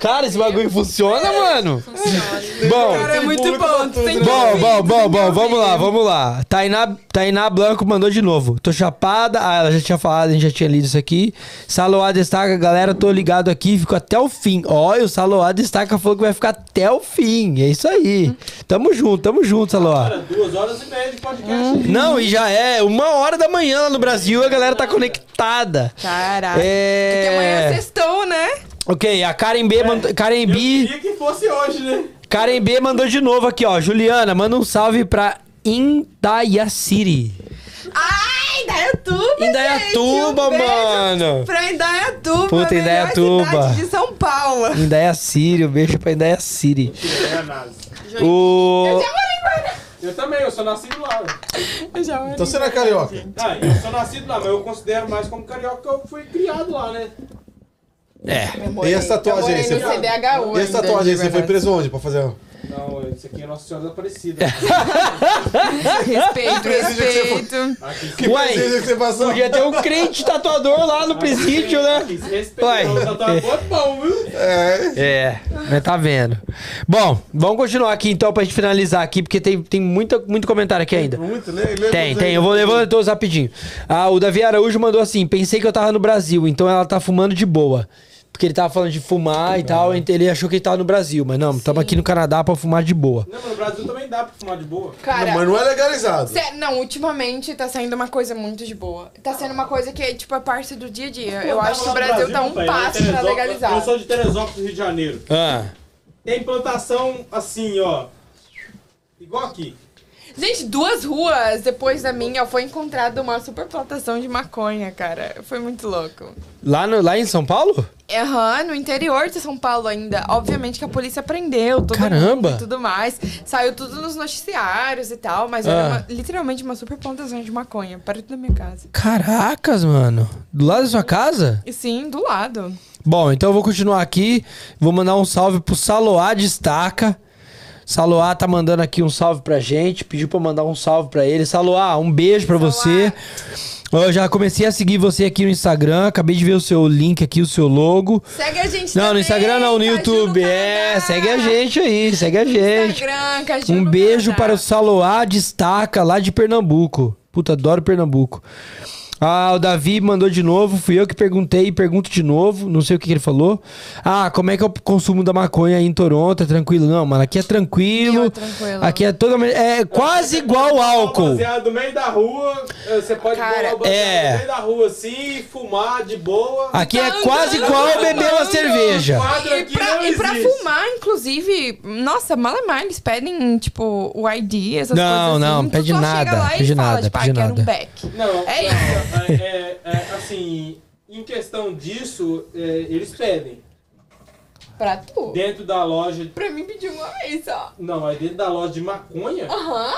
Cara, esse bagulho funciona, mano? (laughs) Bom.
Cara, é muito bom. tu tem
né,
que
Bom,
ouvir,
bom,
tu
bom,
tem que
bom,
ouvir.
vamos lá, vamos lá. Tainá, Tainá Blanco mandou de novo. Tô chapada, ah, ela já tinha falado, a gente já tinha lido isso aqui. Saloá destaca, galera, tô ligado aqui, fico até o fim. Olha, o Saloá destaca falou que vai ficar até o fim. É isso aí. Tamo junto, tamo junto, Saloá.
Cara, duas horas e meia de podcast.
Não, e já é uma hora da manhã lá no Brasil, a galera tá conectada.
Caraca.
É.
Porque amanhã é sextou, né?
Ok, a Karen B, mandou- Karen
Eu
B,
queria que fosse hoje, né?
Karen B mandou de novo aqui, ó. Juliana, manda um salve pra Indaiaciri.
Ai, Indaiatuba,
Indaiatuba,
gente, um beijo
mano.
Pra Indaiatuba,
Puta,
a melhor
Indaiatuba.
cidade de São Paulo.
Indaiaciri, um beijo pra Indaiaciri.
É a NASA.
O...
Eu também, eu sou nascido lá. né?
Então você não é carioca.
Ah, eu sou nascido lá, mas eu considero mais como carioca que eu fui criado lá, né?
É.
E essa tatuagem aí? Você...
no CBH.
E essa tatuagem aí? Você foi preso onde pra fazer? um- uma?
Não, isso aqui é Nossa Senhora da Aparecida.
(laughs)
Respeito,
presídio que você foi?
respeito.
Aqui se-
(laughs) Que
Ué,
presídio que você passou?
Podia ter um crente tatuador lá no presídio,
Aqui
né?
se
Uai.
respeitando, tá bom, bom, viu?
É.
É, mas tá vendo. Bom, vamos continuar aqui então pra gente finalizar aqui, porque tem, tem muita, muito comentário aqui ainda.
Muito, lê, lê
Tem,
você.
tem. Eu vou levando todos rapidinho. Ah, o Davi Araújo mandou assim: pensei que eu tava no Brasil, então ela tá fumando de boa. Porque ele tava falando de fumar e tal, ent- ele achou que ele tava no Brasil, mas não, tamo aqui no Canadá pra fumar de boa.
Não, mas no Brasil também dá pra fumar de boa.
Cara,
mas não é legalizado.
Cê- não, ultimamente tá saindo uma coisa muito de boa. Tá sendo uma coisa que, tipo, é parte do dia a dia. Eu acho que o Brasil tá um
né?
passo pra legalizar.
Eu sou de Teresópolis, Rio de Janeiro.
Ah,
Tem plantação assim, ó. Igual aqui.
Gente, duas ruas depois da minha foi encontrada uma super plantação de maconha, cara. Foi muito louco.
lá, no, lá em São Paulo?
Aham, no interior de São Paulo ainda. Obviamente que a polícia prendeu todo
Caramba!
mundo e tudo mais. Saiu tudo nos noticiários e tal, mas
Ah.
era uma- literalmente uma super plantação de maconha, perto da minha casa.
Caracas, mano. Do lado da sua casa?
E sim, do lado.
Bom, então eu vou continuar aqui. Vou mandar um salve pro Saloá Destaca. Saloá tá mandando aqui um salve pra gente. Pediu pra mandar um salve pra ele. Saloá, um beijo pra você. Eu já comecei a seguir você aqui no Instagram. Acabei de ver o seu link aqui, o seu logo.
Segue a gente
Não, no
também,
Instagram não, no
Caju
YouTube.
Canadá.
É, segue a gente aí, segue a gente.
Instagram, Caju
Um beijo
Canadá.
para o Saloá Destaca, lá de Pernambuco. Puta, adoro Pernambuco. Ah, o Davi mandou de novo. Fui eu que perguntei e pergunto de novo. Não sei o que, que ele falou. Ah, como é que é o consumo da maconha aí em Toronto? É tranquilo? Não, mano, aqui é tranquilo.
Aqui é tranquilo.
Aqui é totalmente. É quase igual ao álcool.
Baseado no meio da rua, eh, você pode
Cara,
bolar o baseado
é.
no meio da rua assim, fumar de boa.
Aqui é quase igual beber uma cerveja.
Quadro
E
aqui não
pra, e pra
existe.
fumar, inclusive, nossa, malemar, eles pedem, tipo, o ID, essas
Não,
coisas.
não,
assim. Tu
pede
só
nada,
chega lá e
pede
fala,
nada,
tipo, ah,
pede
quero
nada.
um beck.
Não,
É
não, é- é- é, assim, em questão disso, é, eles pedem.
Pra tu.
Dentro da loja.
Pra mim, pediu uma vez só.
Não, é dentro da loja de maconha.
Aham.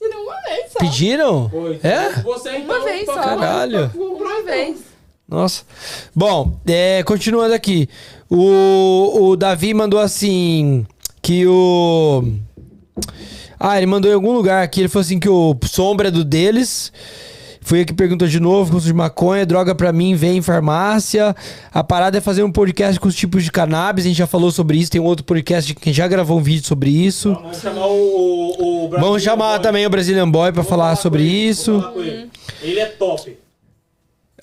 Tirou uma vez só.
Pediram?
Pô, então
É?
Você então,
Uma vez
pra
só.
fumar,
Caralho.
pra fumar,
Uma
então.
vez.
Nossa. Bom, é, continuando aqui. O, o Davi mandou assim: que o. Ah, ele mandou em algum lugar aqui. Ele falou assim: que o sombra é do deles. Foi aqui que perguntou de novo: consumo de maconha, droga pra mim, vem em farmácia. A parada é fazer um podcast com os tipos de cannabis. A gente já falou sobre isso. Tem um outro podcast que já gravou um vídeo sobre isso.
Vamos chamar o, o, o Brasilian
Vamos chamar
é um Boy.
também o Brazilian Boy pra
Vamos
falar
com
sobre
ele,
isso.
vamos falar com ele. Ele é top.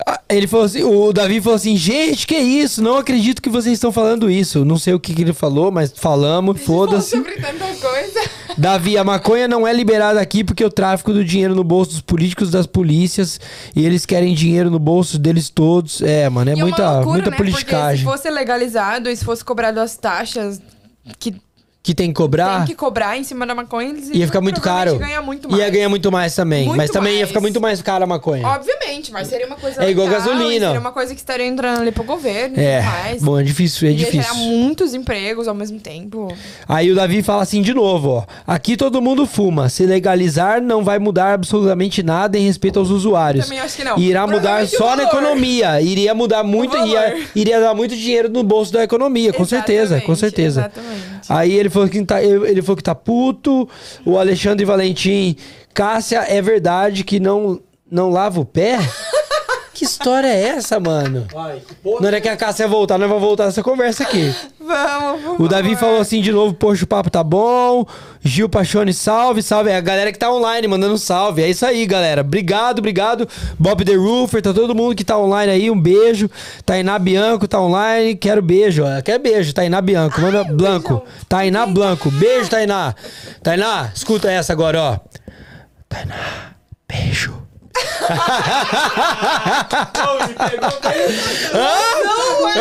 Ah, Ele falou assim, o Davi falou assim, gente, que isso? Não acredito que vocês estão falando isso. Não sei o que, que ele falou, mas falamos, foda-se.
Sobre tanta coisa.
É Davi, a maconha não é liberada aqui porque o tráfico do dinheiro no bolso dos políticos, das polícias, e eles querem dinheiro no bolso deles todos. É, mano, é
E
muita,
uma loucura,
muita
né?
politicagem.
Porque se fosse legalizado e se fosse cobrado as taxas que
Que tem que cobrar,
tem que cobrar em cima da maconha, eles
Tá. ia ficar muito
provavelmente
caro.
Ganhar muito mais.
Ia ganhar muito mais também.
Muito
mas também ia
mais.
ficar muito mais caro a maconha.
Obviamente, mas seria uma coisa
É igual
legal,
gasolina.
Seria uma coisa que estaria entrando ali pro governo e
É,
tudo mais.
bom, é difícil, é
Ia
difícil.
gerar muitos empregos ao mesmo tempo.
Aí o Davi fala assim de novo, ó. Aqui todo mundo fuma. Se legalizar, não vai mudar absolutamente nada em respeito aos usuários.
Também acho que não.
Irá mudar
Provavelmente o
só na
valor.
economia. Iria mudar muito,
valor.
ia, iria dar muito dinheiro no bolso da economia, com certeza, com
Exatamente,
certeza.
Exatamente.
Aí ele falou, que tá, ele falou que tá puto. O Alexandre Valentim, Cássia, é verdade que não, não lava o pé? (laughs) que história é essa, mano?
Vai, que porra.
Na hora que a Cássia voltar, nós vamos voltar nessa conversa aqui.
Vamos, vamos.
O Davi falou assim de novo, poxa, o papo tá bom. Gil Pachone, salve, salve. É a galera que tá online mandando salve. É isso aí, galera. Obrigado, obrigado. Bob The Roofer, tá todo mundo que tá online aí, um beijo. Tainá Bianco tá online, quero beijo. ó. Quero beijo, Tainá Bianco. Manda Blanco. Tainá Blanco. Beijo, Tainá. Tainá, escuta essa agora, ó. Tainá, beijo.
Não, ele
(laughs)
pegou bem.
é Eu vi,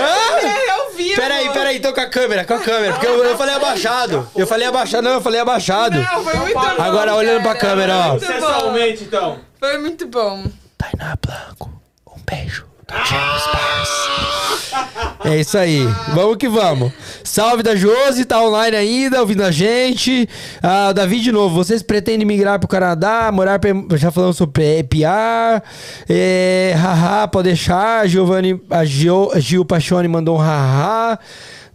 Ah! Peraí, peraí, então com a câmera, com a câmera. Porque eu, eu falei abaixado. Eu falei abaixado, não, eu falei abaixado.
Não, foi muito bom.
Agora, olhando pra
cara.
câmera, ó.
Muito bom.
Sensualmente, então.
Foi muito bom.
Tainá Blanco. Um beijo. do James Barnes. É isso aí. Vamos que vamos. Salve da Josi, tá online ainda, ouvindo a gente. Ah, Davi, de novo, vocês pretendem migrar pro Canadá, morar... Pra, já falamos sobre EPR. É, haha, pode deixar. Giovanni, a Gio, Gil Pachone mandou um haha.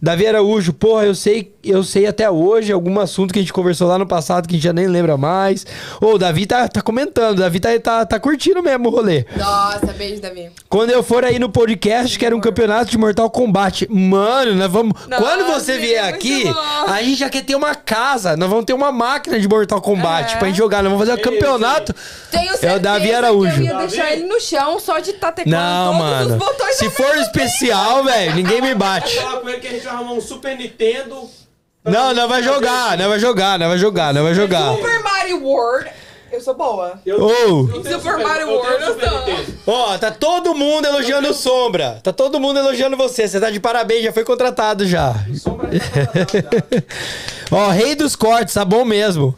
Davi Araújo, porra, eu sei eu sei até hoje algum assunto que a gente conversou lá no passado que a gente já nem lembra mais. Ô, o Davi tá, tá comentando, o Davi tá, tá, tá curtindo mesmo o rolê.
Nossa, beijo, Davi.
Quando eu for aí no podcast, quero um campeonato de Mortal Kombat. Mano, nós vamos.
Nossa,
Quando você vier
muito
aqui,
bom.
a gente já quer ter uma casa. Nós vamos ter uma máquina de Mortal Kombat
É.
pra gente jogar. Nós vamos fazer um
Beleza.
campeonato.
Tenho
É
certeza
o Davi Araújo.
que eu ia
Davi?
deixar ele no chão só de estar teclando
Não,
todos os
mano.
botões
Se
ao
for
mesmo
especial, velho, ninguém me bate.
Falar com ele que a gente vai arrumar um Super Nintendo. pra-
Não, não vai jogar, não vai jogar, não vai jogar, não vai jogar.
tempo. Super Mario World. Eu sou boa.
Eu,
Oh.
eu
Super
tenho Super
Mario
eu tenho
World,
Super
não.
Nintendo.
Ó, tá todo mundo elogiando o Sombra. Tá todo mundo elogiando você. Você tá de parabéns, já foi contratado já.
Sombra tá contratada.
(laughs) Ó, rei dos cortes, tá bom mesmo.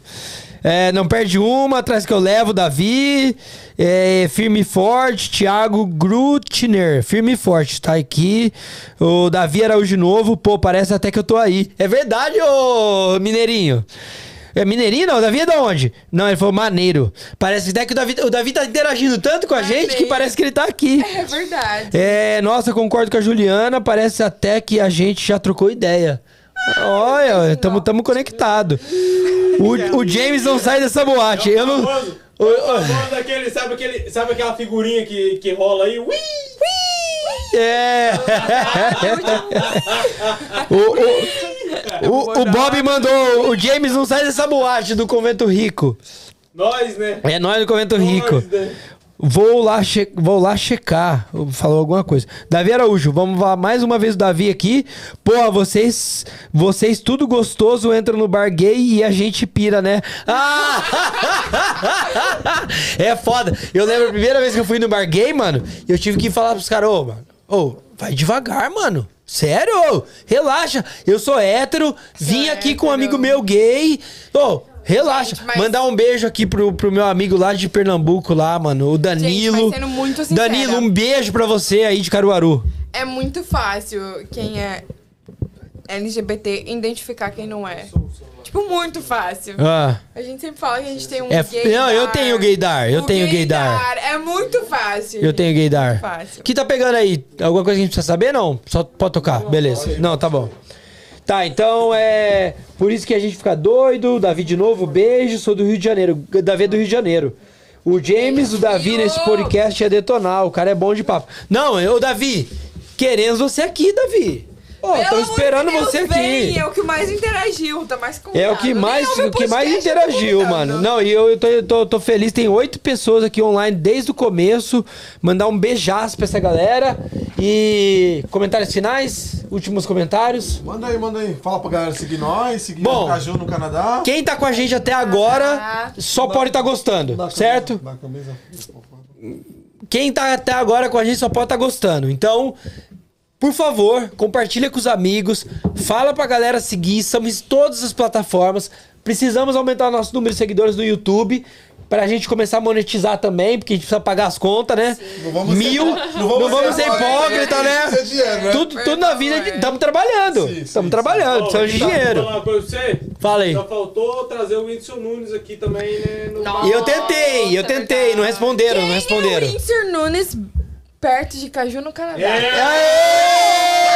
É, não perde uma, atrás que eu levo, Davi. É, firme e forte, Thiago Grutner. Firme e forte, tá aqui. O Davi Araújo de novo. Pô, parece até que eu tô aí. É verdade, ô Mineirinho. É Mineirinho não? O Davi é da onde? Não, ele falou maneiro. Parece até que o Davi, o Davi tá interagindo tanto com a gente que
Amei.
parece que ele tá aqui.
É verdade.
É, nossa, concordo com a Juliana. Parece até que a gente já trocou ideia. Olha, estamos tamo conectado. O, o James não sai dessa boate. Eu não.
Famoso,
O- o-
famoso daquele, sabe, aquele, sabe aquela figurinha que, que rola aí? Ui!
É. (laughs) O, o, o, o Bob mandou. O James não sai dessa boate do Convento Rico.
Nós, né?
É nós do Convento Rico.
Nós, né?
Vou lá, che- vou lá checar. Falou alguma coisa. Davi Araújo, vamos lá mais uma vez o Davi aqui. Porra, vocês. Vocês tudo gostoso entram no bar gay e a gente pira, né? (laughs) Ah! é foda. Eu lembro a primeira vez que eu fui no bar gay, mano, eu tive que falar pros caras, ô, mano, ô, vai devagar, mano. Sério, ô, relaxa. Eu sou hétero, vim aqui com um amigo meu gay. Ô, relaxa.
Gente, mas-
Mandar um beijo aqui pro, pro meu amigo lá de Pernambuco, lá, mano. O Danilo.
mas sendo muito sincera.
Danilo, um beijo pra você aí de Caruaru.
É muito fácil quem é LGBT identificar quem não é. Tipo, muito fácil.
Ah,
A gente sempre fala que a gente tem um
é,
gay
não, eu
dar.
tenho gaydar, eu
O
tenho gaydar.
É muito fácil.
Eu tenho gaydar.
Fácil.
O que tá pegando aí? Alguma coisa que a gente precisa saber? Não? Só pode tocar. Beleza. Não, tá bom. Tá, então é. Por isso que a gente fica doido. Davi de novo, beijo. Sou do Rio de Janeiro. Davi é do Rio de Janeiro. O James, o Davi nesse podcast é detonar. O cara é bom de papo. Não, eu, Davi, queremos você aqui, Davi. Ó,
Pelo
tô
amor de
esperando
Deus,
você aqui.
vem, é o que mais interagiu, tá mais
É o
convidado.
que
Nem
mais,
ouve
o que mais
podcast,
interagiu,
tá convidado.
mano. Não, e eu, eu tô, eu tô- tô feliz. Tem oito pessoas aqui online desde o começo. Mandar um beijaço pra essa galera. E comentários finais, últimos comentários.
Manda aí, manda aí. Fala pra galera seguir nós, seguir
Bom,
o Caju no Canadá.
Quem tá com a gente até agora só pode tá gostando, certo?
Na camisa.
Quem tá até agora com a gente só pode tá gostando. Então, por favor, compartilha com os amigos, fala pra galera seguir, estamos em todas as plataformas. Precisamos aumentar o nosso número de seguidores no YouTube pra gente começar a monetizar também, porque a gente precisa pagar as contas, né?
(laughs) Não vamos
Mil,
ser-
não vamos, ser hipócrita,
Isso é
né?
dinheiro, né?
Tudo, tudo na vida
É.
estamos trabalhando.
Sim, sim,
Estamos
sim.
trabalhando,
Ó,
precisamos de
então,
tá,
dinheiro.
Vou falar uma coisa pra você.
Fala aí.
Só faltou trazer o Whindersson Nunes aqui também, né? no-
Nossa.
E eu tentei, eu
Nossa,
tentei, não
verdade.
responderam,
Quem
não responderam.
é o Windsor Nunes perto de Caju no Canadá?
É.
Aê!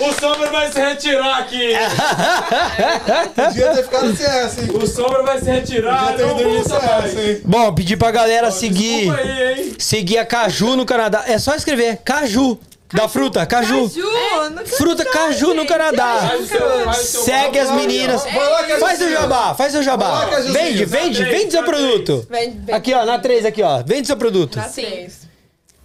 O Sombra vai se retirar aqui!
É.
Podia ter ficado sem essa, hein?
O Sombra vai se retirar,
Podia ter
não
ido nisso
volta mais!
essa, hein?
Bom, pedir pra galera seguir.
Desculpa aí, hein?
Seguir a Caju no Canadá. É só escrever Caju, da fruta, Caju.
Caju, no
Fruta Caju no Canadá.
Faz o seu- faz o seu-
Ah. Segue as meninas.
Vai lá, Caju.
Faz o jabá, faz o jabá.
Vai lá, Cajuzinho.
Vende,
Na
vende,
três,
vende seu
na três.
produto.
Vem, vem.
Aqui, ó, na 3 aqui, ó. Vende seu produto.
Dá
Sim.
três.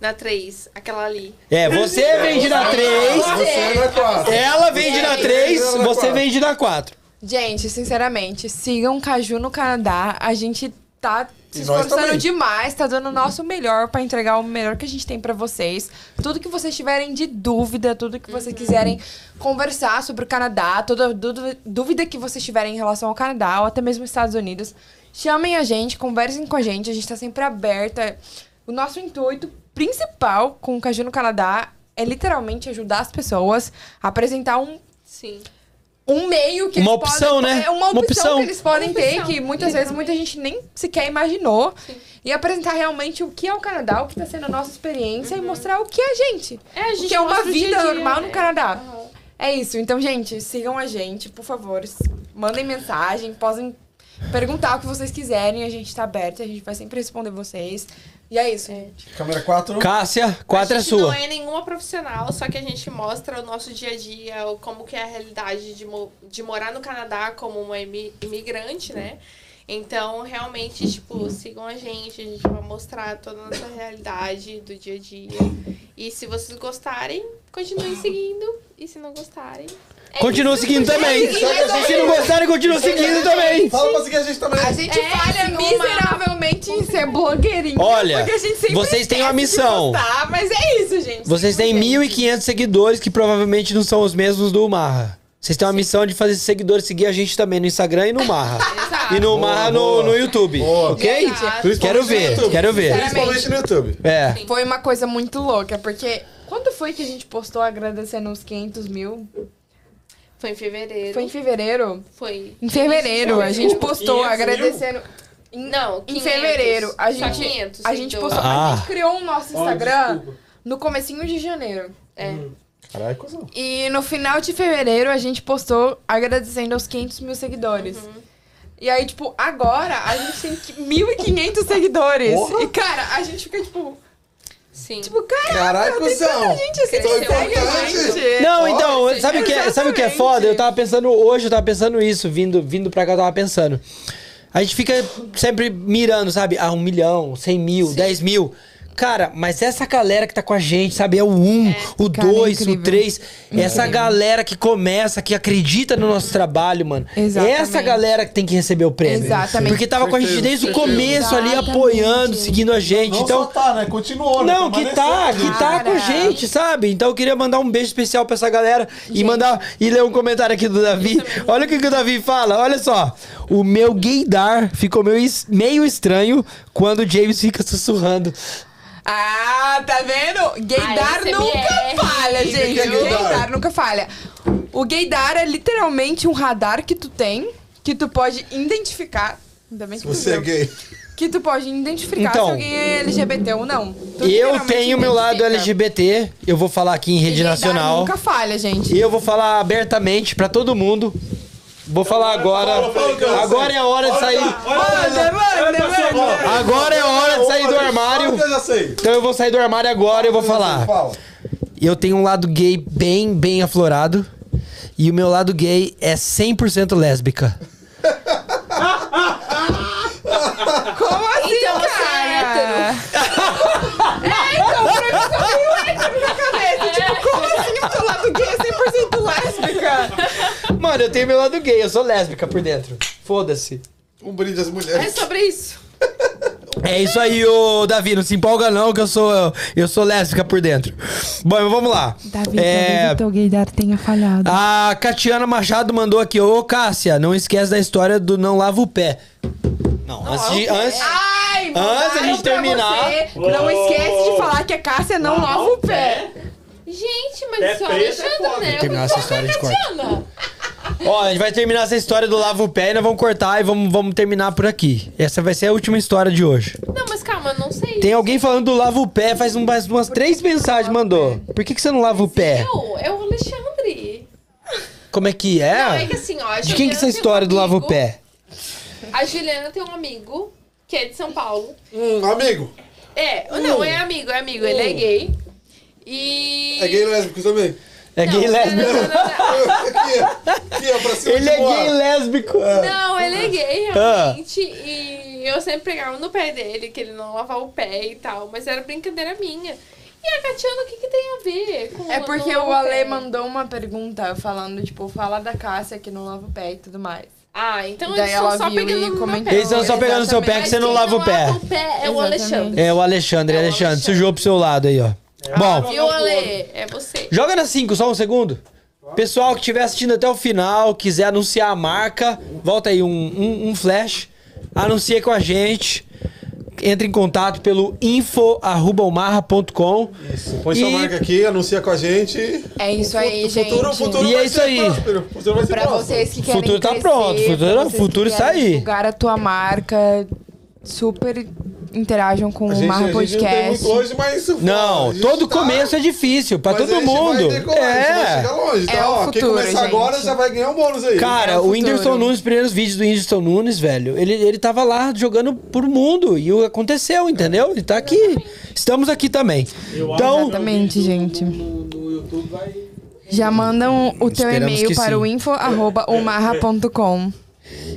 Na 3, aquela ali.
É, você vende na 3,
Você não é quatro.
ela vende na 3, você vende na 4.
Gente, sinceramente, sigam Caju no Canadá. A gente tá se
E nós
esforçando
também.
demais, tá dando o nosso melhor pra entregar o melhor que a gente tem pra vocês. Tudo que vocês tiverem de dúvida, tudo que
Uhum.
vocês quiserem conversar sobre o Canadá, toda dú- dúvida que vocês tiverem em relação ao Canadá ou até mesmo Estados Unidos, chamem a gente, conversem com a gente, a gente tá sempre aberta. O nosso intuito principal com o Caju no Canadá é literalmente ajudar as pessoas a apresentar um
Sim.
um meio que
Uma
eles
opção,
podem,
né?
É uma opção,
Uma opção.
que eles podem
Uma
ter,
opção,
que muitas vezes muita gente nem sequer imaginou. E apresentar realmente o que é o Canadá, o que está sendo a nossa experiência e mostrar o que é a gente.
É, Uhum. a gente
o que é uma
mostra o
vida
dia a dia,
normal no
é.
Canadá.
Aham.
É isso. Então, gente, sigam a gente, por favor. S- Mandem mensagem, podem perguntar o que vocês quiserem. A gente tá aberto, a gente vai sempre responder vocês. E é isso, gente.
Câmera 4.
Cássia, quatro
a
é
gente não
sua.
é nenhuma profissional, só que a gente mostra o nosso dia a dia, o- como que é a realidade de, mo- de morar no Canadá como uma imi- imigrante, né? Então, realmente, tipo, sigam a gente, a gente vai mostrar toda a nossa realidade do dia a dia. E se vocês gostarem, continuem seguindo. E se não gostarem,
Continua seguindo também. Se não gostarem, continua seguindo também. é
Fala pra seguir a gente também.
A gente falha
É, sigam uma-
miseravelmente em ser blogueirinha.
Olha,
porque a gente sempre
vocês têm uma
esquece de
missão.
Ah,
postar, mas é isso, gente.
Vocês têm
Sigam a gente.
1.500 seguidores que provavelmente não são os mesmos do Marra. Vocês têm uma missão de fazer esses seguidores seguir a gente também no Instagram e no Marra.
(laughs)
exato.
E no
Boa,
Marra no,
boa.
no YouTube.
Boa.
Ok?
Exato.
Quero ver, quero ver.
Principalmente no YouTube.
É.
Foi uma coisa muito louca, porque quando foi que a gente postou agradecendo os 500 mil?
Foi em fevereiro.
Foi em fevereiro?
Foi.
Em fevereiro, a gente postou
500 mil?
agradecendo. Em-
Não,
em
500.
fevereiro. A
Só
gente,
500
a gente
seguidores.
postou.
Ah.
A gente criou o nosso
Ó,
Instagram
desculpa.
no comecinho de janeiro.
É.
Caralho, coisa.
E no final de fevereiro a gente postou agradecendo aos 500 mil seguidores.
Uhum.
E aí, tipo, agora a gente tem que- 1.500 seguidores. E, cara, a gente fica, tipo,
Sim.
tipo, cara,
Caralho, cuzão.
gente, assim,
Cresceu
segue a
bastante.
gente.
Não, então, sabe o que, é- sabe o que é
Exatamente.
foda? Eu tava pensando, hoje eu tava pensando isso, vindo, vindo pra cá eu tava pensando. A gente fica sempre mirando, sabe? Ah, um milhão, cem mil, dez mil. Cara, mas essa galera que tá com a gente, sabe? É o um, o
Cara, é
dois, o
incrível. É
três. Essa galera que começa, que acredita no nosso trabalho, mano.
Exatamente.
Essa galera que tem que receber o prêmio.
Exatamente.
Porque tava com a gente
Certeza,
desde o
certeza.
começo ali, apoiando, seguindo a gente.
Não
então,
só tá, né? Continuou, né?
não, que
Ah,
tá,
Permaneceu.
que tá com a
Cara.
gente, sabe? Então eu queria mandar um beijo especial pra essa galera e mandar e ler um comentário aqui do Davi. Olha o que, que o Davi fala, olha só. O meu gaydar ficou meio, es- meio estranho quando o James fica sussurrando.
Ah, tá vendo? Gaydar
ASMR.
nunca
(laughs)
falha, gente.
que é
O
gaydar?
gaydar nunca falha. O gaydar é literalmente um radar que tu tem, que tu pode identificar. Ainda bem que tu
Você é
viu.
gay.
Que tu pode identificar
Então,
se alguém é LGBT ou não.
Então,
Tu
eu
literalmente
tenho meu lado
identifica.
LGBT, eu vou falar aqui em
E
rede
gaydar
nacional.
Nunca falha, gente.
E eu vou falar abertamente pra todo mundo. Vou falar agora.
Então, fala, fala, cara.
Agora é a hora de sair.
Manda, manda,
pra sua
manda.
Agora é a hora de sair do armário.
Eu já sei.
Então eu vou sair do armário agora e eu vou falar.
Fala.
Eu tenho um lado gay bem, bem aflorado. E o meu lado gay é 100% lésbica.
Como assim,
Então você é
cara? é, então, pra mim só veio hétero na cabeça. Tipo, como assim o teu lado gay é 100% lésbica?
(laughs) Mano, eu tenho meu lado gay, eu sou lésbica por dentro. Foda-se.
Um brinde às
É
mulheres.
sobre isso.
É isso aí, ô Davi, não se empolga não que eu sou eu sou lésbica por dentro. Bom, mas vamos lá. é...
teu gaydar tenha falhado.
A Catiana Machado mandou aqui, ô Cássia, não esquece da história do não lava o pé. Não, antes de, antes,
Ah! Ai,
Antes da gente
mandaram pra
terminar-
você. Não esquece de falar que a Cássia não lava o pé.
Um Gente, mas
É
isso é um
preto, é
Alexandre,
foda.
né?
terminar essa história de corte.
Tatiana.
Ó, a gente vai terminar essa história do lava o pé e nós vamos cortar e vamos, vamos terminar por aqui. Essa vai ser a última história de hoje.
Não, mas calma, eu não sei.
Tem um alguém falando do lava o pé, faz um- mais umas três mensagens mandou. Por que, que você não lava o pé?
Eu, é o Alexandre.
Como é que
Não, é
é?
que assim, ó. a
De quem que é
Juliana
essa
tem um
história do lava o
amigo-
pé?
A Juliana tem um amigo que é de São Paulo.
Hum, amigo.
É,
Uh.
não, é amigo, é amigo. Ele é gay. E.
É gay e lésbico
(laughs)
também.
É
Não,
gay
não,
lésbico.
não, não, não, não.
Aqui, ó. Aqui, ó, pra cima
Ele
de
é
boa.
gay lésbico.
Não, ele é gay,
Ah.
realmente. E eu sempre pegava no pé dele, que ele não lavava o pé e tal. Mas era brincadeira minha. E a Catiana, o que, que tem a ver com
É porque
não
o
lavar
Ale
pé?
mandou uma pergunta falando, tipo, fala da Cássia que não lava o pé e tudo mais.
Ah, então
Daí
eles estão
ela
só
viu e
pegando no meu
comentou.
pé.
Eles estão só pegando no seu pé que
Mas
você não
quem
lava o pé.
Lava o pé é o
Exatamente.
Alexandre.
É o Alexandre,
É o
Alexandre.
Alexandre.
Sujou pro seu lado aí, ó. Bom,
E o Ale, é você.
joga na 5 só um segundo. Pessoal que estiver assistindo até o final, quiser anunciar a marca, volta aí um, um, um flash. Anuncia com a gente. Entre em contato pelo info.com.
Põe sua
E-
marca aqui, anuncia com a gente.
É isso aí,
O futuro, o futuro
E
vai
é isso
ser
aí.
próspero. O futuro vai ser
Pra
próspero.
vocês que querem
Futuro tá
crescer,
pronto, futuro- é
pra vocês
futuro
que
está
querem
aí.
divulgar a tua marca, super interajam com
A
o
gente, a
Marra
gente não tem
um Podcast.
muito hoje, mas...
Não, todo
tá,
tá-
começo é difícil, pra todo mundo.
é.
É.
Chega longe,
É
tá?
o
Ó, quem
futuro,
começar
gente.
agora já vai ganhar um bônus aí.
É
Cara,
o
o
futuro.
Whindersson
né?
Nunes, os primeiros vídeos do Whindersson Nunes, velho, ele, ele tava lá jogando pro mundo e o- aconteceu, entendeu? Ele tá aqui. Estamos aqui também.
Eu acho
Então,
que meu
Exatamente,
vídeo
gente.
No, no YouTube vai.
Já mandam o teu
Esperamos
e-mail
que
para
sim.
o info.omarra.com.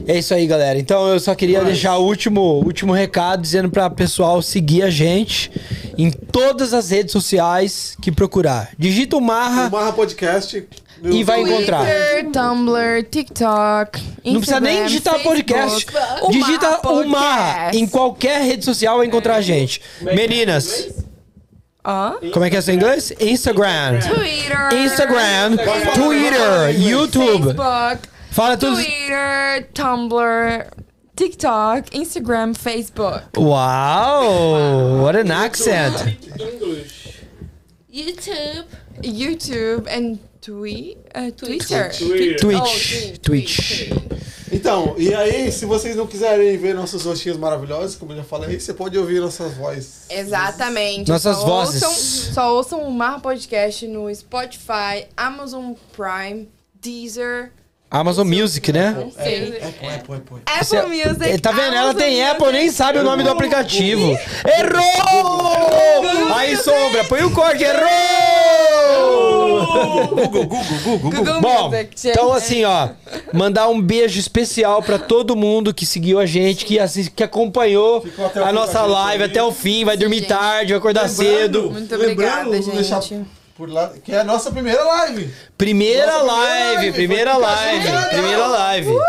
É isso aí, galera. Então eu só queria deixar o último, último recado dizendo pra pessoal seguir a gente em todas as redes sociais que procurar. Digita o Marra,
O Marra Podcast. no
e vai
YouTube.
encontrar.
Twitter, Tumblr, TikTok, Instagram,
Não precisa nem digitar
Facebook,
podcast.
o
Digita
Marra
o Marra.
Podcast. É.
Em qualquer rede social vai encontrar a gente.
é
Meninas,
Ó.
como é que é seu inglês? Instagram.
Twitter,
Instagram,
Instagram.
Twitter, YouTube.
Facebook,
Fala todos.
Twitter, Tumblr, TikTok, Instagram, Facebook.
Uau! What an accent!
Speak English.
YouTube.
YouTube and twi uh, Twitter.
Twitter.
Twitch.
Oh,
Twitch.
Então, e aí, se vocês não quiserem ver nossos rostinhos maravilhosos, como eu já falei, você pode ouvir nossas vozes.
É. Exatamente.
Nossas
só
vozes.
Ouçam, só ouçam o Mar Podcast no Spotify, Amazon Prime, Deezer,
Amazon Music, né?
não sei.
Apple, Apple, Apple.
Apple
Você-
Music.
Tá vendo? Ela
Amazon
tem
Music.
Apple, nem sabe o nome do aplicativo. Errou! Aí, Sombra, põe o corte. Errou!
Google, Google, Google.
Google
Bom,
Music. gente.
então assim, ó, mandar um beijo especial pra todo mundo que seguiu a gente, que assis- que acompanhou
Ficou até o
a
fim
nossa
com a gente
live
aí.
até o fim, vai dormir
gente.
tarde, vai acordar Tá cedo.
Muito
Lembrando,
obrigada,
vou deixar
gente.
Por lá, que é a nossa primeira live.
Primeira
Nossa,
live, primeira
primeira
live,
live, foi-
primeira live.
Uh!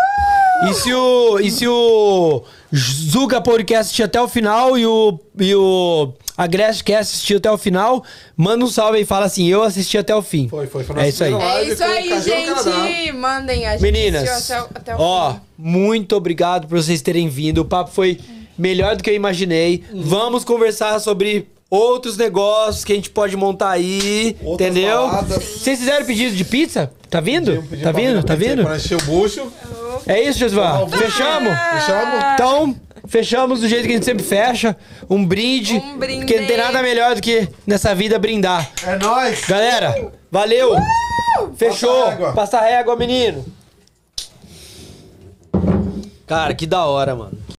E se o e se o Zuga Podcast assistir até o final e o e o Agreste quer assistir até o final, manda um salve e fala assim: "Eu assisti até o fim".
Foi, foi, foi a
É
nossa
isso aí.
primeira
É
live
isso
com o
aí,
Cajuru Canadá.
gente. Mandem a gente.
Meninas,
assistiu até, até o
ó,
fim.
muito obrigado por vocês terem vindo. O papo foi melhor do que eu imaginei.
Uhum.
Vamos conversar sobre outros negócios que a gente pode montar aí,
Outras
entendeu?
baladas.
Vocês fizeram pedido de pizza? Tá vindo?
Eu pedi
Tá
pra mim
vindo?
na
Tá
pizza
vindo?
Pra encher o bucho.
É isso, Josvan. Fechamos?
Ah.
Fechamos?
Então, fechamos do jeito que a gente sempre fecha. Um brinde.
Um brinde.
Porque não tem nada melhor do que nessa vida brindar.
É nóis.
Galera, valeu! Fechou!
Passa
Passa régua.
régua.
menino! Cara, que da hora, mano.